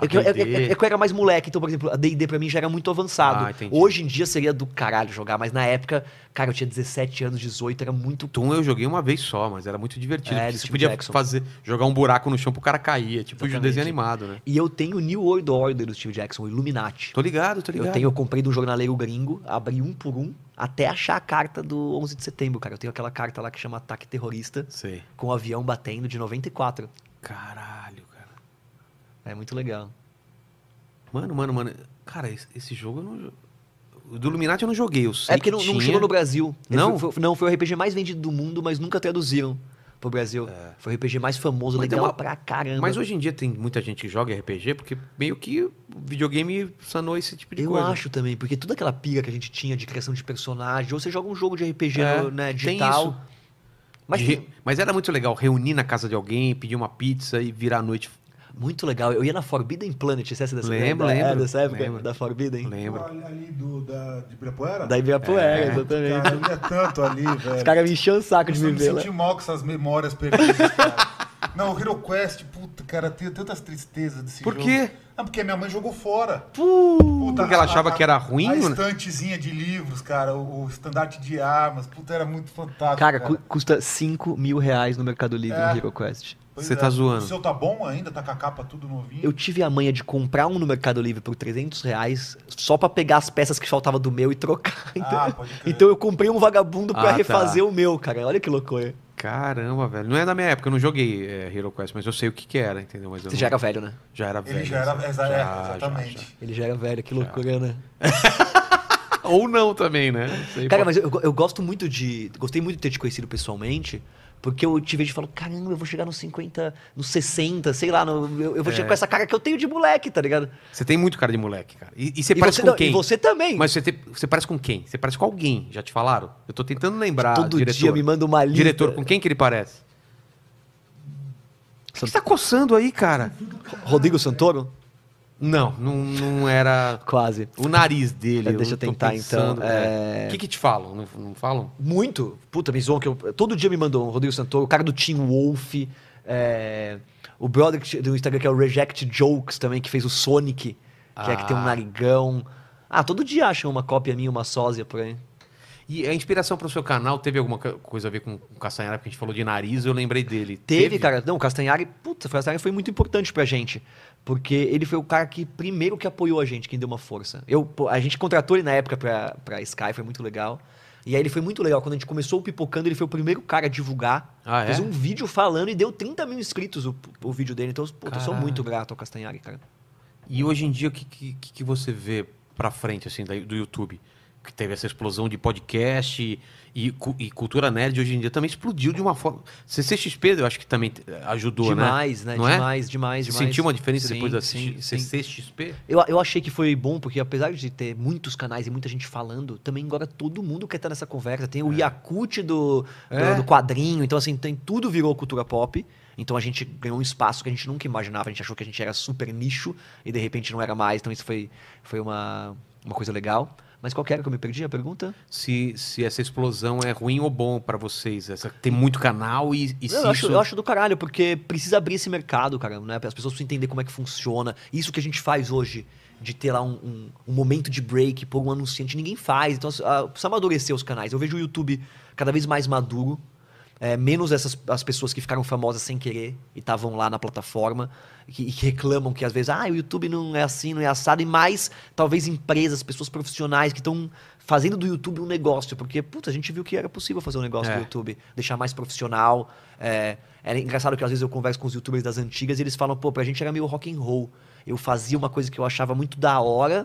S2: É que, eu- é-
S1: D&D.
S2: é- é que eu era mais moleque, então, por exemplo, a DD pra mim já era muito avançado.
S1: Ah, entendi.
S2: Hoje em dia seria do caralho jogar, mas na época, cara, eu tinha 17 anos, 18, era muito.
S1: Tum eu joguei uma vez só, mas era muito divertido. porque
S2: É, do
S1: você
S2: Steve
S1: podia
S2: Jackson.
S1: fazer, jogar um buraco no chão pro cara cair. é Tipo de
S2: Exatamente.
S1: desenho animado, né?
S2: E eu tenho o New World Order do Steve Jackson, o Illuminati.
S1: Tô ligado, tô ligado.
S2: Eu tenho, eu comprei de um jornaleiro gringo, abri um por um, até achar a carta do 11 de setembro, cara. Eu tenho aquela carta lá que chama Ataque Terrorista,
S1: Sei.
S2: com o avião batendo de 94.
S1: Caralho, cara.
S2: É muito legal.
S1: Mano, mano, mano. Cara, esse, esse jogo eu não. jo- O do Illuminati eu não joguei. Eu sei
S2: É
S1: que
S2: porque não, não
S1: tinha.
S2: chegou no Brasil. Ele
S1: Não?
S2: Foi, foi- não, foi o RPG mais vendido do mundo, mas nunca traduziram pro Brasil. Foi o RPG mais famoso,
S1: É. Mas
S2: legal
S1: é uma-
S2: pra caramba.
S1: Mas hoje em dia tem muita gente que joga RPG porque meio que o videogame sanou esse tipo de
S2: eu
S1: coisa.
S2: acho também, porque toda aquela pira que a gente tinha de criação de personagem, ou você joga um jogo de RPG
S1: É,
S2: no, né,
S1: tem
S2: digital.
S1: isso.
S2: Mas
S1: De-
S2: tem-
S1: Mas, era muito legal reunir na casa de alguém, pedir uma pizza e virar a noite.
S2: muito legal. Eu ia na Forbidden Planet, você é essa dessa
S1: Lembro,
S2: da,
S1: lembro,
S2: É, dessa época
S1: lembro. É.
S2: da Forbidden?
S1: Lembra?
S3: Ali do, da, de Ibirapuera?
S2: Da Ibirapuera, exatamente.
S3: Cara, eu ia tanto ali, velho.
S2: Os caras me encham o saco de
S3: Nossa,
S2: me
S3: eu me
S2: ver lá.
S1: né?
S3: senti mal com essas memórias perdidas, cara. Não, o Hero Quest, puta, cara, tem tantas tristezas desse
S1: Por
S3: jogo.
S1: quê?
S3: Ah, porque minha mãe jogou fora. Puta,
S1: Porque ela
S3: a-
S1: achava
S3: a-
S1: que era
S2: Um
S1: ruim,
S3: A
S1: né?
S3: estantezinha de livros, cara, o, o estandarte de armas, puta, era muito fantástico.
S2: Cara, cu- custa 5 mil reais no Mercado Livre
S3: É.
S2: no HeroQuest.
S3: Pois
S1: Você tá zoando.
S3: O seu tá bom ainda? Tá com a capa tudo novinho?
S2: Eu tive a manha de comprar um no Mercado Livre por 300 reais só pra pegar as peças que faltavam do meu e trocar. Então,
S3: Ah, pode crer.
S2: então eu comprei um vagabundo pra
S1: Ah, tá.
S2: refazer o meu, cara. Olha que loucura.
S1: Caramba, velho. Não é da minha época, eu não joguei é, Hero Quest, mas eu sei o que, que era, entendeu? Mas eu
S2: Você
S1: não-
S2: já era velho, né?
S1: já era velho. assim.
S3: Ele já era, exa- é,
S1: já,
S3: exatamente.
S1: já, já.
S2: Ele já era velho, que loucura, né?
S1: Ou não também, né? Não sei,
S2: Cara,
S1: pode-
S2: mas eu, eu gosto muito de. Gostei muito de ter te conhecido pessoalmente. Porque eu te vejo e falo, caramba, eu vou chegar nos 50, nos 60, sei lá, no- eu, eu vou chegar com essa cara que eu tenho de moleque, tá ligado?
S1: É. Você tem muito cara de moleque, cara. E, e você
S2: e,
S1: parece
S2: você,
S1: com
S2: não-
S1: quem?
S2: e você também.
S1: Mas você, tem- você parece com quem? Você parece com alguém, já te falaram? Eu tô tentando lembrar.
S2: Todo
S1: ah, diretor.
S2: dia me manda uma lista.
S1: Diretor, com quem que ele parece? O que você tá coçando aí, cara?
S2: Rodrigo Santoro?
S1: Não, não, não era
S2: Quase.
S1: o nariz dele.
S2: É, deixa eu
S1: tô
S2: tentar,
S1: pensando,
S2: então,
S1: cara.
S2: é.
S1: O que que te falam? Não, não falam?
S2: Muito. Puta, me zoam que eu. Todo dia me mandou um Rodrigo Santoro, o cara do Team Wolf, é, o brother que- do Instagram que é o Reject Jokes também, que fez o Sonic, que é que tem um
S1: Ah.
S2: narigão. Ah, todo dia acham uma cópia minha, uma sósia por aí.
S1: E a inspiração pro seu canal teve alguma co- coisa a ver com o Castanhari? Porque a gente falou de nariz, eu lembrei dele.
S2: Teve, cara. Não, o Castanhari, puta, o Castanhari foi muito importante pra gente. Porque ele foi o cara que primeiro que apoiou a gente, quem deu uma força. Eu, pô, a gente contratou ele na época pra, pra Sky, foi muito legal. E aí ele foi muito legal. Quando a gente começou o Pipocando, ele foi o primeiro cara a divulgar.
S1: Ah, é?
S2: Fez um vídeo falando e deu 30 mil inscritos o, o vídeo dele. Então, puta, eu sou
S1: Caralho.
S2: muito grato ao Castanhari, cara.
S1: E hoje em dia, o que, que, que que você vê pra frente, assim, da- do YouTube? Que teve essa explosão de podcast e, e cu- e cultura nerd hoje em dia também explodiu de uma forma. CCXP, eu acho que também eh, ajudou, né?
S2: demais, né?
S1: Não é?
S2: demais, demais,
S1: Você
S2: demais.
S1: Sentiu uma diferença
S2: Sim,
S1: depois da
S2: sim,
S1: CX-
S2: sim.
S1: CCXP?
S2: Eu, eu achei que foi bom, porque apesar de ter muitos canais e muita gente falando, também agora todo mundo quer estar nessa conversa. Tem o Yakut do, do,
S1: É.
S2: do quadrinho, então assim, tem, tudo virou cultura pop. Então a gente ganhou um espaço que a gente nunca imaginava, a gente achou que a gente era super nicho e de repente não era mais, então isso foi, foi uma, uma coisa legal. Mas qual que era que eu me perdi a pergunta?
S1: Se, se essa explosão é ruim ou bom pra vocês? Essa, tem muito canal e, e se
S2: eu, acho,
S1: isso-
S2: eu acho do caralho, porque precisa abrir esse mercado, cara, né? As pessoas precisam entender como é que funciona. Isso que a gente faz hoje, de ter lá um, um- um momento de break, pôr um ah, anunciante, ninguém faz. Então, as- a- precisa amadurecer os canais. Eu vejo o YouTube cada vez mais maduro. é, menos essas as pessoas que ficaram famosas sem querer e estavam lá na plataforma e que, e que reclamam que às vezes ah o YouTube não é assim não é assado e mais talvez empresas pessoas profissionais que estão fazendo do YouTube um negócio porque puta a gente viu que era possível fazer um negócio
S1: É.
S2: do YouTube deixar mais profissional é, é engraçado que às vezes eu converso com os YouTubers das antigas e eles falam pô pra gente era meio rock and roll eu fazia uma coisa que eu achava muito da hora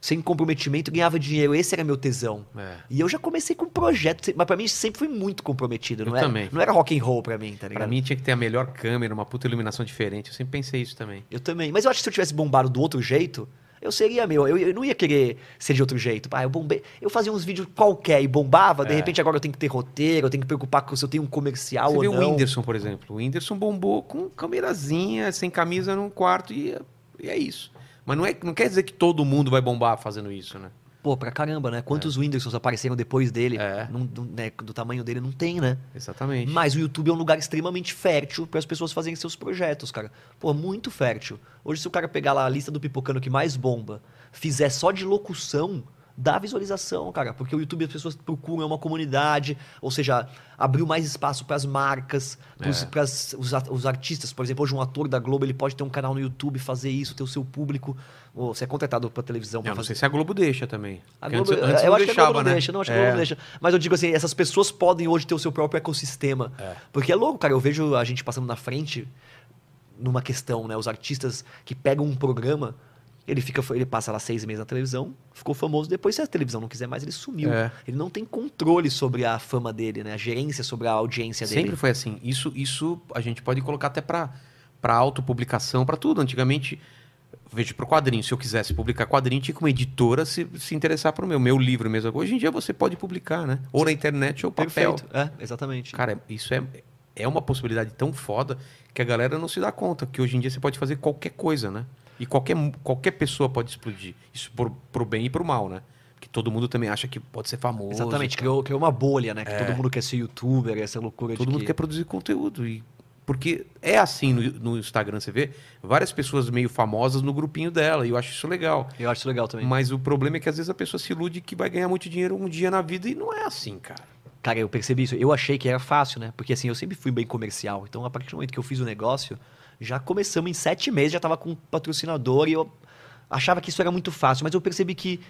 S2: sem comprometimento ganhava dinheiro esse era meu tesão
S1: É.
S2: e eu já comecei com um projeto, mas pra mim sempre fui muito comprometido, não
S1: Eu
S2: era?
S1: também.
S2: Não era rock and roll pra mim, tá ligado?
S1: Pra mim tinha que ter a melhor câmera, uma puta iluminação diferente. Eu sempre pensei isso também.
S2: Eu também. Mas eu acho que se eu tivesse bombado do outro jeito, eu seria meu. Eu, eu não ia querer ser de outro jeito. Ah, eu bombei. Eu fazia uns vídeos qualquer e bombava,
S1: É.
S2: de repente agora eu tenho que ter roteiro, eu tenho que preocupar com se eu tenho um comercial
S1: Você
S2: ou
S1: vê
S2: não.
S1: o Whindersson, por exemplo. O Whindersson bombou com câmerazinha, sem camisa num quarto e, e é isso. Mas não, é, não quer dizer que todo mundo vai bombar fazendo isso, né?
S2: Pô, pra caramba, né? Quantos Whindersons apareceram depois dele?
S1: É.
S2: Não- não- né, Do tamanho dele não tem, né?
S1: Exatamente.
S2: Mas o YouTube é um lugar extremamente fértil para as pessoas fazerem seus projetos, cara. Pô, muito fértil. Hoje, se o cara pegar lá a lista do pipocano que mais bomba, fizer só de locução, dá visualização, cara. Porque o YouTube as pessoas procuram, é uma comunidade, ou seja, abriu mais espaço para as marcas,
S1: É.
S2: para os, a- os artistas. Por exemplo, hoje um ator da Globo ele pode ter um canal no YouTube, fazer isso, ter o seu público. Ou você é contratado para televisão
S1: Eu
S2: para
S1: não
S2: fazer
S1: sei se a Globo deixa também.
S2: a
S1: Porque
S2: Globo,
S1: antes, antes
S2: eu
S1: não
S2: acho que a
S1: deixava,
S2: Globo
S1: né?
S2: não deixa, não, acho que a Globo
S1: É.
S2: não deixa. Mas eu digo assim, essas pessoas podem hoje ter o seu próprio ecossistema. Porque é louco, cara, eu vejo a gente passando na frente numa questão, né? Os artistas que pegam um programa, ele fica, ele passa lá seis meses na televisão, ficou famoso, depois se a televisão não quiser mais, ele sumiu.
S1: É.
S2: Ele não tem controle sobre a fama dele, né? A gerência sobre a audiência
S1: Sempre
S2: dele.
S1: foi assim. Isso, isso a gente pode colocar até pra para autopublicação, pra tudo. Antigamente, veja pro quadrinho, se eu quisesse publicar quadrinho, tinha que uma editora se, se interessar pro meu, meu livro mesmo. Hoje em dia você pode publicar, né? Ou na internet ou papel.
S2: Perfeito. É, exatamente.
S1: Cara, isso é, é uma possibilidade tão foda que a galera não se dá conta que hoje em dia você pode fazer qualquer coisa, né? E qualquer, qualquer pessoa pode explodir. Isso pro, pro bem e pro mal, né? Porque todo mundo também acha que pode ser famoso.
S2: Exatamente, criou, criou uma bolha, né? Que todo mundo quer ser youtuber, essa loucura
S1: É. Todo
S2: de
S1: mundo
S2: que...
S1: quer produzir conteúdo. E, porque é assim no, no Instagram, você vê várias pessoas meio famosas no grupinho dela. E eu acho isso legal.
S2: Eu acho isso legal também.
S1: Mas o problema é que às vezes a pessoa se ilude que vai ganhar muito dinheiro um dia na vida e não é assim, cara.
S2: Cara, eu percebi isso. Eu achei que era fácil, né? Porque assim, eu sempre fui bem comercial. Então, a partir do momento que eu fiz o negócio, já começamos em sete meses, já tava com um patrocinador e eu achava que isso era muito fácil. Mas eu percebi que.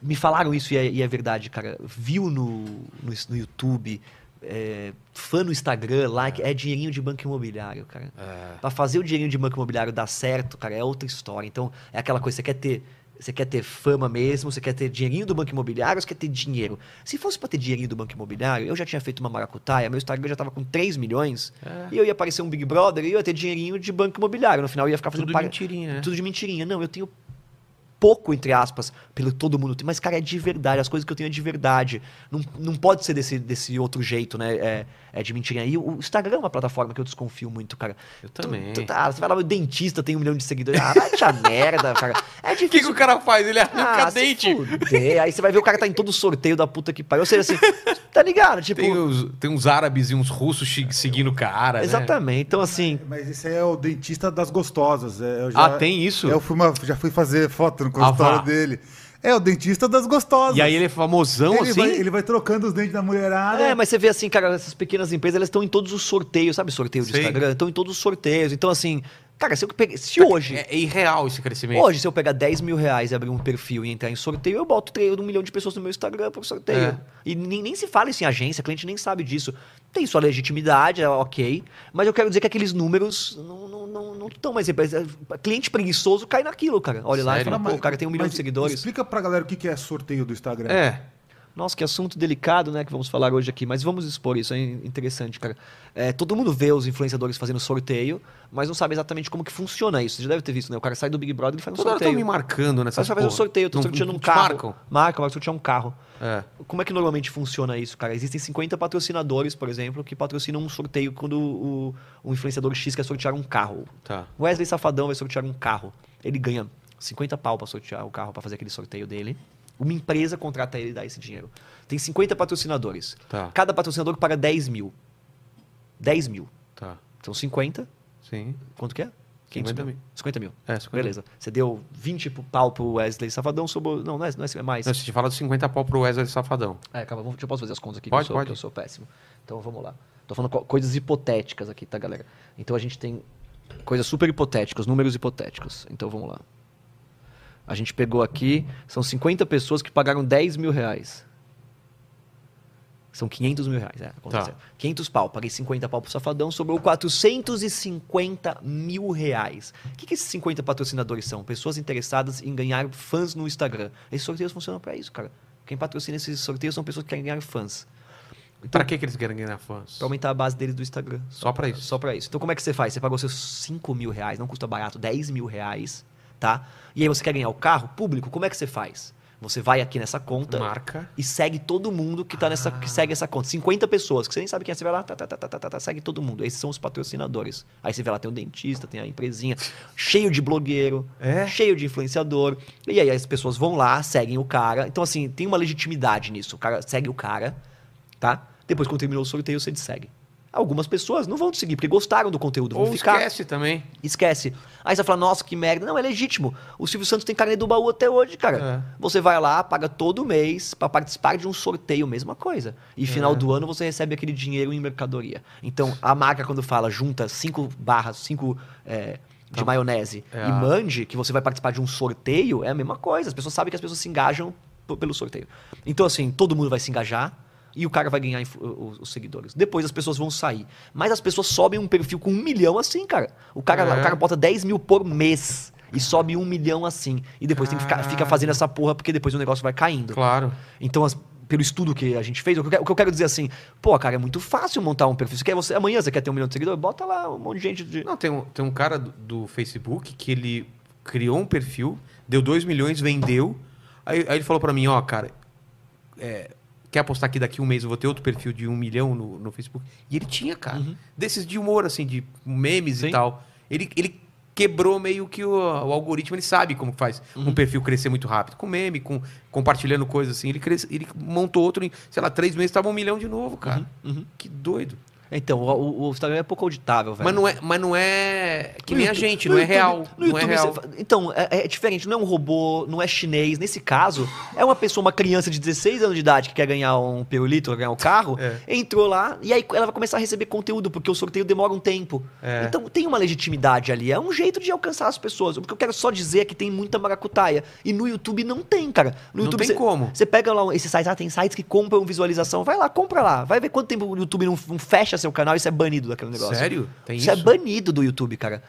S2: Me falaram isso e é, e é verdade, cara. Viu no, no, no YouTube, é, fã no Instagram, like, é dinheirinho de banco imobiliário, cara. Pra fazer o dinheirinho de banco imobiliário dar certo, cara, é outra história. Então, é aquela coisa, você quer ter. Você quer ter fama mesmo, você quer ter dinheirinho do banco imobiliário, ou você quer ter dinheiro. Se fosse pra ter dinheirinho do banco imobiliário, eu já tinha feito uma maracutaia, meu Instagram já tava com 3 milhões, e eu ia aparecer um Big Brother e eu ia ter dinheirinho de banco imobiliário. No final eu ia ficar fazendo
S1: Tudo
S2: paga-
S1: mentirinha, né?
S2: tudo de mentirinha. Não, eu tenho pouco, entre aspas, pelo todo mundo tem. Mas, cara, é de verdade. As coisas que eu tenho é de verdade. Não, não pode ser desse, desse outro jeito, né? É, é de mentirinha. E o Instagram é uma plataforma que eu desconfio muito, cara.
S1: Eu também.
S2: Tu- tu- ah, você vai lá, o dentista tem um milhão de seguidores. Ah, vai te a merda, cara.
S1: O
S2: É
S1: que, que
S2: difícil.
S1: o cara faz? Ele arranca
S2: Ah,
S1: ah,
S2: se
S1: dente.
S2: fuder. Aí você vai ver o cara tá em todo sorteio da puta que pariu. Ou seja, assim, tá ligado? Tipo,
S1: Tem, os- tem uns árabes e uns russos chi- seguindo o cara. né?
S2: exatamente. Então, assim,
S3: Mas esse aí é o dentista das gostosas. é, eu já,
S1: Ah, tem isso?
S3: Eu fui uma- já fui fazer
S2: Ah,
S3: foto no consultório
S1: vá.
S3: dele. É o dentista das gostosas.
S1: E aí ele é famosão
S3: Ele
S1: assim?
S3: vai, ele vai trocando os dentes da mulherada.
S2: então, É, mas você vê assim, cara, essas pequenas empresas, elas estão em todos os sorteios, sabe? Sorteio de
S1: Sim.
S2: Instagram, estão em todos os sorteios. Então, assim, cara, se, eu pegue- se hoje,
S1: É, é irreal esse crescimento.
S2: hoje, se eu pegar 10 mil reais e abrir um perfil e entrar em sorteio, eu boto treino de um milhão de pessoas no meu Instagram pro sorteio.
S1: É.
S2: E nem, nem se fala isso em agência, cliente nem sabe disso. Tem sua legitimidade, é ok. Mas eu quero dizer que aqueles números não estão não, não tão mais. Cliente preguiçoso cai naquilo, cara. Olha lá e
S1: Sério?
S2: fala, pô, o cara tem um milhão
S3: mas
S2: de seguidores.
S3: Explica pra galera o que que é sorteio do Instagram.
S1: É.
S2: Nossa, que assunto delicado, né, que vamos falar hoje aqui, mas vamos expor isso, é in- interessante, cara. É, todo mundo vê os influenciadores fazendo sorteio, mas não sabe exatamente como que funciona isso. Você já deve ter visto, né? O cara sai do Big Brother e faz um
S1: Toda hora estão
S2: sorteio.
S1: me marcando nessa
S2: Mas só faz um sorteio, eu tô sorteando um carro.
S1: Marcam.
S2: Marca, vai sortear um carro.
S1: É.
S2: Como é que normalmente funciona isso, cara? Existem 50 patrocinadores, por exemplo, que patrocinam um sorteio quando o, o influenciador X quer sortear um carro.
S1: Tá.
S2: Wesley Safadão vai sortear um carro. Ele ganha 50 pau pra sortear o carro, pra fazer aquele sorteio dele. Uma empresa contrata ele e dá esse dinheiro. Tem 50 patrocinadores.
S1: Tá.
S2: Cada patrocinador paga 10 mil. 10 mil.
S1: Tá.
S2: Então 50,
S1: Sim.
S2: quanto que é? 500
S1: 50
S2: mil.
S1: mil.
S2: 50 mil.
S1: É, 50
S2: Beleza. Você deu 20 pro- pau pro Wesley Safadão, sobrou. Não, não é, não é, é mais.
S1: Não, você tinha falado 50 pau pro Wesley Safadão.
S2: É, calma, vamos- deixa eu posso fazer as contas aqui,
S1: Pode,
S2: que, eu sou,
S1: pode.
S2: que eu sou péssimo. Então vamos lá. Tô falando co- coisas hipotéticas aqui, tá, galera? Então a gente tem coisas super hipotéticas, números hipotéticos. Então vamos lá. A gente pegou aqui, são 50 pessoas que pagaram 10 mil reais. São 500 mil reais, é.
S1: Tá.
S2: aconteceu. 500 pau, paguei 50 pau pro Safadão, sobrou 450 mil reais. O que, que esses 50 patrocinadores são? Pessoas interessadas em ganhar fãs no Instagram. Esses sorteios funcionam pra isso, cara. Quem patrocina esses sorteios são pessoas que querem ganhar fãs. Então-
S1: Pra que, que eles querem ganhar fãs?
S2: Pra aumentar a base deles do Instagram.
S1: Só pra isso.
S2: Só pra isso. Então como é que você faz? Você pagou seus 5 mil reais, não custa barato, 10 mil reais, tá? E aí você quer ganhar o carro público, como é que você faz? Você vai aqui nessa conta
S1: Marca.
S2: e segue todo mundo que tá nessa que segue essa conta. 50 pessoas, que você nem sabe quem é, você vai lá, tá, tá, tá, tá, tá, tá, tá, segue todo mundo. Esses são os patrocinadores. Aí você vai lá, tem o dentista, tem a empresinha, cheio de blogueiro,
S1: É?
S2: cheio de influenciador. E aí as pessoas vão lá, seguem o cara. Então, assim, tem uma legitimidade nisso. O cara segue o cara, tá? Depois, quando terminou o sorteio, você segue. Algumas pessoas não vão te seguir, porque gostaram do conteúdo, vão
S1: Ou
S2: ficar.
S1: esquece também.
S2: Esquece. Aí você vai falar, nossa, que merda. Não, é legítimo. O Silvio Santos tem carne do baú até hoje, cara. Você vai lá, paga todo mês pra participar de um sorteio, mesma coisa. E final do ano você recebe aquele dinheiro em mercadoria. Então, a marca, quando fala, junta cinco barras, cinco. é, de
S1: Tá.
S2: maionese
S1: É
S2: e
S1: a-
S2: mande que você vai participar de um sorteio, é a mesma coisa. As pessoas sabem que as pessoas se engajam p- pelo sorteio. Então, assim, todo mundo vai se engajar e o cara vai ganhar influ- o- os seguidores. Depois as pessoas vão sair. Mas as pessoas sobem um perfil com um milhão assim, cara. O cara,
S1: É.
S2: o cara bota 10 mil por mês e sobe um milhão assim. E depois tem que ficar, fica
S1: Caralho.
S2: fazendo essa porra porque depois o negócio vai caindo.
S1: Ah. Claro.
S2: Então, as- pelo estudo que a gente fez, o que, eu quero, o que eu quero dizer assim, pô, cara, é muito fácil montar um perfil. Você quer, você, amanhã você quer ter um milhão de seguidores? Bota lá um monte de gente de.
S1: Não, tem um, tem um cara do, do Facebook que ele criou um perfil, deu 2 milhões, vendeu. Aí, aí ele falou pra mim, ó, cara, é, quer apostar que daqui um mês eu vou ter outro perfil de um milhão no, no Facebook? E ele tinha, cara. Desses de humor, assim, de memes
S2: Uhum. Sim.
S1: e tal. Ele, ele quebrou meio que o, o algoritmo, ele sabe como faz
S2: Uhum.
S1: um perfil crescer muito rápido. Com meme, com compartilhando coisas assim. Ele, cresce, ele montou outro, em, sei lá, três meses tava um milhão de novo, cara.
S2: Uhum,
S1: Que doido.
S2: Então, o, o- o Instagram é pouco auditável, velho.
S1: Mas não é, mas não é que
S2: No
S1: nem a
S2: YouTube-
S1: gente,
S2: no
S1: não é
S2: YouTube-
S1: real.
S2: no
S1: Não é
S2: YouTube
S1: real.
S2: você fa- então, é, é diferente, não é um robô, não é chinês. Nesse caso, é uma pessoa, uma criança de 16 anos de idade que quer ganhar um pirulito, quer ganhar um carro,
S1: É.
S2: entrou lá e aí ela vai começar a receber conteúdo, porque o sorteio demora um tempo.
S1: É.
S2: Então tem uma legitimidade ali, é um jeito de alcançar as pessoas. O que eu quero só dizer é que tem muita maracutaia. E no YouTube não tem, cara. No
S1: Não
S2: YouTube
S1: tem
S2: você-
S1: como.
S2: você pega lá um- esses sites, ah, tem sites que compram visualização. Vai lá, compra lá. Vai ver quanto tempo o YouTube não, não fecha seu canal e isso é banido daquele negócio.
S1: Sério? Tem isso?
S2: Isso é banido do YouTube, cara.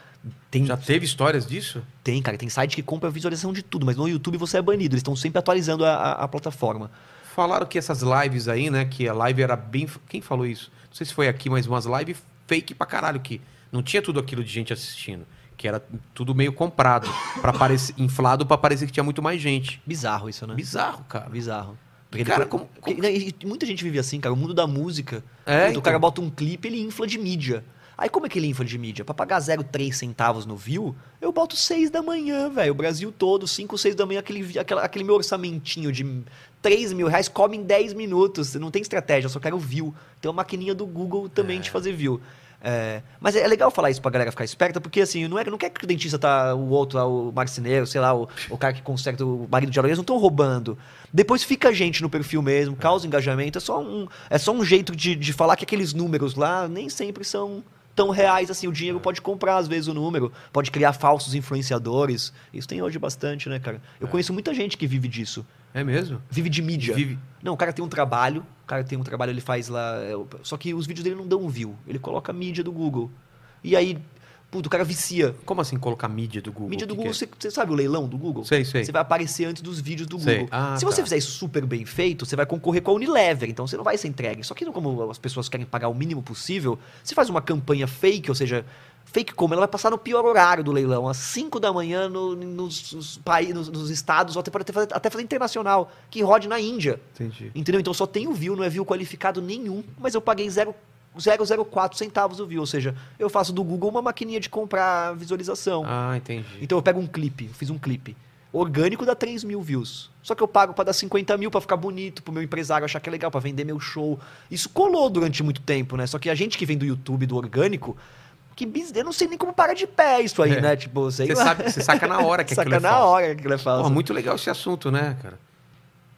S2: Tem,
S1: Já teve histórias disso?
S2: tem, cara. Tem site que compra visualização de tudo, mas no YouTube você é banido. Eles estão sempre atualizando a, a- a plataforma.
S1: Falaram que essas lives aí, né? Que a live era bem. Quem falou isso? Não sei se foi aqui, mas umas lives fake pra caralho, que não tinha tudo aquilo de gente assistindo. Que era tudo meio comprado, para parecer, inflado pra parecer que tinha muito mais gente.
S2: Bizarro isso, né?
S1: Bizarro, cara.
S2: Bizarro.
S1: Cara, como-
S2: porque- né, e- e muita gente vive assim, cara. O mundo da música.
S1: É,
S2: quando
S1: então.
S2: O cara bota um clipe, ele infla de mídia. Aí como é que ele infla de mídia? Pra pagar 0,3 centavos no view, eu boto 6 da manhã, velho. O Brasil todo, 5, 6 da manhã, aquele, vi- aquela- aquele meu orçamentinho de 3 mil reais come em 10 minutos. Não tem estratégia, eu só quero view. Tem uma maquininha do Google também de fazer view. É, mas é legal falar isso pra galera ficar esperta, porque assim, não, é, não quer que o dentista tá, o outro, lá, o marceneiro, sei lá, o, o cara que conserta o marido de aluno, eles não estão roubando. Depois fica gente no perfil mesmo, causa engajamento, é só um, é só um jeito de, de falar que aqueles números lá nem sempre são tão reais assim. O dinheiro pode comprar, às vezes, o número, pode criar falsos influenciadores. Isso tem hoje bastante, né, cara? Eu conheço muita gente que vive disso.
S1: É mesmo?
S2: Vive de mídia.
S1: Vive-
S2: Não, o cara tem um trabalho, o cara tem um trabalho, ele faz lá. é, o- Só que os vídeos dele não dão view. Ele coloca a mídia do Google. E aí, puto, o cara vicia.
S1: Como assim colocar mídia do Google?
S2: Mídia do
S1: O que
S2: Google,
S1: que é?
S2: você você sabe o leilão do Google?
S1: Sei, sei.
S2: Você vai aparecer antes dos vídeos do
S1: Sei.
S2: Google.
S1: Ah,
S2: se você
S1: tá.
S2: fizer isso super bem feito, você vai concorrer com a Unilever, então você não vai ser entregue. Só que não como as pessoas querem pagar o mínimo possível, você faz uma campanha fake, ou seja, fake como? Ela vai passar no pior horário do leilão, às 5 da manhã no- nos, nos paí- nos- nos estados, ou até, pode até fazer, até fazer internacional, que rode na Índia.
S1: é? Entendi.
S2: Entendeu? Então só tem o view, não é view qualificado nenhum, mas eu paguei 0,04 centavos do view, ou seja, eu faço do Google uma maquininha de comprar visualização.
S1: Ah, entendi.
S2: Então eu pego um clipe, eu fiz um clipe. Orgânico dá 3 mil views. Só que eu pago pra dar 50 mil pra ficar bonito, pro meu empresário achar que é legal, pra vender meu show. Isso colou durante muito tempo, né? Só que a gente que vem do YouTube, do orgânico, Que bis... Eu não sei nem como parar de pé isso aí,
S1: É.
S2: né? Tipo, sei
S1: Você
S2: lá.
S1: sabe, você saca na hora que
S2: Saca
S1: aquilo é
S2: na
S1: falso.
S2: hora que aquilo é falso.
S1: Pô, muito legal esse assunto, né, cara?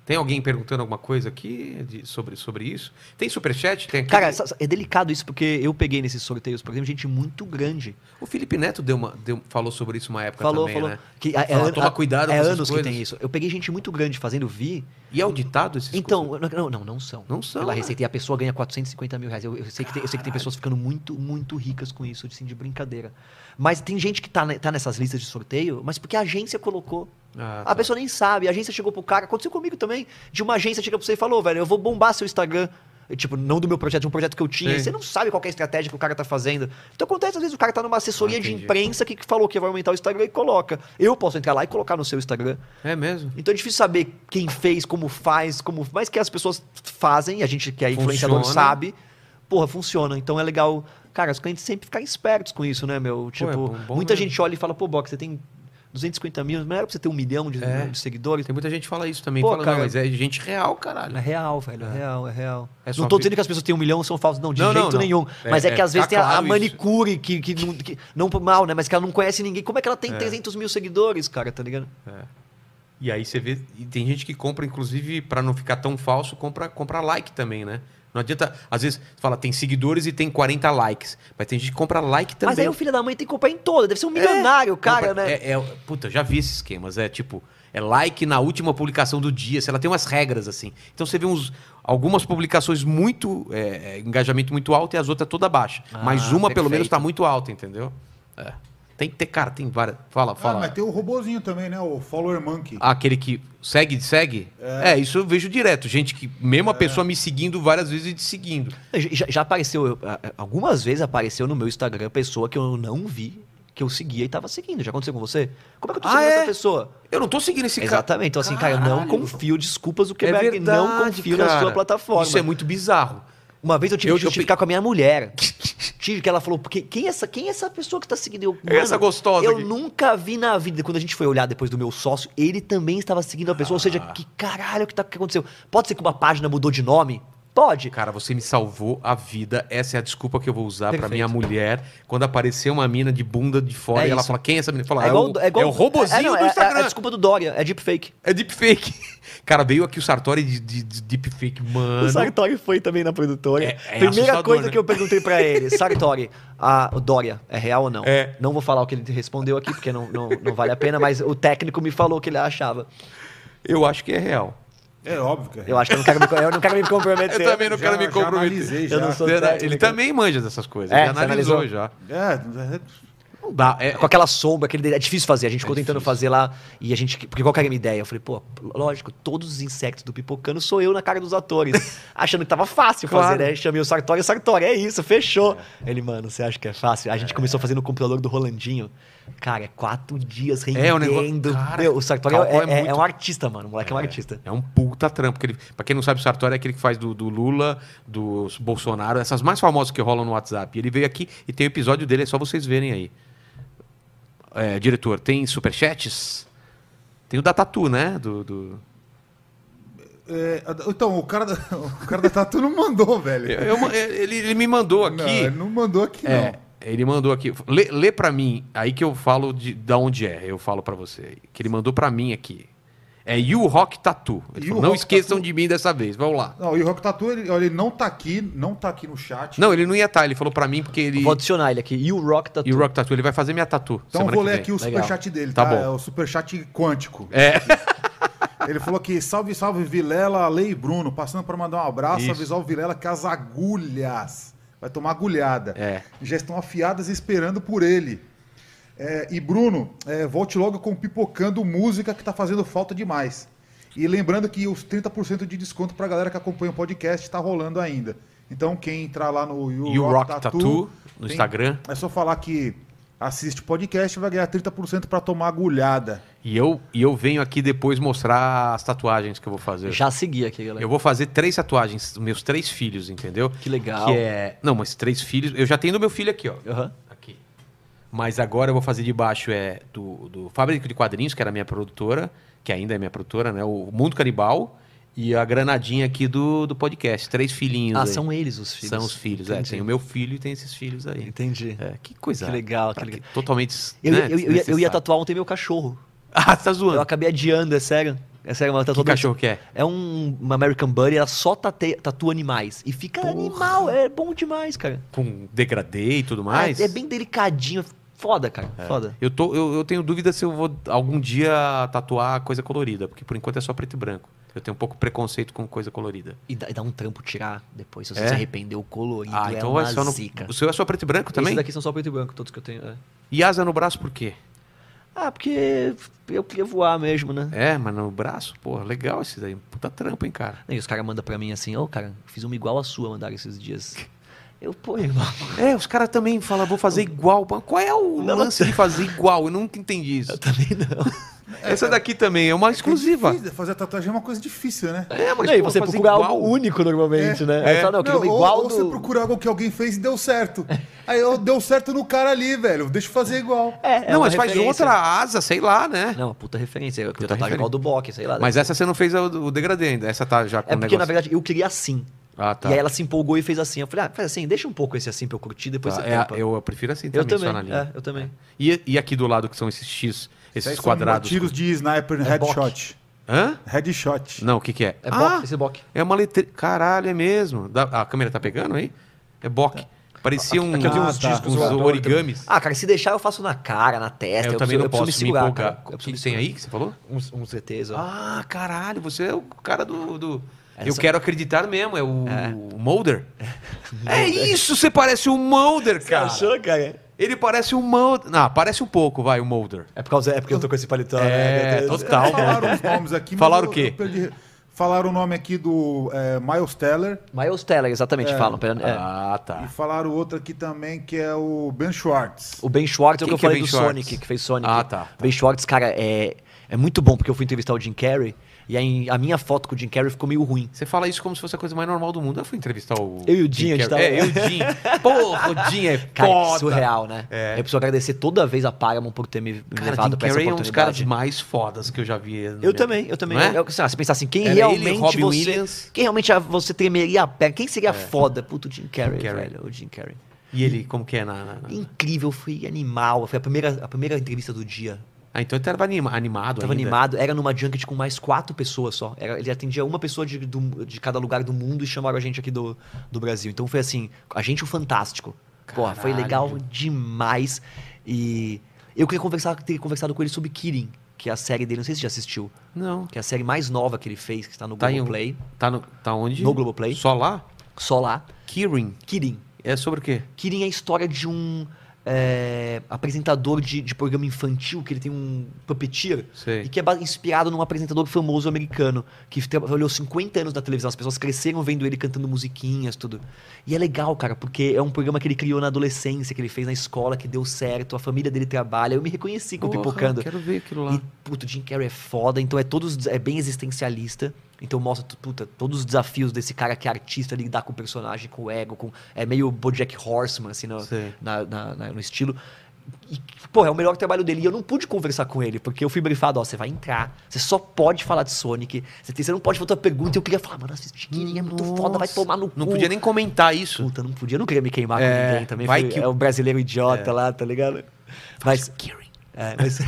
S1: Tem alguém perguntando alguma coisa aqui de- sobre, sobre isso? Tem superchat? Tem aqui.
S2: Cara, sa- sa- é delicado isso, porque eu peguei nesses sorteios, por exemplo, gente muito grande.
S1: o Felipe Neto deu uma, deu- falou sobre isso uma época
S2: falou,
S1: também,
S2: falou.
S1: né?
S2: Que é, é
S1: Fala,
S2: an-
S1: toma
S2: a-
S1: cuidado
S2: é
S1: com essas
S2: anos que
S1: coisas.
S2: tem isso. Eu peguei gente muito grande fazendo vi.
S1: E é auditado esses
S2: Então, não, não, não são.
S1: Não são,
S2: Pela
S1: né?
S2: receita. E a pessoa ganha 450 mil reais. Eu, eu sei, que tem, eu sei que tem pessoas ficando muito, muito ricas com isso, assim, de brincadeira. Mas tem gente que tá, ne- tá nessas listas de sorteio, mas porque a agência colocou.
S1: Ah,
S2: A
S1: tá.
S2: pessoa nem sabe. A agência chegou pro cara. Aconteceu comigo também. De uma agência chega pra você e falou, velho, eu vou bombar seu Instagram. E, Tipo, não do meu projeto, de um projeto que eu tinha.
S1: Sim.
S2: Você não sabe qual que é a estratégia que o cara tá fazendo. Então acontece, às vezes, o cara tá numa assessoria
S1: Ah,
S2: de
S1: entendi.
S2: imprensa que que falou que vai aumentar o Instagram e coloca. Eu posso entrar lá e colocar no seu Instagram.
S1: É mesmo?
S2: Então é difícil saber quem fez, como faz, como. Mas que as pessoas fazem, e a gente que é influenciador
S1: Funciona.
S2: sabe. Porra, funciona. Então é legal. Cara, os clientes sempre ficarem espertos com isso, né, meu? Tipo,
S1: é bom- bom
S2: muita
S1: mesmo.
S2: gente olha e fala, pô, Box, você tem 250 mil, não era pra você ter um milhão de,
S1: É.
S2: de seguidores.
S1: Tem muita gente que fala isso também.
S2: Pô,
S1: fala,
S2: cara.
S1: não, mas é gente real, caralho.
S2: É real, velho. É real, é real.
S1: É só
S2: não tô
S1: vi-
S2: dizendo que as pessoas têm um milhão são falsas, não, de
S1: Não, não,
S2: jeito
S1: não.
S2: nenhum.
S1: É,
S2: Mas é,
S1: é,
S2: que às vezes
S1: tá
S2: tem a- a,
S1: claro isso.
S2: manicure que, que não. que- não mal, né? Mas que ela não conhece ninguém. Como é que ela tem 300 mil seguidores, cara, tá ligado?
S1: E aí você vê. E tem gente que compra, inclusive, pra não ficar tão falso, compra, compra like também, né? Não adianta. Às vezes fala, tem seguidores e tem 40 likes. Mas tem gente que compra like também.
S2: Mas aí o filho da mãe tem que comprar em toda. Deve ser um milionário, cara,
S1: Não, pra-
S2: né?
S1: É, é- puta, eu já vi esses esquemas. É tipo, é like na última publicação do dia. Se ela tem umas regras assim. Então você vê uns, algumas publicações muito. é, é, engajamento muito alto e as outras toda baixa.
S2: Ah,
S1: mas uma, pelo
S2: perfeito.
S1: menos, tá muito alta, entendeu? É. Tem que ter, cara, tem várias. Fala,
S3: Ah,
S1: fala.
S3: mas tem o robozinho também, né? O Follower
S2: Ah,
S3: Monkey.
S1: Aquele que segue, segue? É. isso eu vejo direto. Gente que, mesmo a
S3: É.
S1: pessoa me seguindo várias vezes e te seguindo.
S2: Já, já apareceu, eu- a- a- algumas vezes apareceu no meu Instagram pessoa que eu não vi, que eu seguia e tava seguindo. Já aconteceu com você? Como é que eu tô
S1: Ah,
S2: seguindo essa
S1: é?
S2: pessoa?
S1: Eu não tô seguindo esse cara.
S2: Exatamente. Então, assim, cara, eu não
S1: Caralho.
S2: confio, desculpa,
S1: É
S2: Zuckerberg,
S1: verdade,
S2: não confio na
S1: cara.
S2: sua plataforma.
S1: Isso é muito bizarro.
S2: Uma vez eu tive
S1: Eu-
S2: que
S1: eu
S2: justificar com a minha mulher. Tive que ela falou, "Porque quem é essa, quem é essa pessoa que tá seguindo? Eu,
S1: É essa gostosa
S2: Eu
S1: aqui."
S2: nunca vi na vida. Quando a gente foi olhar depois do meu sócio, ele também estava seguindo a pessoa. Ou seja,
S1: Ah.
S2: que caralho que, tá, que aconteceu? Pode ser que uma página mudou de nome? Pode.
S1: Cara, você me salvou a vida. Essa é a desculpa que eu vou usar pra
S2: Perfeito.
S1: minha mulher quando aparecer uma mina de bunda de fora
S2: É
S1: e ela
S2: isso.
S1: fala: Quem é essa menina? Fala, é, o, é o robozinho
S2: é, não, é-
S1: do
S2: é-
S1: Instagram.
S2: É,
S1: É,
S2: a desculpa do Dória, é deepfake.
S1: deepfake. Cara, veio aqui o Sartori de, de, de deepfake, mano.
S2: O Sartori foi também na produtora.
S1: É- é
S2: Primeira
S1: assustador,
S2: coisa
S1: né?
S2: que eu perguntei pra ele, Sartori, a o Dória é real ou não?
S1: É.
S2: Não vou falar o que ele respondeu aqui, porque não, não, não vale a pena, mas o técnico me falou o que ele achava.
S1: Eu acho que é real.
S3: É óbvio que é.
S2: Eu acho que eu não quero me, eu não quero me comprometer.
S1: Eu também não
S3: Já-
S1: quero me
S3: já
S1: comprometer.
S3: analisei,
S2: Eu
S3: já.
S2: não sou-
S1: Será? Ele
S2: técnico.
S1: também manja dessas coisas.
S2: né, É,
S1: ele
S2: você
S1: analisou
S2: analisou?
S1: já.
S3: É,
S1: Não dá. É,
S2: Com aquela sombra, aquele... é difícil fazer. A gente ficou tentando
S1: difícil.
S2: fazer lá, e a gente. Porque qual que era a minha ideia? Eu falei, pô, lógico, todos os insectos do pipocano sou eu na cara dos atores. achando que tava fácil fazer,
S1: Claro.
S2: né? Chamei o Sartori, Sartori, é isso, fechou. Ele, mano, você acha que é fácil? A gente começou fazendo o computador do Rolandinho. Cara, é quatro dias
S1: É, o
S2: rendendo.
S1: negócio- cara,
S2: Meu, o Sartori é,
S1: cálculo é
S2: é- é
S1: muito.
S2: um artista, mano. O moleque é, um artista.
S1: É um puta trampo. Que ele, pra quem não sabe, o Sartori é aquele que faz do, do Lula, do Bolsonaro, essas mais famosas que rolam no WhatsApp. E ele veio aqui e tem o episódio dele, é só vocês verem aí. É, diretor, tem superchats? Tem o da Tatu, né? Do, do-
S3: É, então, o cara, da, o cara da Tatu não mandou, velho.
S1: Eu- eu- ele, ele me mandou aqui.
S3: É. Não, ele não mandou aqui,
S1: É,
S3: não.
S1: ele mandou aqui. Lê, lê para mim, aí que eu falo de, da onde é, eu falo pra você. Que ele mandou pra mim aqui. É You Rock Tattoo. Ele
S3: You
S1: falou, não
S3: Rock
S1: esqueçam
S3: Tattoo."
S1: de mim dessa vez, vamos lá.
S3: Não, e o Rock Tatu, ele, olha, ele não tá aqui, não tá aqui no chat.
S1: Não, ele não ia estar, ele falou pra mim porque ele.
S2: Vou adicionar ele aqui. E o Rock tá
S1: E o Rock Tattoo, ele vai fazer minha tatu.
S3: então eu
S1: semana
S3: vou
S1: que
S3: ler
S1: vem.
S3: aqui o
S2: Legal.
S3: superchat dele,
S1: Tá
S3: tá?
S1: bom.
S3: É o superchat quântico.
S1: É.
S3: Ele falou que salve, salve Vilela, Lei e Bruno, passando para mandar um abraço,
S1: Isso.
S3: avisar o Vilela que as agulhas vai tomar agulhada.
S1: É.
S3: Já estão afiadas e esperando por ele. É, e Bruno, é, volte logo com pipocando música que tá fazendo falta demais. E lembrando que os 30% de desconto pra galera que acompanha o podcast tá rolando ainda. Então quem entrar lá no You,
S1: E o Rock Tattoo no
S3: tem-
S1: Instagram.
S3: É só falar que assiste o podcast e vai ganhar 30% pra tomar agulhada.
S1: E eu, e eu venho aqui depois mostrar as tatuagens que eu vou fazer.
S2: Já segui aqui, galera.
S1: Eu vou fazer três tatuagens, dos meus três filhos, entendeu?
S2: Que legal.
S1: Que é. Não, mas três filhos. Eu já tenho do meu filho aqui, ó.
S2: Aham.
S1: Aqui. Mas agora eu vou fazer de baixo é do, do Fábrica de Quadrinhos, que era minha produtora, que ainda é minha produtora, né? O Mundo Canibal e a granadinha aqui do, do podcast. Três filhinhos.
S2: Ah,
S1: aí.
S2: são eles os filhos.
S1: São os filhos, é.
S2: Entendi.
S1: Tem o meu filho e tem esses filhos aí.
S2: Entendi.
S1: É, que coisa.
S2: Que legal,
S1: pra
S2: que
S1: quê?
S2: legal.
S1: Totalmente.
S2: Eu,
S1: né,
S2: eu, eu, ia, eu ia
S1: desnecessário.
S2: tatuar ontem meu cachorro.
S1: Ah, você tá zoando.
S2: Eu acabei adiando, é sério. É sério, uma
S1: Que
S2: tatuagem.
S1: cachorro que é?
S2: É um uma American Bunny, ela só tate- tatua animais. E fica animal, é bom demais, cara.
S1: Com degradê e tudo mais?
S2: É, é bem delicadinho. Foda, cara.
S1: É.
S2: Foda.
S1: Eu, tô, eu, eu tenho dúvida se eu vou algum dia tatuar coisa colorida, porque por enquanto é só preto e branco. Eu tenho um pouco preconceito com coisa colorida.
S2: E dá, e dá um trampo tirar depois. Se você
S1: É?
S2: se arrependeu, colorido.
S1: ah,
S2: é
S1: então
S2: uma
S1: vai só no.
S2: zica.
S1: O seu é só preto e branco também?
S2: Esses daqui são só preto e branco, todos que eu tenho. é.
S1: E asa no braço por quê?
S2: Ah, porque eu queria voar mesmo, né?
S1: É, mas no braço, pô, legal esse daí. Puta trampo, hein, cara.
S2: E os caras mandam pra mim assim, ô cara, fiz uma igual a sua, mandaram esses dias. Eu, pô, irmão.
S1: É, os caras também falam, vou fazer igual. Mas Qual é o
S2: Não,
S1: lance de fazer igual? Eu nunca entendi isso.
S2: Também não.
S1: Essa daqui também é uma exclusiva.
S3: Difícil, Fazer tatuagem é uma coisa difícil, né?
S1: É, mas
S2: Não, e
S1: pô,
S2: você
S1: fazer
S2: procura
S1: igual.
S2: algo único normalmente, né? Aí
S1: É.
S2: fala, não, eu queria
S3: Não,
S2: uma
S3: ou,
S2: igual
S3: ou
S2: do...
S3: você procura algo que alguém fez e deu certo. Aí eu deu certo no cara ali, velho. Deixa eu fazer igual.
S2: É, é
S1: não,
S2: uma
S1: mas faz
S2: referência.
S1: outra asa, sei lá, né?
S2: Não, uma puta referência. Eu queria
S1: Puta
S2: tatuar igual do Bock, sei lá.
S1: Mas essa você não fez o, o degradê ainda. Essa tá já com
S2: É
S1: o
S2: porque,
S1: negócio.
S2: na verdade, eu queria assim.
S1: Ah, tá.
S2: E aí ela se empolgou e fez assim. Eu falei, ah, faz assim, deixa um pouco esse assim pra eu curtir, depois
S1: Tá,
S2: você
S1: é,
S2: tampa.
S1: eu, eu prefiro assim
S2: Eu
S1: também, só na
S2: também,
S1: linha.
S2: é, eu também.
S1: E, e aqui do lado que são esses X,
S3: Isso aí
S1: esses
S3: são
S1: quadrados. é
S3: Tiros de sniper headshot.
S1: Hã?
S3: Headshot.
S1: Não, o que que é?
S2: É
S1: ah,
S2: Bock, esse Bock.
S1: é uma letra... Caralho, é mesmo. Dá- A câmera tá pegando aí? É bock.
S2: Tá.
S1: Parecia um,
S3: aqui eu tenho uns
S1: uns,
S3: discos voadores
S1: origamis.
S2: Ah, cara, se deixar eu faço na cara, na testa.
S1: É, eu, também
S2: preciso-
S1: não posso
S2: preciso
S1: me
S2: segurar,
S1: empolgar.
S2: cara. Eu
S1: O que,
S2: preciso me
S1: que tem
S2: segurar.
S1: aí que você falou?
S2: Uns, uns ETs, ó.
S1: Ah, caralho, você é o cara do... do- Eu
S2: Essa-
S1: quero acreditar mesmo, é o, o Mulder. é isso, você parece o Mulder, cara.
S2: cara?
S1: Ele parece o Mulder. Não, parece um pouco, vai, o Mulder.
S2: É, por causa, é porque eu tô com esse paletó,
S1: É,
S2: né?
S1: total.
S3: Falaram os nomes aqui. mas
S1: Falaram um- o
S3: eu-
S1: quê?
S3: eu perdi- Falaram o nome aqui do é, Miles Teller.
S2: Miles Teller, exatamente, falam. pera- é.
S1: Ah,
S3: E
S1: tá.
S3: falaram outro aqui também, que é o Ben Schwartz.
S2: O Ben Schwartz é o
S1: Quem
S2: que eu
S1: que é
S2: falei
S1: Ben
S2: do
S1: Schwartz?
S2: Sonic, que fez Sonic.
S1: Ah, tá, tá.
S2: Ben Schwartz, cara, é, é muito bom, porque eu fui entrevistar o Jim Carrey, e aí a minha foto com o Jim Carrey ficou meio ruim.
S1: Você fala isso como se fosse a coisa mais normal do mundo. Eu fui entrevistar o.
S2: Eu e o Jim, a
S1: Jim
S2: gente
S1: Carrey. É, eu e o Jim. Porra, o Jim é
S2: Cara,
S1: foda. É.
S2: que surreal, né? Eu preciso agradecer toda vez a Paramount por ter me me
S1: Cara,
S2: levado
S1: Jim
S2: pra essa
S1: Carrey é um dos caras
S2: oportunidade.
S1: mais fodas que eu já vi. na
S2: eu
S1: minha-
S2: também, eu também.
S1: Não é?
S2: Eu, sei lá, você pensar assim, quem
S1: Era ele,
S2: realmente
S1: Robin
S2: você...
S1: Williams. É.
S2: Quem realmente a- você tremeria a perna? Quem seria foda? Puto, o Jim Carrey,
S1: Carrey.
S2: velho. O Jim Carrey.
S1: E ele, como que é? Na, na- na-
S2: Incrível, foi animal. Foi a primeira, a primeira entrevista do dia.
S1: Ah, então ele tava anima- animado.
S2: Tava
S1: ainda.
S2: animado, era numa junket com mais quatro pessoas só. Era- ele atendia uma pessoa de, do- de cada lugar do mundo e chamaram a gente aqui do, do Brasil. Então foi assim, a gente o fantástico. Porra, foi
S1: Caralho.
S2: legal demais. E eu queria conversar, ter conversado com ele sobre Killing, que é a série dele, não sei se você já assistiu,
S1: Não.
S2: que é a série mais nova que ele fez, que está no
S1: Tá em um-
S2: Globoplay,
S1: Tá, no, tá onde?
S2: No Globoplay.
S1: Só lá?
S2: só lá.
S1: Kirin.
S2: Killing.
S1: É sobre o quê?
S2: Kirin é a história de um é, apresentador de, de programa infantil, que ele tem um puppeteer,
S1: Sei.
S2: e que é ba- inspirado num apresentador famoso americano, que trabalhou 50 anos na televisão, as pessoas cresceram vendo ele cantando musiquinhas, tudo. E é legal, cara, porque é um programa que ele criou na adolescência, que ele fez na escola, que deu certo, a família dele trabalha, eu me reconheci com o
S1: Porra,
S2: Pipocando.
S1: Quero ver aquilo lá.
S2: E, puto, Jim Carrey é foda, então é todos é bem existencialista. Então mostra, tu- puta, todos os desafios desse cara que é artista, lidar com o personagem, com o ego, com. É meio Bojack Horseman, assim, no,
S1: Sei.
S2: na- na- na- no estilo. E, pô, é o melhor trabalho dele. E eu não pude conversar com ele, porque eu fui brifado, ó, você vai entrar, você só pode falar de Sonic, você, tem- você não pode fazer outra pergunta. E eu queria falar, mano, assisti, ele é muito foda, vai
S1: Nossa,
S2: tomar no cu.
S1: Não podia nem comentar isso.
S2: Puta, não podia, eu não queria me queimar
S1: É,
S2: com ninguém também.
S1: vai
S2: Foi,
S1: que-
S2: É o brasileiro idiota lá, tá ligado? Mas. É, mas.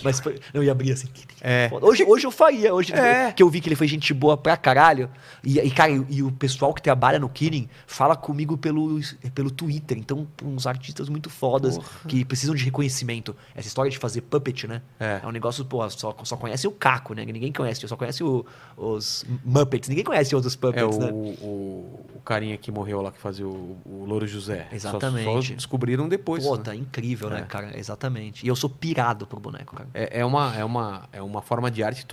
S2: mas foi, não, ia abrir assim.
S1: É.
S2: Foda. Hoje, hoje eu faria, hoje
S1: É.
S2: que eu vi que ele foi gente boa pra caralho. E, e, cara, e, o pessoal que trabalha no Killing fala comigo pelo, pelo Twitter. Então, uns artistas muito fodas que precisam de reconhecimento. Essa história de fazer puppet, né?
S1: É.
S2: um negócio, pô, só, só conhece o Caco, né? Ninguém conhece, só conhece o- os Muppets. Ninguém conhece outros
S1: É
S2: Puppets,
S1: o,
S2: né?
S1: o, o carinha que morreu lá que fazia o, o Louro José. Só- Só,
S2: Exatamente.
S1: descobriram depois.
S2: Pô,
S1: né?
S2: tá incrível,
S1: É.
S2: né, cara? Exatamente. E eu sou pirado por boneco, cara.
S1: É, é uma, é, uma, é uma forma de arte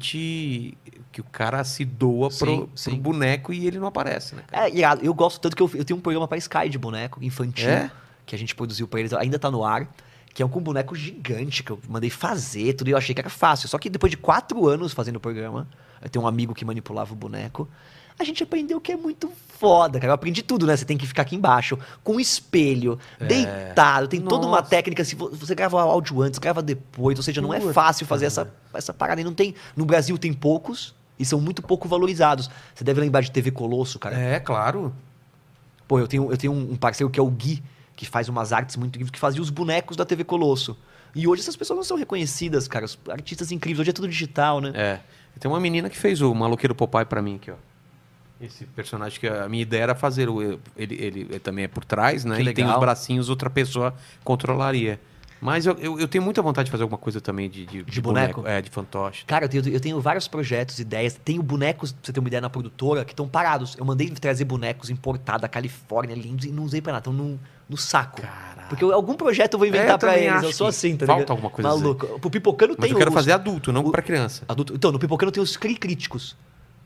S1: totalmente que o cara se doa
S2: Sim,
S1: pro,
S2: sim.
S1: pro boneco e ele não aparece, né? cara?
S2: É, irado. Eu gosto tanto que eu, eu tenho um programa pra Sky de boneco infantil
S1: É?
S2: que a gente produziu pra eles, ainda tá no ar. Que é um com boneco gigante que eu mandei fazer, tudo e eu achei que era fácil. Só que depois de quatro anos fazendo o programa, eu tenho um amigo que manipulava o boneco. A gente aprendeu que é muito foda, cara. Eu aprendi tudo, né? Você tem que ficar aqui embaixo, com um espelho, deitado. Tem toda uma
S1: É. Nossa.
S2: técnica. Se vo- você grava o áudio antes, grava depois. Ou seja, não é
S1: Puta,
S2: fácil fazer essa, essa parada. E não tem. No Brasil tem poucos. e são muito pouco valorizados. Você deve lembrar de TV Colosso, cara.
S1: É, claro.
S2: Pô, eu tenho, eu tenho um parceiro que é o Gui, que faz umas artes muito incríveis, que fazia os bonecos da TV Colosso. E hoje essas pessoas não são reconhecidas, cara. Os artistas incríveis, hoje é tudo digital, né?
S1: É. Tem uma menina que fez o maloqueiro Popeye pra mim aqui, ó. Esse personagem que a minha ideia era fazer. o- Ele, ele, ele também é por trás, né?
S2: Que
S1: Ele tem os
S2: legal.
S1: bracinhos, outra pessoa controlaria. Mas eu, eu, eu tenho muita vontade de fazer alguma coisa também de, de, de
S2: boneco?
S1: É, de fantoche.
S2: Cara, eu tenho, eu tenho vários projetos, ideias. Tenho bonecos, pra você ter uma ideia, na produtora, que estão parados. Eu mandei trazer bonecos importados da Califórnia, lindos, e não usei pra nada. Estão no, no saco.
S1: Caralho.
S2: Porque eu- algum projeto eu vou
S1: É,
S2: inventar
S1: eu
S2: pra
S1: também
S2: eles.
S1: acho
S2: Eu sou
S1: que
S2: assim, tá
S1: falta
S2: ligado?
S1: alguma coisa
S2: Maluco. O Pipocano
S1: Mas
S2: tem
S1: eu quero
S2: os-
S1: fazer adulto, não
S2: o-
S1: pra criança.
S2: adulto. Então, no Pipocano tem os cri críticos,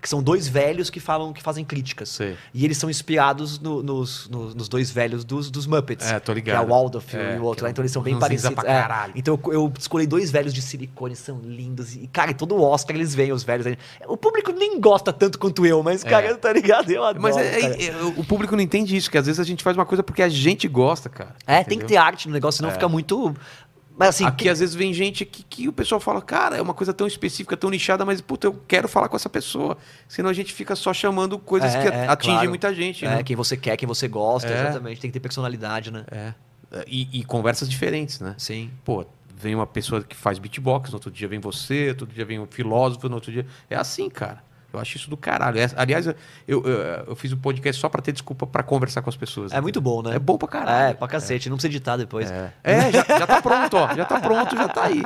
S2: que são dois velhos que falam, que fazem críticas.
S1: Sei.
S2: E eles são inspirados no- nos, nos- nos dois velhos dos, dos Muppets.
S1: É, tô
S2: Que
S1: ligado.
S2: é o Waldorf
S1: É,
S2: e o outro
S1: que
S2: lá. Então eles são bem
S1: ranzinza
S2: parecidos.
S1: pra
S2: É.
S1: caralho.
S2: Então eu, eu escolhi dois velhos de silicone, são lindos. E, cara, e todo Oscar eles veem, os velhos. aí. O público nem gosta tanto quanto eu, mas, cara, tá ligado? Eu adoro.
S1: É. Mas é- é-
S2: cara.
S1: é- o público não entende isso, que às vezes a gente faz uma coisa porque a gente gosta, cara.
S2: É, tem que ter arte no negócio, senão fica muito. Mas assim,
S1: É. Aqui é às vezes vem gente que, que o pessoal fala, cara, é uma coisa tão específica, tão nichada, mas puta, eu quero falar com essa pessoa. Senão a gente fica só chamando coisas
S2: É,
S1: que
S2: é,
S1: atingem
S2: claro.
S1: muita gente,
S2: é,
S1: né?
S2: quem você quer, quem você gosta,
S1: É.
S2: exatamente. Tem que ter personalidade, né? É
S1: E, e conversas diferentes, né?
S2: Sim.
S1: Pô, vem uma pessoa que faz beatbox, no outro dia vem você, outro dia vem um filósofo, no outro dia. É assim, cara. Eu acho isso do caralho. É- aliás, eu, eu, eu fiz um podcast só pra ter desculpa pra conversar com as pessoas.
S2: É muito bom, né?
S1: É bom pra
S2: É,
S1: caralho.
S2: pra cacete, não precisa editar depois.
S1: É, já, já tá pronto, ó. Já tá pronto, já tá aí.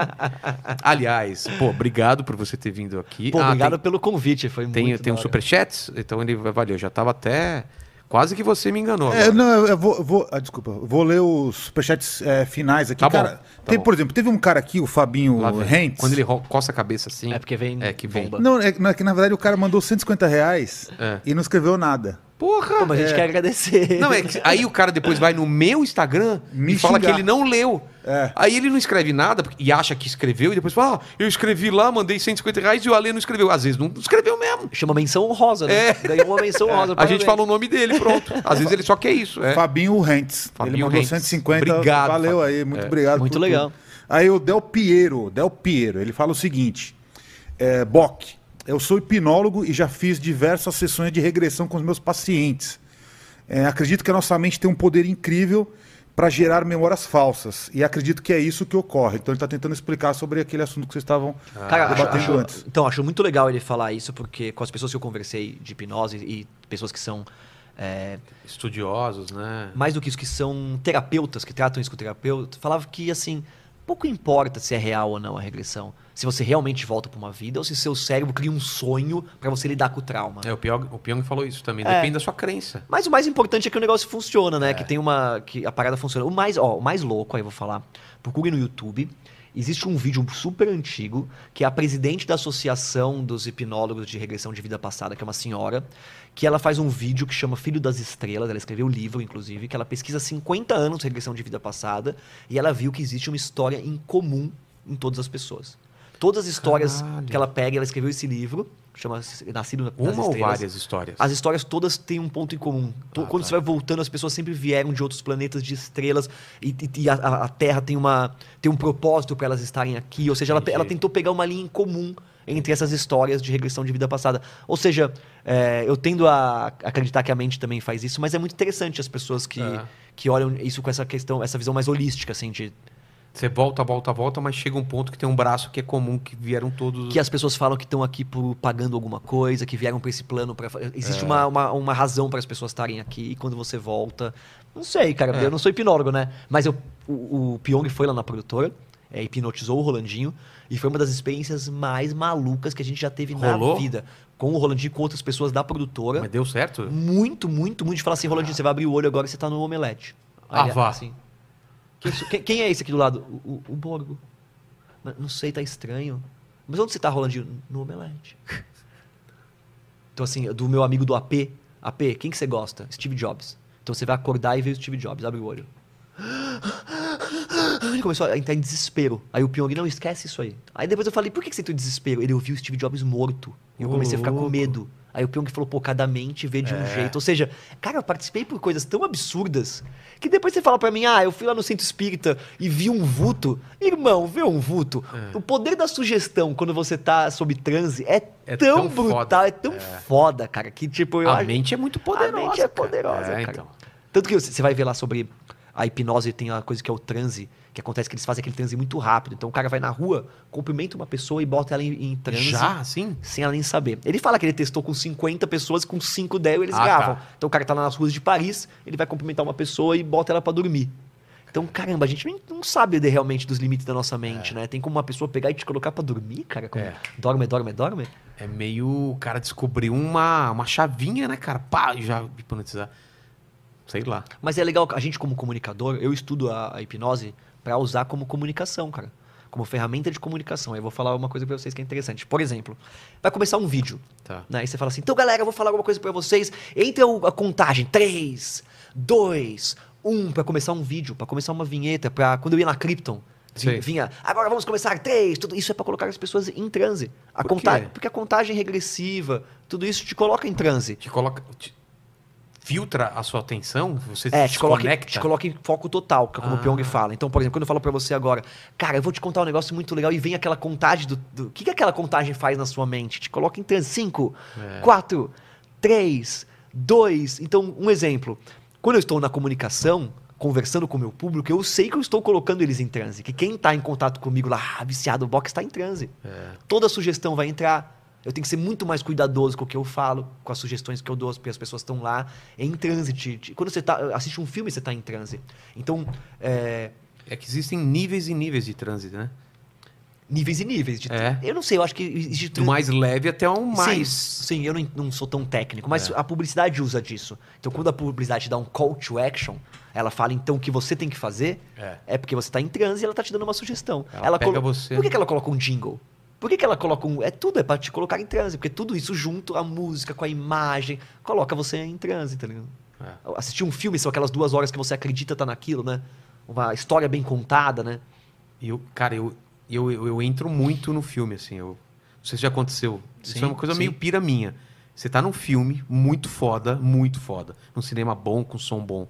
S1: Aliás, pô, obrigado por você ter vindo aqui.
S2: Pô,
S1: Ah,
S2: obrigado pelo convite, foi
S1: Tem, tem,
S2: muito
S1: tem
S2: da
S1: um
S2: hora.
S1: superchat, então ele valeu. Já tava até. Quase que você me enganou.
S3: É,
S1: agora.
S3: não, eu- eu vou. vou- ah, desculpa, eu vou ler os superchats é, finais aqui.
S1: Tá bom,
S3: Cara,
S1: tá
S3: tem,
S1: bom.
S3: por exemplo, teve um cara aqui, o Fabinho
S1: Lá vem.
S3: Rentes.
S1: Quando ele ro- coça a cabeça assim.
S2: É porque vem
S1: É que vem.
S2: bomba.
S3: Não, é, que- não, é que na verdade o cara mandou 150 reais
S1: É.
S3: e não escreveu nada.
S1: Porra!
S2: Pô, mas a gente quer agradecer.
S1: Não, é que aí o cara depois vai no meu Instagram
S3: Me
S1: e fala que
S3: xingar.
S1: ele não leu.
S3: É.
S1: Aí ele não escreve nada porque- e acha que escreveu e depois fala: "Ah, eu escrevi lá, mandei 150 reais e o Ale não escreveu. Às vezes não escreveu mesmo.
S2: Chama menção honrosa, né? Ganhou uma menção honrosa.
S1: É. A gente
S2: parabéns.
S1: fala o nome dele, pronto. Às vezes ele só quer isso. É.
S3: Fabinho Rentes.
S1: Fabinho
S3: ele mandou
S1: Rentes.
S3: 150.
S1: Obrigado,
S3: Valeu
S1: Fabinho.
S3: aí, muito obrigado.
S2: Muito
S3: por
S2: legal.
S3: tudo. Aí o Del Piero, Del Piero, ele fala o seguinte: é, Bock, eu sou hipnólogo e já fiz diversas sessões de regressão com os meus pacientes. É, acredito que a nossa mente tem um poder incrível para gerar memórias falsas. E acredito que é isso que ocorre. Então ele está tentando explicar sobre aquele assunto que vocês estavam
S2: Ah, Cara, acho-
S3: debatendo
S2: acho-
S3: Ah, antes.
S2: então, acho muito legal ele falar isso, porque com as pessoas que eu conversei de hipnose e pessoas que são, é,
S1: Estudiosos, né?
S2: mais do que isso, que são terapeutas, que tratam isso com terapeuta, falava que, assim, pouco importa se é real ou não a regressão. Se você realmente volta para uma vida ou se seu cérebro cria um sonho para você lidar com o trauma.
S1: É, o Pyong, o Pyong falou isso também.
S2: É.
S1: Depende da sua crença.
S2: Mas o mais importante é que o negócio funciona, né? Que tem uma. que a parada funciona. O mais, ó, o mais louco, aí eu vou falar. Procure no YouTube. Existe um vídeo super antigo que é a presidente da Associação dos Hipnólogos de Regressão de Vida Passada, que é uma senhora, que ela faz um vídeo que chama Filho das Estrelas, ela escreveu o livro, inclusive, que ela pesquisa 50 anos de regressão de vida passada e ela viu que existe uma história em comum em todas as pessoas. Todas as histórias
S1: Caralho.
S2: que ela pega, ela escreveu esse livro, chama Nascido nas
S1: Uma ou
S2: Estrelas.
S1: várias histórias?
S2: As histórias todas têm um ponto em comum. To-
S1: Ah,
S2: Quando
S1: tá.
S2: você vai voltando, as pessoas sempre vieram de outros planetas, de estrelas, e, e- e a, a- a Terra tem, uma, tem um propósito para elas estarem aqui. Ou seja, ela, pe- ela
S1: Entendi.
S2: tentou pegar uma linha em comum entre essas histórias de regressão de vida passada. Ou seja, é, eu tendo a acreditar que a mente também faz isso, mas é muito interessante as pessoas que,
S1: É.
S2: que olham isso com essa questão, essa visão mais holística, assim, de,
S1: Você volta, volta, volta, mas chega um ponto que tem um braço que é comum, que vieram todos.
S2: que as pessoas falam que estão aqui por pagando alguma coisa, que vieram pra esse plano para existe uma, uma, uma razão para as pessoas estarem aqui e quando você volta, não sei, cara, eu não sou hipnólogo, né? Mas eu, o, o Pyong foi lá na produtora, é, hipnotizou o Rolandinho e foi uma das experiências mais malucas que a gente já teve
S1: Rolou?
S2: na vida com o Rolandinho e com outras pessoas da produtora.
S1: Mas deu certo?
S2: Muito, muito, muito de falar assim, Rolandinho, você vai abrir o olho agora e você tá no omelete.
S1: Ah,
S2: Aí,
S1: vá.
S2: assim, quem, sou- quem- quem é esse aqui do lado? O, o- o Borgo. Mas não sei, tá estranho. Mas onde você tá, Rolandinho? No omelete. Então, assim, do meu amigo do AP. AP, quem que você gosta? Steve Jobs. Então você vai acordar e vê o Steve Jobs, abre o olho. Ele começou a entrar em desespero. Aí o Pyong, não, esquece isso aí. Aí depois eu falei, por que que você entrou em desespero? Ele ouviu o Steve Jobs morto. E eu
S1: Ô,
S2: comecei a ficar com
S1: louco. É.
S2: medo. Aí Aí o Pyong falou, pô, cada mente vê de um jeito. Ou seja, cara, eu participei por coisas tão absurdas que depois você fala pra mim, ah, eu fui lá no centro espírita e vi um vulto. Irmão, vê um vulto. O poder da sugestão quando você tá sob transe é,
S1: É
S2: tão,
S1: tão foda.
S2: brutal, é tão foda, cara, que tipo... Eu
S1: A
S2: acho-
S1: mente é muito poderosa.
S2: a mente é
S1: cara.
S2: poderosa,
S1: É,
S2: cara.
S1: então.
S2: Tanto que você você vai ver lá sobre a hipnose, tem uma coisa que é o transe, que acontece que eles fazem aquele transe muito rápido. Então o cara vai na rua, cumprimenta uma pessoa e bota ela em, em transe.
S1: Já, assim?
S2: Sem ela nem saber. Ele fala que ele testou com 50 pessoas, com 5 deram eles
S1: Ah,
S2: gravam.
S1: tá.
S2: Então o cara tá lá nas ruas de Paris, ele vai cumprimentar uma pessoa e bota ela pra dormir. Então, caramba, a gente nem- não sabe de- realmente dos limites da nossa mente, né? Tem como uma pessoa pegar e te colocar pra dormir, cara? Como...
S1: É.
S2: Dorme, dorme, dorme?
S1: É meio. O cara descobriu uma, uma chavinha, né, cara? Pá, e já hipnotizar. Sei lá.
S2: Mas é legal, a gente como comunicador, eu estudo a, a hipnose pra usar como comunicação, cara. Como ferramenta de comunicação. Aí eu vou falar uma coisa pra vocês que é interessante. Por exemplo, vai começar um vídeo.
S1: Tá.
S2: Né? Aí você fala assim, então galera, eu vou falar alguma coisa pra vocês. Entre o- a contagem, 3, 2, 1, pra começar um vídeo, pra começar uma vinheta, pra quando eu ia na Krypton, vi-
S1: Sim.
S2: vinha, agora vamos começar, 3, tudo isso é pra colocar as pessoas em transe. A
S1: Por
S2: conta-
S1: quê?
S2: Porque a contagem regressiva, tudo isso te coloca em transe.
S1: Te coloca. te- filtra a sua atenção, você
S2: É,
S1: se
S2: te coloca,
S1: desconecta.
S2: te coloca em foco total, que é como o
S1: Ah.
S2: Pyong fala. Então, por exemplo, quando eu falo pra você agora, cara, eu vou te contar um negócio muito legal e vem aquela contagem do. do- o que, que aquela contagem faz na sua mente? Te coloca em transe. Cinco,
S1: É.
S2: quatro, três, dois. Então, um exemplo. Quando eu estou na comunicação, conversando com o meu público, eu sei que eu estou colocando eles em transe. Que quem está em contato comigo lá, ah, viciado o box, está em transe. Toda sugestão vai entrar. Eu tenho que ser muito mais cuidadoso com o que eu falo, com as sugestões que eu dou, porque as pessoas estão lá é em transe. te- te- Quando você tá, assiste um filme, você está em transe. Então, é,
S1: É que existem níveis e níveis de trânsito, né?
S2: níveis e níveis. De,
S1: É.
S2: Eu não sei, eu acho que existe
S1: Do mais leve até o mais. É.
S2: Sim, sim, eu não, não sou tão técnico, mas a publicidade usa disso. Então, quando a publicidade dá um call to action, ela fala então o que você tem que fazer,
S1: É.
S2: é porque você tá em transe e ela tá te dando uma sugestão.
S1: Ela pega
S2: colo-
S1: você.
S2: Por que, que ela coloca um jingle? Por que, que ela coloca um. É tudo, é pra te colocar em transe, porque tudo isso junto, a música com a imagem, coloca você em transe, tá ligado?
S1: É.
S2: Assistir um filme são aquelas duas horas que você acredita tá naquilo, né? Uma história bem contada, né?
S1: E Eu, cara, eu, eu, eu, eu entro muito no filme, assim. Eu, não sei se já aconteceu.
S2: Sim,
S1: Isso é uma coisa
S2: sim.
S1: meio pira minha. Você tá num filme muito foda, muito foda. Num cinema bom, com som bom.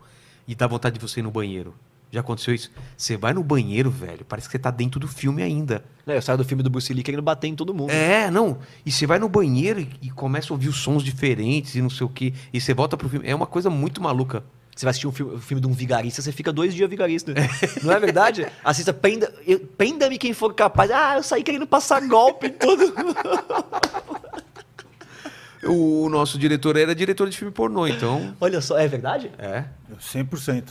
S1: E dá vontade de você ir no banheiro. Já aconteceu isso? Você vai no banheiro, velho. Parece que você tá dentro do filme ainda.
S2: Né, Eu saio do filme do Bruce Lee querendo bater em todo mundo.
S1: É, não. E você vai no banheiro e, e começa a ouvir os sons diferentes e não sei o quê. E você volta pro filme. É uma coisa muito maluca.
S2: Você vai assistir um filme, um filme de um vigarista, você fica dois dias vigarista. Não é verdade? Assista Prenda- eu- Prenda-me quem for capaz. Ah, eu saí querendo passar golpe em todo
S1: O nosso diretor era diretor de filme pornô, então.
S2: Olha só, é verdade?
S1: É.
S3: 100%.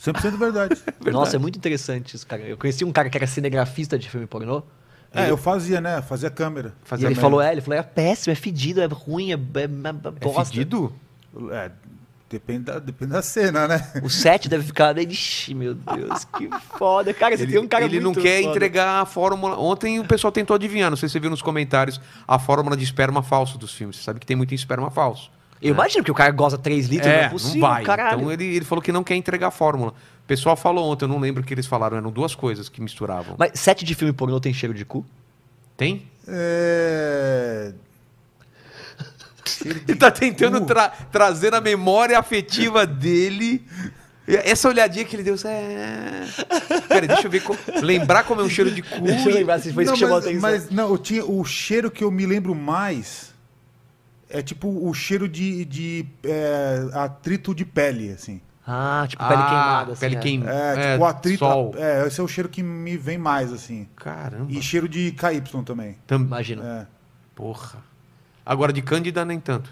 S3: 100% verdade.
S2: Nossa, é muito interessante isso, cara. Eu conheci um cara que era cinegrafista de filme pornô.
S3: é, eu fazia, né? Fazia câmera.
S2: e
S1: Fazia
S2: ele
S1: merda.
S2: falou, é, ele falou, é péssimo, é fedido, é ruim, é, é, é
S1: É
S2: bosta.
S1: fedido?
S3: É, depende da, depende da cena, né?
S2: O set deve ficar, ixi, meu Deus, que foda. Cara, você
S1: Ele,
S2: tem um cara
S1: ele não
S2: muito
S1: quer
S2: foda.
S1: entregar a fórmula. Ontem o pessoal tentou adivinhar, não sei se você viu nos comentários, a fórmula de esperma falso dos filmes. Você sabe que tem muito esperma falso.
S2: Eu imagino que o cara goza 3 litros, não é possível, caralho.
S1: Então ele, ele falou que não quer entregar a fórmula. O pessoal falou ontem, eu não lembro o que eles falaram, eram duas coisas que misturavam.
S2: Mas set de filme pornô tem cheiro de cu?
S1: Tem?
S3: É...
S1: Ele tá tentando tra- trazer na memória afetiva dele. E Essa olhadinha que ele deu. É... Peraí, deixa eu ver. co- Lembrar como é um cheiro de cu.
S2: Deixa eu
S1: e-
S2: lembrar se assim, foi isso
S3: não,
S2: que chamou a
S3: mas,
S2: atenção.
S3: mas não, eu tinha, o cheiro que eu me lembro mais é tipo o cheiro de, de é, atrito de pele, assim.
S2: Ah, tipo pele
S1: Ah,
S2: queimada. Assim,
S1: pele
S2: é.
S1: queimada.
S3: É, tipo o atrito.
S1: Sol.
S3: É, esse é o cheiro que me vem mais, assim.
S1: Caramba.
S3: E cheiro de KY também.
S1: Tam-
S2: Imagina.
S3: É.
S1: Porra. Agora, de Cândida, nem tanto.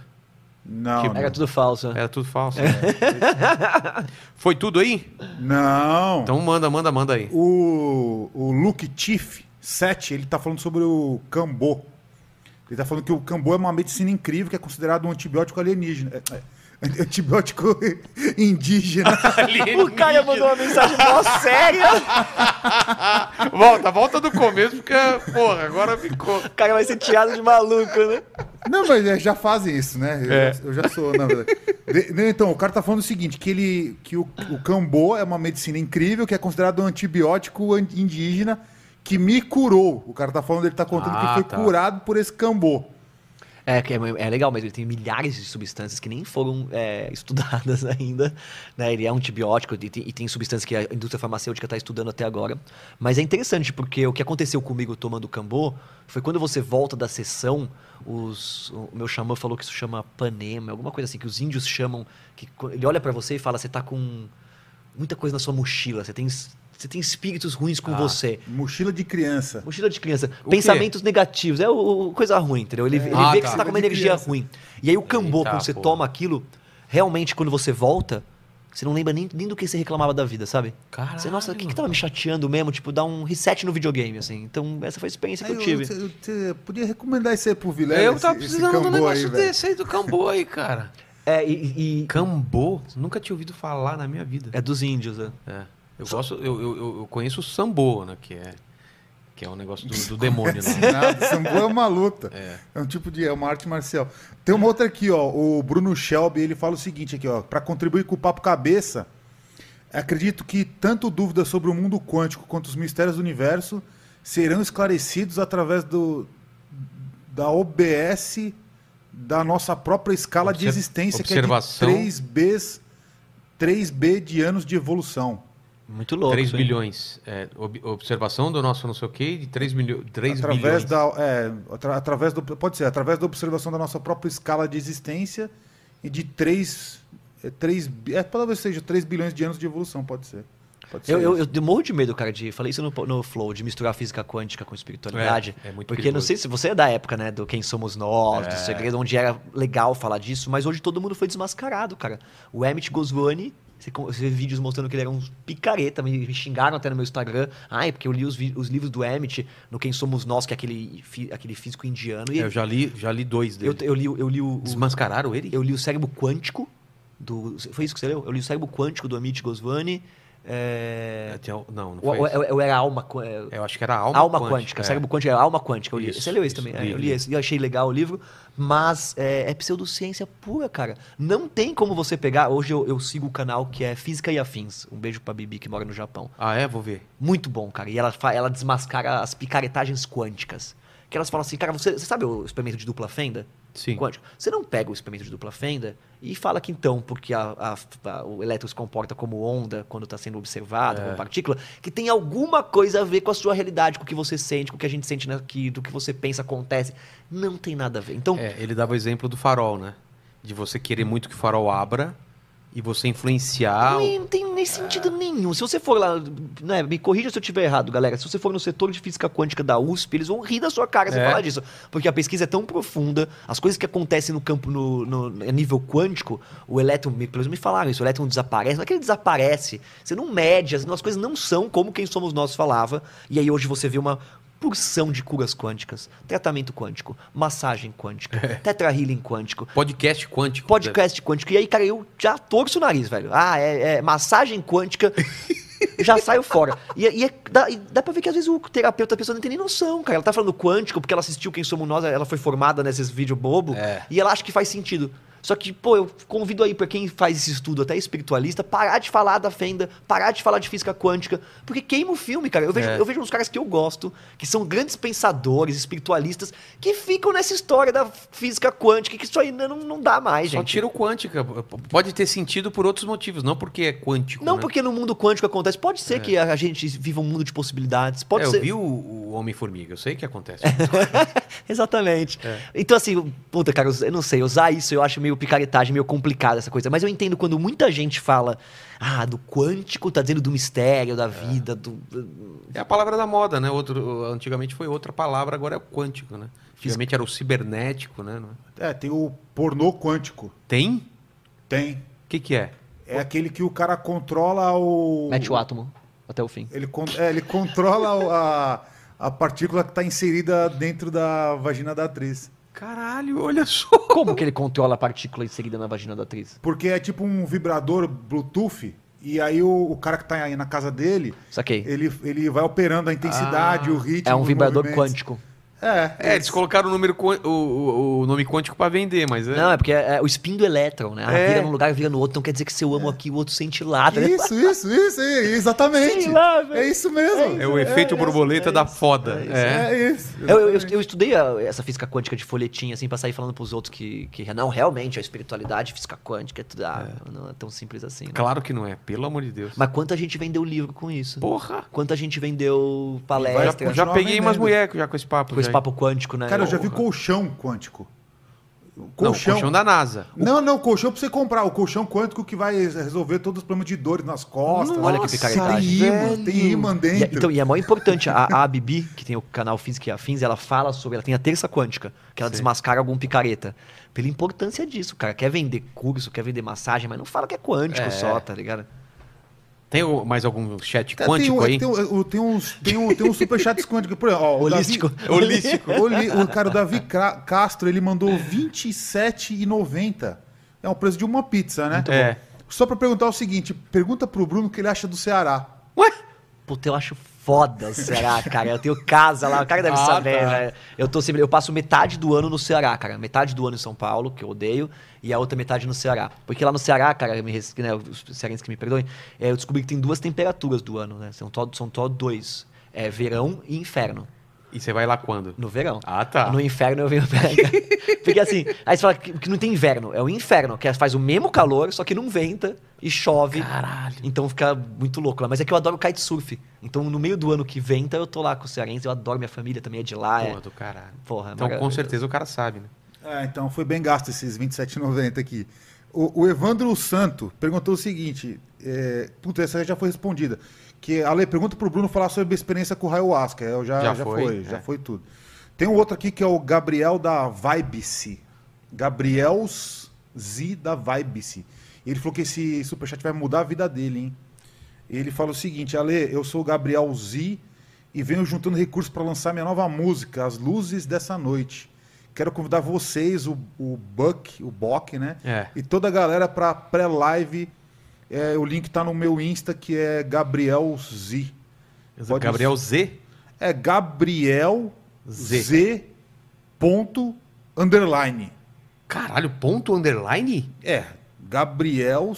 S3: Não,
S1: Que-
S2: Era tudo falso. né?
S1: Era tudo falso.
S4: É.
S1: Foi tudo aí?
S3: não.
S1: Então manda, manda, manda aí.
S3: O, o Luke Tiff 7, ele tá falando sobre o Cambô. Ele tá falando que o Cambô é uma medicina incrível que é considerado um antibiótico alienígena. É, é, antibiótico indígena.
S2: O cara mandou uma mensagem mó séria.
S1: volta, volta do começo, porque, porra, agora ficou.
S2: O cara vai ser tirado de maluco, né?
S3: Não, mas é, já fazem isso, né? Eu,
S1: É.
S3: já- eu já sou, na verdade. De- não, então, o cara tá falando o seguinte, que, ele, que o, o cambô é uma medicina incrível, que é considerado um antibiótico an- indígena, que me curou. O cara tá falando, ele tá contando
S1: Ah,
S3: que foi
S1: tá.
S3: curado por esse cambô.
S2: É, que é, é legal, mas ele tem milhares de substâncias que nem foram é, estudadas ainda. Né? Ele é um antibiótico e tem, e tem substâncias que a indústria farmacêutica está estudando até agora. Mas é interessante, porque o que aconteceu comigo tomando cambô foi quando você volta da sessão, os, o meu xamã falou que isso chama panema, alguma coisa assim, que os índios chamam. que co- Ele olha para você e fala: você tá com muita coisa na sua mochila, você tem, você tem espíritos ruins com
S4: Ah.
S2: você.
S3: Mochila de criança.
S2: Mochila de criança.
S4: O
S2: Pensamentos negativos. É o, o- coisa ruim, entendeu? Ele, ele
S4: Ah,
S2: vê
S4: tá.
S2: que você tá com uma
S3: De
S2: energia
S3: criança.
S2: ruim. E aí o cambô,
S4: Eita,
S2: quando você
S4: porra.
S2: toma aquilo, realmente quando você volta, você não lembra nem, nem do que você reclamava da vida, sabe?
S4: Caralho.
S2: Você, nossa, o que, tá que tava me chateando mesmo? Tipo, dá um reset no videogame, assim. Então, essa foi a experiência que eu
S3: Aí
S2: tive.
S3: eu- eu- eu podia recomendar isso aí pro Vilela.
S4: Eu
S3: esse-
S4: tava
S3: esse
S4: precisando de um
S3: cambô
S4: negócio
S3: velho.
S4: desse aí do cambô aí, cara.
S2: É, e, e-
S4: Cambô? Nunca tinha ouvido falar na minha vida.
S2: é dos índios, né?
S4: É. Eu gosto, eu, eu- eu, eu conheço o sambo, né? Que é, que é um negócio do, do demônio, né?
S3: Nada, sambo é uma luta.
S4: É.
S3: É. um tipo de. É uma arte marcial. Tem uma outra aqui, ó. O Bruno Shelby, ele fala o seguinte aqui, ó. Para contribuir com o papo cabeça, acredito que tanto dúvidas sobre o mundo quântico quanto os mistérios do universo serão esclarecidos através do da OBS da nossa própria escala de
S4: Obser-
S3: existência
S4: observação.
S3: que é de 3Bs 3B de anos de evolução.
S2: Muito louco.
S4: 3
S2: hein?
S4: bilhões. É, ob- observação do nosso não sei o quê de 3, milho, 3
S3: através
S4: bilhões.
S3: da é, atra- através do pode ser através da observação da nossa própria escala de existência e de 3 é, 3 bi- é talvez seja 3 bilhões de anos de evolução pode ser pode ser
S2: Eu, eu,
S3: isso.
S2: eu morro de medo, cara, de. Falei isso no, no Flow, de misturar física quântica com espiritualidade.
S4: É, é muito
S2: Porque
S4: perigoso. É.
S2: não sei se você é da época, né? Do quem somos nós, do segredo, onde era legal falar disso, mas hoje todo mundo foi desmascarado, cara. O Emmett Goswami. Você con- você vê vídeos mostrando que ele era um picareta, me me xingaram até no meu Instagram. Ai, porque eu li os, vi- os livros do Emmett no Quem Somos Nós, que é aquele, fi- aquele físico indiano. E
S4: É, Eu já li, já li dois
S2: eu,
S4: dele.
S2: eu li, o- eu li o, o-
S4: Desmascararam ele?
S2: eu li o Cérebro Quântico. Do, foi isso que você leu? Eu li o Cérebro Quântico do Amit Goswami. É...
S4: É, tinha- não, não
S2: Ou,
S4: foi.
S2: ou-
S4: esse.
S2: ou- ou era alma, qu- é,
S4: eu acho que era alma,
S2: alma, quântica.
S4: é.
S2: Cérebro quântico é alma quântica. Eu li.
S4: Isso,
S2: Você leu esse
S4: isso,
S2: também?
S4: li,
S2: é, eu
S4: li.
S2: li esse. Eu achei legal o livro. Mas é, é pseudociência pura, cara. Não tem como você pegar. Hoje eu, eu sigo o canal que é Física e Afins. Um beijo pra Bibi que mora no Japão.
S4: Ah, é? Vou ver.
S2: Muito bom, cara. E ela, fa- ela desmascara as picaretagens quânticas. Que elas falam assim, cara, você, você sabe o experimento de dupla fenda?
S4: Sim.
S2: Quântico. Você não pega o experimento de dupla fenda e fala que então, porque a- a- a- o elétron se comporta como onda quando está sendo observado, como partícula, que tem alguma coisa a ver com a sua realidade, com o que você sente, com o que a gente sente aqui, do que você pensa acontece. Não tem nada a ver. Então,
S4: É, ele dava o exemplo do farol, né? De você
S2: Hum.
S4: querer muito que o farol abra e você influenciar.
S2: Não,
S4: o-
S2: é- não tem nem sentido nenhum. Se você for lá, né, me corrija se eu estiver errado, galera. Se você for no setor de física quântica da USP, eles vão rir da sua cara se
S4: É.
S2: falar disso. Porque a pesquisa é tão profunda, as coisas que acontecem no campo no, no- a nível quântico, o elétron, me- pelo menos me falaram isso, o elétron desaparece, não é que ele desaparece. Você não mede, as, as coisas não são como quem somos nós falava. E aí hoje você vê uma porção de curas quânticas, tratamento quântico, massagem quântica, tetrahealing quântico,
S4: Podcast quântico. né?
S2: Podcast
S4: É.
S2: quântico. E aí, cara, eu já torço o nariz, velho. Ah, é, é massagem quântica. já saio fora. E, e é- dá, e dá pra ver que às vezes o terapeuta, a pessoa não tem nem noção, cara. Ela tá falando quântico porque ela assistiu Quem Somos Nós, ela foi formada nesses vídeos bobo.
S4: É.
S2: E ela acha que faz sentido. Só que, pô, eu convido aí pra quem faz esse estudo, até espiritualista, parar de falar da fenda, parar de falar de física quântica, porque queima o filme, cara. Eu vejo,
S4: É.
S2: eu vejo uns caras que eu gosto, que são grandes pensadores, espiritualistas, que ficam nessa história da física quântica, que isso aí não, não dá mais,
S4: Só
S2: gente.
S4: tira o quântica. P- Pode ter sentido por outros motivos, não porque é quântico.
S2: Não
S4: né?
S2: porque no mundo quântico acontece. Pode ser que a gente viva um mundo de possibilidades. Pode
S4: é,
S2: ser. É.
S4: eu vi né? o, o Homem-Formiga, eu sei que acontece.
S2: Exatamente.
S4: É.
S2: Então, assim, puta, cara, eu não sei, usar isso eu acho meio picaretagem, meio complicado essa coisa. Mas eu entendo quando muita gente fala, ah, do quântico, tá dizendo do mistério, da vida, do.
S4: é a palavra da moda, né? Outro, antigamente foi outra palavra, agora é o quântico, né? Antigamente era o cibernético, né? Não é?
S3: É, tem o pornô quântico.
S4: Tem?
S3: Tem.
S4: O que, que é?
S3: É aquele que o cara controla o
S2: Mete o átomo até o fim.
S3: ele, con- é, ele controla o- a, a partícula que está inserida dentro da vagina da atriz.
S4: Caralho, olha só.
S2: Como que ele controla a partícula inserida na vagina da atriz?
S3: Porque é tipo um vibrador Bluetooth. E aí o, o cara que tá aí na casa dele,
S2: Saquei.
S3: ele, ele vai operando a intensidade,
S4: Ah,
S3: o ritmo.
S2: É um
S3: os
S2: vibrador
S3: movimentos.
S2: quântico.
S3: É,
S1: É, eles colocaram o, número, quan- o, o- o nome quântico pra vender, mas é.
S2: Não, é porque é, é o spin do elétron, né? Ela
S1: É.
S2: vira num lugar, vira no outro. Então quer dizer que se eu
S4: É.
S2: amo aqui, o outro sente lá. tá ligado?
S3: isso, isso, isso, é, exatamente.
S2: Sei lá, velho.
S3: é isso mesmo.
S1: É o efeito borboleta da foda. É.
S3: É isso.
S2: Eu, eu- eu- eu estudei a- essa física quântica de folhetim, assim, pra sair falando pros outros que, que não, realmente, a espiritualidade, física quântica, é tudo, ah, não é tão simples assim. né?
S1: Claro que não é, pelo amor de Deus.
S2: Mas quanta gente vendeu livro com isso?
S1: Porra!
S2: Quanta gente vendeu
S1: Já-
S2: palestra
S1: Já,
S3: Extra.
S1: peguei umas
S3: Vendendo.
S1: mulheres já com esse papo.
S2: com esse
S1: já.
S2: papo quântico, né?
S3: Cara, eu já vi
S1: Porra.
S3: colchão quântico. O
S1: Não,
S3: Colchão.
S1: colchão da NASA.
S3: Não, não, colchão pra você comprar. O colchão quântico que vai resolver todos os problemas de dores nas costas.
S2: Olha que
S3: Nossa,
S2: picaretagem.
S3: Tem imã, tem imã
S2: E, é-
S3: dentro.
S2: então, e é mó importante, a, a Bibi, que tem o canal Física e Afins, ela fala sobre, ela tem a terça quântica, que ela desmascara algum picareta. Pela importância disso, cara. Quer vender curso, quer vender massagem, mas não fala que é quântico só, tá ligado?
S1: Tem o- mais algum chat
S3: Tá,
S1: quântico
S3: tem, um-
S1: aí?
S3: Tem, um- o- tem uns, tem, um, tem uns superchats quânticos. Por exemplo, ó, o Davi-
S2: Holístico.
S1: Holístico.
S3: Oli- o cara, o Davi Cra- Castro, ele mandou R$27,90. É o preço de uma pizza, né?
S1: É.
S3: Só pra perguntar o seguinte, pergunta pro Bruno o que ele acha do Ceará.
S1: Ué?
S2: Puta, eu acho foda, será, cara? Eu tenho casa lá, o cara deve
S1: Ah,
S2: saber,
S1: tá.
S2: né? Eu tô sempre, eu passo metade do ano no Ceará, cara. Metade do ano em São Paulo, que eu odeio, e a outra metade no Ceará. Porque lá no Ceará, cara, eu me, res- né, os cearenses que me perdoem, é, eu descobri que tem duas temperaturas do ano, né? São só são tó dois. É verão e inferno.
S1: E você vai lá quando?
S2: No verão.
S1: Ah, tá.
S2: No inferno eu venho pegar. Porque assim, aí você fala que, que não tem inverno, é o inferno, que faz o mesmo calor, só que não venta e chove.
S1: Caralho.
S2: Então fica muito louco lá. Mas é que eu adoro kitesurf. Então no meio do ano que venta eu tô lá com os cearenses, eu adoro minha família também, é de lá.
S1: Porra
S2: É...
S1: do caralho.
S2: Porra, é
S1: então com
S2: maravilhoso.
S1: certeza o cara sabe, né?
S3: É, então foi bem gasto esses 27,90 aqui. O, o Evandro Santo perguntou o seguinte: é, puta, essa já foi respondida. Que, Ale, pergunta pro Bruno falar sobre a experiência com o ayahuasca. Eu já, já,
S1: Já
S3: foi,
S1: foi,
S3: já
S1: é.
S3: foi tudo. Tem um outro aqui que é o Gabriel da Vibice. Gabriel Z da Vibice. Ele falou que esse superchat vai mudar a vida dele, hein? Ele fala o seguinte: Ale, eu sou o Gabriel Z e venho juntando recursos para lançar minha nova música, As Luzes dessa Noite. Quero convidar vocês, o, o Buck, o Bock, né?
S1: É.
S3: E toda a galera para pré-live. É, o link tá no meu Insta, que é Gabriel Z. Pode-
S1: Gabriel Z?
S3: É Gabriel Z.
S1: Z.
S3: ponto underline.
S1: Caralho, ponto underline?
S3: É, Gabriel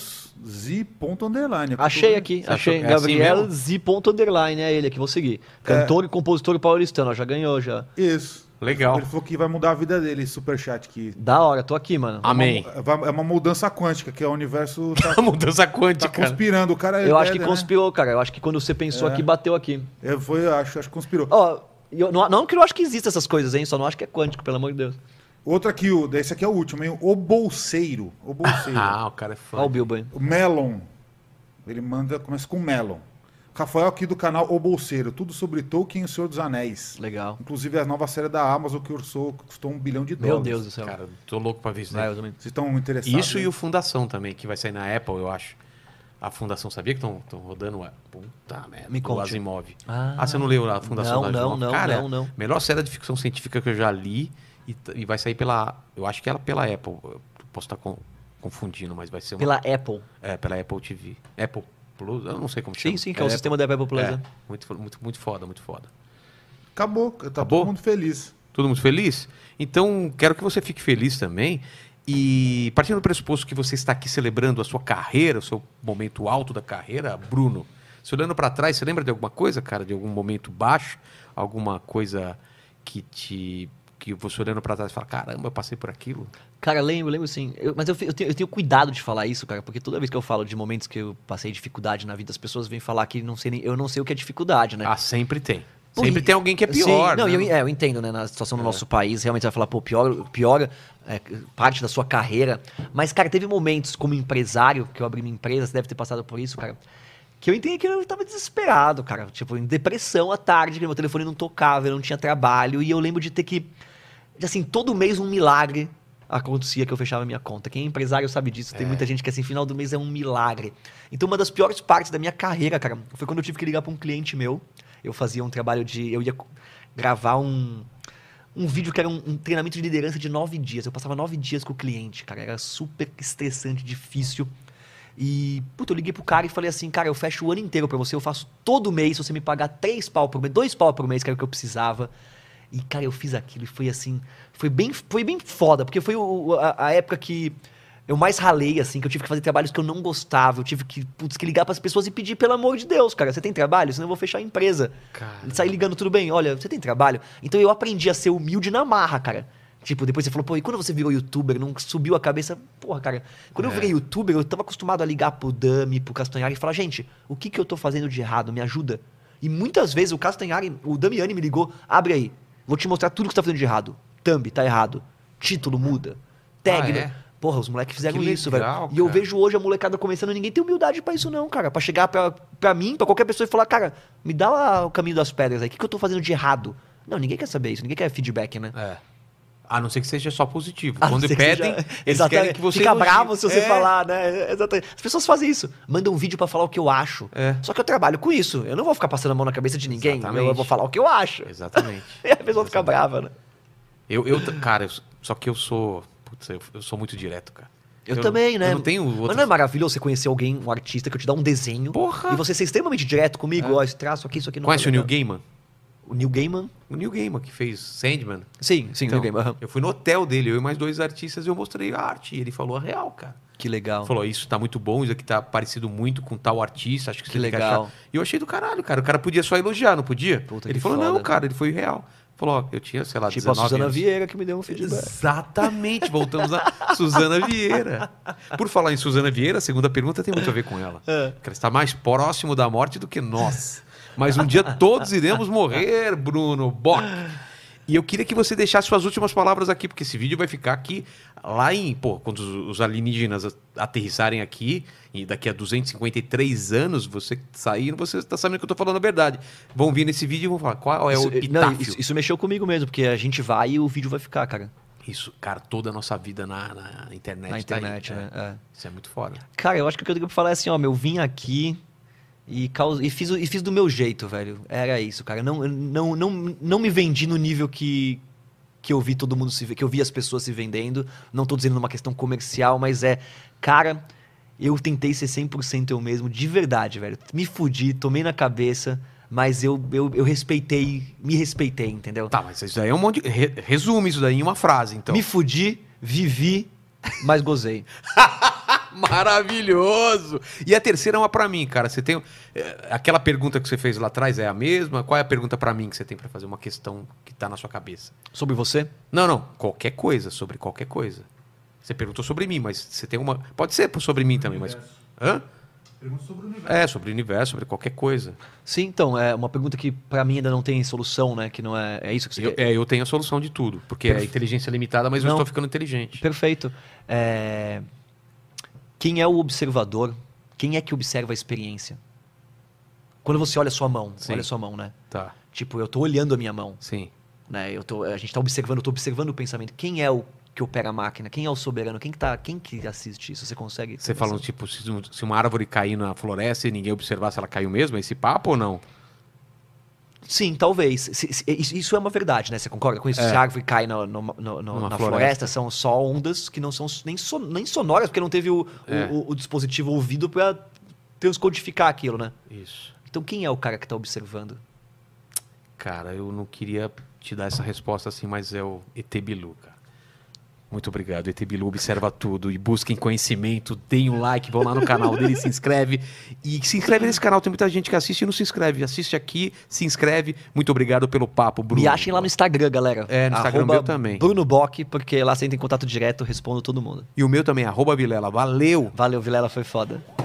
S3: Z. ponto underline.
S2: Achei aqui,
S1: Você
S2: achei.
S1: achou- é assim
S2: Gabriel
S1: mesmo?
S2: Z. Underline, é ele que vou seguir. Cantor e compositor paulistano, ó, já ganhou já.
S3: Isso.
S1: Legal.
S3: Ele falou que vai mudar a vida dele, superchat que
S2: Da hora, tô aqui, mano.
S1: Amém.
S3: É uma- é uma mudança quântica, que é o universo tá,
S1: A mudança
S3: tá
S1: quântica.
S3: conspirando. O cara é
S2: Eu acho que
S1: né?
S3: doido,
S2: conspirou, cara. Eu acho que quando você
S1: É.
S2: pensou aqui, bateu aqui.
S3: Né? É, foi, eu acho, acho que conspirou.
S2: Ó, eu não, não que eu acho que existem essas coisas, hein? Só não acho que é quântico, pelo amor de Deus.
S3: Outro aqui, o, esse aqui é o último, hein? O Bolseiro. O Bolseiro.
S1: ah, o cara é fã.
S2: Ó o Bilbo aí.
S3: O Melon. Ele manda, começa com Melon. Rafael aqui do canal O Bolseiro. Tudo sobre Tolkien e o Senhor dos Anéis.
S2: Legal.
S3: Inclusive a nova série da Amazon que orçou, que custou um bilhão de
S2: Meu
S3: dólares.
S2: Deus do céu.
S1: Cara, tô louco pra ver isso
S2: Vai,
S1: daí.
S2: eu também.
S3: Vocês estão interessados?
S1: Isso e o Fundação também, que vai sair na Apple, eu acho. A Fundação sabia que estão rodando a puta merda.
S2: Me
S1: do
S2: conte.
S1: Asimov.
S2: Ah.
S1: Ah, você não leu a Fundação
S2: Não,
S1: do
S2: não,
S1: Asimov?
S2: não,
S1: Cara,
S2: não, não.
S1: Melhor série de ficção científica que eu já li e, t- e vai sair pela, eu acho que ela pela Apple. Eu posso estar com- confundindo, mas vai ser uma
S2: Pela Apple.
S1: é, pela Apple TV. Apple Plus, eu não sei como
S2: Sim,
S1: chama.
S2: sim, que é o sistema da Apple Plus.
S1: É,
S2: né?
S1: muito, fo- muito, muito foda, muito foda.
S3: Acabou. Tá todo
S1: Acabou?
S3: mundo feliz.
S1: Todo mundo feliz? Então, quero que você fique feliz também. E partindo do pressuposto que você está aqui celebrando a sua carreira, o seu momento alto da carreira, Bruno, se olhando para trás, você lembra de alguma coisa, cara? De algum momento baixo? Alguma coisa que te. que você olhando para trás fala: caramba, eu passei por aquilo?
S2: Cara, lembro, lembro sim. Eu- mas eu, fi- eu tenho, eu tenho cuidado de falar isso, cara, porque toda vez que eu falo de momentos que eu passei dificuldade na vida, as pessoas vêm falar que não sei nem- eu não sei o que é dificuldade, né?
S1: Ah, sempre tem.
S2: Pô,
S1: Sempre
S2: e-
S1: tem alguém que é
S2: Sim,
S1: pior.
S2: não,
S1: né? É.
S2: eu, é, eu entendo, né? Na situação do nosso país, realmente você vai falar, pô, pior, pior é, parte da sua carreira. Mas, cara, teve momentos como empresário, que eu abri minha empresa, você deve ter passado por isso, cara. Que eu entendi que eu tava desesperado, cara. Tipo, em depressão à tarde, que meu telefone não tocava, eu não tinha trabalho. E eu lembro de ter que. de, Assim, todo mês um milagre acontecia que eu fechava minha conta. Quem é empresário sabe disso. Tem muita gente que, assim, final do mês é um milagre. Então, uma das piores partes da minha carreira, cara, foi quando eu tive que ligar pra um cliente meu. Eu fazia um trabalho de. Eu ia co- gravar um. Um vídeo que era um, um treinamento de liderança de nove dias. Eu passava nove dias com o cliente, cara. Era super estressante, difícil. E, puta, eu liguei pro cara e falei assim, cara, eu fecho o ano inteiro pra você, eu faço todo mês, se você me pagar três pau por mês, dois pau por mês, que era o que eu precisava. E, cara, eu fiz aquilo e foi assim. Foi bem, foi bem foda, porque foi o- a, a época que eu mais ralei, assim, que eu tive que fazer trabalhos que eu não gostava. Eu tive que, putz, que ligar pras pessoas e pedir, pelo amor de Deus, cara, você tem trabalho? Senão eu vou fechar a empresa.
S1: Cara.
S2: E sair ligando, tudo bem, olha, você tem trabalho? Então eu aprendi a ser humilde na marra, cara. Tipo, depois você falou, pô, e quando você virou youtuber, não subiu a cabeça? Porra, cara. Quando
S1: É.
S2: eu virei youtuber, eu tava acostumado a ligar pro Dami, pro Castanhari e falar, gente, o que que eu tô fazendo de errado? Me ajuda. E muitas vezes o Castanhari, o Damiani me ligou, abre aí, vou te mostrar tudo que você tá fazendo de errado. Thumb, tá errado. Título muda. Tag,
S1: Ah,
S2: né?
S1: é?
S2: Porra, os moleques fizeram
S1: Que
S2: isso, velho.
S1: legal,
S2: um E eu
S1: cara.
S2: vejo hoje a molecada começando, ninguém tem humildade pra isso não, cara. Pra chegar pra, pra mim, pra qualquer pessoa e falar, cara, me dá lá o caminho das pedras aí, o que, que eu tô fazendo de errado? Não, ninguém quer saber isso, ninguém quer feedback, né?
S1: É. A não ser que seja só positivo.
S2: A não
S1: Quando
S2: ser que
S1: pedem,
S2: seja-
S1: eles
S2: Exatamente.
S1: querem que você
S2: Fica
S1: elogie.
S2: bravo se você
S1: É.
S2: falar, né? Exatamente. As pessoas fazem isso. Mandam um vídeo pra falar o que eu acho.
S1: É.
S2: Só que eu trabalho com isso. Eu não vou ficar passando a mão na cabeça de ninguém. Eu,
S1: Exatamente.
S2: eu vou falar o que eu acho.
S1: Exatamente.
S2: E a pessoa fica brava, né?
S1: Eu, eu, t- cara, eu s- só que eu sou. Putz, eu, eu sou muito direto, cara.
S2: Eu,
S1: não-
S2: também, né?
S1: Eu não tenho
S2: Mas
S1: outra.
S2: não é maravilhoso você conhecer alguém, um artista, que eu te dá um desenho.
S1: Porra! É.
S2: E você ser extremamente direto comigo, ó, esse traço aqui, isso aqui não
S1: Conhece o
S2: tá
S1: Neil
S2: legal.
S1: Gaiman?
S2: O Neil Gaiman?
S1: O Neil Gaiman, que fez Sandman.
S2: Sim, sim,
S1: Então,
S2: o Neil Gaiman. aham.
S1: Eu fui no hotel dele, eu e mais dois artistas, e eu mostrei a arte. E ele falou a real, cara.
S2: Que legal.
S1: Falou, isso tá muito bom, isso aqui tá parecido muito com tal artista, acho que,
S2: Que
S1: você tem que
S2: legal.
S1: achar. E eu achei do caralho, cara. O cara podia só elogiar, não podia?
S2: Puta
S1: ele
S2: que
S1: falou, não,
S2: foda.
S1: cara, ele foi real. Falou, ó, eu tinha, sei lá,
S2: tipo a
S1: 19
S2: Suzana
S1: anos.
S2: Vieira que me deu um feedback.
S1: Exatamente, voltamos a Suzana Vieira. Por falar em Suzana Vieira, a segunda pergunta tem muito a ver com ela.
S2: É.
S1: Porque Ela está mais próximo da morte do que nós. Mas um dia todos iremos morrer, Bruno Bock. E eu queria que você deixasse suas últimas palavras aqui, porque esse vídeo vai ficar aqui lá em. Pô, quando os os alienígenas a- aterrissarem aqui, e daqui a 253 anos você saindo, você está sabendo que eu estou falando a verdade. Vão vir nesse vídeo e vão falar qual é o
S2: isso,
S1: epitáfio.
S2: não, isso, isso mexeu comigo mesmo, porque a gente vai e o vídeo vai ficar, cara,
S1: Isso, cara, toda a nossa vida na, na internet.
S2: na
S1: tá aí,
S2: internet,
S1: é.
S2: né? É.
S1: Isso é muito foda.
S2: Cara, eu acho que o que eu tenho pra falar é assim, ó, meu, eu vim aqui e, caus... e, fiz, o- e fiz do meu jeito, velho. Era isso, cara. Não, não, não, não me vendi no nível que, que eu vi todo mundo se ve- que eu vi as pessoas se vendendo. Não tô dizendo numa questão comercial, mas é, cara, eu tentei ser 100% eu mesmo, de verdade, velho. Me fudi, tomei na cabeça, mas eu, eu, eu respeitei, me respeitei, entendeu?
S1: Tá, mas isso daí é um monte de... re- Resume isso daí em uma frase, então.
S2: Me fudi, vivi, mas gozei.
S1: Maravilhoso! E a terceira é uma pra mim, cara. Você tem... é, Aquela pergunta que você fez lá atrás é a mesma? Qual é a pergunta pra mim que você tem pra fazer? Uma questão que tá na sua cabeça.
S2: Sobre você?
S1: Não, não. Qualquer coisa, sobre qualquer coisa. Você perguntou sobre mim, mas você tem uma... Pode ser sobre mim também, mas... Hã?
S3: Pergunta sobre o universo.
S1: É, sobre o universo, sobre qualquer coisa.
S2: Sim, então, é uma pergunta que pra mim ainda não tem solução, né? Que não é. É isso que você
S1: Eu,
S2: quer?
S1: é, eu tenho a solução de tudo. Porque é inteligência limitada, mas eu
S2: Não.
S1: estou ficando inteligente.
S2: Perfeito. É, Quem é o observador? Quem é que observa a experiência? Quando você olha a sua mão,
S1: Sim.
S2: olha a sua mão, né?
S1: Tá,
S2: Tipo, eu tô olhando a minha mão,
S1: sim.
S2: né? Eu tô, a gente tá observando, eu tô observando o pensamento. Quem é o que opera a máquina? Quem é o soberano? Quem que tá, quem que assiste isso? Você consegue?
S1: Você falou, tipo, se, um- se uma árvore cair na floresta e ninguém observar se ela caiu mesmo, é esse papo ou não?
S2: Sim, talvez. Se- se- isso, isso é uma verdade, né? Você concorda com isso? Se a árvore cai na- no- no- no-
S1: É. Numa floresta.
S2: na floresta, são só ondas que não são nem, son- nem sonoras, porque não teve o, o-
S1: É.
S2: o- o dispositivo ouvido para transcodificar aquilo, né?
S1: Isso.
S2: Então quem é o cara que tá observando?
S1: Cara, eu não queria te dar essa resposta assim, mas é o ET Bilu, cara. Muito obrigado, ET Bilu observa tudo e busquem conhecimento, deem um like, vão lá no canal dele, se inscreve. E se inscreve nesse canal, tem muita gente que assiste e não se inscreve. Assiste aqui, se inscreve. Muito obrigado pelo papo, Bruno.
S2: Me achem lá no Instagram, galera.
S1: É, no Instagram
S2: Arroba
S1: meu também.
S2: Bruno Bock, porque lá você entra em contato direto, eu respondo todo mundo.
S1: E o meu também, arroba Vilela. Valeu!
S2: Valeu, Vilela, foi foda.